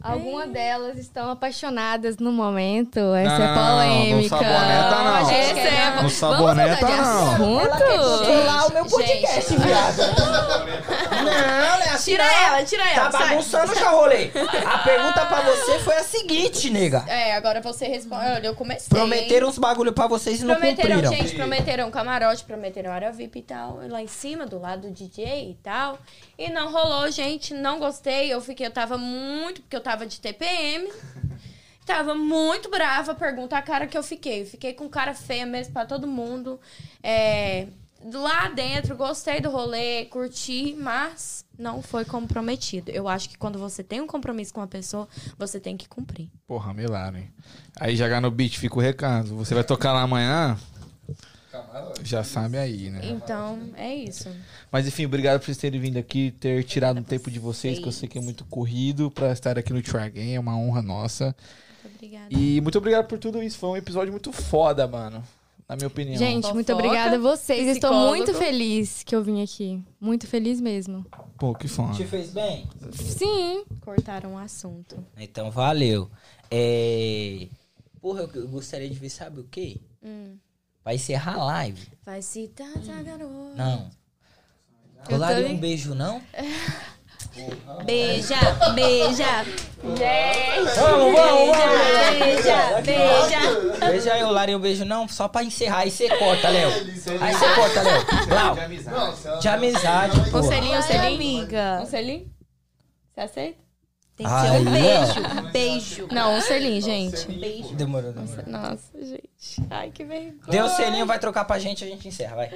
Speaker 4: Algumas delas estão apaixonadas no momento. Essa
Speaker 2: Não,
Speaker 4: é
Speaker 2: não, não, não, não
Speaker 4: polêmica.
Speaker 2: saboneta, não.
Speaker 4: Essa é
Speaker 2: No saboneta, não.
Speaker 4: assunto?
Speaker 3: Lá o meu podcast, viado. Não, né?
Speaker 6: Tira ela, tira
Speaker 3: Tá
Speaker 6: ela. sai.
Speaker 3: bagunçando já rolê. A pergunta pra você foi a seguinte, nega.
Speaker 6: É, agora você responde. Olha, eu comecei.
Speaker 3: Prometeram uns bagulho pra vocês e não
Speaker 6: Prometeram,
Speaker 3: cumpriram.
Speaker 6: gente, prometeram camarote, prometeram área VIP e tal, lá em cima, do lado do DJ e tal. E não rolou, gente, não gostei. Eu fiquei, eu tava muito, porque eu tava de TPM. Tava muito brava, pergunta a cara que eu fiquei. Fiquei com cara feia mesmo pra todo mundo. É, lá dentro, gostei do rolê, curti, mas não foi como prometido. Eu acho que quando você tem um compromisso com uma pessoa, você tem que cumprir.
Speaker 2: Porra, melado, hein? Aí GH no beat, fica o recado. Você vai tocar lá amanhã? Já sabe aí, né?
Speaker 6: Então, é isso.
Speaker 2: Mas enfim, obrigado por vocês terem vindo aqui, ter tirado um tempo de vocês, que eu sei que é muito corrido, pra estar aqui no Try Game, é uma honra nossa.
Speaker 6: Obrigada.
Speaker 2: E muito obrigado por tudo isso, foi um episódio muito foda, mano. Na minha opinião.
Speaker 4: Gente, muito
Speaker 6: Fofoca,
Speaker 4: obrigada a vocês. Estou
Speaker 6: psicólogo.
Speaker 4: muito feliz que eu vim aqui. Muito feliz mesmo.
Speaker 2: Pô, que foda.
Speaker 3: Te fez bem?
Speaker 4: Sim.
Speaker 6: Cortaram o assunto.
Speaker 3: Então valeu. É... Porra, eu- eu gostaria de ver, sabe o quê?
Speaker 6: Hum.
Speaker 3: Vai encerrar a live.
Speaker 6: Vai se tratar, garoto.
Speaker 3: Não.
Speaker 4: Eu
Speaker 3: Rolaria
Speaker 4: também.
Speaker 3: um beijo, não?
Speaker 7: Beija, beija,
Speaker 3: Vamos, vamos,
Speaker 7: beija, beija.
Speaker 3: Beijo aí, Rolaria um beijo, não? Só pra encerrar. Aí você corta, Léo. Aí você corta, Léo. Lau,
Speaker 8: Nossa,
Speaker 3: de amizade,
Speaker 6: Um
Speaker 3: porra.
Speaker 6: selinho, um
Speaker 7: Ai,
Speaker 6: selinho.
Speaker 7: amiga.
Speaker 6: Um selinho? Você aceita?
Speaker 7: Tem que ser um
Speaker 3: Ai,
Speaker 7: beijo, beijo.
Speaker 6: Não, um selinho, gente.
Speaker 3: Demorou, demorou.
Speaker 6: Nossa, gente. Ai, que vergonha.
Speaker 3: Deu o selinho, vai trocar pra gente, a gente encerra, vai.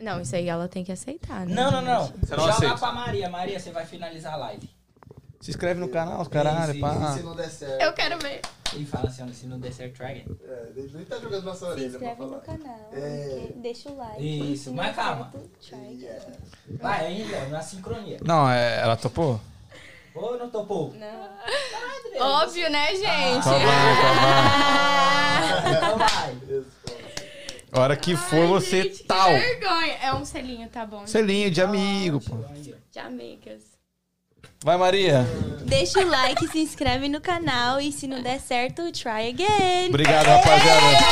Speaker 6: Não, isso aí ela tem que aceitar, né?
Speaker 3: Não, não, não.
Speaker 2: Você não
Speaker 3: Já
Speaker 2: aceita.
Speaker 3: dá pra Maria. Maria, você vai finalizar a live.
Speaker 2: Se inscreve no canal, caralho,
Speaker 3: Sim,
Speaker 2: pá.
Speaker 8: Se não der certo.
Speaker 6: Eu quero ver.
Speaker 3: E fala assim, ó, se não der certo, try again.
Speaker 8: É, ele nem tá jogando na sua
Speaker 7: Se
Speaker 8: orelha pra
Speaker 7: inscreve no
Speaker 8: falar.
Speaker 7: canal,
Speaker 8: É.
Speaker 7: deixa o like.
Speaker 3: Isso, mas calma.
Speaker 7: Try.
Speaker 3: Vai ainda, na sincronia.
Speaker 2: Não, é- ela topou?
Speaker 3: Ou não topou?
Speaker 6: Óbvio, né, gente?
Speaker 2: Tá bom, tá
Speaker 3: Então vai.
Speaker 2: bom. A hora que for, Tá. você tal.
Speaker 6: Que vergonha. É um selinho, tá bom.
Speaker 2: Selinho de amigo, pô.
Speaker 6: De amigas.
Speaker 2: Vai, Maria.
Speaker 7: Deixa o like, se inscreve no canal e se não der certo, try again.
Speaker 2: Obrigado, rapaziada.